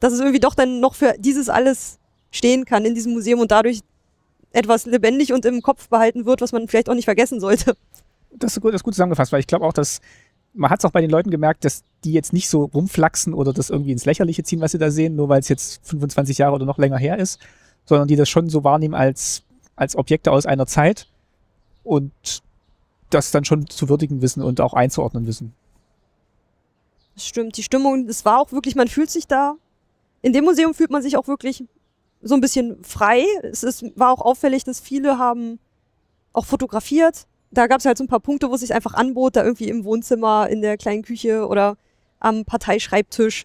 [SPEAKER 1] Dass es irgendwie doch dann noch für dieses alles stehen kann in diesem Museum und dadurch etwas lebendig und im Kopf behalten wird, was man vielleicht auch nicht vergessen sollte.
[SPEAKER 2] Das ist gut, das ist gut zusammengefasst, weil ich glaube auch, dass man hat es auch bei den Leuten gemerkt, dass die jetzt nicht so rumflaxen oder das irgendwie ins Lächerliche ziehen, was sie da sehen, nur weil es jetzt 25 Jahre oder noch länger her ist, sondern die das schon so wahrnehmen als, als Objekte aus einer Zeit und das dann schon zu würdigen wissen und auch einzuordnen wissen.
[SPEAKER 1] Das stimmt, die Stimmung, es war auch wirklich, man fühlt sich da, in dem Museum fühlt man sich auch wirklich so ein bisschen frei. Es ist, war auch auffällig, dass viele haben auch fotografiert. Da gab es halt so ein paar Punkte, wo es sich einfach anbot, da irgendwie im Wohnzimmer, in der kleinen Küche oder am Parteischreibtisch.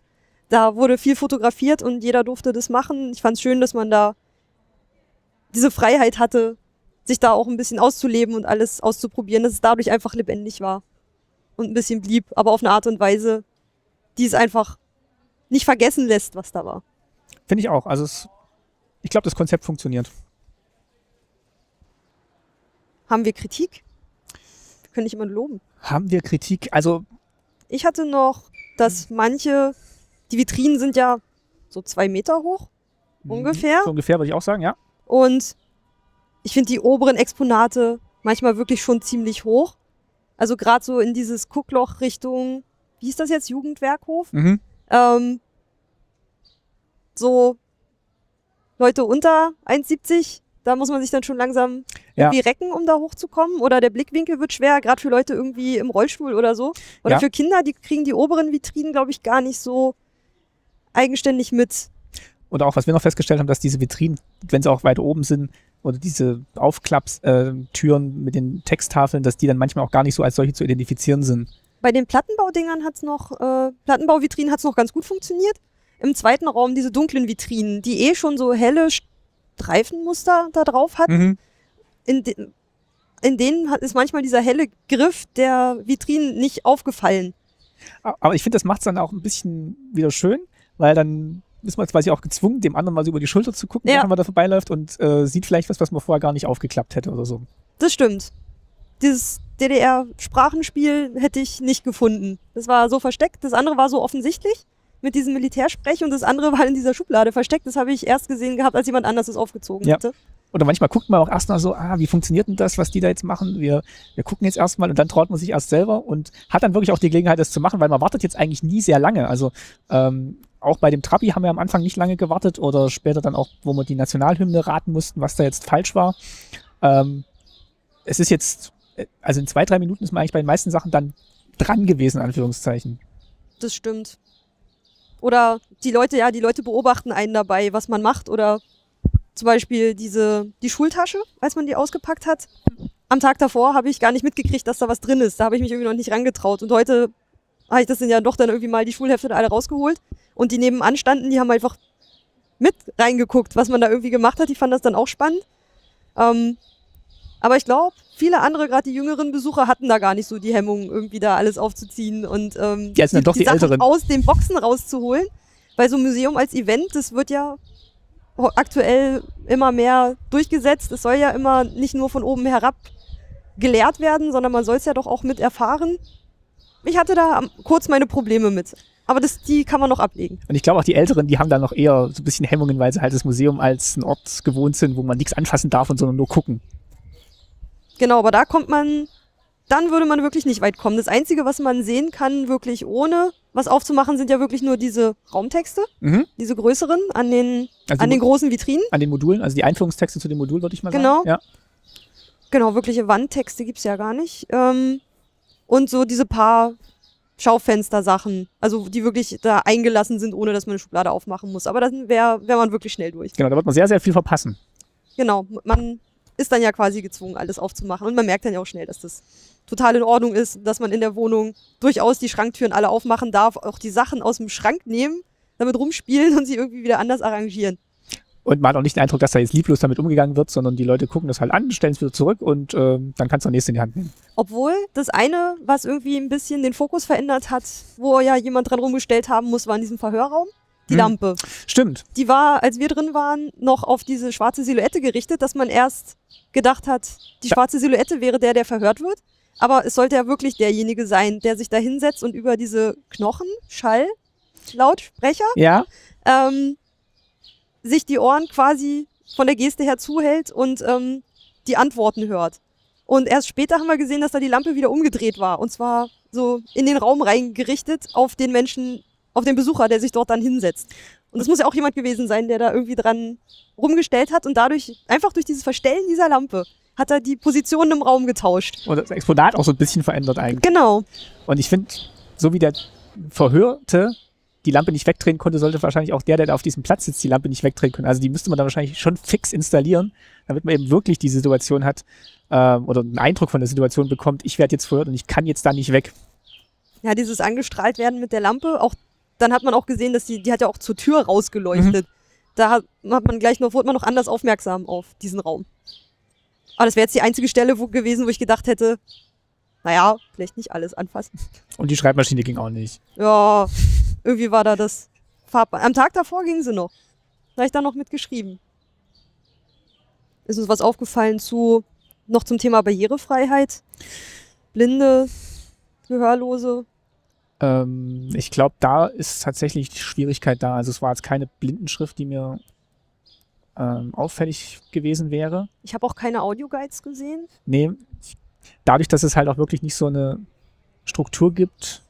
[SPEAKER 1] Da wurde viel fotografiert und jeder durfte das machen. Ich fand es schön, dass man da diese Freiheit hatte, sich da auch ein bisschen auszuleben und alles auszuprobieren, dass es dadurch einfach lebendig war und ein bisschen blieb, aber auf eine Art und Weise, die es einfach nicht vergessen lässt, was da war.
[SPEAKER 2] Finde ich auch. Also es, ich glaube, das Konzept funktioniert.
[SPEAKER 1] Haben wir Kritik? Wir können nicht immer nur loben.
[SPEAKER 2] Haben wir Kritik? Also
[SPEAKER 1] Ich hatte noch, dass manche, die Vitrinen sind ja so zwei Meter hoch ungefähr.
[SPEAKER 2] so ungefähr würde ich auch sagen, ja.
[SPEAKER 1] Und ich finde die oberen Exponate manchmal wirklich schon ziemlich hoch. Also gerade so in dieses Guckloch Richtung, wie hieß das jetzt, Jugendwerkhof?
[SPEAKER 2] Mhm.
[SPEAKER 1] Ähm, so Leute unter 1,70, da muss man sich dann schon langsam
[SPEAKER 2] Ja.
[SPEAKER 1] irgendwie recken, um da hochzukommen. Oder der Blickwinkel wird schwer, gerade für Leute irgendwie im Rollstuhl oder so. Oder
[SPEAKER 2] Ja.
[SPEAKER 1] für Kinder, die kriegen die oberen Vitrinen, glaube ich, gar nicht so eigenständig mit.
[SPEAKER 2] Und auch, was wir noch festgestellt haben, dass diese Vitrinen, wenn sie auch weit oben sind, oder diese Aufklappstüren äh, Türen mit den Texttafeln, dass die dann manchmal auch gar nicht so als solche zu identifizieren sind.
[SPEAKER 1] Bei den Plattenbaudingern hat's noch, äh, Plattenbauvitrinen hat's noch ganz gut funktioniert. Im zweiten Raum diese dunklen Vitrinen, die eh schon so helle Streifenmuster da drauf hatten.
[SPEAKER 2] Mhm.
[SPEAKER 1] in, de in denen hat, ist manchmal dieser helle Griff der Vitrinen nicht aufgefallen.
[SPEAKER 2] Aber ich finde, das macht es dann auch ein bisschen wieder schön, weil dann ist man jetzt quasi auch gezwungen, dem anderen mal so über die Schulter zu gucken,
[SPEAKER 1] Ja.
[SPEAKER 2] wenn man da vorbeiläuft und äh, sieht vielleicht was, was man vorher gar nicht aufgeklappt hätte oder so.
[SPEAKER 1] Das stimmt. Dieses DDR-Sprachenspiel hätte ich nicht gefunden. Das war so versteckt, das andere war so offensichtlich mit diesem Militärsprech und das andere war in dieser Schublade versteckt. Das habe ich erst gesehen gehabt, als jemand anders es aufgezogen
[SPEAKER 2] Ja.
[SPEAKER 1] hatte.
[SPEAKER 2] Oder manchmal guckt man auch erst mal so, ah, wie funktioniert denn das, was die da jetzt machen? Wir, wir gucken jetzt erstmal und dann traut man sich erst selber und hat dann wirklich auch die Gelegenheit, das zu machen, weil man wartet jetzt eigentlich nie sehr lange. Also ähm, auch bei dem Trabi haben wir am Anfang nicht lange gewartet oder später dann auch, wo wir die Nationalhymne raten mussten, was da jetzt falsch war. Ähm, es ist jetzt, äh, also in zwei, drei Minuten ist man eigentlich bei den meisten Sachen dann dran gewesen, in Anführungszeichen.
[SPEAKER 1] Das stimmt. Oder die Leute, ja, die Leute beobachten einen dabei, was man macht. Oder zum Beispiel diese, die Schultasche, als man die ausgepackt hat. Am Tag davor habe ich gar nicht mitgekriegt, dass da was drin ist. Da habe ich mich irgendwie noch nicht rangetraut. Und heute habe ich Ah, das dann ja doch dann irgendwie mal die Schulhefte da alle rausgeholt. Und die nebenan standen, die haben einfach mit reingeguckt, was man da irgendwie gemacht hat. Die fanden das dann auch spannend. Ähm, aber ich glaube, viele andere, gerade die jüngeren Besucher, hatten da gar nicht so die Hemmung, irgendwie da alles aufzuziehen und ähm,
[SPEAKER 2] Ja, es sind dann doch die
[SPEAKER 1] Sachen
[SPEAKER 2] Älteren.
[SPEAKER 1] aus den Boxen rauszuholen. Weil so ein Museum als Event, das wird ja ho- aktuell immer mehr durchgesetzt. Es soll ja immer nicht nur von oben herab gelehrt werden, sondern man soll es ja doch auch mit erfahren. Ich hatte da am- kurz meine Probleme mit. Aber das, die kann man noch ablegen.
[SPEAKER 2] Und ich glaube auch die Älteren, die haben da noch eher so ein bisschen Hemmungen, weil sie halt das Museum als einen Ort gewohnt sind, wo man nichts anfassen darf und sondern nur gucken.
[SPEAKER 1] Genau, aber da kommt man, dann würde man wirklich nicht weit kommen. Das Einzige, was man sehen kann, wirklich ohne Was aufzumachen sind ja wirklich nur diese Raumtexte,
[SPEAKER 2] Mhm.
[SPEAKER 1] diese größeren an den,
[SPEAKER 2] Also
[SPEAKER 1] an
[SPEAKER 2] die
[SPEAKER 1] den großen Vitrinen.
[SPEAKER 2] An den Modulen, also die Einführungstexte zu dem Modul, würde ich mal
[SPEAKER 1] Genau.
[SPEAKER 2] sagen. Ja.
[SPEAKER 1] Genau, wirkliche Wandtexte gibt's ja gar nicht. Ähm, und so diese paar Schaufenstersachen, also die wirklich da eingelassen sind, ohne dass man eine Schublade aufmachen muss. Aber dann wäre wär man wirklich schnell durch.
[SPEAKER 2] Genau, da wird man sehr, sehr viel verpassen.
[SPEAKER 1] Genau, man ist dann ja quasi gezwungen, alles aufzumachen. Und man merkt dann ja auch schnell, dass das total in Ordnung ist, dass man in der Wohnung durchaus die Schranktüren alle aufmachen darf, auch die Sachen aus dem Schrank nehmen, damit rumspielen und sie irgendwie wieder anders arrangieren.
[SPEAKER 2] Und man hat auch nicht den Eindruck, dass da jetzt lieblos damit umgegangen wird, sondern die Leute gucken das halt an, stellen es wieder zurück und ähm, dann kannst du das nächste in die Hand nehmen.
[SPEAKER 1] Obwohl das eine, was irgendwie ein bisschen den Fokus verändert hat, wo ja jemand dran rumgestellt haben muss, war in diesem Verhörraum. Die
[SPEAKER 2] Hm.
[SPEAKER 1] Lampe.
[SPEAKER 2] Stimmt.
[SPEAKER 1] Die war, als wir drin waren, noch auf diese schwarze Silhouette gerichtet, dass man erst gedacht hat, die schwarze Silhouette wäre der, der verhört wird. Aber es sollte ja wirklich derjenige sein, der sich da hinsetzt und über diese Knochen, Schall, Lautsprecher,
[SPEAKER 2] Ja.
[SPEAKER 1] ähm, sich die Ohren quasi von der Geste her zuhält und ähm, die Antworten hört. Und erst später haben wir gesehen, dass da die Lampe wieder umgedreht war. Und zwar so in den Raum reingerichtet auf den Menschen, auf den Besucher, der sich dort dann hinsetzt. Und das muss ja auch jemand gewesen sein, der da irgendwie dran rumgestellt hat und dadurch, einfach durch dieses Verstellen dieser Lampe, hat er die Positionen im Raum getauscht.
[SPEAKER 2] Und das Exponat auch so ein bisschen verändert eigentlich.
[SPEAKER 1] Genau.
[SPEAKER 2] Und ich finde, so wie der Verhörte die Lampe nicht wegdrehen konnte, sollte wahrscheinlich auch der, der da auf diesem Platz sitzt, die Lampe nicht wegdrehen können. Also die müsste man dann wahrscheinlich schon fix installieren, damit man eben wirklich die Situation hat ähm, oder einen Eindruck von der Situation bekommt, ich werde jetzt verhört und ich kann jetzt da nicht weg.
[SPEAKER 1] Ja, dieses angestrahlt werden mit der Lampe, auch dann hat man auch gesehen, dass die, die hat ja auch zur Tür rausgeleuchtet. Da hat, hat man gleich noch, wurde man noch anders aufmerksam auf diesen Raum. Aber das wäre jetzt die einzige Stelle wo, gewesen, wo ich gedacht hätte, naja, vielleicht nicht alles anfassen.
[SPEAKER 2] Und die Schreibmaschine ging auch nicht.
[SPEAKER 1] Ja, irgendwie war da das Farb. Am Tag davor ging sie noch. Da habe ich da noch mitgeschrieben. Ist uns was aufgefallen zu, noch zum Thema Barrierefreiheit? Blinde, Gehörlose,
[SPEAKER 2] Ähm, ich glaube, da ist tatsächlich die Schwierigkeit da. Also es war jetzt keine Blindenschrift, die mir ähm, auffällig gewesen wäre.
[SPEAKER 1] Ich habe auch keine Audioguides gesehen.
[SPEAKER 2] Nee, ich- dadurch, dass es halt auch wirklich nicht so eine Struktur gibt.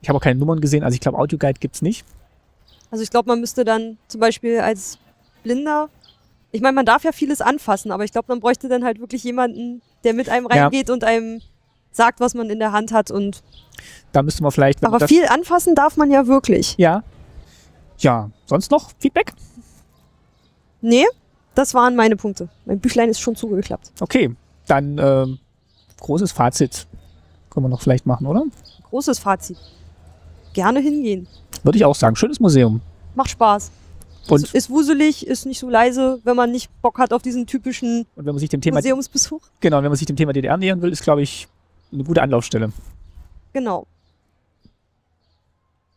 [SPEAKER 2] Ich habe auch keine Nummern gesehen, also ich glaube, Audioguide gibt es nicht.
[SPEAKER 1] Also ich glaube, man müsste dann zum Beispiel als Blinder, ich meine, man darf ja vieles anfassen, aber ich glaube, man bräuchte dann halt wirklich jemanden, der mit einem
[SPEAKER 2] Ja.
[SPEAKER 1] reingeht und einem sagt, was man in der Hand hat. Und
[SPEAKER 2] Da müsste man vielleicht. wenn man
[SPEAKER 1] aber
[SPEAKER 2] das,
[SPEAKER 1] viel anfassen darf man ja wirklich.
[SPEAKER 2] ja. Ja, sonst noch Feedback?
[SPEAKER 1] Nee, das waren meine Punkte. Mein Büchlein ist schon zugeklappt.
[SPEAKER 2] Okay, dann ähm, großes Fazit können wir noch vielleicht machen, oder?
[SPEAKER 1] Großes Fazit. Gerne hingehen.
[SPEAKER 2] Würde ich auch sagen. Schönes Museum.
[SPEAKER 1] Macht Spaß.
[SPEAKER 2] Und-
[SPEAKER 1] ist, ist wuselig, ist nicht so leise, wenn man nicht Bock hat auf diesen typischen
[SPEAKER 2] Und wenn man sich dem Thema,
[SPEAKER 1] Museumsbesuch.
[SPEAKER 2] genau, wenn man sich dem Thema DDR nähern will, ist glaube ich eine gute Anlaufstelle.
[SPEAKER 1] Genau.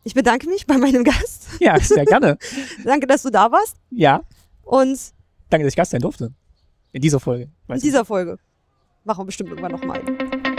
[SPEAKER 1] Ich bedanke mich bei meinem Gast.
[SPEAKER 2] Ja, sehr gerne.
[SPEAKER 1] Danke, dass du da warst.
[SPEAKER 2] Ja,
[SPEAKER 1] Und
[SPEAKER 2] danke, dass ich Gast sein durfte. In dieser Folge.
[SPEAKER 1] in
[SPEAKER 2] Weiß
[SPEAKER 1] dieser Folge machen wir bestimmt irgendwann nochmal.